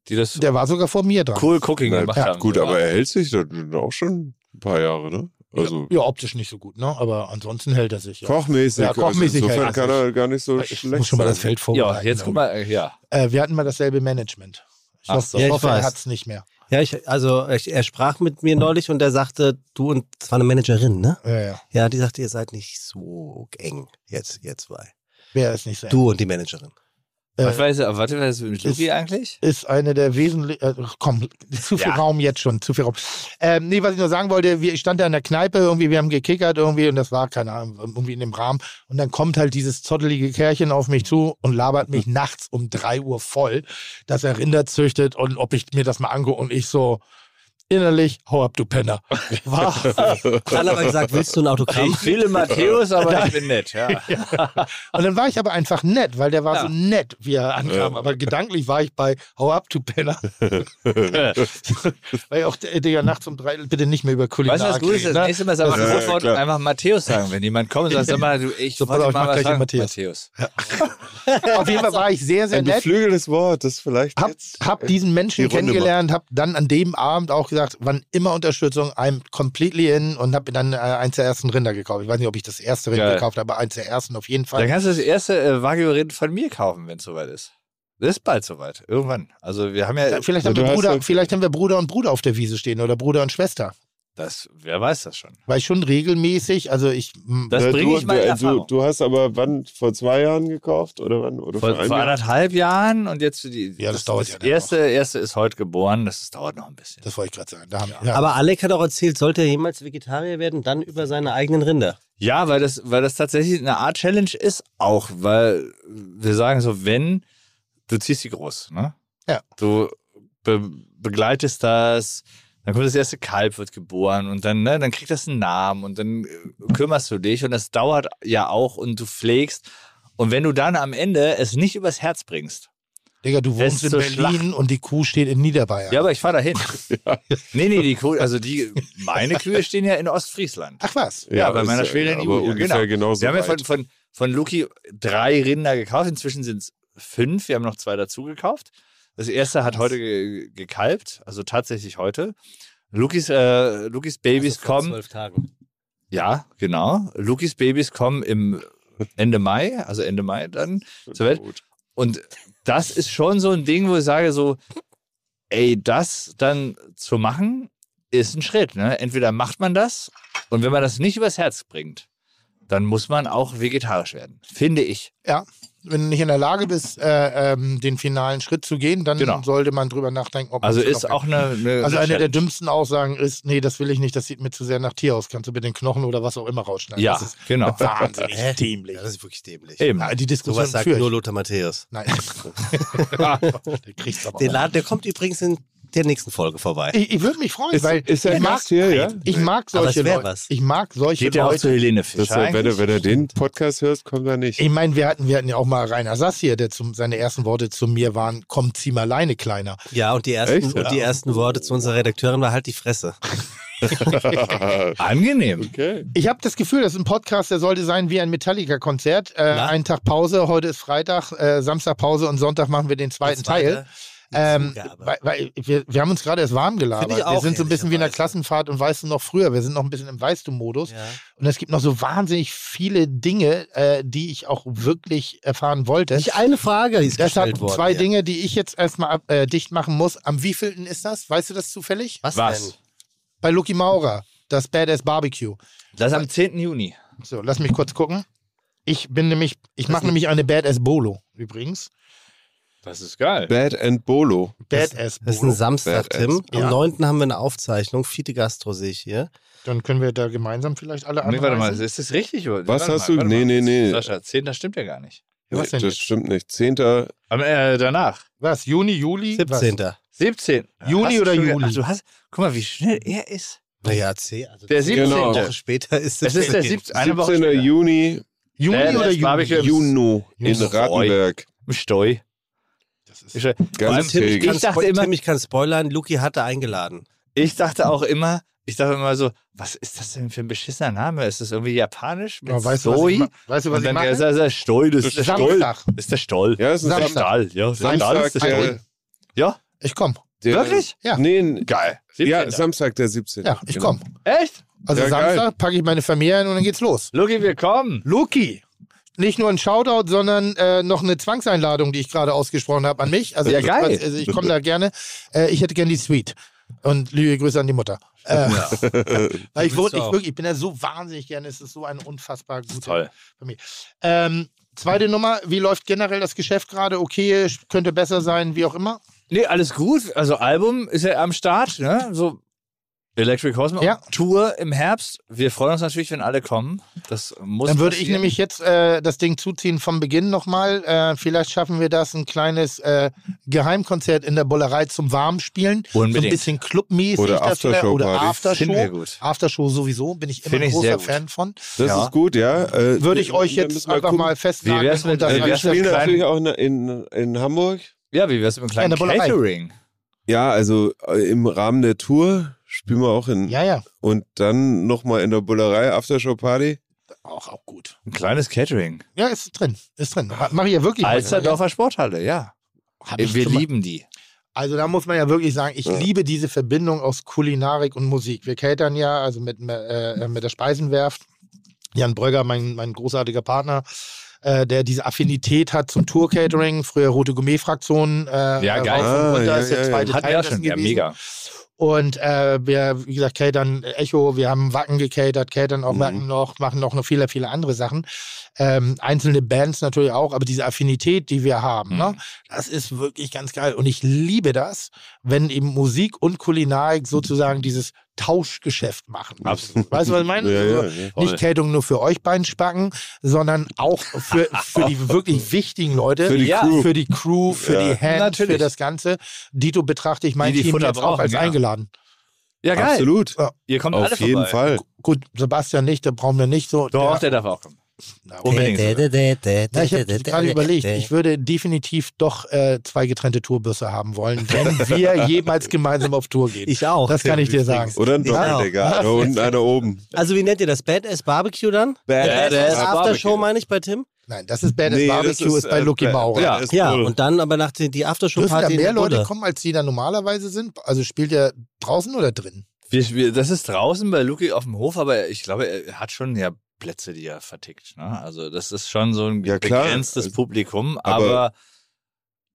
S5: Die das
S3: Der war sogar vor mir dran.
S5: cool Cooking
S8: Na,
S5: gemacht haben.
S8: Gut,
S5: so,
S8: aber er hält sich da auch schon ein paar Jahre, ne? Also
S3: Ja, optisch nicht so gut, ne? Aber ansonsten hält er sich. Ja.
S8: kochmäßig.
S3: Ja, kochmäßig
S8: also insofern
S3: hält er
S8: kann er gar nicht so
S3: ich
S8: schlecht
S3: muss schon mal das
S8: sein.
S3: Feld vorbereiten.
S5: ja, jetzt guck mal, äh, ja.
S3: Äh, wir hatten mal dasselbe Management. Ich
S5: Ach
S3: hoffe,
S5: so.
S3: ich
S2: Ja, ich
S3: hoffe er
S2: weiß.
S3: hat es nicht mehr.
S2: Ja, ich, also ich, er sprach mit mir neulich und er sagte, du und das war eine Managerin, ne?
S3: Ja, ja.
S2: Ja, die sagte, ihr seid nicht so eng. Jetzt, ihr zwei.
S3: Wer ist nicht so.
S2: Du und die Managerin.
S5: Was
S3: äh,
S5: weiß ich, warte, was ist mit Luki
S3: ist-
S5: eigentlich?
S3: ist eine der wesentlichen. Äh, komm, zu viel
S5: Ja.
S3: Raum jetzt schon, zu viel Raum. Ähm, nee, was ich nur sagen wollte, wir, ich stand da in der Kneipe, irgendwie, wir haben gekickert irgendwie und das war, keine Ahnung, irgendwie in dem Rahmen. Und dann kommt halt dieses zottelige Kerlchen auf mich zu und labert mich nachts um 3 Uhr voll, dass er Rinder züchtet und ob ich mir das mal angucke und ich so. Innerlich, hau ab, du Penner. War,
S2: Hat aber gesagt, willst du ein Autogramm?
S5: Ich wähle Matthäus, aber ich bin nett. Ja.
S3: Genau, Und dann war ich aber einfach nett, weil der war
S5: Ja.
S3: so nett, wie er ankam. Aber gedanklich war ich bei Hau ab, du Penner. weil auch, äh, Digga, nachts um drei, bitte nicht mehr über Kulinarik
S5: Weißt du, was gut ist?
S3: reden,
S5: Das
S3: ne?
S5: nächste Mal sag mal
S8: Ja, ja,
S5: sofort
S8: klar.
S5: einfach Matthäus sagen, wenn jemand kommt und sagt, sag mal, du, ich
S3: So,
S5: wollte
S3: pass auf, ich mach
S5: mal
S3: gleich
S5: was
S3: den
S5: sagen.
S3: Matthäus. Auf jeden Fall war ich sehr, sehr
S8: Ein
S3: nett.
S8: geflügeltes Wort, das vielleicht
S3: Hab,
S8: jetzt... Äh,
S3: hab diesen Menschen
S8: die Runde
S3: kennengelernt, hab dann an dem Abend auch gesagt, wann immer Unterstützung, I'm completely in und hab mir dann äh, eins der ersten Rinder gekauft. Ich weiß nicht, ob ich das erste Rind
S5: Geil.
S3: gekauft habe, aber eins der ersten auf jeden
S5: Dann
S3: Fall.
S5: kannst du das erste äh, Wagyu-Rind von mir kaufen, wenn es soweit ist. Das ist bald soweit. Irgendwann. Also wir haben ja,
S3: Äh, Vielleicht
S8: Ja,
S3: haben,
S8: du
S3: wir
S8: hast
S3: Bruder,
S8: halt-
S3: vielleicht haben wir Bruder und Bruder auf der Wiese stehen oder Bruder und Schwester.
S5: das, wer weiß das schon.
S3: Weil schon regelmäßig, also ich m,
S5: Das
S8: Na,
S5: bringe
S8: du, äh,
S5: ich mal in
S8: du, du,
S5: Erfahrung.
S8: du hast aber wann vor zwei Jahren gekauft oder wann oder
S5: vor,
S8: vor, einem
S5: vor
S8: Jahr?
S5: anderthalb Jahren und jetzt die,
S3: Ja, das dauert ja
S5: das
S3: dann
S5: erste, erste ist heute geboren, das, das dauert noch ein bisschen.
S3: Das wollte ich gerade sagen. Da haben, ja.
S2: Aber Alec hat auch erzählt, sollte er jemals Vegetarier werden, dann über seine eigenen Rinder.
S5: Ja, weil das, weil das tatsächlich eine Art Challenge ist auch, weil wir sagen so, wenn, du ziehst die groß, ne?
S3: Ja.
S5: Du be begleitest das, dann kommt das erste Kalb, wird geboren und dann, ne, dann kriegt das einen Namen und dann äh, kümmerst du dich und das dauert ja auch und du pflegst. Und wenn du dann am Ende es nicht übers Herz bringst,
S3: Digga, du
S5: Es
S3: wohnst in
S5: ist so
S3: Berlin und die Kuh steht in Niederbayern.
S5: ja, aber ich fahre dahin. Nee, nee, die Kuh, also die, meine Kühe stehen ja in Ostfriesland.
S3: Ach was?
S5: Ja, bei
S8: ist
S5: meiner
S8: ja-
S5: Schwägerin
S8: aber
S5: Julia,
S8: ungefähr genauso
S2: Also
S5: Wir haben ja von,
S8: weit.
S5: von, von Luki drei Rinder gekauft. Inzwischen sind es fünf. Wir haben noch zwei dazu gekauft. Das erste hat heute ge gekalbt, also tatsächlich heute. Lukis, äh, Lukis Babys
S2: Also vor
S5: kommen.
S2: Zwölf Tagen.
S5: Ja, genau. Lukis Babys kommen im Ende Mai, also Ende Mai dann zur Welt.
S8: Gut.
S5: Und das ist schon so ein Ding, wo ich sage so, ey, das dann zu machen, ist ein Schritt. Ne? Entweder macht man das und wenn man das nicht übers Herz bringt, dann muss man auch vegetarisch werden, finde ich.
S3: Wenn du nicht in der Lage bist, äh, ähm, den finalen Schritt zu gehen, dann
S5: Genau.
S3: sollte man drüber nachdenken, ob man
S5: Also
S3: es
S5: ist
S3: noch-
S5: auch eine, eine
S3: Also eine der
S5: Challenge.
S3: dümmsten Aussagen ist, nee, das will ich nicht, das sieht mir zu sehr nach Tier aus. Kannst du bitte den Knochen oder was auch immer rausschneiden?
S5: ja,
S3: Das ist
S5: genau.
S3: wahnsinnig dämlich.
S2: Ja, das ist wirklich dämlich.
S5: Eben.
S3: Na, die Diskussion
S2: Sowas sagt
S3: führe
S2: nur
S3: ich.
S2: Lothar Matthäus.
S3: Nein. der kriegt's aber.
S2: Den
S3: auch.
S2: Laden, der kommt übrigens in der nächsten Folge vorbei.
S3: Ich, ich würde mich freuen,
S8: Ist-
S3: weil
S8: ist der
S3: ich, mag,
S8: Gast hier, ja?
S3: ich mag
S2: Aber
S3: solche
S2: es wär
S3: Leute.
S2: was.
S3: Ich mag solche
S5: Geht ja auch
S3: Leute.
S5: zu Helene
S8: Das,
S5: Fischer.
S8: wenn, du,
S5: eigentlich?
S8: wenn du den Podcast hörst, kommt er nicht.
S3: Ich meine, wir hatten, wir hatten ja auch mal Rainer Sass hier, der zum, seine ersten Worte zu mir waren, komm, zieh mal alleine, Kleiner.
S2: Ja, und die ersten,
S8: Echt?
S2: und die ersten Worte zu unserer Redakteurin war halt die Fresse.
S5: Angenehm.
S8: okay.
S3: Ich habe das Gefühl, das ist ein Podcast, der sollte sein wie ein Metallica-Konzert. Äh,
S2: Na?
S3: einen Tag Pause, heute ist Freitag, äh, Samstag Pause und Sonntag machen wir den zweiten Teil. Ähm,
S2: Zugabe.
S3: weil, weil wir, wir haben uns gerade erst warm
S2: Finde
S3: gelabert.
S2: ich auch,
S3: Wir sind so ein bisschen wie in der
S2: ehrlicherweise.
S3: Klassenfahrt und weißt du noch früher. Wir sind noch ein bisschen im weißt du Modus.
S2: Ja.
S3: Und es gibt noch so wahnsinnig viele Dinge, äh, die ich auch wirklich erfahren wollte.
S2: Nicht eine Frage ist
S3: Deshalb
S2: gestellt worden.
S3: zwei
S2: hier.
S3: Dinge, die ich jetzt erstmal ab, äh, dicht machen muss. Am wievielten ist das? Weißt du das zufällig?
S2: Was,
S5: Was?
S2: denn?
S3: Bei Lucky Maurer, das Badass Barbecue.
S5: Das ist am 10. Juni.
S3: So, lass mich kurz gucken. Ich bin nämlich, ich
S2: Das
S3: mache
S2: ist-
S3: nämlich eine Badass Bolo übrigens.
S5: Das ist geil.
S8: Bad and Bolo.
S3: Badass
S2: Das ist ein
S3: Bolo.
S2: Samstag, Tim. Am
S3: Ja.
S2: 9. haben wir eine Aufzeichnung. Fiete Gastro sehe ich hier.
S3: Dann können wir da gemeinsam vielleicht alle
S5: Nee, warte mal,
S3: anreisen.
S5: ist das richtig? Oder?
S8: Was
S5: warte
S8: hast
S5: mal,
S8: du?
S5: warte mal.
S8: Nee, nee, nee.
S5: Sascha, 10. Das stimmt ja gar nicht.
S3: Was denn
S8: das
S3: jetzt?
S8: stimmt nicht. Zehnter.
S5: Aber, äh, danach.
S3: Was? Juni, Juli?
S2: 17.
S5: 17.
S3: Juni
S5: Hast du
S3: oder
S5: schon ge-
S3: Juli?
S5: Ach, du hast, guck mal, wie schnell er ist.
S2: Naja, C. Also
S5: Der
S2: zehn
S5: 17.
S8: Genau.
S2: Woche später ist
S5: Es ist der
S2: 17.
S5: 17. Eine Woche
S8: 17.
S5: später.
S8: Juni.
S3: Was? Juni
S5: Badass
S3: oder Juli?
S5: Barbecue.
S8: Juno in
S5: Juno.
S8: Rattenberg.
S5: Im Steu. Ich,
S8: Ganz
S2: Tim, ich, kann
S8: täglich.
S5: Ich dachte
S2: spoil-
S5: immer-
S2: Tim, ich kann spoilern, Luki hatte eingeladen.
S5: ich dachte auch immer, ich dachte immer so, was ist das denn für ein beschissener Name? Ist das irgendwie japanisch? Mit
S3: Ja, weißt, du, was ich
S5: Soy?
S3: ma- weißt du, was
S5: Und
S3: ich
S5: dann
S3: mache?
S5: ist das der Steu, das ist der Stoll.
S3: Samstag.
S5: Das ist der Stoll.
S8: Ja, es ist
S5: der
S8: ein
S3: Samstag.
S5: Stall. Ja, der Stall
S8: Samstag.
S5: ist der
S8: der,
S5: Stoll. Ja,
S3: Ich komme.
S8: der,
S5: wirklich?
S3: Ja.
S8: Nee,
S5: Geil.
S8: ja,
S5: 17.
S8: Samstag, der 17.
S3: Ja, ich
S8: Genau.
S3: komme.
S5: Echt?
S3: Also
S8: Ja, geil.
S3: Samstag packe ich meine Familie ein und dann geht's los.
S5: Loki, willkommen.
S3: Loki. Nicht nur ein Shoutout, sondern äh, noch eine Zwangseinladung, die ich gerade ausgesprochen habe an mich. Also,
S5: Ja, geil.
S3: Also ich komme da gerne. Äh, ich hätte gerne die Suite. Und liebe Grüße an die Mutter. Äh, weil ich, wohne,
S2: du auch.
S3: ich, wirklich, ich bin da so wahnsinnig gerne. Es ist so eine unfassbar gute
S5: Toll.
S3: Familie. Ähm, zweite Nummer, wie läuft generell das Geschäft gerade? Okay, könnte besser sein, wie auch immer.
S5: Nee, alles gut. Also Album ist ja am Start, ne? So Electric Horseman
S3: Ja.
S5: Tour im Herbst. Wir freuen uns natürlich, wenn alle kommen. Das muss
S3: Dann würde ich
S5: passieren.
S3: nämlich jetzt äh, das Ding zuziehen vom Beginn nochmal. Äh, vielleicht schaffen wir das, ein kleines äh, Geheimkonzert in der Bollerei zum Warmspielen. So ein
S5: Unbedingt.
S3: bisschen clubmäßig.
S8: Oder
S3: das vielleicht-
S8: Aftershow-Party.
S3: Oder
S5: Finden wir
S3: Aftershow.
S5: gut.
S3: Aftershow sowieso, bin ich immer
S5: Find
S3: ein
S5: ich sehr
S3: großer
S5: gut.
S3: Fan von.
S8: Das
S5: Ja.
S8: ist gut, ja. Äh,
S3: Würde ich
S8: wir-
S3: euch
S8: wir
S3: jetzt
S8: müssen mal
S3: einfach
S8: gucken.
S3: mal festnageln.
S5: Wie wär's mit-
S3: und das
S5: wie
S8: Äh, wir
S5: wär's mit
S3: reinstellen.
S8: spielen
S5: einem
S8: natürlich auch in, in, in Hamburg.
S5: Ja, wie wär's mit einem kleinen
S3: Ja, eine Bullerei.
S5: Catering?
S8: Ja, also äh, im Rahmen der Tour spielen wir auch in.
S3: ja, ja.
S8: Und dann nochmal in der Bullerei, Aftershow-Party.
S3: Auch, auch gut.
S5: Ein kleines Catering.
S3: Ja, ist drin. Ist drin. Ha- Mach ich ja wirklich.
S5: Alsterdorfer Sporthalle, ja.
S3: Hab ich
S5: Wir
S3: schon mal-
S5: lieben die.
S3: Also da muss man ja wirklich sagen, ich liebe diese Verbindung aus Kulinarik und Musik. Wir catern ja, also mit, äh, mit der Speisenwerft. Jan Bröger, mein, mein großartiger Partner, äh, der diese Affinität hat zum Tour-Catering, früher Rote Gourmet-Fraktion. Äh,
S5: Ja, geil.
S3: Rauf Und
S8: Ah,
S3: runter
S8: ja,
S3: ist der
S8: ja, ja.
S3: zweite
S5: Hatten wir
S3: Teil
S5: ja
S3: dessen
S5: schon. Ja,
S3: gewesen.
S5: mega.
S3: Und äh, wir, wie gesagt, catern äh, Echo, wir haben Wacken gecatert, catern
S8: Mhm.
S3: auch Wacken noch, machen noch noch viele, viele andere Sachen. Ähm, einzelne Bands natürlich auch, aber diese Affinität, die wir haben, ne,
S8: Mhm.
S3: das ist wirklich ganz geil. Und ich liebe das, wenn eben Musik und Kulinarik sozusagen dieses Tauschgeschäft machen.
S5: Absolut.
S3: Weißt du, was ich meine?
S8: Ja,
S3: Also
S8: ja, ja.
S5: Voll.
S3: Nicht Catering nur für euch beiden Spacken, sondern auch für, für die wirklich wichtigen Leute.
S8: Für die
S5: Ja.
S8: Crew.
S3: Für die Crew, für
S8: Ja.
S3: die Hand,
S5: Natürlich.
S3: für das Ganze. Dito betrachte ich mein
S5: Die, die
S3: Team
S5: Futter
S3: jetzt auch
S5: brauchen,
S3: als
S5: ja.
S3: eingeladen.
S5: Ja, geil.
S8: Absolut.
S5: Ihr kommt alle
S8: Auf jeden
S5: vorbei.
S8: Fall.
S3: Gut, Sebastian nicht, da brauchen wir nicht so.
S5: Doch,
S3: der,
S5: der darf auch kommen.
S3: na,
S5: Unbedingt. sogar.
S3: na, ich habe gerade überlegt, ich würde definitiv doch äh, zwei getrennte Tourbüsse haben wollen, wenn wir jemals gemeinsam auf Tour gehen.
S2: Ich auch.
S3: das kann ich dir sagen.
S8: Oder ein
S2: Ja.
S8: Doppeldecker. Da unten, einer oben.
S2: Also wie nennt ihr das? Badass Barbecue dann?
S5: Badass
S2: Das
S5: Barbecue.
S2: Aftershow meine ich bei Tim?
S3: Nein, das ist Badass Barbecue, ist, bei
S8: äh,
S3: Lucky
S8: Bad-
S3: Maurer.
S8: Ja,
S5: Ja.
S8: ist
S2: Ja,
S8: cool.
S2: und dann aber nach der- die
S3: Dürfen
S2: Aftershow-Party
S3: da
S2: in
S3: mehr
S2: der
S3: Leute
S2: Bulle.
S3: kommen, als die da normalerweise sind? Also spielt er draußen oder drin?
S5: Wir, wir, das ist draußen bei Luki auf dem Hof, aber ich glaube, er hat schon ja Plätze, die er vertickt. Ne? Also das ist schon so ein
S8: Ja, klar. Also,
S5: begrenztes Publikum, aber,
S8: aber-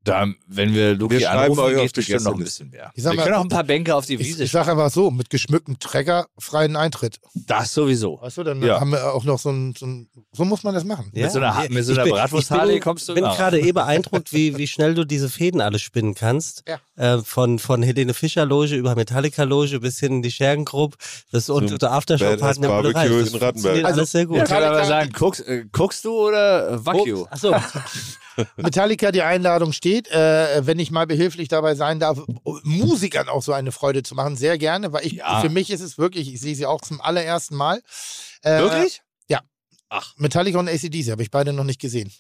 S5: da, wenn wir Luki
S8: Wir schreiben
S5: anrufen,
S8: euch auf
S5: geht
S8: die
S5: bestimmt noch ein
S8: Gästeliste.
S5: bisschen mehr.
S3: Ich sag
S5: wir
S3: mal,
S5: können auch ein paar Bänke auf die
S3: Ich,
S5: Wiese
S3: ich sage einfach so, mit geschmücktem Träger freien Eintritt.
S5: stellen. Das sowieso.
S3: Weißt du, dann
S5: Ja.
S3: haben wir auch noch so ein, so ein, so muss man das machen.
S2: Ja.
S5: Mit so einer, mit so
S2: Ich
S5: einer
S2: bin-
S5: Bratwursthalle
S2: ich bin-
S5: kommst du
S2: bin
S5: nach.
S2: gerade eh beeindruckt, wie, wie schnell du diese Fäden alle spinnen kannst.
S3: Ja.
S2: Äh, von, von Helene Fischer Loge über Metallica Loge bis hin in die Schergengrupp das und
S8: Zum
S2: unter Aftershow
S8: Badass
S2: Party der Bullerei.
S8: Barbecue
S2: Das
S8: in Rattenberg.
S2: funktioniert
S3: Also,
S2: alles sehr
S5: Ja,
S2: gut.
S5: kann aber sagen, guckst, äh, guckst du oder äh, wack you?
S2: Achso,
S3: Metallica, die Einladung steht. Äh, wenn ich mal behilflich dabei sein darf, Musikern auch so eine Freude zu machen, sehr gerne, weil ich,
S5: Ja.
S3: für mich ist es wirklich, ich sehe sie auch zum allerersten Mal. Äh,
S5: Wirklich?
S3: Metallica und ACDC habe ich beide noch nicht gesehen.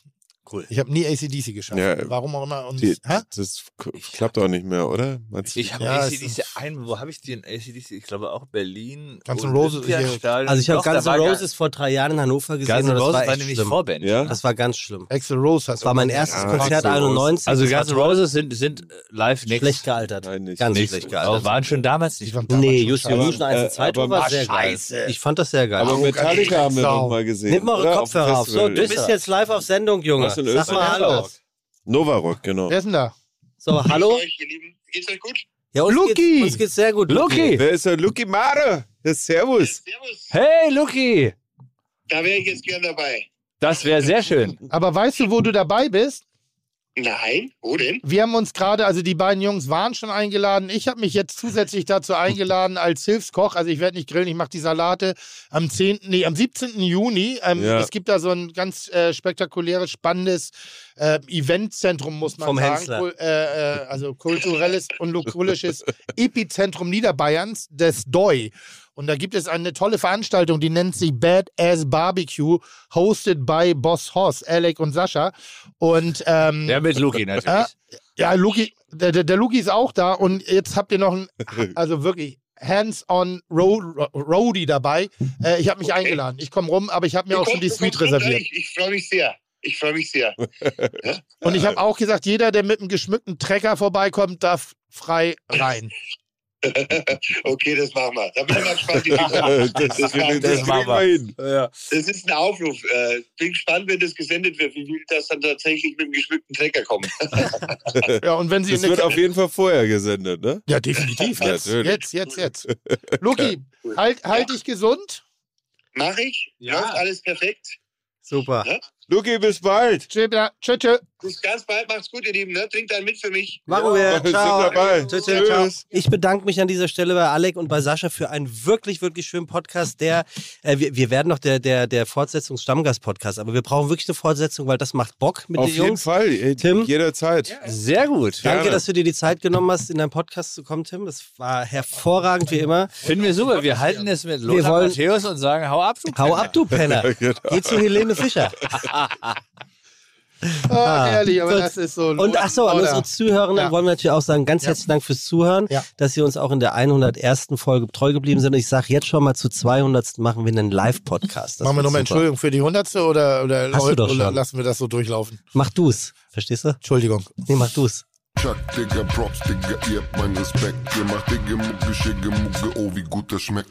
S5: Cool.
S3: Ich habe nie ACDC geschafft.
S8: Ja.
S3: Warum auch immer. Und,
S8: Die,
S3: hä?
S8: das k- klappt doch nicht mehr, oder? Meinst du?
S5: Ich habe
S3: Ja,
S5: ACDC
S3: ist-
S5: ein, wo habe ich den ACDC? Ich glaube auch Berlin.
S3: Guns N' Roses ist hier-
S5: Olympiastadion.
S2: Also ich habe
S5: Doch, da
S2: Guns N'
S5: war gar-
S2: Roses vor drei Jahren in Hannover gesehen
S5: Guns N'
S2: und das
S5: Roses
S2: war
S5: war
S2: echt
S5: nämlich
S2: schlimm.
S5: Vorband.
S8: ja?
S2: Das war ganz schlimm.
S3: Axel Rose hast
S2: Das war mein erstes
S8: Ja,
S2: Konzert
S8: Ah, Axl Rose.
S2: 91.
S5: Also
S2: das war
S5: Guns N' Roses sind, sind äh, live nichts.
S2: schlecht gealtert.
S8: Nein, nicht.
S2: Ganz
S8: Nicht.
S2: schlecht
S5: Aber
S2: gealtert.
S5: waren schon damals
S3: Ich
S5: nicht.
S3: war damals
S2: Nee,
S3: schon
S2: Just
S3: scheiße.
S2: Evolution 1
S8: äh,
S2: und 2
S8: aber-
S2: war
S8: Ah,
S2: sehr
S5: scheiße.
S2: geil. Ich fand das sehr geil.
S8: Aber Metallica haben wir
S3: Sau.
S8: noch mal gesehen.
S2: Nimm mal eure
S8: oder? Auf dem
S2: Kopfhörer auf. So,
S8: Festival.
S2: du bist jetzt live auf Sendung, Junge.
S8: Was in
S2: Sag mal
S8: Österreich?
S2: Hallo.
S8: Novarock, genau.
S3: Wer ist denn da?
S2: So, hallo? Ja, uns
S5: Luki.
S2: Geht's, uns geht's sehr gut.
S5: Luki!
S8: Wer ist der Lucky Mare? Ja, Servus.
S5: Hey, Luki!
S9: Da wäre ich jetzt gern dabei.
S5: Das wäre sehr schön.
S3: Aber weißt du, wo du dabei bist?
S9: Nein, wo denn?
S3: Wir haben uns gerade, also die beiden Jungs waren schon eingeladen. Ich habe mich jetzt zusätzlich dazu eingeladen als Hilfskoch. Also ich werde nicht grillen, ich mache die Salate am 10., nee, am 17. Juni. Ähm,
S8: Ja.
S3: Es gibt da so ein ganz äh, spektakuläres, spannendes äh, Eventzentrum, muss man
S2: Vom
S3: sagen.
S2: Hensler.
S3: Kul- äh, äh, also kulturelles und lokulisches Epizentrum Niederbayerns, des DOI. Und da gibt es eine tolle Veranstaltung, die nennt sich Badass Barbecue, hosted by Boss Hoss, Alec und Sascha. Und ähm,
S5: Ja, mit Luki natürlich.
S3: Ah, ja, Luki, der, der, der Luki ist auch da und jetzt habt ihr noch einen, also wirklich hands-on Ro Ro- Roadie dabei. Äh, ich habe mich eingeladen. Ich komme rum, aber ich habe mir auch schon die
S9: Du
S3: Suite
S9: kommst, du kommst runter.
S3: reserviert.
S9: Ich, ich freue mich sehr. Ich freue mich sehr.
S3: Und ich habe auch gesagt, jeder, der mit einem geschmückten Trecker vorbeikommt, darf frei rein.
S9: okay, das machen wir. Da bin ich mal gespannt. wie die
S8: Äh,
S9: kommen.
S8: Das, das,
S9: Das machen wir.
S8: kriegen wir hin.
S9: Das ist ein Aufruf. Äh, bin gespannt, wenn das gesendet wird, wie viel das dann tatsächlich mit dem geschmückten Trecker kommt.
S3: Ja, und wenn sie ne-
S8: Das
S3: in
S8: wird
S3: der
S8: auf jeden Fall vorher gesendet, ne?
S3: Ja, definitiv.
S8: Ja,
S3: Jetzt,
S8: natürlich.
S3: jetzt, jetzt, jetzt. Luki, halt, halt dich gesund.
S9: Mach ich?
S5: Ja.
S9: Läuft alles perfekt? ne?
S2: Super.
S8: Lucky, bis bald.
S3: Tschö, tschö, tschö.
S9: Bis ganz bald. Macht's gut, ihr Lieben. Ne? Trinkt einen mit für mich.
S2: Machen
S8: Wir
S2: wir.
S8: sind
S2: Ciao.
S8: dabei.
S2: Tschüss, tschüss, ciao.
S8: Tschüss.
S2: Ich bedanke mich an dieser Stelle bei Alec und bei Sascha für einen wirklich, wirklich schönen Podcast. Der, äh, wir, wir werden noch der, der, der Fortsetzungsstammgast-Podcast, aber wir brauchen wirklich eine Fortsetzung, weil das macht Bock mit
S8: Auf
S2: den
S8: jeden
S2: Jungs.
S8: Fall. äh,
S2: Tim?
S8: Jederzeit.
S5: Sehr gut.
S2: Danke,
S8: Gerne.
S2: dass du dir die Zeit genommen hast, in deinen Podcast zu kommen, Tim. Es war hervorragend wie immer.
S5: Finden wir super. Wir halten es mit
S2: Wir
S5: Lothar
S2: wollen-
S5: Matthäus und sagen, hau ab, du
S2: Hau ab, du Penner.
S3: Genau.
S2: Geh zu Helene Fischer.
S3: Ah, ehrlich, aber
S2: gut.
S3: das ist so. ein
S2: Und ach so, an
S3: Oder-
S2: unsere Zuhörenden
S3: Ja.
S2: wollen wir natürlich auch sagen, ganz herzlichen Dank fürs Zuhören,
S3: Ja.
S2: dass Sie uns auch in der 101. Folge treu geblieben sind. Und ich sage jetzt schon mal, zu 200. machen wir einen Live-Podcast. Das
S3: Machen wir
S2: wird
S3: nochmal
S2: super.
S3: Entschuldigung für die Hundertste oder, oder,
S2: Hast du doch
S3: oder
S2: schon.
S3: lassen wir das so durchlaufen?
S2: Mach du's. Verstehst du?
S3: Entschuldigung.
S2: Nee, mach du's.
S7: Chuck, Digga, Props, Digga, ihr habt meinen Respekt. Ihr macht Digga, Mucke, Schicke, Mucke, oh, wie gut das schmeckt.